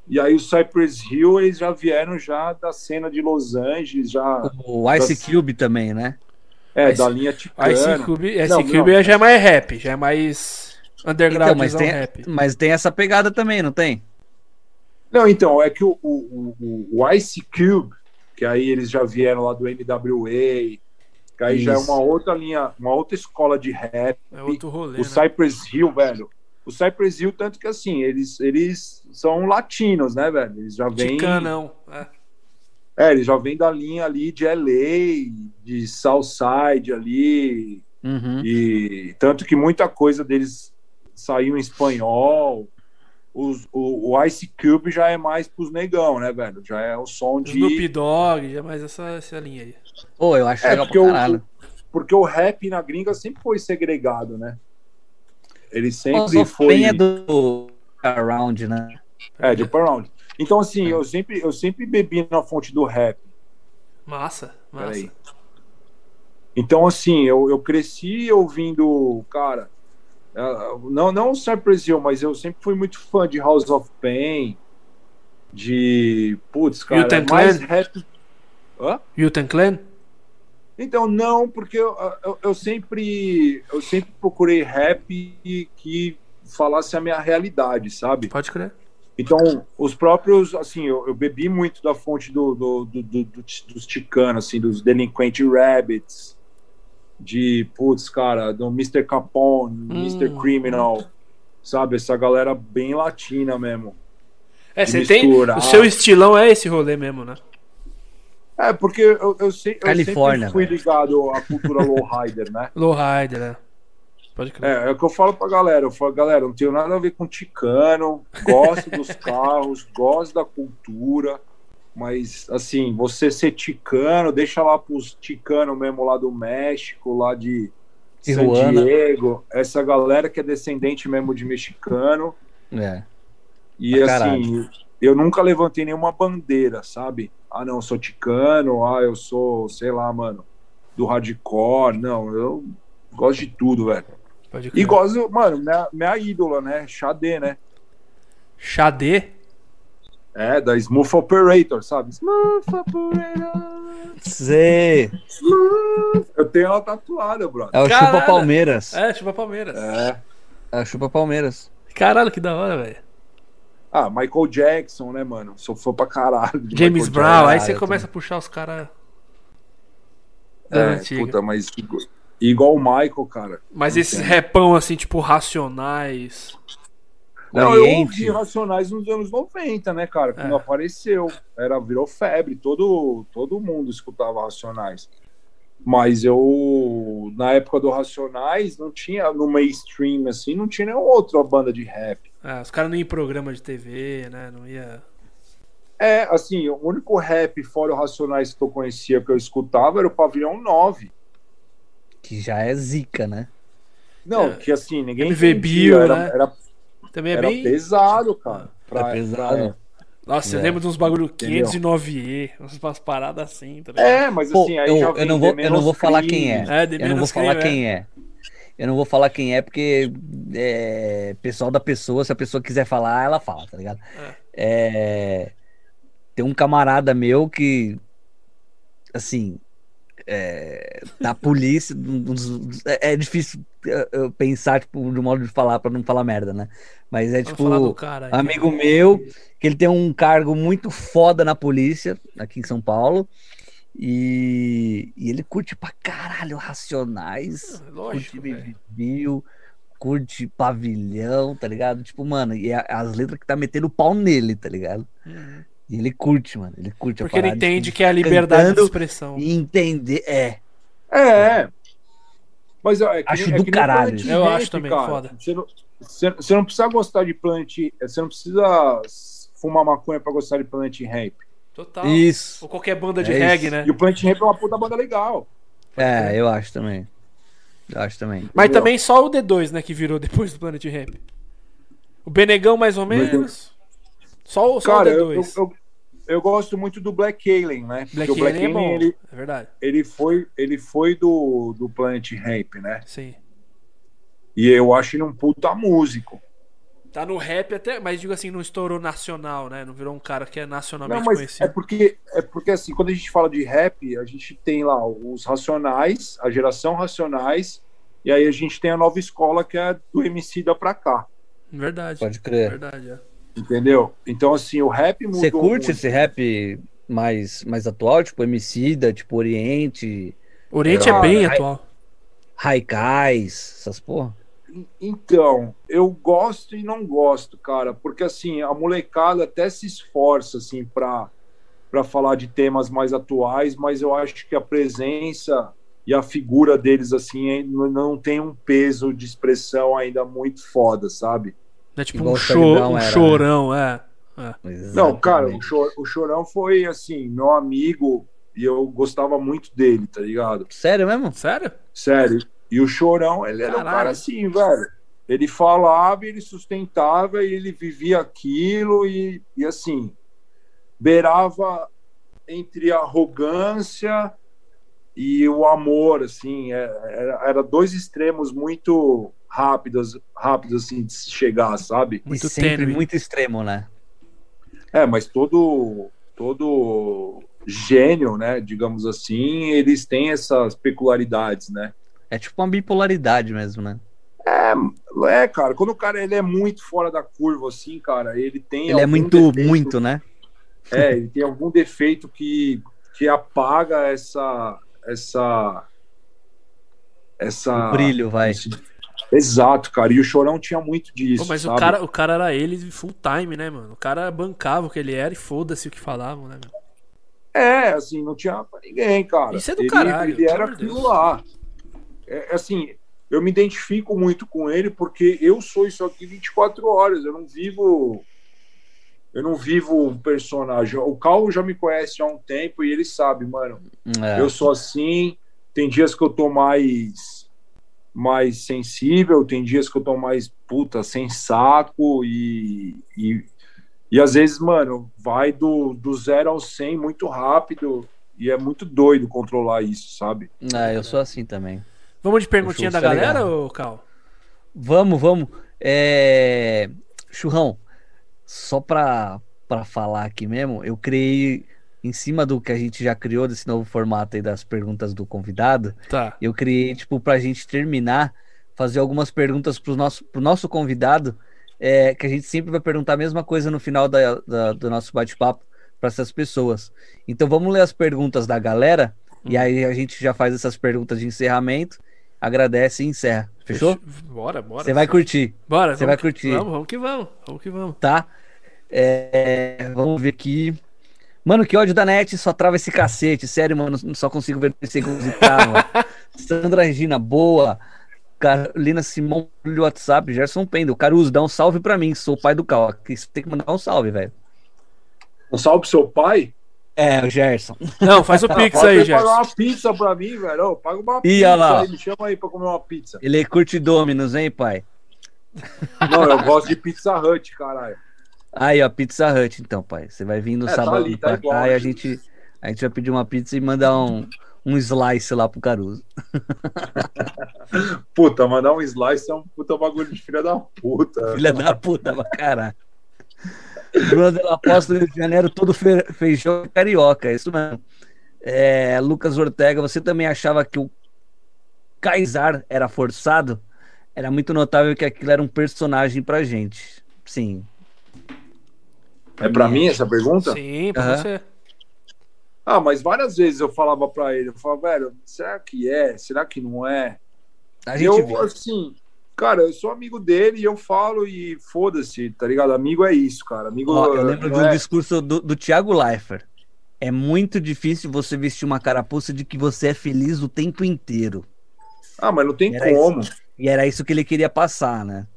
[SPEAKER 3] E aí o Cypress Hill eles já vieram já da cena de Los Angeles, já
[SPEAKER 1] O Ice
[SPEAKER 3] Ah, Das-
[SPEAKER 1] Cube também, né?
[SPEAKER 3] é,
[SPEAKER 2] Ice-
[SPEAKER 3] da linha
[SPEAKER 2] Ice
[SPEAKER 3] Ticano.
[SPEAKER 2] Cube, Ice
[SPEAKER 3] Não,
[SPEAKER 2] Cube
[SPEAKER 3] não.
[SPEAKER 2] já é mais rap, já é mais underground é
[SPEAKER 1] Então,
[SPEAKER 2] um
[SPEAKER 1] mas tem,
[SPEAKER 2] rap.
[SPEAKER 1] mas tem essa pegada também, não tem?
[SPEAKER 3] Não, então, é que o, o, o- o Ice Cube, que aí eles já vieram lá do NWA, que aí já é
[SPEAKER 1] Isso.
[SPEAKER 3] uma outra linha, uma outra escola de rap.
[SPEAKER 2] É outro rolê, né?
[SPEAKER 3] O Cypress Hill, velho. O Cypress Hill, tanto que assim, eles, eles são latinos, né, velho? Eles já vêm.
[SPEAKER 2] Ticanão. É.
[SPEAKER 3] É, eles já vêm da linha ali de LA, de Southside ali.
[SPEAKER 1] Uhum.
[SPEAKER 3] E tanto que muita coisa deles saiu em espanhol. Os- o, o Ice Cube já é mais pros negão, né, velho? Já é o som de.
[SPEAKER 2] Snoop Dogg, já é mais essa, essa linha aí.
[SPEAKER 1] Pô, eu acho
[SPEAKER 3] É,
[SPEAKER 1] legal
[SPEAKER 3] porque
[SPEAKER 1] pra
[SPEAKER 3] o,
[SPEAKER 1] caralho.
[SPEAKER 3] porque o rap na gringa sempre foi segregado, né? Ele
[SPEAKER 1] House
[SPEAKER 3] sempre
[SPEAKER 1] of
[SPEAKER 3] foi.
[SPEAKER 1] Pain é do Around, né?
[SPEAKER 3] É, de Pound. Então, assim, eu, sempre, eu sempre bebi na fonte do rap.
[SPEAKER 2] Massa, massa.
[SPEAKER 3] Peraí. Então, assim, eu, eu cresci ouvindo, cara. é, ah, Não, não o Cypress Hill, mas eu sempre fui muito fã de House of Pain. de. Putz, cara, é
[SPEAKER 2] Wu-Tang
[SPEAKER 3] mais
[SPEAKER 2] Clan?
[SPEAKER 3] rap. Hã?
[SPEAKER 2] Yutan Clan?
[SPEAKER 3] Então, não, porque eu, eu, eu sempre eu sempre procurei rap que falasse a minha realidade, sabe?
[SPEAKER 2] Pode crer.
[SPEAKER 3] Então, os próprios, assim, eu, eu bebi muito da fonte do, do, do, do- do- dos ticanos, assim, dos delinquentes rabbits, de, putz, cara, do Mr. Capone,
[SPEAKER 1] Hum.
[SPEAKER 3] Mr. Criminal, sabe? Essa galera bem latina mesmo.
[SPEAKER 2] É,
[SPEAKER 3] De
[SPEAKER 2] você tem.
[SPEAKER 3] misturar.
[SPEAKER 2] O seu estilão é esse rolê mesmo, né?
[SPEAKER 3] É, porque eu, eu, sei, eu
[SPEAKER 1] Califórnia,
[SPEAKER 3] sempre fui
[SPEAKER 1] velho.
[SPEAKER 3] ligado à cultura lowrider, né?
[SPEAKER 2] Lowrider, né? Pode crer.
[SPEAKER 3] É, é o que eu falo pra galera. Eu falo, galera, não tenho nada a ver com ticano, gosto dos carros, gosto da cultura, mas assim, você ser ticano, deixa lá pros ticanos mesmo lá do México, lá de
[SPEAKER 1] Tijuana.
[SPEAKER 3] San Diego, essa galera que é descendente mesmo de mexicano.
[SPEAKER 1] É.
[SPEAKER 3] E
[SPEAKER 1] Ah,
[SPEAKER 3] assim, eu nunca levantei nenhuma bandeira, sabe? Ah, não, eu sou ticano, ah, eu sou, sei lá, mano, do hardcore. Não, eu gosto de tudo, velho.
[SPEAKER 2] Pode crer.
[SPEAKER 3] E gosto, mano, minha, minha ídola, né? Xadê, né?
[SPEAKER 2] Xadê.
[SPEAKER 3] É, da Smooth Operator, sabe? Smooth Operator.
[SPEAKER 1] Sei.
[SPEAKER 3] Eu tenho ela tatuada, brother.
[SPEAKER 1] É o
[SPEAKER 2] Caralho.
[SPEAKER 1] Chupa Palmeiras.
[SPEAKER 2] É, chupa Palmeiras.
[SPEAKER 3] É.
[SPEAKER 1] É o Chupa Palmeiras.
[SPEAKER 2] Caralho, que da hora, velho.
[SPEAKER 3] Ah, Michael Jackson, né, mano? Sou fã pra caralho. de
[SPEAKER 2] James
[SPEAKER 3] Michael
[SPEAKER 2] Brown, aí você
[SPEAKER 1] eu
[SPEAKER 2] começa a puxar os caras.
[SPEAKER 3] Jackson.
[SPEAKER 2] Das
[SPEAKER 3] É,
[SPEAKER 2] antigas.
[SPEAKER 3] puta, mas igual, igual o Michael, cara.
[SPEAKER 2] Mas
[SPEAKER 3] Não
[SPEAKER 2] esses
[SPEAKER 3] tem.
[SPEAKER 2] repão assim, tipo, racionais.
[SPEAKER 3] Não, eu
[SPEAKER 1] Oriente.
[SPEAKER 3] ouvi Racionais nos anos 90, né, cara? Quando
[SPEAKER 2] É.
[SPEAKER 3] apareceu. Era, virou febre. Todo, todo mundo escutava Racionais. Mas eu, na época do Racionais, não tinha, no mainstream, assim, não tinha nenhuma outra banda de rap.
[SPEAKER 2] Ah, os caras não iam em programa de TV, né? Não ia.
[SPEAKER 3] É, assim, o único rap fora o Racionais que eu conhecia, que eu escutava, era o Pavilhão 9.
[SPEAKER 1] Que já é zica, né?
[SPEAKER 3] Não,
[SPEAKER 2] É.
[SPEAKER 3] que assim, ninguém
[SPEAKER 2] MV
[SPEAKER 3] entendia,
[SPEAKER 2] Bill,
[SPEAKER 3] era,
[SPEAKER 2] né?
[SPEAKER 3] era,
[SPEAKER 2] Também é
[SPEAKER 3] era
[SPEAKER 2] bem. Ah,
[SPEAKER 3] pesado, cara.
[SPEAKER 1] É pesado.
[SPEAKER 2] Nossa, eu
[SPEAKER 1] É.
[SPEAKER 2] lembro de uns bagulho
[SPEAKER 3] Entendeu?
[SPEAKER 2] 509E, umas, umas paradas assim, tá ligado?
[SPEAKER 3] É, mas
[SPEAKER 1] Pô,
[SPEAKER 3] assim, aí
[SPEAKER 1] eu-
[SPEAKER 3] já
[SPEAKER 1] eu
[SPEAKER 3] vem
[SPEAKER 1] não vou-
[SPEAKER 3] The
[SPEAKER 1] eu não vou
[SPEAKER 3] Menos
[SPEAKER 1] falar quem
[SPEAKER 3] Crimes.
[SPEAKER 1] é.
[SPEAKER 2] É, de
[SPEAKER 1] Eu não vou
[SPEAKER 2] menos
[SPEAKER 1] falar
[SPEAKER 2] crime, é.
[SPEAKER 1] quem é. Eu não vou falar quem é, porque é pessoal da pessoa, se a pessoa quiser falar, ela fala, tá ligado? É, tem um camarada meu que, assim, é, da polícia, um dos- é, é difícil é, eu pensar, tipo, de um modo de falar, pra não falar merda, né? Mas é
[SPEAKER 2] Vamos
[SPEAKER 1] tipo,
[SPEAKER 2] falar do cara aí.
[SPEAKER 1] amigo meu, que ele tem um cargo muito foda na polícia, aqui em São Paulo, e, e ele curte pra caralho Racionais,
[SPEAKER 2] É, Lógico,
[SPEAKER 1] curte
[SPEAKER 2] velho.
[SPEAKER 1] Baby Bill, curte Pavilhão, tá ligado? Tipo, mano, e a- as letras que tá metendo o pau nele, tá ligado?
[SPEAKER 2] Uhum.
[SPEAKER 1] E ele curte, mano, ele curte a
[SPEAKER 2] Porque ele
[SPEAKER 1] parada, tipo,
[SPEAKER 2] entende que é a liberdade de
[SPEAKER 1] cantando
[SPEAKER 2] expressão.
[SPEAKER 1] E entender, é,
[SPEAKER 3] É. Mas ó, é que,
[SPEAKER 1] Acho
[SPEAKER 3] nem- é
[SPEAKER 1] do
[SPEAKER 3] que nem
[SPEAKER 1] caralho.
[SPEAKER 3] Planet
[SPEAKER 2] Eu
[SPEAKER 3] Ramp,
[SPEAKER 2] acho também,
[SPEAKER 3] cara.
[SPEAKER 2] foda.
[SPEAKER 3] Você não, você- você não precisa gostar de Plant. Você não precisa fumar maconha pra gostar de Plant Ramp.
[SPEAKER 2] Total.
[SPEAKER 1] isso,
[SPEAKER 2] Ou qualquer banda de
[SPEAKER 1] É
[SPEAKER 2] reggae,
[SPEAKER 1] isso.
[SPEAKER 2] né?
[SPEAKER 3] E o Plant Ramp é uma puta banda legal.
[SPEAKER 1] é, eu acho também, eu acho também.
[SPEAKER 2] Mas
[SPEAKER 3] Entendeu?
[SPEAKER 2] também só o D2, né, que virou depois do Planet Ramp. O Benegão, mais ou
[SPEAKER 3] Mas eu-
[SPEAKER 2] menos. Só, o- só
[SPEAKER 3] Cara,
[SPEAKER 2] o
[SPEAKER 3] eu, eu,
[SPEAKER 2] D2.
[SPEAKER 3] eu, eu gosto muito do Black Alien, né? Porque
[SPEAKER 2] Black
[SPEAKER 3] o Black
[SPEAKER 2] Alien é
[SPEAKER 3] Alien,
[SPEAKER 2] bom.
[SPEAKER 3] ele,
[SPEAKER 2] É verdade.
[SPEAKER 3] ele foi, ele foi do, do Planet Ramp, né?
[SPEAKER 2] Sim.
[SPEAKER 3] E eu acho ele um puta músico.
[SPEAKER 2] Tá no rap até, mas digo assim, não estourou nacional, né? Não virou um cara que é nacionalmente
[SPEAKER 3] Não, mas é
[SPEAKER 2] conhecido.
[SPEAKER 3] porque, é porque assim, quando a gente fala de rap, a gente tem lá os Racionais, a geração Racionais, e aí a gente tem a nova escola que é do MC da pra cá,
[SPEAKER 2] Verdade.
[SPEAKER 1] é- Pode crer.
[SPEAKER 2] Verdade, é.
[SPEAKER 3] entendeu? Então assim, o rap mudou
[SPEAKER 1] Você curte
[SPEAKER 3] muito.
[SPEAKER 1] esse rap mais, mais atual, tipo Emicida, tipo Oriente...
[SPEAKER 2] Oriente é
[SPEAKER 3] Cara,
[SPEAKER 1] aí-
[SPEAKER 2] bem atual.
[SPEAKER 1] Raikais, essas porra.
[SPEAKER 3] Então, eu gosto e não gosto, cara, porque assim, a molecada até se esforça assim para para falar de temas mais atuais, mas eu acho que a presença e a figura deles assim ainda não tem um peso de expressão ainda muito foda, sabe?
[SPEAKER 2] É tipo
[SPEAKER 1] Igual
[SPEAKER 2] um,
[SPEAKER 1] o
[SPEAKER 2] cho
[SPEAKER 1] Sagnão
[SPEAKER 2] um
[SPEAKER 1] era, né?
[SPEAKER 2] chorão, é.
[SPEAKER 3] Não, cara, o, Cho- o Chorão foi assim, meu amigo e eu gostava muito dele, tá ligado?
[SPEAKER 1] Sério mesmo?
[SPEAKER 2] é. Sério?
[SPEAKER 3] Sério. E o Chorão, ele era um
[SPEAKER 2] Caralho.
[SPEAKER 3] cara assim, velho. Ele falava, ele sustentava, e ele vivia aquilo e, e assim, beirava entre a arrogância e o amor, assim, é- era, era dois extremos muito rápidos, rápidos assim de se chegar, sabe?
[SPEAKER 1] Muito
[SPEAKER 2] Muito
[SPEAKER 1] sempre
[SPEAKER 2] tênue.
[SPEAKER 1] muito extremo, né?
[SPEAKER 3] É, mas todo todo gênio, né, digamos assim, eles têm essas peculiaridades, né?
[SPEAKER 1] É tipo uma bipolaridade mesmo, né?
[SPEAKER 3] É, é, cara, quando o cara ele é muito fora da curva, assim, cara, ele tem.
[SPEAKER 1] Ele é
[SPEAKER 3] algum
[SPEAKER 1] muito,
[SPEAKER 3] defeito-
[SPEAKER 1] muito, né?
[SPEAKER 3] É, ele tem algum defeito que, que apaga essa. essa. essa.
[SPEAKER 1] O brilho, vai.
[SPEAKER 3] esse- Exato, cara. E o Chorão tinha muito disso.
[SPEAKER 2] Pô, mas o
[SPEAKER 3] sabe?
[SPEAKER 2] cara, o cara era ele full time, né, mano? O cara bancava o que ele era e foda-se o que falavam, né, mano?
[SPEAKER 3] É, assim, não tinha pra ninguém, cara.
[SPEAKER 2] Isso é do
[SPEAKER 3] ele,
[SPEAKER 2] caralho,
[SPEAKER 3] Ele era
[SPEAKER 2] pelo amor de
[SPEAKER 3] aquilo
[SPEAKER 2] Deus.
[SPEAKER 3] lá. É, assim, eu me identifico muito com ele porque eu sou isso aqui 24 horas. Eu não vivo. Eu não vivo um personagem. O Cal já me conhece há um tempo e ele sabe, mano.
[SPEAKER 1] É.
[SPEAKER 3] Eu sou assim. Tem dias que eu tô mais mais sensível, tem dias que eu tô mais puta, sem saco e, e, e às vezes, mano, vai do, do zero ao 100 muito rápido e é muito doido controlar isso, sabe?
[SPEAKER 1] Ah, eu sou assim também.
[SPEAKER 2] Vamos de perguntinha
[SPEAKER 1] Puxa,
[SPEAKER 2] da
[SPEAKER 1] tá
[SPEAKER 2] galera,
[SPEAKER 1] ligado.
[SPEAKER 2] ô Cal?
[SPEAKER 1] Vamos, vamos. É... Churrão, só pra, pra falar aqui mesmo, eu criei, em cima do que a gente já criou, desse novo formato aí das perguntas do convidado,
[SPEAKER 2] Tá.
[SPEAKER 1] eu criei, tipo, pra gente terminar, fazer algumas perguntas pro nosso, pro nosso convidado, é, que a gente sempre vai perguntar a mesma coisa no final da- da- do nosso bate-papo para essas pessoas. Então vamos ler as perguntas da galera, e aí a gente já faz essas perguntas de encerramento, agradece e encerra. Fechou?
[SPEAKER 2] Bora, bora.
[SPEAKER 1] Você vai curtir,
[SPEAKER 2] Bora,
[SPEAKER 1] você
[SPEAKER 2] vamos
[SPEAKER 1] vai
[SPEAKER 2] que-
[SPEAKER 1] curtir.
[SPEAKER 2] Vamos, vamos que vamos. Vamos que vamos.
[SPEAKER 1] tá? É, vamos ver aqui. Mano, que ódio da net, só trava esse cacete. Sério, mano, só consigo ver esse segundos e trava. Sandra Regina, boa. Carolina Simão do WhatsApp, Gerson Pendo. Caruso, dá um salve pra mim, sou o pai do Cal. Aqui Você tem que mandar um salve, velho.
[SPEAKER 3] Um salve pro seu pai.
[SPEAKER 1] É, o Gerson.
[SPEAKER 2] Não, faz o pix
[SPEAKER 3] Fala pra
[SPEAKER 2] aí,
[SPEAKER 3] ele pagar
[SPEAKER 2] Gerson.
[SPEAKER 3] uma pizza pra mim, velho. Ô, Paga uma
[SPEAKER 1] Ih,
[SPEAKER 3] pizza
[SPEAKER 1] olha lá.
[SPEAKER 3] aí, me chama aí pra comer uma pizza.
[SPEAKER 1] Ele é curte Dominus, hein, pai?
[SPEAKER 3] Não, eu gosto de Pizza Hut, caralho.
[SPEAKER 1] Aí, ó, Pizza Hut, então, pai. Você vai vir no
[SPEAKER 3] É, tá
[SPEAKER 1] sábado
[SPEAKER 3] ali, tá
[SPEAKER 1] pra
[SPEAKER 3] igual,
[SPEAKER 1] cá e a
[SPEAKER 3] né?
[SPEAKER 1] gente, a gente vai pedir uma pizza e mandar um, um slice lá pro Caruso.
[SPEAKER 3] Puta, mandar um slice é um puta bagulho de filha da puta.
[SPEAKER 1] Filha da puta, pra caralho. Bruno de La Posse do Rio de Janeiro, todo fe- feijão carioca, é isso mesmo. É, Lucas Ortega, você também achava que o Kaysar era forçado? Era muito notável que aquilo era um personagem pra gente. Sim.
[SPEAKER 3] É pra mim essa pergunta?
[SPEAKER 2] Sim, pra
[SPEAKER 1] Aham.
[SPEAKER 2] você.
[SPEAKER 3] Ah, mas várias vezes eu falava pra ele, eu falava, velho, será que é? Será que não é?
[SPEAKER 1] A gente
[SPEAKER 3] Eu,
[SPEAKER 1] vê.
[SPEAKER 3] assim, cara, eu sou amigo dele e eu falo e foda-se, tá ligado? Amigo é isso, cara. Amigo.
[SPEAKER 1] Ó, eu lembro
[SPEAKER 3] não
[SPEAKER 1] de um
[SPEAKER 3] é-
[SPEAKER 1] discurso do, do Thiago Leifert. É muito difícil você vestir uma carapuça de que você é feliz o tempo inteiro.
[SPEAKER 3] Ah, mas não tem
[SPEAKER 1] Era
[SPEAKER 3] como.
[SPEAKER 1] E era isso que ele queria passar, né?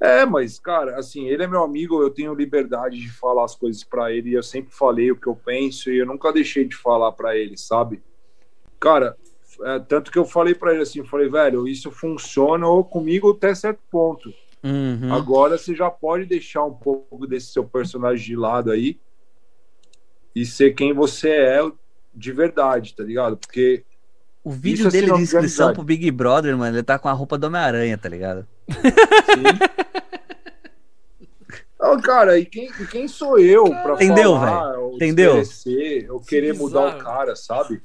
[SPEAKER 3] É, mas, cara, assim, ele é meu amigo, eu tenho liberdade de falar as coisas pra ele, e eu sempre falei o que eu penso, e eu nunca deixei de falar pra ele, sabe? Cara, é, tanto que eu falei pra ele assim, eu falei, velho, isso funciona ou comigo até certo ponto.
[SPEAKER 1] Uhum.
[SPEAKER 3] Agora você já pode deixar um pouco desse seu personagem de lado aí e ser quem você é de verdade, tá ligado? Porque
[SPEAKER 1] O vídeo
[SPEAKER 3] Isso é
[SPEAKER 1] dele
[SPEAKER 3] sinal
[SPEAKER 1] de
[SPEAKER 3] de
[SPEAKER 1] inscrição
[SPEAKER 3] amizade.
[SPEAKER 1] pro Big Brother, mano, ele tá com a roupa do Homem-Aranha, tá ligado?
[SPEAKER 3] assim. Não, cara, e quem, e quem sou eu pra
[SPEAKER 1] Entendeu,
[SPEAKER 3] falar? ou
[SPEAKER 1] Entendeu?
[SPEAKER 3] desmerecer, Eu querer
[SPEAKER 2] Que
[SPEAKER 3] mudar o
[SPEAKER 2] bizarro.
[SPEAKER 3] cara, sabe?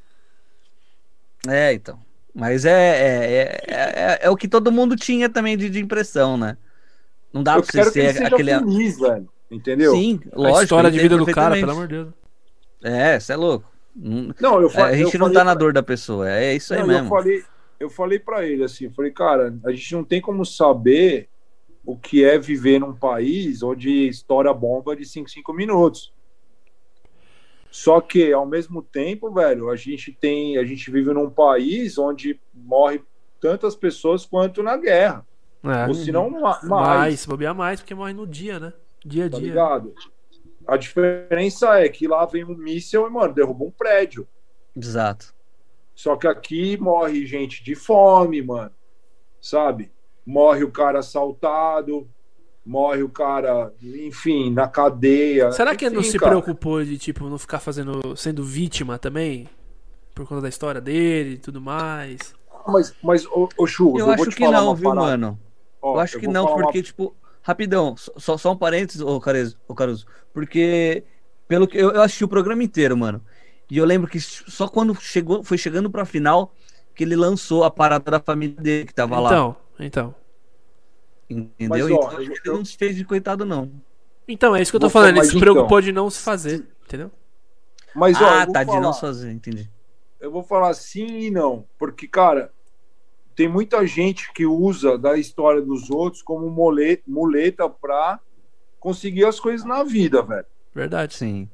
[SPEAKER 1] É, então. Mas é, é, é, é, é o que todo mundo tinha também de, de impressão, né? Não dá
[SPEAKER 3] eu
[SPEAKER 1] pra você
[SPEAKER 3] quero que ele
[SPEAKER 1] ser
[SPEAKER 3] seja
[SPEAKER 1] aquele.
[SPEAKER 3] feliz, velho. Entendeu?
[SPEAKER 1] Sim, lógico.
[SPEAKER 2] a história
[SPEAKER 1] eu
[SPEAKER 2] de
[SPEAKER 1] entendo
[SPEAKER 2] vida do cara,
[SPEAKER 1] perfeitamente.
[SPEAKER 2] pelo amor de Deus.
[SPEAKER 1] É, você é louco. Não-
[SPEAKER 3] Não, eu fa-
[SPEAKER 1] a
[SPEAKER 3] eu
[SPEAKER 1] gente não
[SPEAKER 3] falei
[SPEAKER 1] tá na
[SPEAKER 3] pra-
[SPEAKER 1] dor da pessoa, é isso aí
[SPEAKER 3] Não, Eu
[SPEAKER 1] mesmo.
[SPEAKER 3] falei, eu falei para ele assim, eu falei, cara, a gente não tem como saber o que é viver num país onde estoura a bomba de 5 5 minutos. Só que ao mesmo tempo, velho, a gente tem, a gente vive num país onde morre tantas pessoas quanto na guerra,
[SPEAKER 2] É.
[SPEAKER 3] ou se não ma- mais,
[SPEAKER 2] mais, se bobear mais, porque morre no dia, né? Dia a
[SPEAKER 3] tá
[SPEAKER 2] dia.
[SPEAKER 3] ligado? A diferença é que lá vem um míssil e, mano, derruba um prédio.
[SPEAKER 1] Exato.
[SPEAKER 3] Só que aqui morre gente de fome, mano. Sabe? Morre o cara assaltado, morre o cara, enfim, na cadeia.
[SPEAKER 2] Será que ele
[SPEAKER 3] É, Enfim,
[SPEAKER 2] não se
[SPEAKER 3] cara.
[SPEAKER 2] preocupou de, tipo, não ficar fazendo. sendo vítima também? Por conta da história dele e tudo mais.
[SPEAKER 3] Ah, Mas, mas ô, ô Chu, eu,
[SPEAKER 1] Eu
[SPEAKER 3] vou
[SPEAKER 1] acho
[SPEAKER 3] te
[SPEAKER 1] que
[SPEAKER 3] falar
[SPEAKER 1] não,
[SPEAKER 3] uma
[SPEAKER 1] viu,
[SPEAKER 3] parada.
[SPEAKER 1] mano?
[SPEAKER 3] Ó,
[SPEAKER 1] Eu acho que
[SPEAKER 3] vou
[SPEAKER 1] não,
[SPEAKER 3] falar uma-
[SPEAKER 1] porque, tipo, rapidão, só, só um parênteses, ô Caruso, ô Caruso, porque pelo que eu, eu assisti o programa inteiro, mano. E eu lembro que só quando chegou, foi chegando pra final que ele lançou a parada da família dele que tava lá.
[SPEAKER 2] Então, então.
[SPEAKER 1] Entendeu?
[SPEAKER 3] Mas, ó,
[SPEAKER 1] então,
[SPEAKER 3] eu-
[SPEAKER 1] ele não se fez de coitado, não.
[SPEAKER 2] Então, é isso que eu tô
[SPEAKER 3] Vou
[SPEAKER 2] falando.
[SPEAKER 3] falar
[SPEAKER 2] Ele se
[SPEAKER 3] então.
[SPEAKER 2] preocupou de não se fazer, entendeu?
[SPEAKER 3] Mas, ó,
[SPEAKER 1] ah,
[SPEAKER 3] eu vou
[SPEAKER 1] tá, de não
[SPEAKER 3] falar.
[SPEAKER 1] se fazer, entendi.
[SPEAKER 3] eu vou falar sim e não, porque, cara, tem muita gente que usa da história dos outros como mole- muleta pra conseguir as coisas na vida, velho.
[SPEAKER 2] Verdade.
[SPEAKER 1] Sim.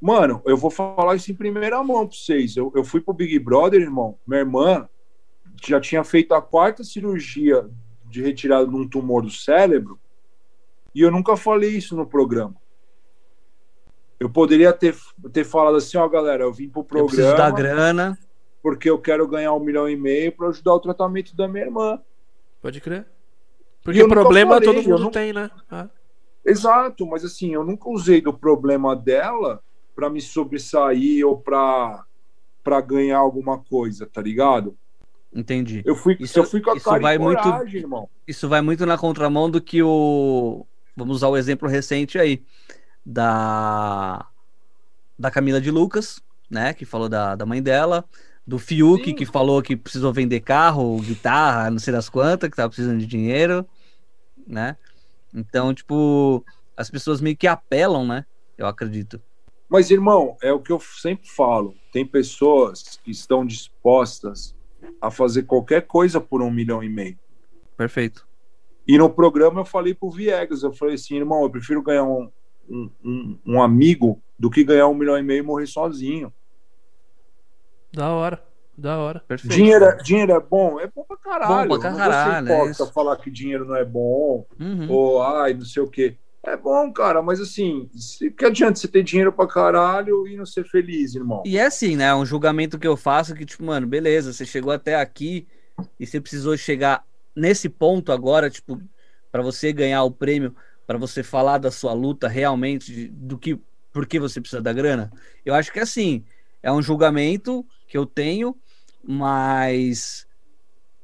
[SPEAKER 3] Mano, eu vou falar isso em primeira mão pra vocês. Eu, eu fui pro Big Brother, irmão. Minha irmã já tinha feito a quarta cirurgia de retirada de um tumor do cérebro e eu nunca falei isso no programa. Eu poderia ter, ter falado assim, ó, galera, eu vim pro
[SPEAKER 1] Eu preciso da
[SPEAKER 3] programa
[SPEAKER 1] grana.
[SPEAKER 3] porque eu quero ganhar um milhão e meio pra ajudar o tratamento da minha irmã.
[SPEAKER 2] Pode crer.
[SPEAKER 3] E
[SPEAKER 2] Porque
[SPEAKER 3] eu nunca
[SPEAKER 2] problema
[SPEAKER 3] falei,
[SPEAKER 2] todo
[SPEAKER 3] eu
[SPEAKER 2] mundo
[SPEAKER 3] não-
[SPEAKER 2] tem, né? Ah,
[SPEAKER 3] Exato, mas assim, eu nunca usei do problema dela pra me sobressair ou pra, pra ganhar alguma coisa, tá ligado?
[SPEAKER 1] Entendi.
[SPEAKER 3] Eu fui,
[SPEAKER 1] Isso-
[SPEAKER 3] eu fui com a
[SPEAKER 1] isso
[SPEAKER 3] cara
[SPEAKER 1] vai
[SPEAKER 3] e
[SPEAKER 1] muito-
[SPEAKER 3] coragem, irmão.
[SPEAKER 1] Isso vai muito na contramão do que o. Vamos usar o exemplo recente aí. Da. Da Camila de Lucas, né? Que falou da, da mãe dela. Do Fiuk,
[SPEAKER 3] Sim.
[SPEAKER 1] que falou que precisou vender carro, guitarra, não sei das quantas, que tava precisando de dinheiro, né? Então, tipo, as pessoas meio que apelam, né? Eu acredito.
[SPEAKER 3] Mas, irmão, é o que eu sempre falo. Tem pessoas que estão dispostas a fazer qualquer coisa por um milhão e meio.
[SPEAKER 1] Perfeito.
[SPEAKER 3] E no programa eu falei pro Viegas, eu falei assim, irmão, eu prefiro ganhar um, um, um, um amigo do que ganhar um milhão e meio e morrer sozinho.
[SPEAKER 2] da hora. Da hora.
[SPEAKER 1] Perfeito.
[SPEAKER 3] Dinheiro é, dinheiro é bom? É bom pra caralho.
[SPEAKER 1] Bom pra caralho,
[SPEAKER 3] não vou ser
[SPEAKER 1] é isso.
[SPEAKER 3] hipócrita falar que dinheiro não é bom,
[SPEAKER 1] Uhum.
[SPEAKER 3] ou ai, não sei o quê. É bom, cara, mas assim, se- que adianta você ter dinheiro pra caralho e não ser feliz, irmão?
[SPEAKER 1] E é assim, né? É um julgamento que eu faço que, tipo, mano, beleza, você chegou até aqui e você precisou chegar nesse ponto agora, tipo, pra você ganhar o prêmio, pra você falar da sua luta realmente, de- do que, por que você precisa da grana. Eu acho que é assim, é um julgamento que eu tenho, mas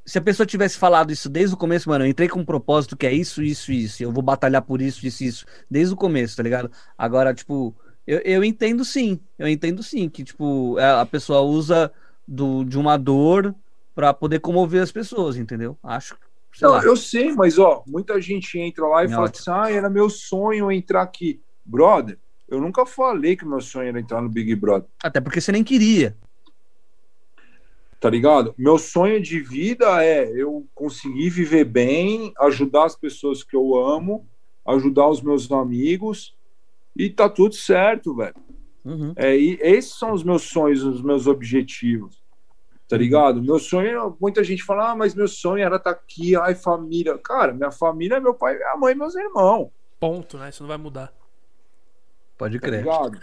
[SPEAKER 1] se a pessoa tivesse falado isso desde o começo, mano, eu entrei com um propósito que é isso, isso, isso, eu vou batalhar por isso, isso, isso, desde o começo, tá ligado? Agora, tipo, eu, eu entendo sim, eu entendo sim que tipo a a pessoa usa do, de uma dor pra poder comover as pessoas, entendeu? Acho. Sei
[SPEAKER 3] Não,
[SPEAKER 1] lá.
[SPEAKER 3] eu sei, mas ó, muita gente entra lá e
[SPEAKER 1] Não.
[SPEAKER 3] fala assim: ah, era meu sonho entrar aqui. Brother, eu nunca falei que meu sonho era entrar no Big Brother,
[SPEAKER 1] Até porque você nem queria.
[SPEAKER 3] tá ligado? Meu sonho de vida é eu conseguir viver bem, ajudar as pessoas que eu amo, ajudar os meus amigos e tá tudo certo, velho.
[SPEAKER 1] Uhum.
[SPEAKER 3] É, e esses são os meus sonhos, os meus objetivos. Tá
[SPEAKER 1] Uhum.
[SPEAKER 3] ligado? Meu sonho, muita gente fala, ah, mas meu sonho era estar aqui, ai, família. Cara, minha família é meu pai, minha mãe, meus irmãos.
[SPEAKER 2] Ponto, né? Isso não vai mudar.
[SPEAKER 1] Pode
[SPEAKER 3] Tá
[SPEAKER 1] crer.
[SPEAKER 3] ligado?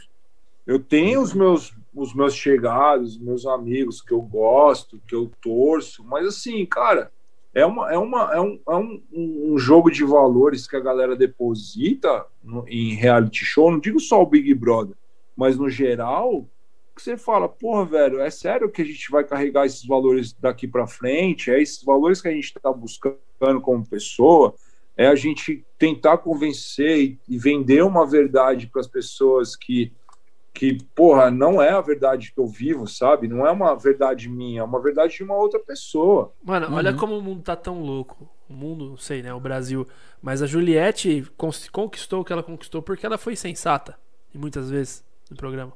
[SPEAKER 3] Eu tenho os meus, os meus chegados, meus amigos que eu gosto, que eu torço, mas assim, cara, é, uma, é, uma, é, um, é um, um jogo de valores que a galera deposita no- em reality show, não digo só o Big Brother, mas no geral, que você fala, porra, velho, é sério que a gente vai carregar esses valores daqui pra frente? É esses valores que a gente tá buscando como pessoa? é a gente tentar convencer e- e vender uma verdade para as pessoas que, que, porra, não é a verdade que eu vivo, sabe? Não é uma verdade minha, é uma verdade de uma outra pessoa.
[SPEAKER 2] Mano, olha
[SPEAKER 1] Uhum.
[SPEAKER 2] como o mundo tá tão louco. O mundo, não sei, né? O Brasil. Mas a Juliette cons- conquistou o que ela conquistou porque ela foi sensata. E muitas vezes no programa.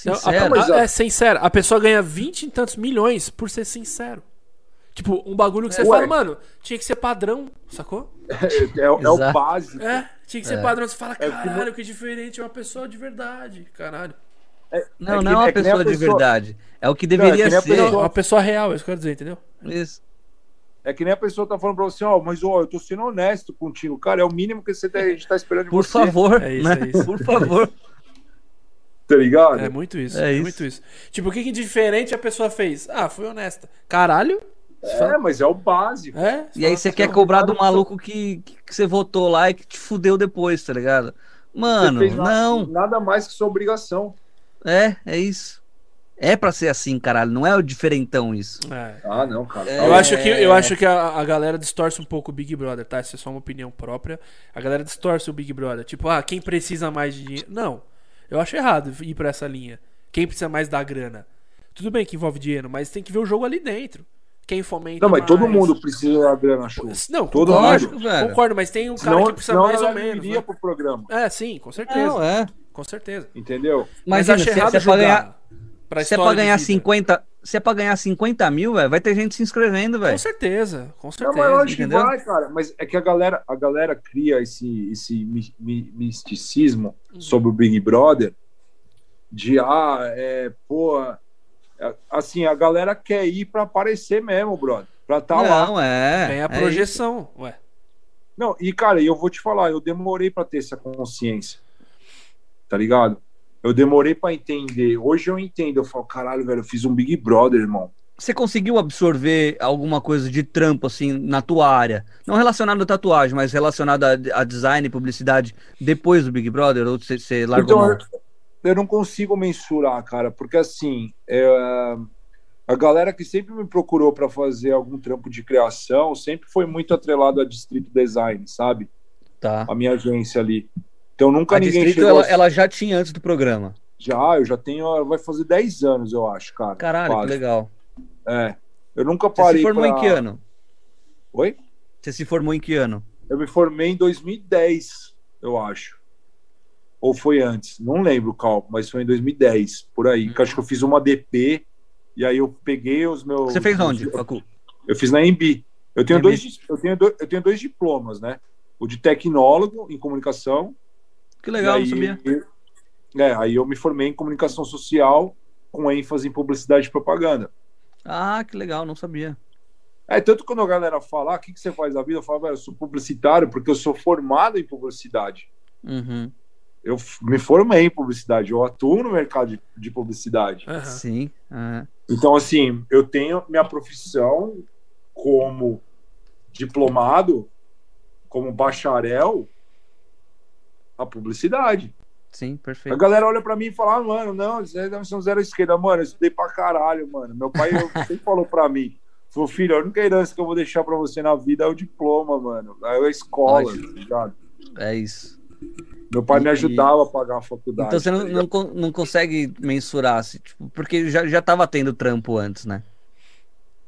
[SPEAKER 2] Então, a-
[SPEAKER 1] Sincero. Ah,
[SPEAKER 3] mas-
[SPEAKER 2] a- é sincera. A pessoa ganha 20 e tantos milhões por ser sincero. Tipo, um bagulho que você
[SPEAKER 3] É, Ué.
[SPEAKER 2] fala, mano, tinha que ser padrão, sacou?
[SPEAKER 3] É, é o
[SPEAKER 1] Exato.
[SPEAKER 3] básico.
[SPEAKER 2] É, tinha que ser padrão. Você fala,
[SPEAKER 3] É que não-
[SPEAKER 2] caralho, que diferente, é uma pessoa de verdade, caralho.
[SPEAKER 1] Não,
[SPEAKER 3] é que-
[SPEAKER 1] não é uma
[SPEAKER 3] é que nem a
[SPEAKER 1] pessoa de
[SPEAKER 3] pessoa-
[SPEAKER 1] verdade. É o que
[SPEAKER 3] é que
[SPEAKER 1] deveria
[SPEAKER 3] nem a
[SPEAKER 1] ser.
[SPEAKER 3] pessoa-
[SPEAKER 2] Não, uma pessoa real, é isso que eu quero dizer, entendeu?
[SPEAKER 1] Isso.
[SPEAKER 3] É que nem a pessoa tá falando para você, ó, mas ó, eu tô sendo honesto contigo, cara, é o mínimo que você tá, a gente tá esperando de
[SPEAKER 1] Por
[SPEAKER 3] você.
[SPEAKER 1] favor.
[SPEAKER 2] É isso,
[SPEAKER 1] né?
[SPEAKER 2] é isso.
[SPEAKER 1] Por favor.
[SPEAKER 3] Tá ligado?
[SPEAKER 2] É muito isso.
[SPEAKER 1] É
[SPEAKER 2] É,
[SPEAKER 1] isso.
[SPEAKER 2] muito isso. Tipo, o que, que de diferente a pessoa fez? Ah, fui honesta. Caralho? Você
[SPEAKER 3] É,
[SPEAKER 2] fala,
[SPEAKER 3] mas é o básico.
[SPEAKER 2] É?
[SPEAKER 1] E aí você quer cobrar do maluco que, que que você votou lá e que te fudeu depois, tá ligado?
[SPEAKER 3] Você
[SPEAKER 1] Mano,
[SPEAKER 2] assim.
[SPEAKER 3] fez na-
[SPEAKER 1] não.
[SPEAKER 3] Nada mais que sua obrigação.
[SPEAKER 1] É, é isso. É pra ser assim, caralho. Não é o diferentão isso.
[SPEAKER 2] É.
[SPEAKER 3] Ah, não, cara.
[SPEAKER 1] É,
[SPEAKER 2] Eu acho que, eu acho que a, a galera distorce um pouco o Big Brother, tá? Isso é só uma opinião própria. A galera distorce o Big Brother. Tipo, ah, quem precisa mais de dinheiro. Não. Eu acho errado ir pra essa linha. Quem precisa mais da grana. Tudo bem que envolve dinheiro, mas tem que ver o jogo ali dentro. Quem fomenta.
[SPEAKER 3] Não, mas todo
[SPEAKER 2] mais.
[SPEAKER 3] mundo precisa da grana, show.
[SPEAKER 2] Não,
[SPEAKER 3] todo
[SPEAKER 2] concordo,
[SPEAKER 1] mundo, velho.
[SPEAKER 2] concordo, mas tem um cara
[SPEAKER 3] Senão,
[SPEAKER 2] que precisa
[SPEAKER 3] senão
[SPEAKER 2] mais
[SPEAKER 3] ela
[SPEAKER 2] ou
[SPEAKER 3] não
[SPEAKER 2] menos.
[SPEAKER 3] iria
[SPEAKER 2] né?
[SPEAKER 3] pro programa,
[SPEAKER 2] É, sim, com certeza.
[SPEAKER 1] Não, é.
[SPEAKER 2] Com certeza.
[SPEAKER 3] entendeu?
[SPEAKER 1] Mas
[SPEAKER 2] Mas,
[SPEAKER 1] se,
[SPEAKER 2] acho
[SPEAKER 1] se,
[SPEAKER 2] errado
[SPEAKER 1] é pra
[SPEAKER 2] julgar
[SPEAKER 1] ganhar, se
[SPEAKER 2] pra
[SPEAKER 1] é pra
[SPEAKER 2] história de
[SPEAKER 1] ganhar
[SPEAKER 2] vida.
[SPEAKER 1] 50. Se é pra ganhar 50 mil, velho, vai ter gente se inscrevendo,
[SPEAKER 2] Com
[SPEAKER 1] velho.
[SPEAKER 2] certeza, com
[SPEAKER 3] Não,
[SPEAKER 2] certeza.
[SPEAKER 3] mas eu acho É que
[SPEAKER 1] entendeu?
[SPEAKER 3] vai, cara. Mas é que a galera, a galera cria esse, esse mi- mi- misticismo
[SPEAKER 1] Uhum.
[SPEAKER 3] sobre o Big Brother de ah, é, pô, é, assim, a galera quer ir pra aparecer mesmo, brother. Pra tá lá.
[SPEAKER 1] Não, é.
[SPEAKER 2] Ganhar
[SPEAKER 1] é
[SPEAKER 2] projeção. Ué.
[SPEAKER 3] Não, e cara, eu vou te falar, eu demorei pra ter essa consciência. Tá ligado? Eu demorei pra entender. Hoje eu entendo, eu falo, caralho, velho, eu fiz um Big Brother, irmão.
[SPEAKER 1] Você conseguiu absorver alguma coisa de trampo, assim, na tua área? Não relacionado à tatuagem, mas relacionado a, a design e publicidade depois do Big Brother? Ou você- você largou
[SPEAKER 3] Então,
[SPEAKER 1] mão?
[SPEAKER 3] eu, eu não consigo mensurar, cara, porque assim, é, a galera que sempre me procurou para fazer algum trampo de criação sempre foi muito atrelado a Distrito Design, sabe?
[SPEAKER 1] Tá.
[SPEAKER 3] A minha agência ali. Então nunca
[SPEAKER 1] A
[SPEAKER 3] ninguém
[SPEAKER 1] Distrito,
[SPEAKER 3] chegou
[SPEAKER 1] ela,
[SPEAKER 3] assim.
[SPEAKER 1] ela já tinha antes do programa.
[SPEAKER 3] já, "Ah, eu já tenho, vai fazer 10 anos, eu acho, cara.
[SPEAKER 1] Caralho,
[SPEAKER 3] quase.
[SPEAKER 1] que legal.
[SPEAKER 3] É. Eu nunca
[SPEAKER 1] Você
[SPEAKER 3] parei
[SPEAKER 1] se formou
[SPEAKER 3] pra...
[SPEAKER 1] em que ano?
[SPEAKER 3] Oi?
[SPEAKER 1] Você se formou em que ano?
[SPEAKER 3] Eu me formei em 2010, eu acho. Ou foi antes, não lembro o cálculo, mas foi em 2010, por aí. Que acho que eu fiz uma DP e aí eu peguei os meus.
[SPEAKER 1] Você fez onde, Facu?
[SPEAKER 3] Eu fiz na EMB. Eu tenho,
[SPEAKER 1] EMB.
[SPEAKER 3] dois, eu, tenho dois, eu tenho dois diplomas, né? O de tecnólogo em comunicação.
[SPEAKER 1] Que legal,
[SPEAKER 3] e
[SPEAKER 1] não sabia.
[SPEAKER 3] É, aí eu me formei em comunicação social com ênfase em publicidade e propaganda.
[SPEAKER 1] Ah, que legal, não sabia.
[SPEAKER 3] É, tanto quando a galera fala, "Ah, o que, que você faz da vida? Eu falo, velho, eu sou publicitário porque eu sou formado em publicidade.
[SPEAKER 1] Uhum.
[SPEAKER 3] eu f- me formei em publicidade, eu atuo no mercado de, de publicidade.
[SPEAKER 2] Aham.
[SPEAKER 1] Sim. ah.
[SPEAKER 3] Então, assim, eu tenho minha profissão como diplomado, como bacharel, a publicidade.
[SPEAKER 1] Sim,
[SPEAKER 3] A
[SPEAKER 1] perfeito.
[SPEAKER 3] galera olha pra mim e fala, ah, mano, não, isso aí deve ser um zero à esquerda. Mano, eu estudei pra caralho, mano. Meu pai eu- sempre falou pra mim, falou, filho, a única herança que eu vou deixar pra você na vida é o diploma, mano. É a escola, tá
[SPEAKER 1] Lógico.
[SPEAKER 3] ligado?
[SPEAKER 1] É isso.
[SPEAKER 3] Meu pai me
[SPEAKER 1] E-
[SPEAKER 3] ajudava a pagar a faculdade.
[SPEAKER 1] Então você
[SPEAKER 3] tá
[SPEAKER 1] não,
[SPEAKER 3] ligado?
[SPEAKER 1] não, con- não consegue mensurar, se, tipo, porque já, já tava tendo trampo antes, né?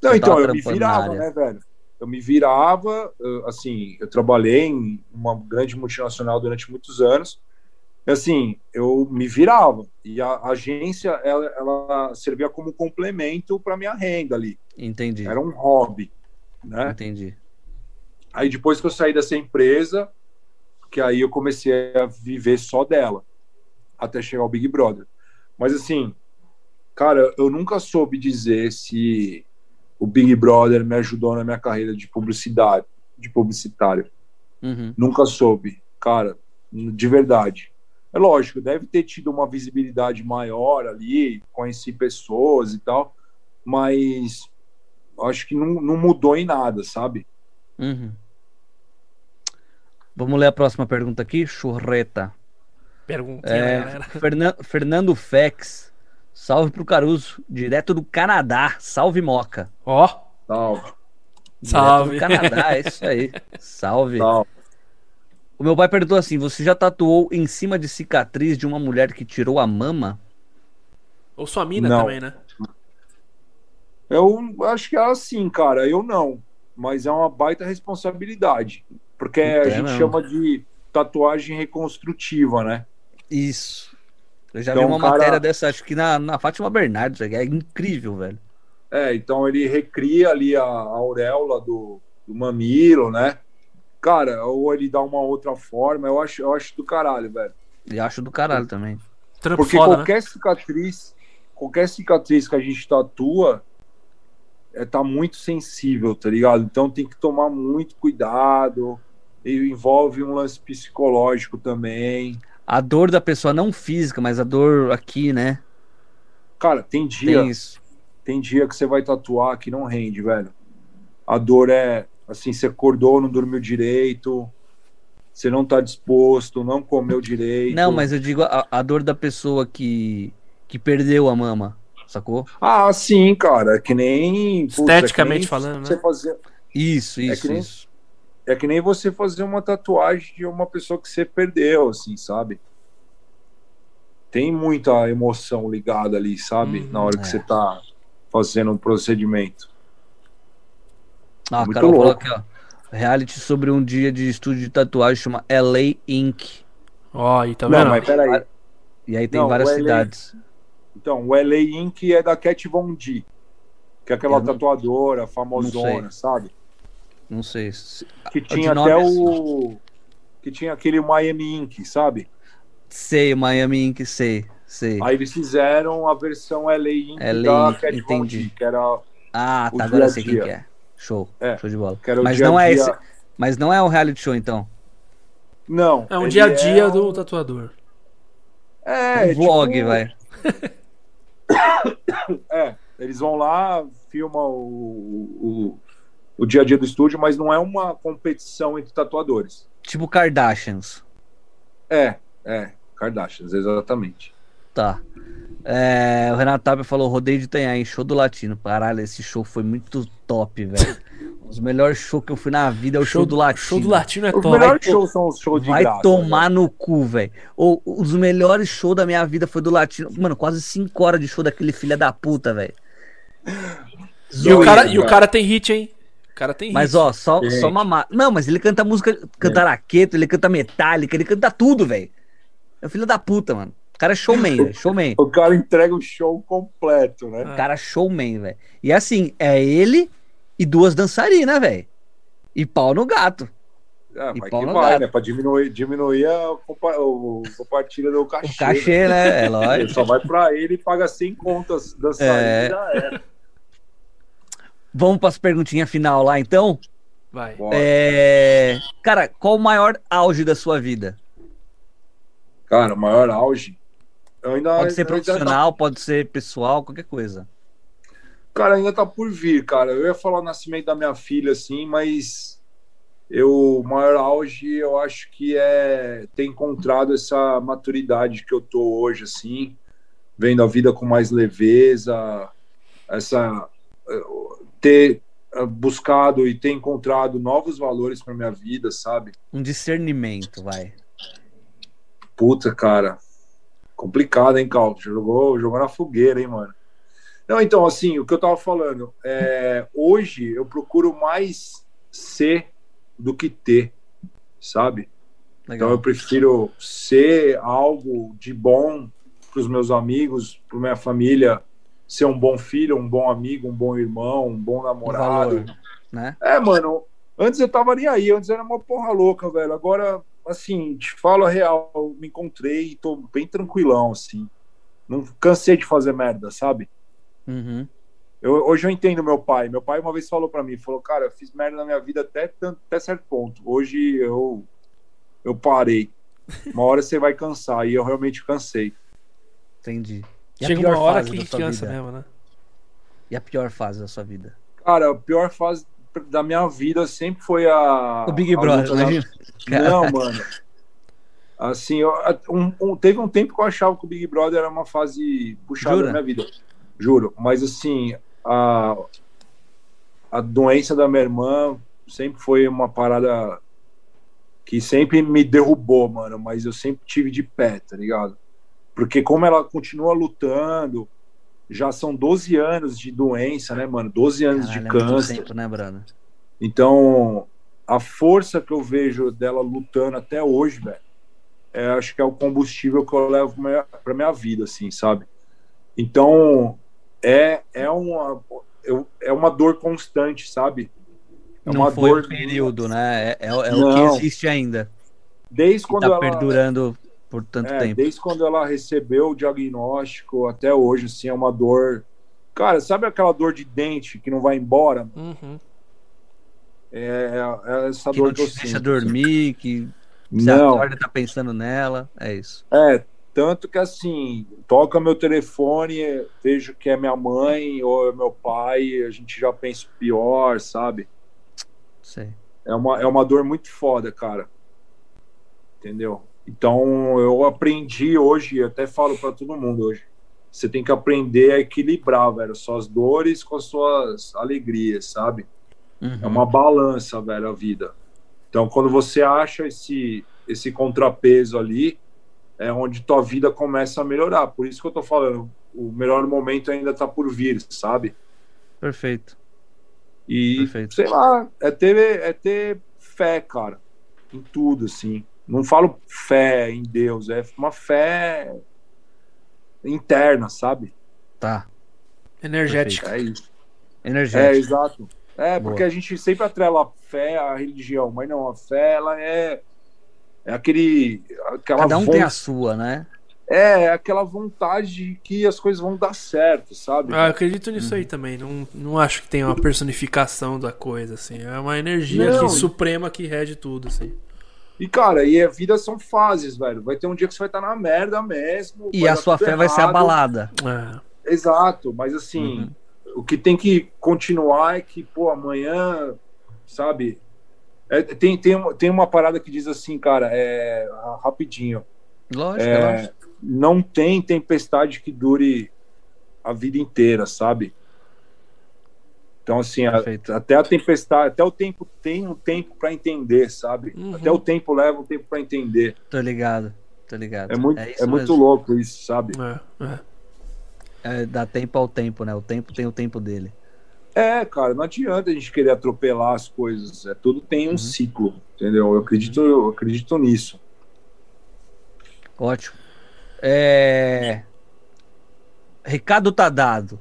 [SPEAKER 3] Não,
[SPEAKER 1] Você
[SPEAKER 3] então,
[SPEAKER 1] tava
[SPEAKER 3] eu me
[SPEAKER 1] trampando na
[SPEAKER 3] virava,
[SPEAKER 1] área.
[SPEAKER 3] né, velho? Eu me virava, eh, assim, eu trabalhei em uma grande multinacional durante muitos anos. E, assim, eu me virava. E a agência, ela, ela servia como complemento para minha renda ali.
[SPEAKER 1] Entendi.
[SPEAKER 3] Era um hobby, né?
[SPEAKER 1] Entendi.
[SPEAKER 3] Aí depois que eu saí dessa empresa, que aí eu comecei a viver só dela, até chegar ao Big Brother. Mas assim, cara, eu nunca soube dizer se o Big Brother me ajudou na minha carreira de publicidade, de publicitário.
[SPEAKER 1] Uhum.
[SPEAKER 3] Nunca soube, cara, de verdade. É lógico, deve ter tido uma visibilidade maior ali, conheci pessoas e tal, mas acho que não, não mudou em nada, sabe?
[SPEAKER 1] Uhum. Vamos ler a próxima pergunta aqui, churreta.
[SPEAKER 2] Perguntinha,
[SPEAKER 1] É,
[SPEAKER 2] galera.
[SPEAKER 1] Fernan- Fernando Fex. Salve pro Caruso, direto do Canadá. Salve Moca.
[SPEAKER 2] Ó,
[SPEAKER 3] Salve,
[SPEAKER 1] Direto
[SPEAKER 2] Salve.
[SPEAKER 1] do Canadá, é isso aí. Salve.
[SPEAKER 3] salve.
[SPEAKER 1] O meu pai perguntou assim: você já tatuou em cima de cicatriz de uma mulher que tirou a mama?
[SPEAKER 2] ou sua mina
[SPEAKER 3] Não.
[SPEAKER 2] também, né?
[SPEAKER 3] Eu acho que é assim, cara. Eu não. Mas é uma baita responsabilidade. Porque a
[SPEAKER 1] Então,
[SPEAKER 3] gente
[SPEAKER 1] não.
[SPEAKER 3] chama de tatuagem reconstrutiva, né?
[SPEAKER 1] Isso. Eu já vi
[SPEAKER 3] Então,
[SPEAKER 1] uma
[SPEAKER 3] cara-
[SPEAKER 1] matéria dessa, acho que na, na Fátima Bernardes, é incrível, velho.
[SPEAKER 3] É, então ele recria ali a, a auréola do, do mamilo, né? Cara, ou ele dá uma outra forma. Eu acho, eu acho do caralho, velho.
[SPEAKER 1] E acho do caralho também.
[SPEAKER 2] Trampo
[SPEAKER 3] Porque
[SPEAKER 2] foda, né?
[SPEAKER 3] qualquer cicatriz, qualquer cicatriz que a gente tatua, é, tá muito sensível, tá ligado? Então tem que tomar muito cuidado. E envolve um lance psicológico também.
[SPEAKER 1] A dor da pessoa, não física, mas a dor aqui, né?
[SPEAKER 3] Cara, tem dia,
[SPEAKER 1] Tem
[SPEAKER 3] tem,
[SPEAKER 1] isso.
[SPEAKER 3] dia que você vai tatuar que não rende, velho. A dor é assim, você acordou, não dormiu direito, você não tá disposto, não comeu direito.
[SPEAKER 1] Não, mas eu digo a, a dor da pessoa que, que perdeu a mama. sacou?
[SPEAKER 3] Ah, sim, cara. É que nem. putz, é que nem
[SPEAKER 2] Esteticamente falando,
[SPEAKER 3] você
[SPEAKER 2] né?
[SPEAKER 3] fazer-
[SPEAKER 1] Isso,
[SPEAKER 3] É
[SPEAKER 1] isso,
[SPEAKER 3] que nem-
[SPEAKER 1] isso.
[SPEAKER 3] é que nem você fazer uma tatuagem de uma pessoa que você perdeu, assim, sabe? Tem muita emoção ligada ali, sabe?
[SPEAKER 2] Uhum,
[SPEAKER 3] Na hora que
[SPEAKER 1] é.
[SPEAKER 3] você tá fazendo um procedimento.
[SPEAKER 1] Ah, a
[SPEAKER 3] muito
[SPEAKER 1] Carol falou
[SPEAKER 3] louco.
[SPEAKER 1] aqui, ó. Reality sobre um dia de estúdio de tatuagem chama LA Inc.
[SPEAKER 2] Ó, aí, tá vendo?
[SPEAKER 3] Não, mas peraí.
[SPEAKER 1] E aí tem
[SPEAKER 3] Não,
[SPEAKER 1] várias
[SPEAKER 3] o LA
[SPEAKER 1] cidades.
[SPEAKER 3] Então, o LA Inc. é da Cat Von D, que é aquela
[SPEAKER 1] Eu não-
[SPEAKER 3] tatuadora
[SPEAKER 1] não sei.
[SPEAKER 3] famosona, sabe?
[SPEAKER 1] Não sei. se-
[SPEAKER 3] Que
[SPEAKER 1] de
[SPEAKER 3] tinha
[SPEAKER 1] nome
[SPEAKER 3] até
[SPEAKER 1] é-
[SPEAKER 3] o. Que tinha aquele Miami Inc., sabe?
[SPEAKER 1] Sei, Miami Inc, sei, sei.
[SPEAKER 3] Aí eles fizeram a versão LA Inc.
[SPEAKER 1] LA
[SPEAKER 3] da
[SPEAKER 1] Inc,
[SPEAKER 3] Cat Von
[SPEAKER 1] entendi.
[SPEAKER 3] D, que era,
[SPEAKER 1] Ah,
[SPEAKER 3] o
[SPEAKER 1] tá, agora
[SPEAKER 3] dia a
[SPEAKER 1] sei quem
[SPEAKER 3] dia.
[SPEAKER 1] que é. Show.
[SPEAKER 3] É,
[SPEAKER 1] Show de bola.
[SPEAKER 3] que era o
[SPEAKER 1] Mas
[SPEAKER 3] dia a
[SPEAKER 1] não é
[SPEAKER 3] dia-
[SPEAKER 1] esse, mas não é o reality show então.
[SPEAKER 3] Não.
[SPEAKER 2] É um
[SPEAKER 3] ele
[SPEAKER 2] dia a dia
[SPEAKER 3] é
[SPEAKER 2] do
[SPEAKER 3] um-
[SPEAKER 2] tatuador.
[SPEAKER 3] É,
[SPEAKER 1] É, um vlog,
[SPEAKER 3] tipo,
[SPEAKER 1] vai.
[SPEAKER 3] É, eles vão lá, filmam o, o, o dia a dia do estúdio, mas não é uma competição entre tatuadores.
[SPEAKER 1] Tipo Kardashians.
[SPEAKER 3] É, é, Kardashians, exatamente.
[SPEAKER 1] Tá. É, o Renato Tapia falou rodeio de Tanhaém, show do Latino. Caralho, esse show foi muito top, velho. Os melhores shows que eu fui na vida é o show, do Latino.
[SPEAKER 2] Show do Latino é
[SPEAKER 3] Os
[SPEAKER 2] top.
[SPEAKER 3] melhores shows são os shows de
[SPEAKER 1] Vai
[SPEAKER 3] graça. né?
[SPEAKER 1] tomar no cu, velho. Ou os melhores shows da minha vida foi do Latino. Mano, quase 5 horas de show daquele filha da puta, velho.
[SPEAKER 2] E o,
[SPEAKER 3] Doido,
[SPEAKER 2] cara, e o cara tem hit, hein? O cara tem hit.
[SPEAKER 1] Mas ó, só, só uma ma- Não, mas ele canta música,
[SPEAKER 3] É.
[SPEAKER 1] canta Araqueto, ele canta metálica, ele canta tudo, velho. É o filho da puta, mano. O cara é showman, velho. Showman.
[SPEAKER 3] O cara entrega o show completo, né?
[SPEAKER 1] O cara é showman, velho. E assim, é ele e duas dançarinas, velho. E pau no gato.
[SPEAKER 3] É,
[SPEAKER 1] E
[SPEAKER 3] vai
[SPEAKER 1] pau
[SPEAKER 3] que
[SPEAKER 1] no
[SPEAKER 3] vai,
[SPEAKER 1] gato.
[SPEAKER 3] né? Pra diminuir, diminuir a compa- o, o partilha do cachê.
[SPEAKER 1] O cachê, né? É
[SPEAKER 3] né?
[SPEAKER 1] lógico.
[SPEAKER 3] Ele Só vai pra ele e paga 100 contas dançarina.
[SPEAKER 1] É.
[SPEAKER 3] já era.
[SPEAKER 1] Vamos pras perguntinhas final lá, então?
[SPEAKER 2] Vai.
[SPEAKER 3] Bora.
[SPEAKER 1] É... Cara, qual o maior auge da sua vida?
[SPEAKER 3] Cara, o maior auge. Eu ainda,
[SPEAKER 1] Pode ser
[SPEAKER 3] eu ainda
[SPEAKER 1] profissional, pode ser pessoal, qualquer coisa.
[SPEAKER 3] Cara, ainda tá por vir, cara. Eu ia falar o nascimento da minha filha, assim, mas eu, o maior auge, eu acho que é ter encontrado essa maturidade que eu tô hoje, assim, vendo a vida com mais leveza, essa eh, ter eh, buscado e ter encontrado novos valores para minha vida, sabe?
[SPEAKER 1] Um discernimento, vai.
[SPEAKER 3] Puta, cara. Complicado, hein, Cal? Jogou, jogou na fogueira, hein, mano? Não, então, assim, o que eu tava falando, é, hoje eu procuro mais ser do que ter, sabe? Então eu
[SPEAKER 1] Legal.
[SPEAKER 3] prefiro ser algo de bom pros meus amigos, pra minha família, ser um bom filho, um bom amigo, um bom irmão, um bom
[SPEAKER 1] Um
[SPEAKER 3] namorado,
[SPEAKER 1] valor, né?
[SPEAKER 3] é, mano, antes eu tava nem aí, antes era uma porra louca, velho. Agora, assim, te falo a real, eu me encontrei e tô bem tranquilão, assim. Não cansei de fazer merda, sabe?
[SPEAKER 1] Uhum.
[SPEAKER 3] Eu, hoje eu entendo meu pai. Meu pai uma vez falou pra mim, falou, cara, eu fiz merda na minha vida até, tan- até certo ponto. Hoje eu, eu parei. Uma hora você vai cansar, e eu realmente cansei.
[SPEAKER 1] Entendi. E a
[SPEAKER 2] Chega
[SPEAKER 1] pior
[SPEAKER 2] uma hora
[SPEAKER 1] fase da
[SPEAKER 2] que
[SPEAKER 1] sua
[SPEAKER 2] cansa
[SPEAKER 1] vida?
[SPEAKER 2] mesmo, né?
[SPEAKER 1] E a pior fase da sua vida?
[SPEAKER 3] Cara, a pior fase da minha vida sempre foi a.
[SPEAKER 1] o Big
[SPEAKER 3] a
[SPEAKER 1] Brother,
[SPEAKER 3] luta na-
[SPEAKER 1] imagina.
[SPEAKER 3] Não, mano. Assim, eu- um- um- teve um tempo que eu achava que o Big Brother era uma fase puxada
[SPEAKER 1] Jura?
[SPEAKER 3] da minha vida. Juro. Mas assim, a, a doença da minha irmã sempre foi uma parada que sempre me derrubou, mano. Mas eu sempre tive de pé, tá ligado? Porque como ela continua lutando, já são 12 anos de doença, né, mano? 12 anos
[SPEAKER 1] Caralho, é
[SPEAKER 3] de
[SPEAKER 1] muito
[SPEAKER 3] câncer.
[SPEAKER 1] tempo, né, Brana?
[SPEAKER 3] Então, a força que eu vejo dela lutando até hoje, velho, é, acho que é o combustível que eu levo pra minha- pra minha vida, assim, sabe? Então, é, é, uma, eu- é uma dor constante, sabe? É
[SPEAKER 1] Não
[SPEAKER 3] uma
[SPEAKER 1] foi
[SPEAKER 3] dor
[SPEAKER 1] um período, né? É, é- é o
[SPEAKER 3] Não.
[SPEAKER 1] que existe ainda.
[SPEAKER 3] Desde
[SPEAKER 1] Que
[SPEAKER 3] quando
[SPEAKER 1] tá
[SPEAKER 3] ela.
[SPEAKER 1] perdurando por tanto
[SPEAKER 3] É,
[SPEAKER 1] tempo.
[SPEAKER 3] desde quando ela recebeu o diagnóstico até hoje, assim, é uma dor. Cara, sabe aquela dor de dente que não vai embora?
[SPEAKER 2] Uhum.
[SPEAKER 3] É, é essa
[SPEAKER 1] Que
[SPEAKER 3] dor
[SPEAKER 1] não
[SPEAKER 3] que eu
[SPEAKER 1] te deixa
[SPEAKER 3] sinto.
[SPEAKER 1] dormir, que você
[SPEAKER 3] Não.
[SPEAKER 1] acorda e tá pensando nela. É isso.
[SPEAKER 3] É, tanto que assim, toca meu telefone, vejo que é minha mãe ou é meu pai, a gente já pensa o pior, sabe?
[SPEAKER 1] Sei.
[SPEAKER 3] É uma, é uma dor muito foda, cara. Entendeu? Então eu aprendi hoje, eu até falo pra todo mundo hoje. você tem que aprender a equilibrar, velho, suas dores com as suas alegrias, sabe?
[SPEAKER 1] Uhum.
[SPEAKER 3] É uma balança, velho, a vida. Então, quando você acha esse, esse contrapeso ali, é onde tua vida começa a melhorar. Por isso que eu tô falando, o melhor momento ainda tá por vir, sabe?
[SPEAKER 1] Perfeito.
[SPEAKER 3] E,
[SPEAKER 1] Perfeito.
[SPEAKER 3] sei lá, é ter, é ter fé, cara, em tudo, assim. Não falo fé em Deus, é uma fé interna, sabe?
[SPEAKER 1] Tá.
[SPEAKER 2] Energética.
[SPEAKER 3] É isso. É,
[SPEAKER 1] Energético.
[SPEAKER 3] exato. É, porque
[SPEAKER 1] Boa.
[SPEAKER 3] a gente sempre atrela a fé à religião, mas não, a fé, ela é. É aquele. Aquela
[SPEAKER 1] Cada um
[SPEAKER 3] vo-
[SPEAKER 1] tem a sua, né?
[SPEAKER 3] É, é aquela vontade de que as coisas vão dar certo, sabe?
[SPEAKER 2] Ah, eu acredito nisso aí também. Não, não acho que tem uma personificação da coisa, assim. É uma energia
[SPEAKER 3] Não.
[SPEAKER 2] que- suprema que rege tudo, assim.
[SPEAKER 3] E, cara, e a vida são fases, velho. Vai ter um dia que você vai estar na merda mesmo.
[SPEAKER 1] E
[SPEAKER 3] vai
[SPEAKER 1] a
[SPEAKER 3] dar
[SPEAKER 1] sua
[SPEAKER 3] tudo
[SPEAKER 1] fé vai ser
[SPEAKER 3] errado.
[SPEAKER 1] abalada. Uhum.
[SPEAKER 2] Ah,
[SPEAKER 3] Exato, mas assim, o que tem que continuar é que, pô, amanhã, sabe? É, tem, tem, uma- tem uma parada que diz assim, cara, é ah, rapidinho.
[SPEAKER 1] Lógico,
[SPEAKER 3] É.
[SPEAKER 1] lógico.
[SPEAKER 3] Não tem tempestade que dure a vida inteira, sabe? Então, assim, a,
[SPEAKER 1] Perfeito.
[SPEAKER 3] até a tempestade, até o tempo tem um tempo para entender, sabe?
[SPEAKER 2] Uhum.
[SPEAKER 3] Até o tempo leva um tempo para entender.
[SPEAKER 1] Tô ligado. Tô ligado.
[SPEAKER 3] É muito, é
[SPEAKER 1] isso
[SPEAKER 3] muito
[SPEAKER 1] mesmo.
[SPEAKER 3] louco isso, sabe?
[SPEAKER 2] é, é.
[SPEAKER 1] É, dá tempo ao tempo, né? O tempo tem o tempo dele.
[SPEAKER 3] É, cara, não adianta a gente querer atropelar as coisas. É, tudo tem um
[SPEAKER 1] Uhum.
[SPEAKER 3] ciclo, entendeu? Eu acredito, eu acredito nisso.
[SPEAKER 1] Ótimo. É... Recado tá dado.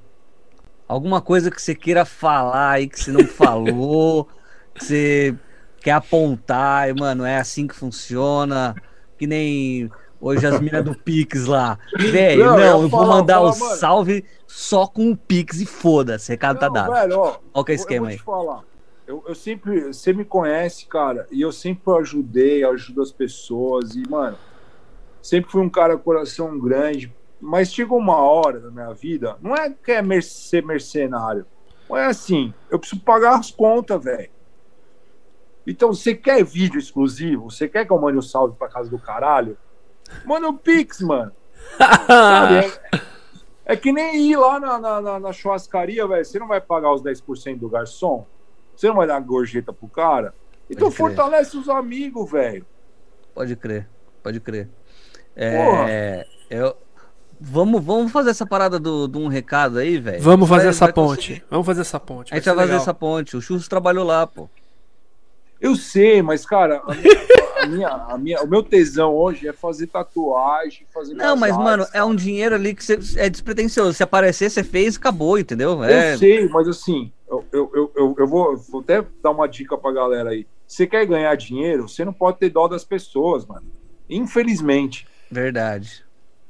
[SPEAKER 1] Alguma coisa que você queira falar aí que você não falou, que você quer apontar, e, mano, é assim que funciona. Que nem hoje as minas do Pix lá. Velho,
[SPEAKER 3] Não,
[SPEAKER 1] não,
[SPEAKER 3] eu ia
[SPEAKER 1] eu vou
[SPEAKER 3] falar,
[SPEAKER 1] mandar o
[SPEAKER 3] falar, mano.
[SPEAKER 1] salve só com o Pix e foda-se. Recado tá
[SPEAKER 3] Não,
[SPEAKER 1] dado.
[SPEAKER 3] velho, ó,
[SPEAKER 1] Qual que é o
[SPEAKER 3] eu- eu
[SPEAKER 1] esquema
[SPEAKER 3] vou
[SPEAKER 1] aí?
[SPEAKER 3] te falar. Eu, eu sempre, você me conhece, cara, e eu sempre ajudei, ajudo as pessoas e mano, sempre fui um cara coração grande. Mas chegou uma hora da minha vida, não é que é mer- ser mercenário, não é assim. Eu preciso pagar as contas, velho. Então, você quer vídeo exclusivo? Você quer que eu mande um salve pra casa do caralho? Manda um pix, mano. Sabe,
[SPEAKER 2] Ah,
[SPEAKER 1] Ah.
[SPEAKER 3] é- É que nem ir lá na, na, na- na churrascaria, velho. Você não vai pagar os 10% do garçom? Você não vai dar gorjeta pro cara? Então
[SPEAKER 1] Pode crer.
[SPEAKER 3] fortalece os amigos, velho.
[SPEAKER 1] Pode crer, pode crer. É, eu, vamos, vamos fazer essa parada do- de um recado aí, velho.
[SPEAKER 2] Vamos fazer
[SPEAKER 1] Vai-
[SPEAKER 2] essa
[SPEAKER 1] vai
[SPEAKER 2] ponte.
[SPEAKER 1] conseguir.
[SPEAKER 2] Vamos fazer essa ponte.
[SPEAKER 1] A gente
[SPEAKER 2] ser
[SPEAKER 1] vai fazer
[SPEAKER 2] legal.
[SPEAKER 1] essa ponte. O Churros trabalhou lá, pô.
[SPEAKER 3] Eu sei, mas, cara, a minha- a minha- a minha- o meu tesão hoje é fazer tatuagem, fazer.
[SPEAKER 1] Não, mas,
[SPEAKER 3] casais,
[SPEAKER 1] mano, é
[SPEAKER 3] cara.
[SPEAKER 1] um dinheiro ali que você é despretensioso. Se aparecer, você fez, acabou, entendeu? É,
[SPEAKER 3] Eu sei, mas assim, eu, eu, eu- eu, eu vou, vou até dar uma dica pra galera aí. Você quer ganhar dinheiro, você não pode ter dó das pessoas, mano. Infelizmente.
[SPEAKER 1] verdade.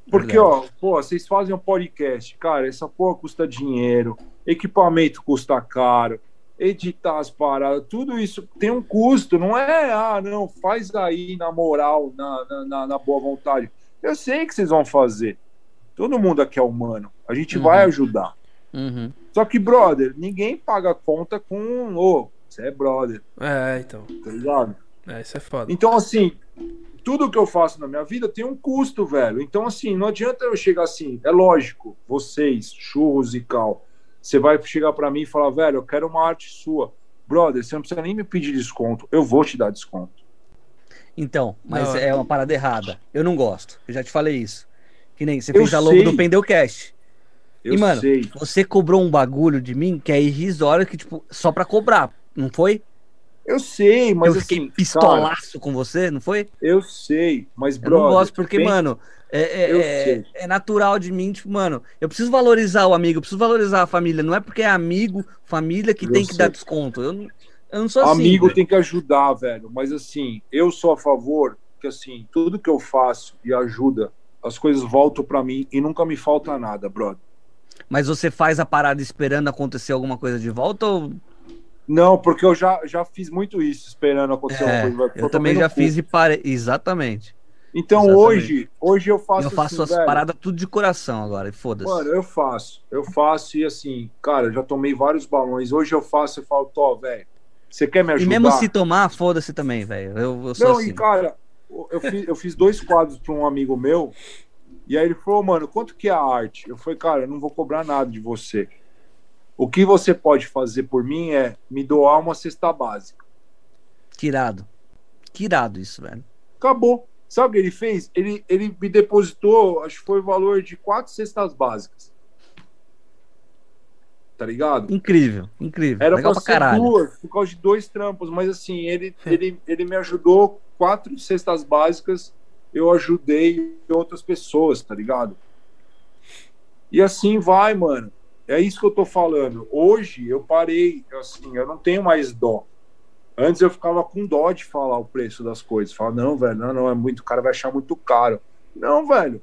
[SPEAKER 3] Porque,
[SPEAKER 1] Verdade.
[SPEAKER 3] ó, pô, vocês fazem um podcast, cara, essa porra custa dinheiro, equipamento custa caro, editar as paradas, tudo isso tem um custo, não é, ah, não, faz aí na moral, na, na, na- na boa vontade. Eu sei que vocês vão fazer. Todo mundo aqui é humano. A gente
[SPEAKER 1] Uhum.
[SPEAKER 3] vai ajudar.
[SPEAKER 1] Uhum.
[SPEAKER 3] Só que, brother, ninguém paga conta com, ô, você é brother,
[SPEAKER 2] É, então.
[SPEAKER 3] tá ligado?
[SPEAKER 2] É, isso é foda.
[SPEAKER 3] Então, assim, tudo que eu faço na minha vida tem um custo, velho. Então, assim, não adianta eu chegar assim. É lógico, vocês, churros e cal, você vai chegar pra mim e falar, velho, eu quero uma arte sua. Brother, você não precisa nem me pedir desconto. Eu vou te dar desconto.
[SPEAKER 1] Então, mas
[SPEAKER 2] Não.
[SPEAKER 1] é uma parada errada. Eu não gosto. Eu já te falei isso. Que nem você
[SPEAKER 3] Eu
[SPEAKER 1] fez a logo
[SPEAKER 3] sei.
[SPEAKER 1] do Pendelcast.
[SPEAKER 3] Eu
[SPEAKER 1] E, mano,
[SPEAKER 3] sei.
[SPEAKER 1] Você cobrou um bagulho de mim que é irrisório, que, tipo, só pra cobrar, não foi?
[SPEAKER 3] Eu sei, mas
[SPEAKER 1] eu fiquei
[SPEAKER 3] assim, cara,
[SPEAKER 1] pistolaço com você, não foi?
[SPEAKER 3] eu sei, mas,
[SPEAKER 1] Eu
[SPEAKER 3] brother...
[SPEAKER 1] não gosto porque,
[SPEAKER 3] pensa-
[SPEAKER 1] mano, é, é-
[SPEAKER 3] Eu
[SPEAKER 1] é-
[SPEAKER 3] sei.
[SPEAKER 1] é natural de mim, tipo, mano, eu preciso valorizar o amigo, eu preciso valorizar a família. Não é porque é amigo, família que
[SPEAKER 3] Eu
[SPEAKER 1] tem que
[SPEAKER 3] sei.
[SPEAKER 1] dar desconto. Eu não, eu não sou assim.
[SPEAKER 3] Amigo
[SPEAKER 1] velho.
[SPEAKER 3] tem que ajudar, velho. Mas assim, eu sou a favor que assim, tudo que eu faço e ajuda, as coisas voltam pra mim e nunca me falta nada, brother.
[SPEAKER 1] Mas você faz a parada esperando acontecer alguma coisa de volta ou.
[SPEAKER 3] Não, porque eu já, já fiz muito isso, esperando acontecer
[SPEAKER 1] É,
[SPEAKER 3] alguma coisa. vai-
[SPEAKER 1] eu
[SPEAKER 3] vai
[SPEAKER 1] também
[SPEAKER 3] tomar
[SPEAKER 1] já
[SPEAKER 3] no cu.
[SPEAKER 1] fiz e parei. Exatamente.
[SPEAKER 3] Então
[SPEAKER 1] exatamente.
[SPEAKER 3] hoje, hoje eu faço
[SPEAKER 1] eu faço
[SPEAKER 3] assim,
[SPEAKER 1] as
[SPEAKER 3] velho.
[SPEAKER 1] paradas tudo de coração agora, e foda-se.
[SPEAKER 3] Mano, eu faço. Eu faço e assim, cara, eu já tomei vários balões. Hoje eu faço e falo, Tó, velho, você quer me
[SPEAKER 1] e
[SPEAKER 3] ajudar?
[SPEAKER 1] mesmo se tomar, foda-se também, velho. Eu, eu sou
[SPEAKER 3] Não,
[SPEAKER 1] assim.
[SPEAKER 3] e cara, eu fiz, eu fiz dois quadros para um amigo meu E aí ele falou, mano, quanto que é a arte? Eu falei, cara, eu não vou cobrar nada de você. O que você pode fazer por mim é me doar uma cesta básica.
[SPEAKER 1] Que irado. Que irado isso, velho.
[SPEAKER 3] Acabou. Sabe o que ele fez? Ele, ele me depositou, acho que foi o valor de quatro cestas básicas. Tá ligado?
[SPEAKER 1] Incrível, incrível.
[SPEAKER 3] Era
[SPEAKER 1] Legal
[SPEAKER 3] pra
[SPEAKER 1] pra
[SPEAKER 3] ser
[SPEAKER 1] caralho. É.
[SPEAKER 3] duas, por causa de dois trampos, mas assim, ele, ele, ele me ajudou quatro cestas básicas, eu ajudei outras pessoas, tá ligado? E assim vai, mano. É isso que eu tô falando. Hoje eu parei, assim, eu não tenho mais dó. Antes eu ficava com dó de falar o preço das coisas. Falar, não, velho, não, não, é muito, o cara vai achar muito caro. Não, velho.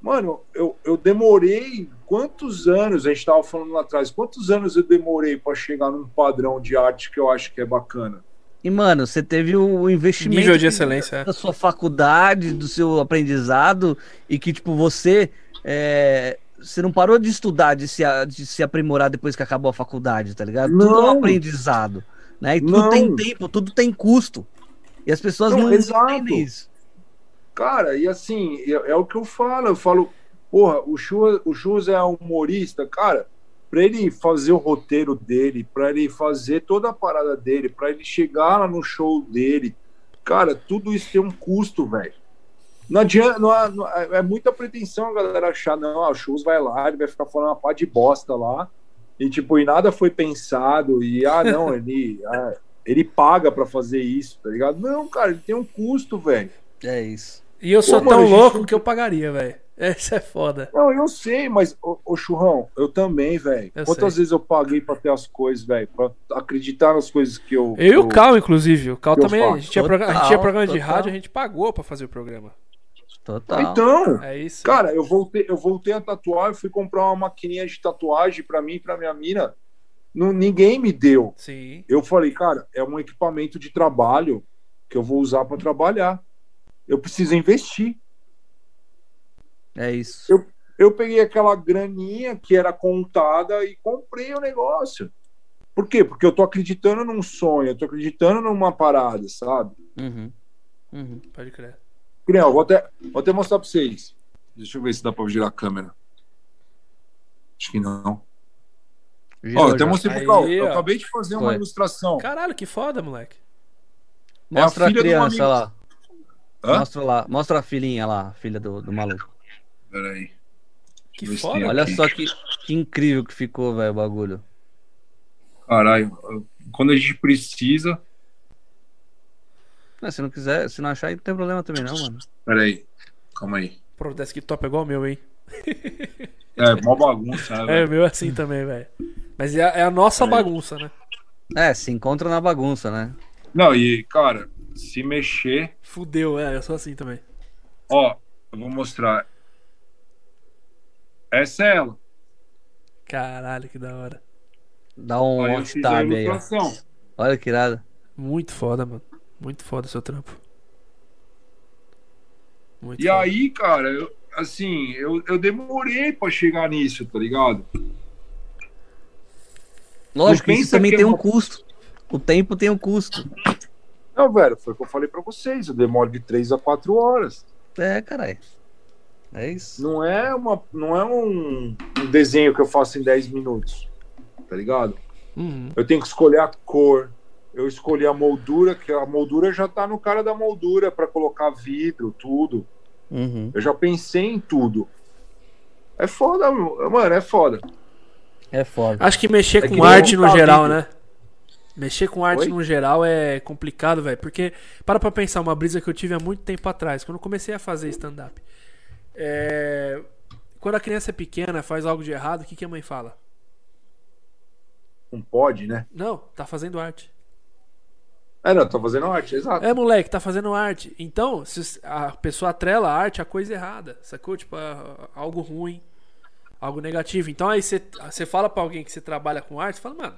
[SPEAKER 3] Mano, eu, eu demorei quantos anos, a gente tava falando lá atrás, quantos anos eu demorei para chegar num padrão de arte que eu acho que é bacana?
[SPEAKER 1] E, mano, você teve o investimento
[SPEAKER 2] Nível de
[SPEAKER 1] que-
[SPEAKER 2] excelência.
[SPEAKER 1] da sua faculdade, do seu aprendizado, e que, tipo, você. é, Você não parou de estudar, de se, a- de se aprimorar depois que acabou a faculdade, tá ligado? Tudo é
[SPEAKER 3] Não.
[SPEAKER 1] um aprendizado. Né? E tudo
[SPEAKER 3] Não.
[SPEAKER 1] tem tempo, tudo tem custo. E as pessoas
[SPEAKER 3] Não,
[SPEAKER 1] não,
[SPEAKER 3] exato.
[SPEAKER 1] entendem isso.
[SPEAKER 3] Cara, e assim, é, é o que eu falo. Eu falo, porra, o Chus, o Chus é um humorista, cara. Pra ele fazer o roteiro dele, pra ele fazer toda a parada dele, pra ele chegar lá no show dele, cara, tudo isso tem um custo, velho. Não adianta, não há- não há- é muita pretensão a galera achar, não, ah, o Chus vai lá, ele vai ficar falando uma pá de bosta lá, e tipo, e nada foi pensado, e ah, não, ele, ah, ele paga pra fazer isso, tá ligado? Não, cara, ele tem um custo, velho.
[SPEAKER 1] É isso.
[SPEAKER 2] E eu sou
[SPEAKER 3] Pô,
[SPEAKER 2] tão
[SPEAKER 3] mano, a gente-
[SPEAKER 2] louco que eu pagaria, velho. Essa é foda.
[SPEAKER 3] Não, eu sei, mas, ô, ô, Churrão, eu também, velho.
[SPEAKER 2] Eu
[SPEAKER 3] Quantas
[SPEAKER 2] sei.
[SPEAKER 3] vezes eu paguei pra ter as coisas, velho? Pra acreditar nas coisas que eu.
[SPEAKER 2] Eu e o
[SPEAKER 3] que
[SPEAKER 2] Cal, inclusive. O Cal
[SPEAKER 3] Eu
[SPEAKER 2] também.
[SPEAKER 3] faço.
[SPEAKER 2] A gente, tinha
[SPEAKER 1] Total,
[SPEAKER 2] programa, a gente tinha programa de
[SPEAKER 1] total.
[SPEAKER 2] rádio, a gente pagou pra fazer o programa.
[SPEAKER 1] Total.
[SPEAKER 3] Então,
[SPEAKER 2] É isso.
[SPEAKER 3] cara, eu voltei, eu voltei a tatuar, eu fui comprar uma maquininha de tatuagem pra mim e pra minha mina. Não, ninguém me deu.
[SPEAKER 2] Sim.
[SPEAKER 3] Eu falei, cara, é um equipamento de trabalho que eu vou usar pra trabalhar. Eu preciso investir.
[SPEAKER 1] É isso.
[SPEAKER 3] eu peguei aquela graninha que era contada e comprei o negócio. Por quê? Porque eu tô acreditando num sonho, eu tô acreditando numa parada, sabe?
[SPEAKER 1] Uhum. Uhum.
[SPEAKER 2] Pode crer.
[SPEAKER 3] Crião, vou até, vou até mostrar pra vocês. Deixa eu ver se dá pra girar a câmera. Acho que não. Ó,
[SPEAKER 1] Girou
[SPEAKER 3] eu até
[SPEAKER 1] já.
[SPEAKER 3] mostrei
[SPEAKER 2] tá
[SPEAKER 3] pro
[SPEAKER 2] Aí,
[SPEAKER 3] Cal.
[SPEAKER 2] ó.
[SPEAKER 3] Eu acabei de fazer uma
[SPEAKER 1] Foi.
[SPEAKER 3] ilustração.
[SPEAKER 2] Caralho, que foda, moleque.
[SPEAKER 3] É a
[SPEAKER 1] Mostra a
[SPEAKER 3] filha do
[SPEAKER 1] criança
[SPEAKER 3] maluco.
[SPEAKER 1] lá.
[SPEAKER 3] Hã?
[SPEAKER 1] Mostra lá. Mostra a filhinha lá, a filha do, do maluco.
[SPEAKER 3] Peraí.
[SPEAKER 2] Que
[SPEAKER 3] Deixa eu ver se
[SPEAKER 2] foda.
[SPEAKER 3] tem
[SPEAKER 1] Olha
[SPEAKER 3] aqui.
[SPEAKER 1] só que, que incrível que ficou, velho, o bagulho.
[SPEAKER 3] Caralho, eu- quando a gente precisa.
[SPEAKER 1] Não, É, se não quiser, se não achar, não tem problema também, não, mano.
[SPEAKER 3] Peraí, calma aí.
[SPEAKER 2] Pro desktop é igual o meu, hein?
[SPEAKER 3] É, mó bagunça, né,
[SPEAKER 2] É,
[SPEAKER 3] velho?
[SPEAKER 2] o meu é assim também, velho. Mas é, é a nossa
[SPEAKER 3] Aí.
[SPEAKER 2] bagunça, né?
[SPEAKER 1] É, se encontra na bagunça, né?
[SPEAKER 3] Não, e, cara, se mexer.
[SPEAKER 2] Fudeu, é, eu sou assim também.
[SPEAKER 3] Ó, eu vou mostrar. Essa é ela.
[SPEAKER 2] Caralho, que da hora.
[SPEAKER 1] Dá um
[SPEAKER 3] Olha, eu
[SPEAKER 1] alt
[SPEAKER 3] fiz a
[SPEAKER 1] tab aí, ó.
[SPEAKER 3] ilustração.
[SPEAKER 1] Olha que irado.
[SPEAKER 2] Muito foda, mano. Muito foda o seu trampo. Muito
[SPEAKER 3] E
[SPEAKER 2] foda.
[SPEAKER 3] aí, cara, eu, assim, eu, eu demorei pra chegar nisso, tá ligado?
[SPEAKER 1] Lógico,
[SPEAKER 3] Não
[SPEAKER 1] isso
[SPEAKER 3] pensa
[SPEAKER 1] também
[SPEAKER 3] que
[SPEAKER 1] tem
[SPEAKER 3] eu
[SPEAKER 1] um
[SPEAKER 3] vou-
[SPEAKER 1] custo. O tempo tem um custo.
[SPEAKER 3] Não, velho, foi o que eu falei pra vocês. Eu demoro de 3 a 4 horas.
[SPEAKER 1] É, caralho. É isso.
[SPEAKER 3] Não é, uma, não é um, um desenho que eu faço em 10 minutos, tá ligado?
[SPEAKER 2] Uhum.
[SPEAKER 3] Eu tenho que escolher a cor. Eu escolhi a moldura, que a moldura já tá no cara da moldura pra colocar vidro, tudo.
[SPEAKER 1] Uhum.
[SPEAKER 3] Eu já pensei em tudo. É foda, mano, é foda.
[SPEAKER 1] É foda.
[SPEAKER 2] Acho que mexer
[SPEAKER 3] É que
[SPEAKER 2] com
[SPEAKER 3] nem
[SPEAKER 2] arte
[SPEAKER 3] um
[SPEAKER 2] no geral,
[SPEAKER 3] talento.
[SPEAKER 2] né? Mexer com arte
[SPEAKER 3] Oi?
[SPEAKER 2] no geral é complicado, velho. Porque, para pra pensar, uma brisa que eu tive há muito tempo atrás, quando eu comecei a fazer stand-up. É, Quando a criança é pequena, faz algo de errado, o que, que a mãe fala?
[SPEAKER 3] Não pode, né?
[SPEAKER 2] Não, tá fazendo arte.
[SPEAKER 3] É, não, tô fazendo arte, exato.
[SPEAKER 2] É, moleque, tá fazendo arte. Então, se a pessoa atrela a arte a coisa é errada, sacou? Tipo, a- a- algo ruim, algo negativo. Então aí você você fala pra alguém que você trabalha com arte, você fala, mano,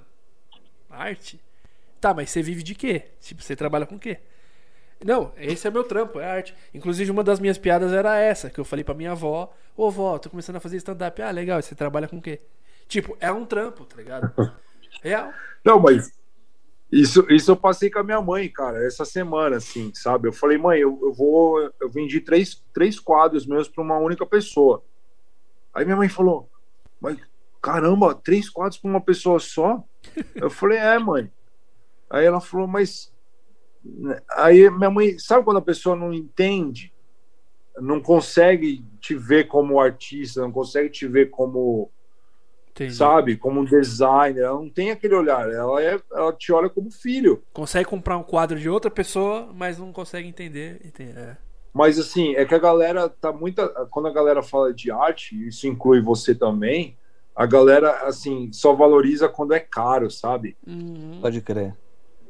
[SPEAKER 2] arte? Tá, mas você vive de quê? Tipo, você trabalha com o quê? Não, esse é meu trampo, é arte. Inclusive, uma das minhas piadas era essa, que eu falei pra minha avó, ô vó, tô começando a fazer stand-up. Ah, legal, e você trabalha com o quê? Tipo, é um trampo, tá ligado? Real.
[SPEAKER 3] Não, mas Isso, isso eu passei com a minha mãe, cara, essa semana, assim, sabe? Eu falei, mãe, eu, eu vou. Eu vendi três, três quadros meus para uma única pessoa. Aí minha mãe falou, mas caramba, três quadros para uma pessoa só? Eu falei, é, mãe. Aí ela falou, mas. né, Aí minha mãe, sabe quando a pessoa não entende, não consegue te ver como artista, não consegue te ver como
[SPEAKER 2] Entendi.
[SPEAKER 3] sabe? Como um designer, ela não tem aquele olhar, ela, é, ela te olha como filho.
[SPEAKER 2] Consegue comprar um quadro de outra pessoa, mas não consegue entender. Ente- é.
[SPEAKER 3] Mas assim, é que a galera tá muito. Quando a galera fala de arte, isso inclui você também, a galera, assim, só valoriza quando é caro, sabe?
[SPEAKER 2] Uhum.
[SPEAKER 1] Pode crer.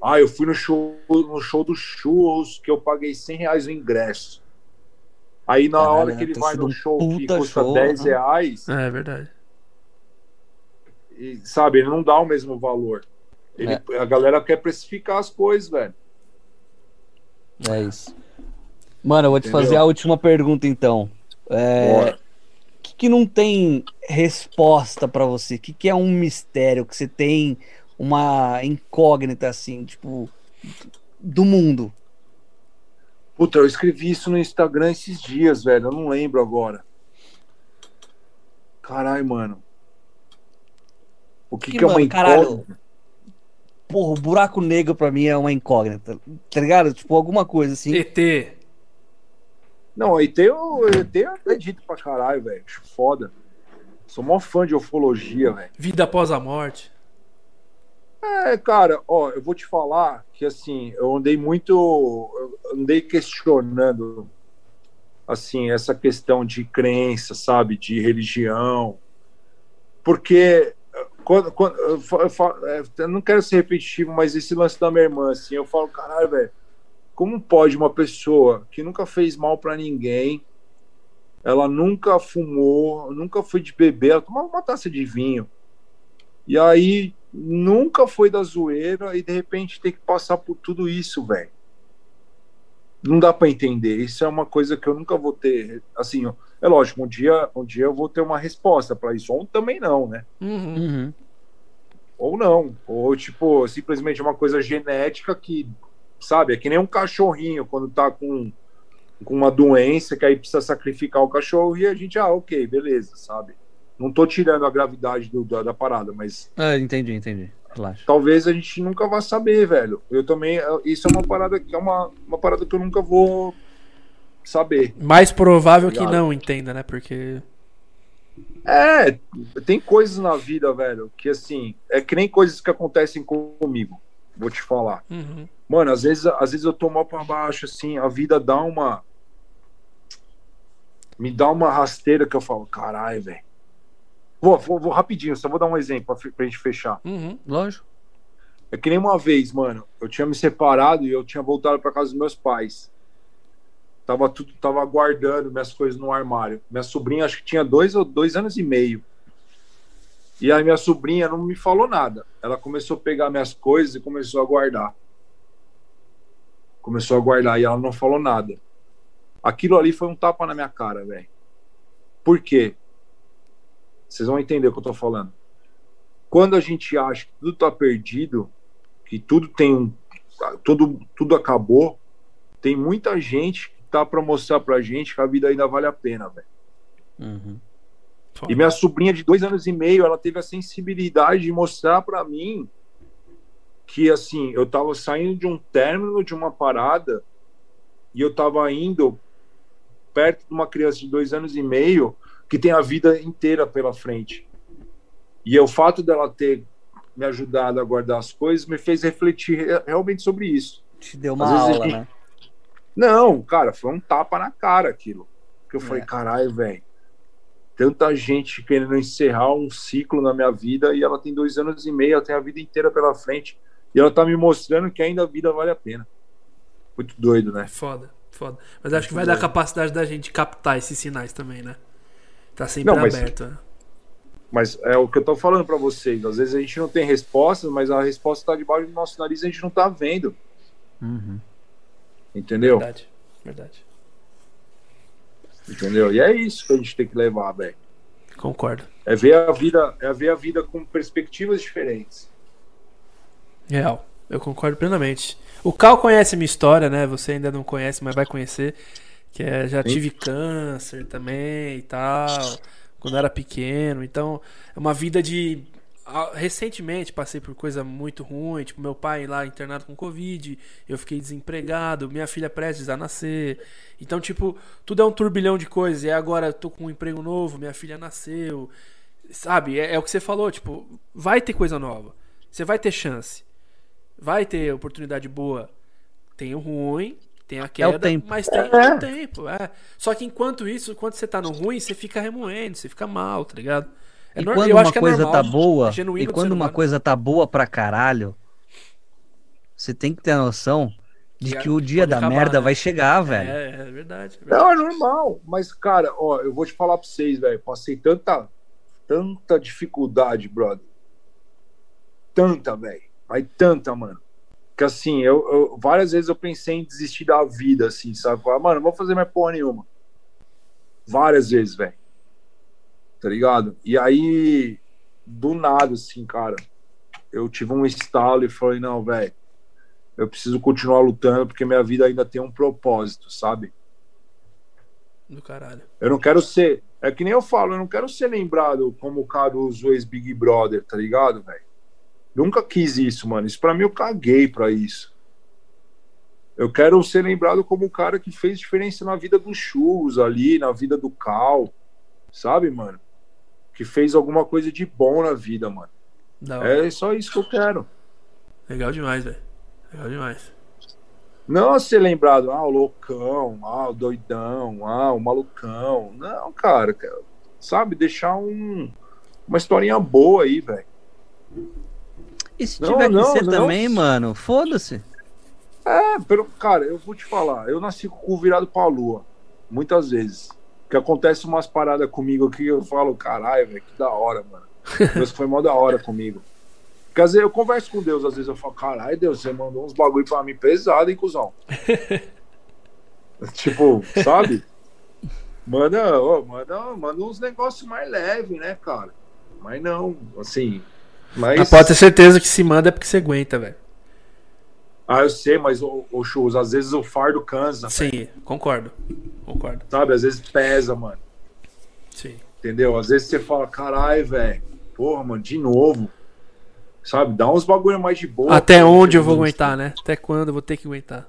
[SPEAKER 3] Ah, eu fui no show, no show do Churros que eu paguei 100 reais o ingresso. Aí na
[SPEAKER 1] Caralho,
[SPEAKER 3] hora que ele
[SPEAKER 1] tem
[SPEAKER 3] vai
[SPEAKER 1] sido
[SPEAKER 3] no
[SPEAKER 1] um
[SPEAKER 3] show que
[SPEAKER 1] puta
[SPEAKER 3] custa
[SPEAKER 1] show,
[SPEAKER 3] 10
[SPEAKER 1] né?
[SPEAKER 3] reais,
[SPEAKER 2] É, é verdade.
[SPEAKER 3] e, sabe, ele não dá o mesmo valor. Ele- A galera quer precificar as coisas, velho.
[SPEAKER 1] É isso. Mano, eu vou te
[SPEAKER 3] Entendeu?
[SPEAKER 1] fazer a última pergunta então. É,
[SPEAKER 3] Bora.
[SPEAKER 1] o que, que não tem resposta pra você? O que, que é um mistério que você tem uma incógnita assim, tipo, do mundo?
[SPEAKER 3] Puta, eu escrevi isso no Instagram esses dias, velho. Eu não lembro agora. Caralho, mano. O que, que, é uma
[SPEAKER 1] mano, caralho,
[SPEAKER 3] incógnita?
[SPEAKER 1] Porra, o buraco negro pra mim é uma incógnita. Tá ligado? Tipo, alguma coisa assim.
[SPEAKER 2] ET.
[SPEAKER 3] Não, ET eu, ET eu acredito pra caralho, velho. Acho foda. Sou mó fã de ufologia, velho.
[SPEAKER 2] Vida após a morte.
[SPEAKER 3] É, cara, ó, eu vou te falar que assim, eu andei muito. eu andei questionando assim, essa questão de crença, sabe, de religião. Porque eh, quando, quando eu, fa- eu fa- eh, eu não quero ser repetitivo, mas esse lance da minha irmã, assim, eu falo, caralho, velho, como pode uma pessoa que nunca fez mal pra ninguém, ela nunca fumou, nunca foi de beber, ela tomava uma taça de vinho. E aí nunca foi da zoeira e de repente tem que passar por tudo isso, velho. Não dá pra entender. Isso é uma coisa que eu nunca vou ter. Assim, ó, é lógico, um dia, um dia eu vou ter uma resposta pra isso. Ou também não, né?
[SPEAKER 2] Uhum.
[SPEAKER 1] Uhum.
[SPEAKER 3] Ou não. Ou, tipo, simplesmente é uma coisa genética que, sabe, é que nem um cachorrinho quando tá com, com uma doença que aí precisa sacrificar o cachorro e a gente, ah, ok, beleza, sabe? Não tô tirando a gravidade do- da- da parada, mas
[SPEAKER 1] Ah, entendi, entendi. Relaxa.
[SPEAKER 3] talvez a gente nunca vá saber, velho. Eu também, eu- isso é uma parada que é uma, uma parada que eu nunca vou saber.
[SPEAKER 2] Mais provável que
[SPEAKER 3] Obrigado.
[SPEAKER 2] não entenda, né? Porque.
[SPEAKER 3] É, tem coisas na vida, velho, que assim, é que nem coisas que acontecem comigo. Vou te falar.
[SPEAKER 2] Uhum.
[SPEAKER 3] Mano, às vezes, às vezes eu tô mal pra baixo, assim, a vida dá uma. Me dá uma rasteira que eu falo, caralho, velho. Vou, vou, vou rapidinho, só vou dar um exemplo pra, fe- pra gente fechar.
[SPEAKER 2] Uhum.
[SPEAKER 3] Então,
[SPEAKER 1] Lógico.
[SPEAKER 3] É que nem uma vez, mano. Eu tinha me separado e eu tinha voltado pra casa dos meus pais. Tava tudo, tava guardando minhas coisas no armário. Minha sobrinha acho que tinha dois ou dois anos e meio. E aí minha sobrinha não me falou nada. Ela começou a pegar minhas coisas e começou a guardar. Começou a guardar e ela não falou nada. Aquilo ali foi um tapa na minha cara, velho. Por quê? Vocês vão entender o que eu tô falando quando a gente acha que tudo está perdido, que tudo tem um, tudo, tudo acabou, tem muita gente que tá para mostrar pra gente que a vida ainda vale a pena, velho.
[SPEAKER 1] Uhum.
[SPEAKER 3] E minha sobrinha de dois anos e meio, ela teve a sensibilidade de mostrar pra mim que, assim, eu tava saindo de um término de uma parada e eu tava indo perto de uma criança de dois anos e meio que tem a vida inteira pela frente. E o fato dela ter me ajudado a guardar as coisas me fez refletir re- realmente sobre isso.
[SPEAKER 1] Te deu uma
[SPEAKER 3] Às vezes
[SPEAKER 1] aula,
[SPEAKER 3] a
[SPEAKER 1] né?
[SPEAKER 3] Não, cara, foi um tapa na cara aquilo. Que eu falei,
[SPEAKER 1] É.
[SPEAKER 3] caralho, velho. Tanta gente querendo encerrar um ciclo na minha vida e ela tem dois anos e meio, ela tem a vida inteira pela frente e ela tá me mostrando que ainda a vida vale a pena. Muito doido, né?
[SPEAKER 2] é Foda, foda. Mas acho que vai dar capacidade da gente captar esses sinais também, né? Tá sempre
[SPEAKER 3] Não, mas-
[SPEAKER 2] aberto. né?
[SPEAKER 3] Mas é o que eu tô falando pra vocês. Às vezes a gente não tem respostas, mas a resposta tá debaixo do nosso nariz e a gente não tá vendo,
[SPEAKER 1] Uhum.
[SPEAKER 3] entendeu?
[SPEAKER 2] Verdade, verdade.
[SPEAKER 3] Entendeu? E é isso que a gente tem que levar, velho.
[SPEAKER 2] Concordo.
[SPEAKER 3] É ver a vida, é ver a vida com perspectivas diferentes.
[SPEAKER 2] Real. Eu concordo plenamente. O Cal conhece minha história, né? Você ainda não conhece, mas vai conhecer. Que é, já tive câncer também e tal. Quando era pequeno. Então, é uma vida de. ah, Recentemente passei por coisa muito ruim, tipo meu pai lá internado com Covid, eu fiquei desempregado, minha filha prestes a nascer. Então, tipo, tudo é um turbilhão de coisas. E agora eu tô com um emprego novo, minha filha nasceu. Sabe, é, é o que você falou, tipo, vai ter coisa nova. Você vai ter chance. Vai ter oportunidade boa. Tem o ruim, tem a queda,
[SPEAKER 1] tempo.
[SPEAKER 2] mas tem é. o tempo. É. Só que enquanto isso, enquanto você tá no ruim, você fica remoendo, você fica mal, tá ligado? É
[SPEAKER 1] e
[SPEAKER 2] norma-
[SPEAKER 1] quando
[SPEAKER 2] eu
[SPEAKER 1] uma
[SPEAKER 2] acho que é
[SPEAKER 1] coisa
[SPEAKER 2] normal,
[SPEAKER 1] tá boa,
[SPEAKER 2] genuíno
[SPEAKER 1] e
[SPEAKER 2] do
[SPEAKER 1] quando
[SPEAKER 2] ser
[SPEAKER 1] uma
[SPEAKER 2] humano.
[SPEAKER 1] coisa tá boa pra caralho, você tem que ter a noção de
[SPEAKER 2] Que
[SPEAKER 1] que o dia
[SPEAKER 2] pode
[SPEAKER 1] da
[SPEAKER 2] acabar,
[SPEAKER 1] merda
[SPEAKER 2] né?
[SPEAKER 1] vai chegar, velho.
[SPEAKER 2] É, é verdade. é verdade.
[SPEAKER 3] Não, é normal. Mas, cara, ó, eu vou te falar pra vocês, velho. Passei tanta, tanta dificuldade, brother. Tanta, velho. Mas tanta, mano. Que assim, eu, eu- várias vezes eu pensei em desistir da vida, assim, sabe? Falar, mano, não vou fazer mais porra nenhuma. Várias vezes, velho. Tá ligado? E aí, do nada, assim, cara, eu tive um estalo e falei, não, velho, eu preciso continuar lutando porque minha vida ainda tem um propósito, sabe?
[SPEAKER 2] Do caralho.
[SPEAKER 3] Eu não quero ser. É que nem eu falo, eu não quero ser lembrado como o cara usou ex-Big Brother, tá ligado, velho? Nunca quis isso, mano. Isso pra mim eu caguei pra isso. Eu quero ser lembrado como o cara que fez diferença na vida dos churros ali, na vida do Cal, sabe, mano? Que fez alguma coisa de bom na vida, mano.
[SPEAKER 2] Da hora.
[SPEAKER 3] É só isso que eu quero.
[SPEAKER 2] Legal demais, velho. Legal demais.
[SPEAKER 3] Não ser lembrado, ah, o loucão, ah, o doidão, ah, o malucão. Não, cara, cara, sabe, deixar um, uma historinha boa aí, velho.
[SPEAKER 1] E se
[SPEAKER 3] Não,
[SPEAKER 1] tiver que
[SPEAKER 3] não,
[SPEAKER 1] ser
[SPEAKER 3] não.
[SPEAKER 1] também, mano, foda-se.
[SPEAKER 3] É, pelo, cara, eu vou te falar, eu nasci com o cu virado pra lua, muitas vezes. Que acontece umas paradas comigo que eu falo, caralho, velho, que da hora, mano. Deus foi mó da hora comigo. Quer dizer, eu converso com Deus, às vezes eu falo, caralho, Deus, você mandou uns bagulho pra mim pesado, hein, cuzão? tipo, sabe? Manda, ô, manda, manda uns negócios mais leves, né, cara? Mas não, assim. Mas...
[SPEAKER 2] Mas pode ter certeza que se manda é porque você aguenta, velho.
[SPEAKER 3] Ah, eu sei, mas, ô, ô Chus, às vezes o fardo cansa,
[SPEAKER 2] Sim, concordo. Concordo.
[SPEAKER 3] sabe? Às vezes pesa, mano.
[SPEAKER 2] Sim.
[SPEAKER 3] Entendeu? Às vezes você fala, caralho, velho, porra, mano, de novo. Sabe? Dá uns bagulho mais de boa.
[SPEAKER 2] Até
[SPEAKER 3] cara,
[SPEAKER 2] onde eu
[SPEAKER 3] entendeu?
[SPEAKER 2] vou aguentar, né? Até quando eu vou ter que aguentar.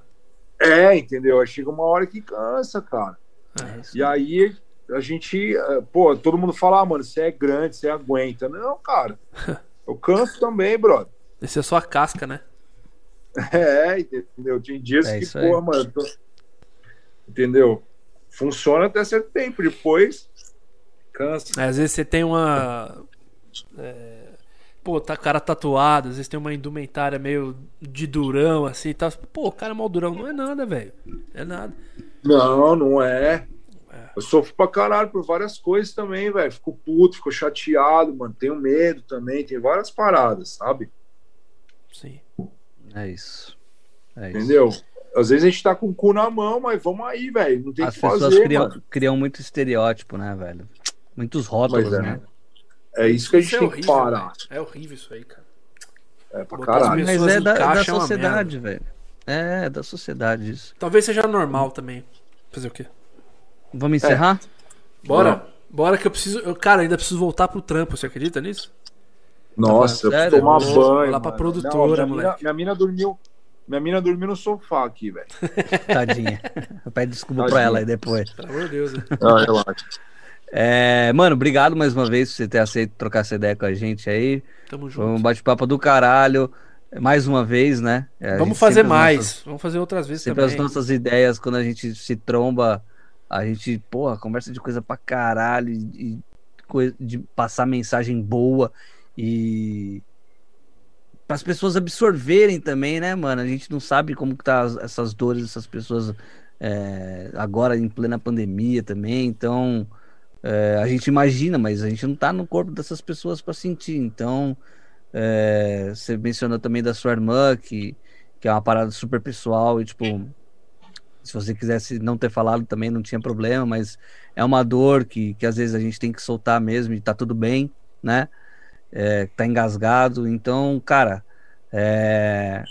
[SPEAKER 3] É, entendeu? Aí chega uma hora que cansa, cara.
[SPEAKER 2] É.
[SPEAKER 3] E aí a gente, eh, pô, todo mundo fala, ah, mano, você é grande, você aguenta. Não, cara. Eu canso também, brother.
[SPEAKER 2] Esse é só a casca, né?
[SPEAKER 3] É, entendeu? Tem dias
[SPEAKER 1] É
[SPEAKER 3] que,
[SPEAKER 1] isso aí.
[SPEAKER 3] porra, mano. tô- Entendeu? Funciona até certo tempo, depois cansa.
[SPEAKER 2] Às vezes você tem uma. é, Pô, tá cara tatuado, às vezes tem uma indumentária meio de durão, assim e tal. Pô, o cara é mal durão. Não é nada, velho. É nada.
[SPEAKER 3] Não, não é.
[SPEAKER 2] É.
[SPEAKER 3] Eu sofro pra caralho por várias coisas também, velho. Fico puto, fico chateado, mano. Tenho medo também, tem várias paradas, sabe?
[SPEAKER 2] Sim.
[SPEAKER 1] É isso. É isso.
[SPEAKER 3] Entendeu? Às vezes a gente tá com o cu na mão, mas vamos aí, velho. Não tem o
[SPEAKER 1] As
[SPEAKER 3] que
[SPEAKER 1] pessoas
[SPEAKER 3] fazer,
[SPEAKER 1] criam,
[SPEAKER 3] mano.
[SPEAKER 1] criam muito estereótipo, né, velho? Muitos rótulos,
[SPEAKER 3] Mas é,
[SPEAKER 1] né?
[SPEAKER 3] É isso que a gente
[SPEAKER 2] Isso é
[SPEAKER 3] tem que
[SPEAKER 2] horrível.
[SPEAKER 3] parar.
[SPEAKER 2] velho. É horrível isso aí, cara.
[SPEAKER 3] É pra
[SPEAKER 2] Botar as
[SPEAKER 3] caralho.
[SPEAKER 1] Mas
[SPEAKER 2] pessoas
[SPEAKER 1] é
[SPEAKER 2] em
[SPEAKER 1] da, da
[SPEAKER 2] caixa é uma
[SPEAKER 1] sociedade, velho. É, da sociedade isso.
[SPEAKER 2] Talvez seja normal também. Fazer o quê?
[SPEAKER 1] Vamos encerrar?
[SPEAKER 2] Bora? Bora que eu preciso. Eu, cara, ainda preciso voltar pro trampo, você acredita nisso?
[SPEAKER 3] Nossa, eu
[SPEAKER 1] Sério?
[SPEAKER 3] preciso tomar
[SPEAKER 2] Vou
[SPEAKER 3] banho.
[SPEAKER 2] lá pra
[SPEAKER 3] mano.
[SPEAKER 2] produtora,
[SPEAKER 3] Não, minha mina,
[SPEAKER 2] moleque.
[SPEAKER 3] minha mina dormiu. Minha mina dormiu no sofá aqui, velho.
[SPEAKER 1] Tadinha. Pede desculpa pra
[SPEAKER 3] É. Tadinha.
[SPEAKER 1] ela aí depois.
[SPEAKER 2] Pelo amor de Deus. né?
[SPEAKER 3] Ah, relaxa.
[SPEAKER 1] É, mano, obrigado mais uma vez por você ter aceito trocar essa ideia com a gente aí.
[SPEAKER 2] Tamo junto.
[SPEAKER 1] Foi um bate-papo do caralho. Mais uma vez, né? É, a
[SPEAKER 2] Vamos
[SPEAKER 1] gente
[SPEAKER 2] fazer
[SPEAKER 1] sempre as
[SPEAKER 2] mais.
[SPEAKER 1] nossas-
[SPEAKER 2] Vamos fazer outras vezes
[SPEAKER 1] Sempre as
[SPEAKER 2] também.
[SPEAKER 1] nossas ideias, quando a gente se tromba, a gente, porra, conversa de coisa pra caralho, e, e coi- de passar mensagem boa e. Para as pessoas absorverem também, né, mano? A gente não sabe como que tá as- essas dores dessas pessoas é, agora em plena pandemia também, então é, a gente imagina, mas a gente não tá no corpo dessas pessoas pra sentir. Então, é, você mencionou também da sua irmã que que é uma parada super pessoal e tipo se você quisesse não ter falado também não tinha problema mas é uma dor que, que às vezes a gente tem que soltar mesmo e tá tudo bem né é, tá engasgado então cara é,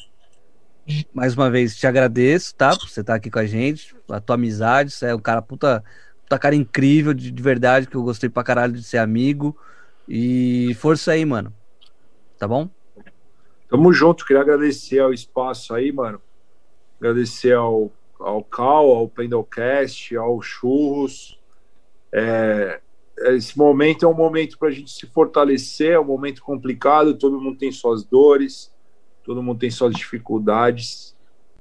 [SPEAKER 1] mais uma vez te agradeço, tá? Por você estar tá aqui com a gente, a tua amizade, você é um cara puta, puta cara incrível, de, de, verdade, que eu gostei pra caralho de ser amigo. E força aí, mano. Tá bom?
[SPEAKER 3] Tamo junto, queria agradecer ao espaço aí, mano. Agradecer ao, ao Cal, ao Pendelcast, ao Churros. É, esse momento é um momento para a gente se fortalecer, é um momento complicado, todo mundo tem suas dores, todo mundo tem suas dificuldades.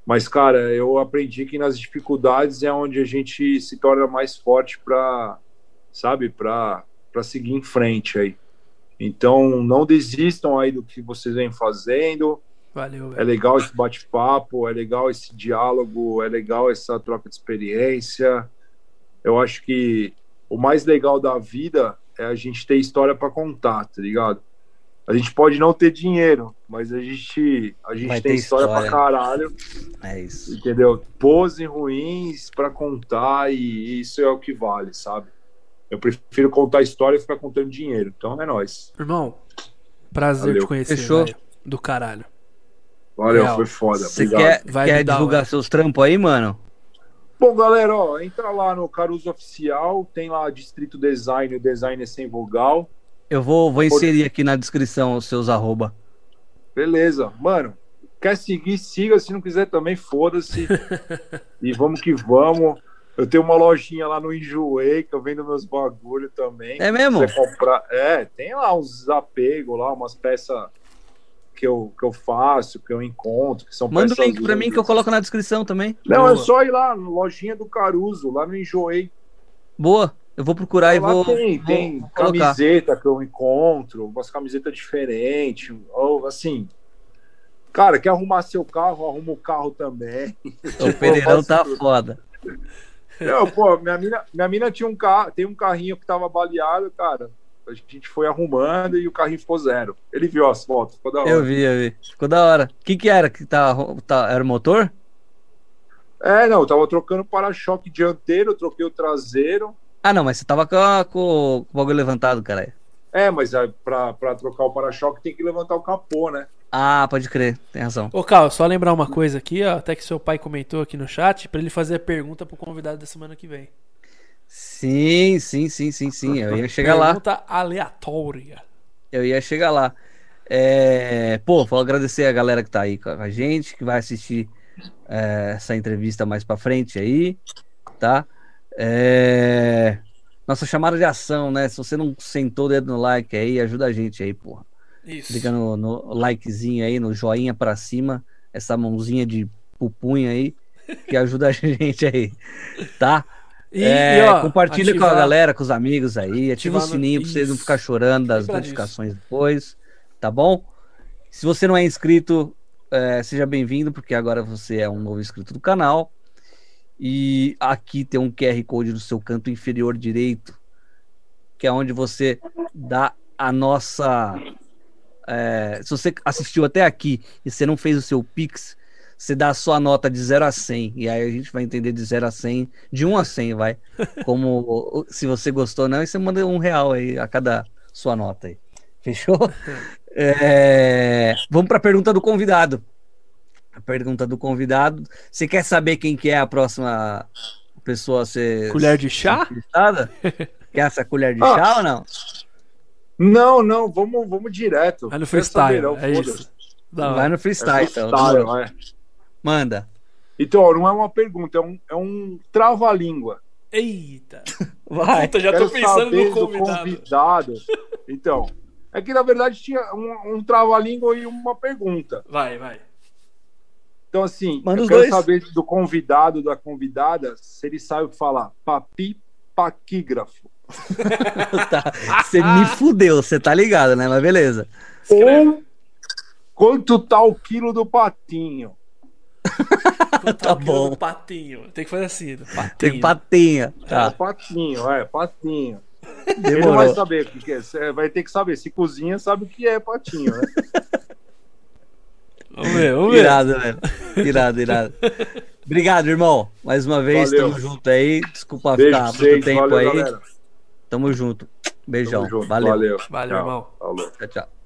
[SPEAKER 3] Mas, cara, eu aprendi que nas dificuldades é onde a gente se torna mais forte para, sabe, para seguir em frente aí. Então, não desistam aí do que vocês vêm fazendo.
[SPEAKER 2] Valeu.
[SPEAKER 3] É legal esse bate-papo, é legal esse diálogo, é legal essa troca de experiência. Eu acho que o mais legal da vida é a gente ter história para contar, tá ligado? A gente pode não ter dinheiro, mas a gente, a gente Vai tem história, história pra caralho.
[SPEAKER 1] É isso.
[SPEAKER 3] Entendeu? Pose ruins para contar e isso é o que vale, sabe? Eu prefiro contar história e ficar contando dinheiro. Então é nóis.
[SPEAKER 2] Irmão, prazer Valeu. te conhecer. Fechou? Véio, do caralho.
[SPEAKER 3] Valeu, Real. foi foda.
[SPEAKER 1] Você quer, Vai quer divulgar seus trampos aí, mano?
[SPEAKER 3] Bom, galera, ó, entra lá no Caruso Oficial, tem lá Distrito Design, o design é sem vogal.
[SPEAKER 1] Eu vou, vou inserir aqui na descrição os seus arroba.
[SPEAKER 3] Beleza, mano. Quer seguir, siga. Se não quiser também, foda-se. e vamos que vamos. Eu tenho uma lojinha lá no Enjoei, que eu vendo meus bagulho também.
[SPEAKER 1] É mesmo?
[SPEAKER 3] Comprar... É, tem lá uns apegos lá, umas peças que eu, que eu faço, que eu encontro, que são
[SPEAKER 1] Manda o link para mim que eu coloco na descrição também.
[SPEAKER 3] Não, Boa. é só ir lá, lojinha do Caruso, lá no Enjoei.
[SPEAKER 1] Boa, eu vou procurar então, e vou.
[SPEAKER 3] Tem,
[SPEAKER 1] vou,
[SPEAKER 3] tem vou camiseta colocar. que eu encontro, umas camisetas diferentes, ou assim. Cara, quer arrumar seu carro, arruma o carro também.
[SPEAKER 1] O Pereirão tá tudo. foda.
[SPEAKER 3] Não, pô, minha mina, minha mina tinha um carro, tem um carrinho que tava baleado, cara. A gente foi arrumando e o carrinho ficou zero. Ele viu as fotos, ficou da hora.
[SPEAKER 1] Eu vi, eu vi. Ficou da hora. O que, que era? Que tá, tá, era o motor?
[SPEAKER 3] É, não, eu tava trocando para-choque dianteiro, troquei o traseiro.
[SPEAKER 1] Ah, não, mas você tava com, a, com o bagulho levantado, cara.
[SPEAKER 3] É, mas aí, pra, pra trocar o para-choque tem que levantar o capô, né?
[SPEAKER 1] Ah, pode crer, tem razão.
[SPEAKER 2] Ô, Carl, só lembrar uma coisa aqui, ó, até que seu pai comentou aqui no chat, para ele fazer a pergunta pro convidado da semana que vem.
[SPEAKER 1] Sim, sim, sim, sim, sim. Eu ia chegar lá.
[SPEAKER 2] Pergunta aleatória.
[SPEAKER 1] Eu ia chegar lá. É... Pô, vou agradecer a galera que tá aí com a gente, que vai assistir é, essa entrevista mais pra frente aí, tá? É... Nossa chamada de ação, né? Se você não sentou o dedo no like aí, ajuda a gente aí, porra.
[SPEAKER 2] Isso.
[SPEAKER 1] Clica no, no likezinho aí, no joinha pra cima, essa mãozinha de pupunha aí, que ajuda a gente aí, tá? E, é, e ó, compartilha ativar, com a galera, com os amigos aí. Ativa o sininho no... pra vocês não ficar chorando das Lembra notificações disso. depois, tá bom? Se você não é inscrito, é, seja bem-vindo, porque agora você é um novo inscrito do canal. E aqui tem um QR Code no seu canto inferior direito, que é onde você dá a nossa. É, se você assistiu até aqui e você não fez o seu Pix, você dá a sua nota de 0 a 100. E aí a gente vai entender de 0 a 100, de 1 a 100, vai. Como se você gostou ou não, e você manda um real aí a cada sua nota aí. Fechou? É... Vamos para a pergunta do convidado. A pergunta do convidado. Você quer saber quem que é a próxima pessoa a ser.
[SPEAKER 2] Colher de chá?
[SPEAKER 1] quer essa colher de ah. chá ou não?
[SPEAKER 3] Não, não, vamos, vamos direto.
[SPEAKER 2] É no freestyle. Saber, é isso.
[SPEAKER 1] Não. Vai no
[SPEAKER 3] Tá,
[SPEAKER 1] freestyle, é freestyle então. É. Manda.
[SPEAKER 3] né? Então, ó, não é uma pergunta, é um, é um trava-língua.
[SPEAKER 2] Eita!
[SPEAKER 1] Vai.
[SPEAKER 2] Puta, já Quero tô pensando no convidado. convidado.
[SPEAKER 3] Então, é que na verdade tinha um, um trava-língua e uma pergunta.
[SPEAKER 2] Vai, vai.
[SPEAKER 3] Então, assim, Manda eu quero dois. saber do convidado, da convidada, se ele sabe falar papipaquígrafo.
[SPEAKER 1] tá. Você me fudeu, você tá ligado, né? Mas beleza.
[SPEAKER 3] Ou quanto tá o quilo do patinho?
[SPEAKER 2] Quanto tá, tá bom. patinho. Tem que fazer assim. Patinho.
[SPEAKER 1] Tem patinha. Ah,
[SPEAKER 3] Tá. É, patinho, é, patinho. Demorou. Ele não vai saber o que é. Vai ter que saber. Se cozinha, sabe o que é patinho, né?
[SPEAKER 1] Vamos ver, vamos ver. Irado, velho. Irado, irado. Obrigado, irmão. Mais uma vez, valeu. tamo junto aí. Desculpa
[SPEAKER 3] Beijo ficar muito
[SPEAKER 1] tempo
[SPEAKER 3] valeu,
[SPEAKER 1] aí. Galera. Tamo junto. Beijão. Tamo junto. Valeu.
[SPEAKER 3] Valeu,
[SPEAKER 2] valeu tchau. irmão.
[SPEAKER 1] Tchau, tchau.